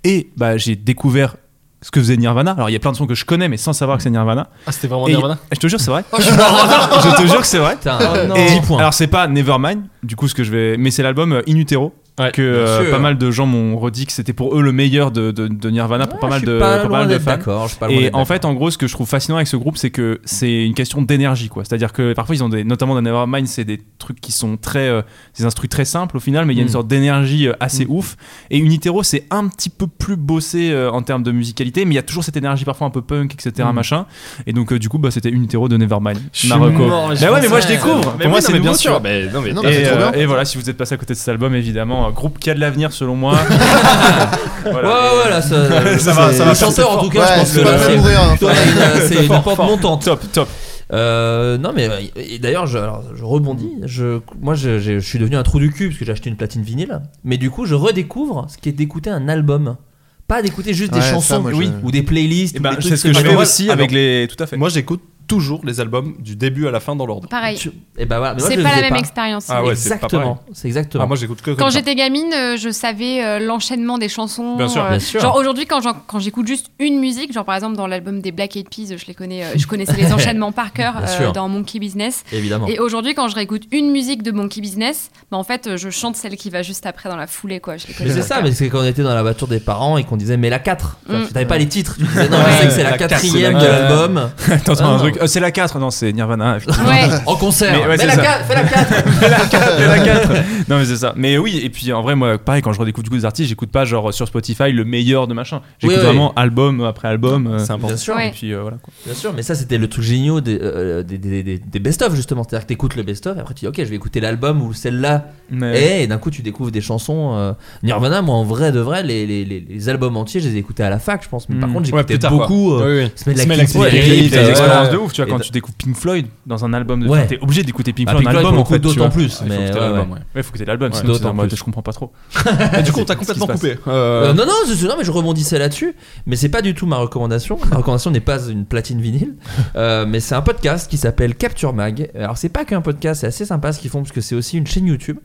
et bah j'ai découvert. Ce que faisait Nirvana. Alors, il y a plein de sons que je connais, mais sans savoir que c'est Nirvana.
Ah, c'était vraiment
Et-
Nirvana
Je te jure, c'est vrai.
Oh, je suis mort.
je te jure que c'est vrai.
Putain,
oh
non.
Et-
10 points.
Alors, c'est pas Nevermind, du coup, ce que je vais. Mais c'est l'album euh, In Utero. que euh,
sûr.
pas mal de gens m'ont redit que c'était pour eux le meilleur de, de- de Nirvana pour pas
je
mal
suis
de,
pas
pour
loin
pas mal de
d'être
fans.
d'accord, je suis pas loin
Et
d'être
en fait, en gros, ce que je trouve fascinant avec ce groupe, c'est que c'est une question d'énergie, quoi. C'est-à-dire que parfois, ils ont des, notamment dans Nevermind, c'est des trucs qui sont très, euh, des instrus très simples au final, mais il y a une
Mm.
sorte d'énergie euh, assez ouf. Et Unitero, c'est un petit peu plus bossé euh, en termes de musicalité, mais il y a toujours cette énergie parfois un peu punk, etc.
Mm.
Machin. Et donc, euh, du coup, bah, c'était Unitero de Nevermind.
Je suis
Ma reco.
mort, je
Bah ouais, mais moi, je
pensais-
découvre.
Mais
Pour moi,
oui, non,
c'est
mais
nouveau,
bien
tu
sûr.
vois.
Mais non, mais-
Et,
Non, mais c'est trop
euh,
bien.
et voilà, si vous êtes passé à côté de cet album, évidemment, un groupe qui a de l'avenir selon moi.
Ouais, ouais, là, ça-
ça va,
c'est-
ça
le
va.
chanteur, en tout cas, je pense que là, c'est-
hein.
plutôt une- euh, c'est une pente montante.
Top, top.
Euh, non mais euh, et d'ailleurs je, alors, je rebondis. Je, moi je, je- je suis devenu un trou du cul parce que j'ai acheté une platine vinyle. Mais du coup je redécouvre ce qui est d'écouter un album, pas d'écouter juste
Ouais,
des
ça,
chansons
moi, je-
oui, ou des playlists. ou des trucs
Eh ben, c'est ce que je
machin.
fais aussi avec
les. Tout à fait.
Moi, j'écoute toujours les albums du début à la fin dans l'ordre. Eh ben
Pareil.
Et bah voilà.
mais moi, C'est je pas les la ai même pas. expérience.
Ah ouais, c'est pas
exactement.
pareil.
C'est exactement.
Ah, moi, j'écoute que comme
Quand
ça.
j'étais gamine, euh, je savais euh, l'enchaînement des chansons.
Bien sûr,
euh,
bien sûr.
Genre aujourd'hui, quand j'en- quand j'écoute juste une musique, genre par exemple dans l'album des Black Eyed Peas, je les connais, euh, je connaissais les enchaînements par cœur
Bien
euh,
sûr.
dans Monkey Business.
Évidemment.
Et aujourd'hui, quand je réécoute une musique de Monkey Business, bah, en fait, euh, je chante celle qui va juste après dans la foulée, quoi. Je les connais
Mais c'est
par
ça,
cœur.
mais c'est quand on était dans la voiture des parents et qu'on disait mais la 4 Tu
Mm.
T'avais pas les titres, tu disais non mais je sais que c'est la
quatre,
quatrième de
c'est la-
l'album.
Attends, attends,
Ah,
un
non.
truc. Euh, c'est la 4, non, c'est Nirvana. effectivement.
Ouais. En concert.
Mais ouais,
Fais
c'est
la
ça.
quatre, fais la quatre.
Fais la quatre, fais la quatre. Non, mais c'est ça. Mais oui, et puis en vrai, moi, pareil, quand je redécouvre du coup des artistes, j'écoute pas genre sur Spotify le meilleur de machin. J'écoute
Oui, oui.
vraiment album après album.
C'est important. Bien sûr.
euh, Et puis euh, voilà quoi.
Bien sûr, mais ça c'était le truc génial des, euh, des, des- des- des best-of justement. C'est-à-dire que t'écoutes le best-of, et après tu dis ok, je vais écouter l'album ou celle-là.
Mais-
Et, d'un coup tu découvres des chansons. euh, Nirvana, moi en vrai de vrai, les, les, les, les albums entiers, je les ai écoutés à la fac, je pense. Mais par
Mm.
contre,
Ouais,
j'écoutais
plus tard,
beaucoup.
quoi.
euh,
Oui, oui.
Smell Like
Smell
Teen
Like Teen Spirit,
Spirit,
t'as des
euh,
expériences de ouf, tu vois,
et
quand
d-
tu découvres Pink Floyd dans un album, de...
Ouais.
enfin, t'es obligé d'écouter Pink
Bah,
Floyd,
Pink
un
Floyd,
album en
beaucoup,
fait. tu
d'autant
vois.
plus,
Il faut
mais
écouter
ouais,
l'album,
ouais.
ouais. Ouais, faut écouter l'album,
Ouais,
sinon t'es en
d'autant
mode,
plus.
je comprends pas trop.
Et du coup, on
C'est-
t'a
c'est ce qui
complètement
se passe.
coupé.
Euh, non, non, c'est- c'est- non, mais je rebondissais là-dessus. Mais c'est pas du tout ma recommandation. Ma recommandation n'est pas une platine vinyle. Euh, mais c'est un podcast qui s'appelle Capture Mag. Alors, c'est pas qu'un podcast, c'est assez sympa ce qu'ils font parce que c'est aussi une chaîne YouTube.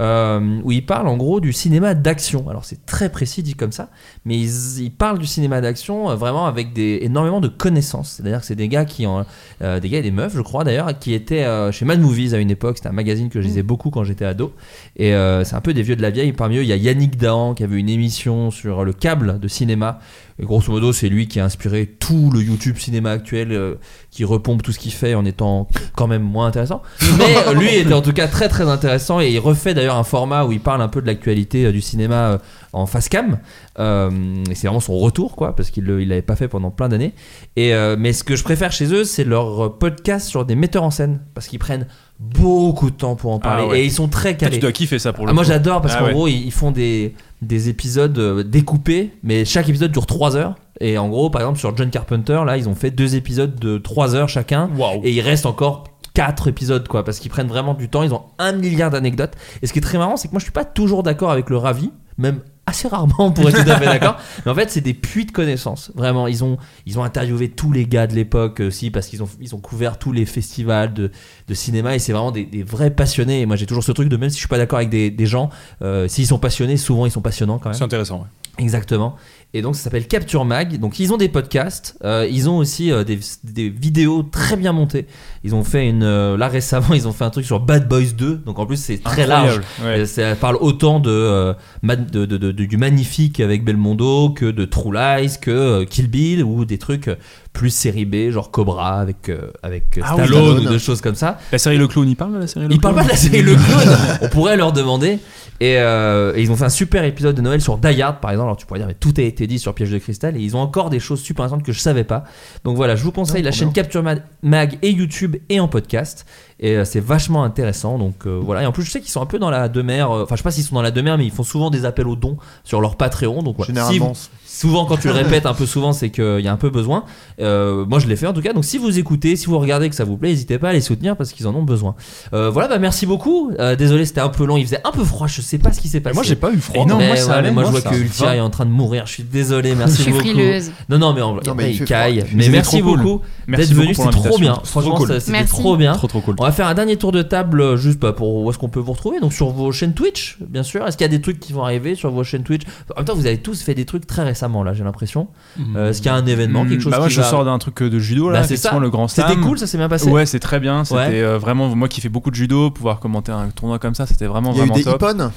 euh, où ils parlent en gros du cinéma d'action. Alors c'est très précis dit comme ça, mais ils, ils parlent du cinéma d'action euh, vraiment avec des, énormément de connaissances. C'est-à-dire que c'est des gars qui ont, euh, des gars et des meufs, je crois d'ailleurs, qui étaient euh, chez Mad Movies à une époque. C'était un magazine que je lisais beaucoup quand j'étais ado. Et euh, c'est un peu des vieux de la vieille. Parmi eux, il y a Yannick Dahan qui avait une émission sur le câble de cinéma. Et grosso modo, c'est lui qui a inspiré tout le YouTube cinéma actuel, euh, qui repompe tout ce qu'il fait en étant quand même moins intéressant. Mais euh, lui était en tout cas très très intéressant et il refait d'ailleurs un format où il parle un peu de l'actualité euh, du cinéma euh, en face cam. Euh, et c'est vraiment son retour quoi, parce qu'il le- il l'avait pas fait pendant plein d'années. Et euh, mais ce que je préfère chez eux, c'est leur euh, podcast sur des metteurs en scène, parce qu'ils prennent beaucoup de temps pour en parler
Ah ouais.
et ils sont très
Toi,
calés.
tu dois kiffer ça pour le
Ah, Moi
coup.
j'adore parce
Ah
qu'en
ouais.
gros ils ils font des, des épisodes euh, découpés, mais chaque épisode dure 3 heures. Et en gros, par exemple, sur John Carpenter, là, ils ont fait deux épisodes de 3 heures chacun. Et il reste encore 4 épisodes, quoi, parce qu'ils prennent vraiment du temps. Ils ont un milliard d'anecdotes. Et ce qui est très marrant, c'est que moi, je suis pas toujours d'accord avec le ravi, même assez rarement pour être tout à fait d'accord. Mais en fait, c'est des puits de connaissances. Vraiment, ils ont, ils ont interviewé tous les gars de l'époque euh, aussi, parce qu'ils ont, ils ont couvert tous les festivals de, de cinéma, et c'est vraiment des, des vrais passionnés. Et moi, j'ai toujours ce truc de même si je suis pas d'accord avec des, des gens, euh, s'ils sont passionnés, souvent ils sont passionnants quand même.
C'est intéressant, ouais.
Exactement. Et donc ça s'appelle Capture Mag. Donc ils ont des podcasts, euh, ils ont aussi euh, des, des vidéos très bien montées. Ils ont fait une euh, là récemment, ils ont fait un truc sur Bad Boys 2. Donc en plus c'est très large.
Incroyable, ouais.
Euh, Ça parle autant de, euh, ma- de- de- de- de- du magnifique avec Belmondo que de True Lies que euh, Kill Bill ou des trucs plus série B genre Cobra avec euh, avec euh,
Ah oui,
Stallone
Stallone.
ou des choses comme ça.
La série Le Clown, il parle de la série Le
Il parle pas
Clown
de la série Le Clown. On pourrait leur demander. Et, euh, et ils ont fait un super épisode de Noël sur Die Hard, par exemple. Alors tu pourrais dire, mais tout a été dit sur Piège de Cristal. Et ils ont encore des choses super intéressantes que je savais pas. Donc voilà, je vous conseille la chaîne Capture Ma- Mag et YouTube et en podcast. Et euh, c'est vachement intéressant. Donc euh, voilà. Et en plus, je sais qu'ils sont un peu dans la demeure. euh, Enfin, je sais pas s'ils sont dans la demeure, mais ils font souvent des appels aux dons sur leur Patreon. Donc voilà.
Généralement.
Si vous- souvent quand tu le répètes un peu souvent c'est qu'il y a un peu besoin Euh, moi je l'ai fait en tout cas donc si vous écoutez si vous regardez que ça vous plaît n'hésitez pas à les soutenir parce qu'ils en ont besoin Euh, voilà bah merci beaucoup Euh, désolé c'était un peu long il faisait un peu froid je sais pas ce qui s'est passé
moi, j'ai pas eu froid.
Mais
Non, moi,
ouais,
ça
mais
allait,
moi,
moi,
je vois
ça
que
va.
Ultia est en train de mourir je suis désolé merci
Je suis
beaucoup
frileuse.
non non mais, en...
Non, mais
après,
il
il,
fait
caille
froid.
mais
C'était
merci
trop cool.
beaucoup
Merci
d'être venu
beaucoup pour
c'était trop
l'invitation.
bien
Trop
franchement
cool.
ça- c'était
Merci.
trop bien
Trop,
on va faire un dernier tour de table euh, juste bah, pour où est-ce qu'on peut vous retrouver. Donc sur vos chaînes Twitch, bien sûr. Est-ce qu'il y a des trucs qui vont arriver sur vos chaînes Twitch En même temps, vous avez tous fait des trucs très récemment là, j'ai l'impression.
Hmm.
Euh, Est-ce qu'il y a un événement, quelque chose
Mhm. bah moi
qui
je
va-
sors d'un
euh,
truc de judo là
Bah, c'est ça.
effectivement, le grand
C'était
slam.
cool, ça s'est bien passé
ouais c'est très bien c'était
Ouais.
euh, vraiment moi qui fais beaucoup de judo pouvoir commenter un tournoi comme ça c'était vraiment
Il y a eu
vraiment
des
top
hippons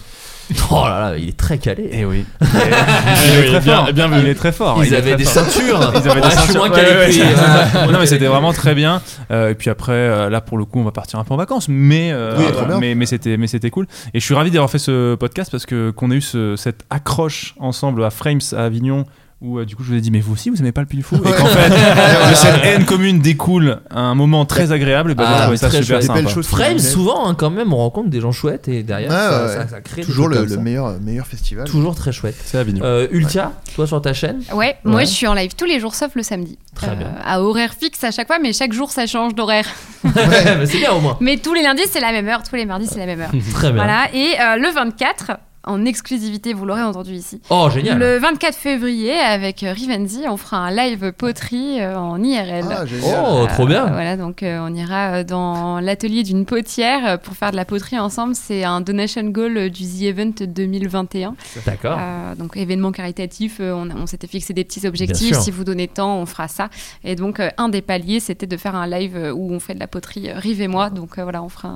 Oh là là, il est très calé.
Eh oui.
Il est très
bien-
fort.
bien vu. Il est très fort.
Ils
Il est
avaient
très
des
fort.
ceintures.
Ils avaient
Ah,
des
je suis
ceintures.
moins calé que lui. Ah,
Non,
ok.
mais c'était vraiment très bien. Euh, et puis après, euh, là, pour le coup, on va partir un peu en vacances. Mais, euh,
Oui, très bien.
mais, mais c'était, mais c'était cool. Et je suis ravi d'avoir fait ce podcast parce que qu'on a eu ce- cette accroche ensemble à Frames à Avignon. Où euh, du coup je vous ai dit mais vous aussi vous aimez pas le Puy du Fou et qu'en fait de cette haine commune découle un moment très agréable et bah, j'ai
Ah,
trouvé ça
très
super
chouette.
sympa
Frame, souvent, hein, quand même, on rencontre des gens chouettes et derrière, ça, ça- ça crée des
toujours
trucs
le,
comme
le
ça.
meilleur, meilleur festival.
Toujours très chouette.
C'est Avignon.
Euh, Ultia, toi sur ta chaîne
Ouais, moi je suis en live tous les jours sauf le samedi. Euh,
Très bien.
À horaire fixe à chaque fois, mais chaque jour ça change d'horaire.
Ouais, mais c'est bien au moins.
Mais tous les lundis, c'est la même heure. Tous les mardis, c'est la même heure.
Très bien.
Voilà. Et euh, le 24, en exclusivité, vous l'aurez entendu ici.
Oh, génial.
Le 24 février, avec euh, Rivenzi, on fera un live poterie euh, en IRL.
Oh, trop bien.
voilà, donc euh, on ira euh, dans l'atelier d'une potière euh, pour faire de la poterie ensemble. C'est un donation goal euh, du The Event 2021.
D'accord.
Euh, donc événement caritatif, euh, on, on s'était fixé des petits
Bien
objectifs.
sûr.
Si vous donnez tant, on fera ça. Et donc euh, un des paliers, c'était de faire un live euh, où on fait de la poterie, euh, Rive et moi. Donc euh, voilà, on fera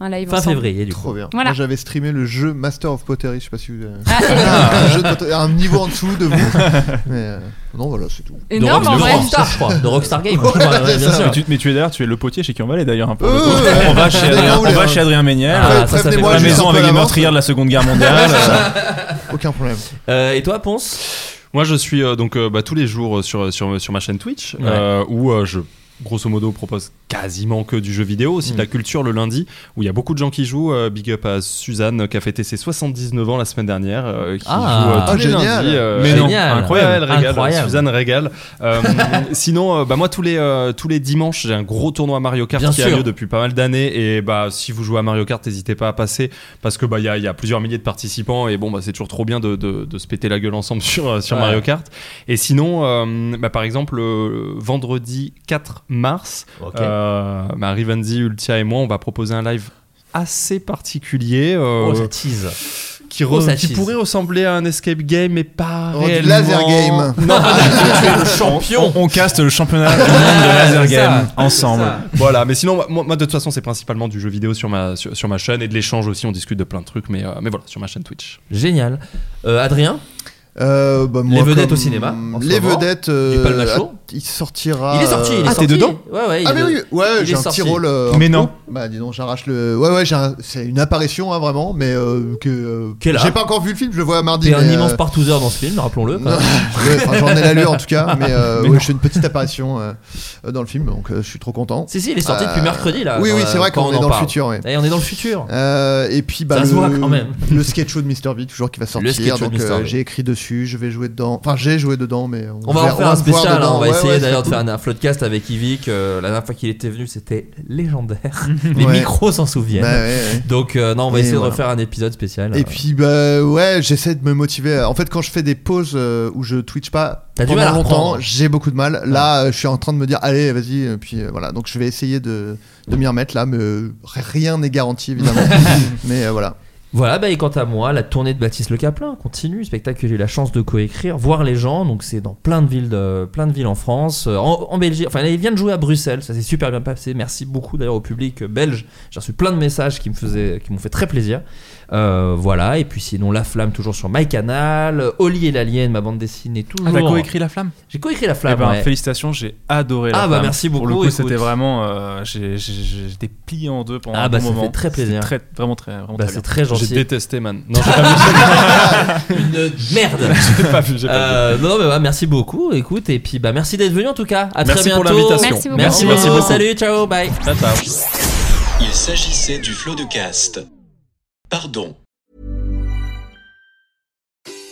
un, un live
Fin
ensemble.
février, du
Trop bien.
Voilà.
Moi j'avais streamé le jeu Master of Pottery, je sais pas si vous avez...
Ah,
un, jeu de poterie, un niveau en dessous de vous. Mais euh, non, voilà, c'est tout.
Énorme,
de, Rock-
en
de
vrai.
Rockstar, je crois. De Rockstar Game.
Ouais,
je crois, ouais,
c'est
bien
ça.
sûr.
Mais tu, mais tu es d'ailleurs, tu es le potier chez qui on va aller d'ailleurs un peu.
Euh, Ouais,
on va chez Adrien,
D'accord,
on va
oula.
chez Adrien Méniel.
Ah,
euh,
ça, ça fait
la
juste
maison
un peu
avec les
l'avance.
meurtrières de la Seconde Guerre mondiale.
Aucun problème.
Euh, et toi, Ponce
Moi, je suis euh, donc euh, bah, tous les jours euh, sur, sur, sur ma chaîne Twitch,
Ouais.
euh, où euh, je grosso modo propose quasiment que du jeu vidéo, aussi de
Mm.
la culture le lundi, où il y a beaucoup de gens qui jouent. Euh, big up à Suzanne euh, qui a fêté ses 79 ans la semaine dernière, euh, qui
Ah.
joue euh, tous
Ah,
les
génial.
lundis.
Mais non,
génial.
incroyable.
Ouais, elle régale,
Incroyable.
Suzanne régale. Euh, sinon, euh, bah, moi tous les, euh, tous les dimanches, j'ai un gros tournoi Mario Kart
Bien
qui
sûr.
a lieu depuis pas mal d'années, et bah si vous jouez à Mario Kart, n'hésitez pas à passer parce que bah il y a, il y a plusieurs milliers de participants et bon bah c'est toujours trop bien de, de- de se péter la gueule ensemble sur euh, sur
Ouais.
Mario Kart. Et sinon, euh, bah, par exemple, euh, vendredi 4 mars,
Ok.
euh, bah, Rivanzi, Ultia et moi, on va proposer un live assez particulier euh,
Oh, ça tease.
qui,
Oh,
re-
ça
qui
tease.
pourrait ressembler à un escape game mais pas
Oh, du
réellement
laser game.
non pas du tout.
Ah, Tu es le champion.
On, on caste le championnat du monde de laser
c'est ça.
game ensemble.
voilà mais sinon moi, moi, de toute façon c'est principalement du jeu vidéo sur ma sur, sur ma chaîne et de l'échange aussi on discute de plein de trucs mais euh, mais voilà sur ma chaîne Twitch
Génial. Euh, Adrien
Euh, bah, moi,
Les vedettes
comme
au cinéma, en ce
Les
moment,
vedettes.
du Palma Show.
att- Il sortira.
Il est sorti, il est
euh,
sorti. Ouais, ouais. il
Ah,
est-
mais oui, ouais,
il
j'ai
est
un
sorti.
petit rôle. euh,
Mais
en
non.
pro. Bah, dis donc, j'arrache le. Ouais, ouais, j'ai un- c'est une apparition, hein, vraiment, mais euh, que. euh,
Quel art.
J'ai pas encore vu le film, je le vois mardi.
T'es un
mais,
immense
euh,
partouzeur dans ce film, rappelons-le.
non, ouais, enfin, J'en ai l'allure en tout cas, mais, euh, ouais, je fais une petite apparition euh, dans le film, donc euh, je suis trop content.
Si, si, il est sorti
Euh,
depuis mercredi là.
Oui,
quand,
oui,
euh,
c'est vrai
quand
qu'on
on
est
en
dans le
parle.
futur. ouais.
Et on est dans le futur.
Euh, et puis bah,
Ça
le,
se voit quand même.
le sketch show de Mister V toujours qui va sortir
sketch show de
donc
Mr.
euh,
V.
j'ai écrit dessus je vais jouer dedans enfin j'ai joué dedans mais on,
On va
verra-
en faire un
va voir
spécial, hein,
dedans.
on va
Ouais,
essayer
ouais,
d'ailleurs
c'est
de faire
cool.
un, un floodcast avec Yvick. euh, la dernière fois qu'il était venu, c'était légendaire. Les
Ouais.
micros s'en souviennent.
Bah, ouais, ouais.
Donc, euh, non, on va
Et
essayer de
voilà.
refaire un épisode spécial. euh.
et puis bah ouais j'essaie de me motiver en fait quand je fais des pauses euh, où je twitch pas
T'as du
pendant
mal à reprendre.
longtemps j'ai beaucoup de mal là euh, je suis en train de me dire allez vas-y et puis euh, voilà donc je vais essayer de, de m'y remettre là mais euh, rien n'est garanti évidemment mais euh, voilà
Voilà, bah, et quant à moi, la tournée de Baptiste Le Caplin continue, spectacle que j'ai eu la chance de coécrire, voir les gens, donc c'est dans plein de villes, de- plein de villes en France, euh, en, en Belgique, enfin il vient de jouer à Bruxelles, ça s'est super bien passé, merci beaucoup d'ailleurs au public euh, belge, j'ai reçu plein de messages qui me faisaient, qui m'ont fait très plaisir, Euh, voilà, et puis sinon La Flamme toujours sur MyCanal, euh, Oli et l'Alien, ma bande dessinée toujours.
Ah, t'as coécrit La Flamme
J'ai coécrit La Flamme,
Eh ben,
ouais.
Félicitations, j'ai adoré La
Ah, bah,
Flamme.
merci beaucoup,
Pour le coup,
écoute.
c'était vraiment. euh, j'ai- j'ai- J'étais plié en deux pendant
Ah,
un
bah,
bon
ça
moment.
fait très plaisir.
C'était très- vraiment très. Vraiment
Bah,
très
c'est
bien.
très gentil.
J'ai détesté Man. Non, j'ai pas vu.
Une merde.
J'ai pas vu, j'ai pas vu.
Euh, non, non, mais bah, merci beaucoup. Écoute, et puis bah merci d'être venu en tout cas. À
Merci
très bientôt.
pour l'invitation. Merci beaucoup.
Merci,
Merci
beaucoup.
beaucoup.
Salut, ciao, bye.
Il s'agissait du flot de cast. Pardon.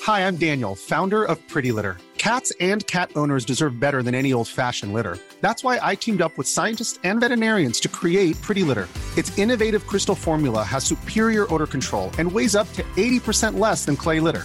Hi, I'm Daniel, founder of Pretty Litter. Cats and cat owners deserve better than any old fashioned litter. That's why I teamed up with scientists and veterinarians to create Pretty Litter. Its innovative crystal formula has superior odor control and weighs up to 80% less than clay litter.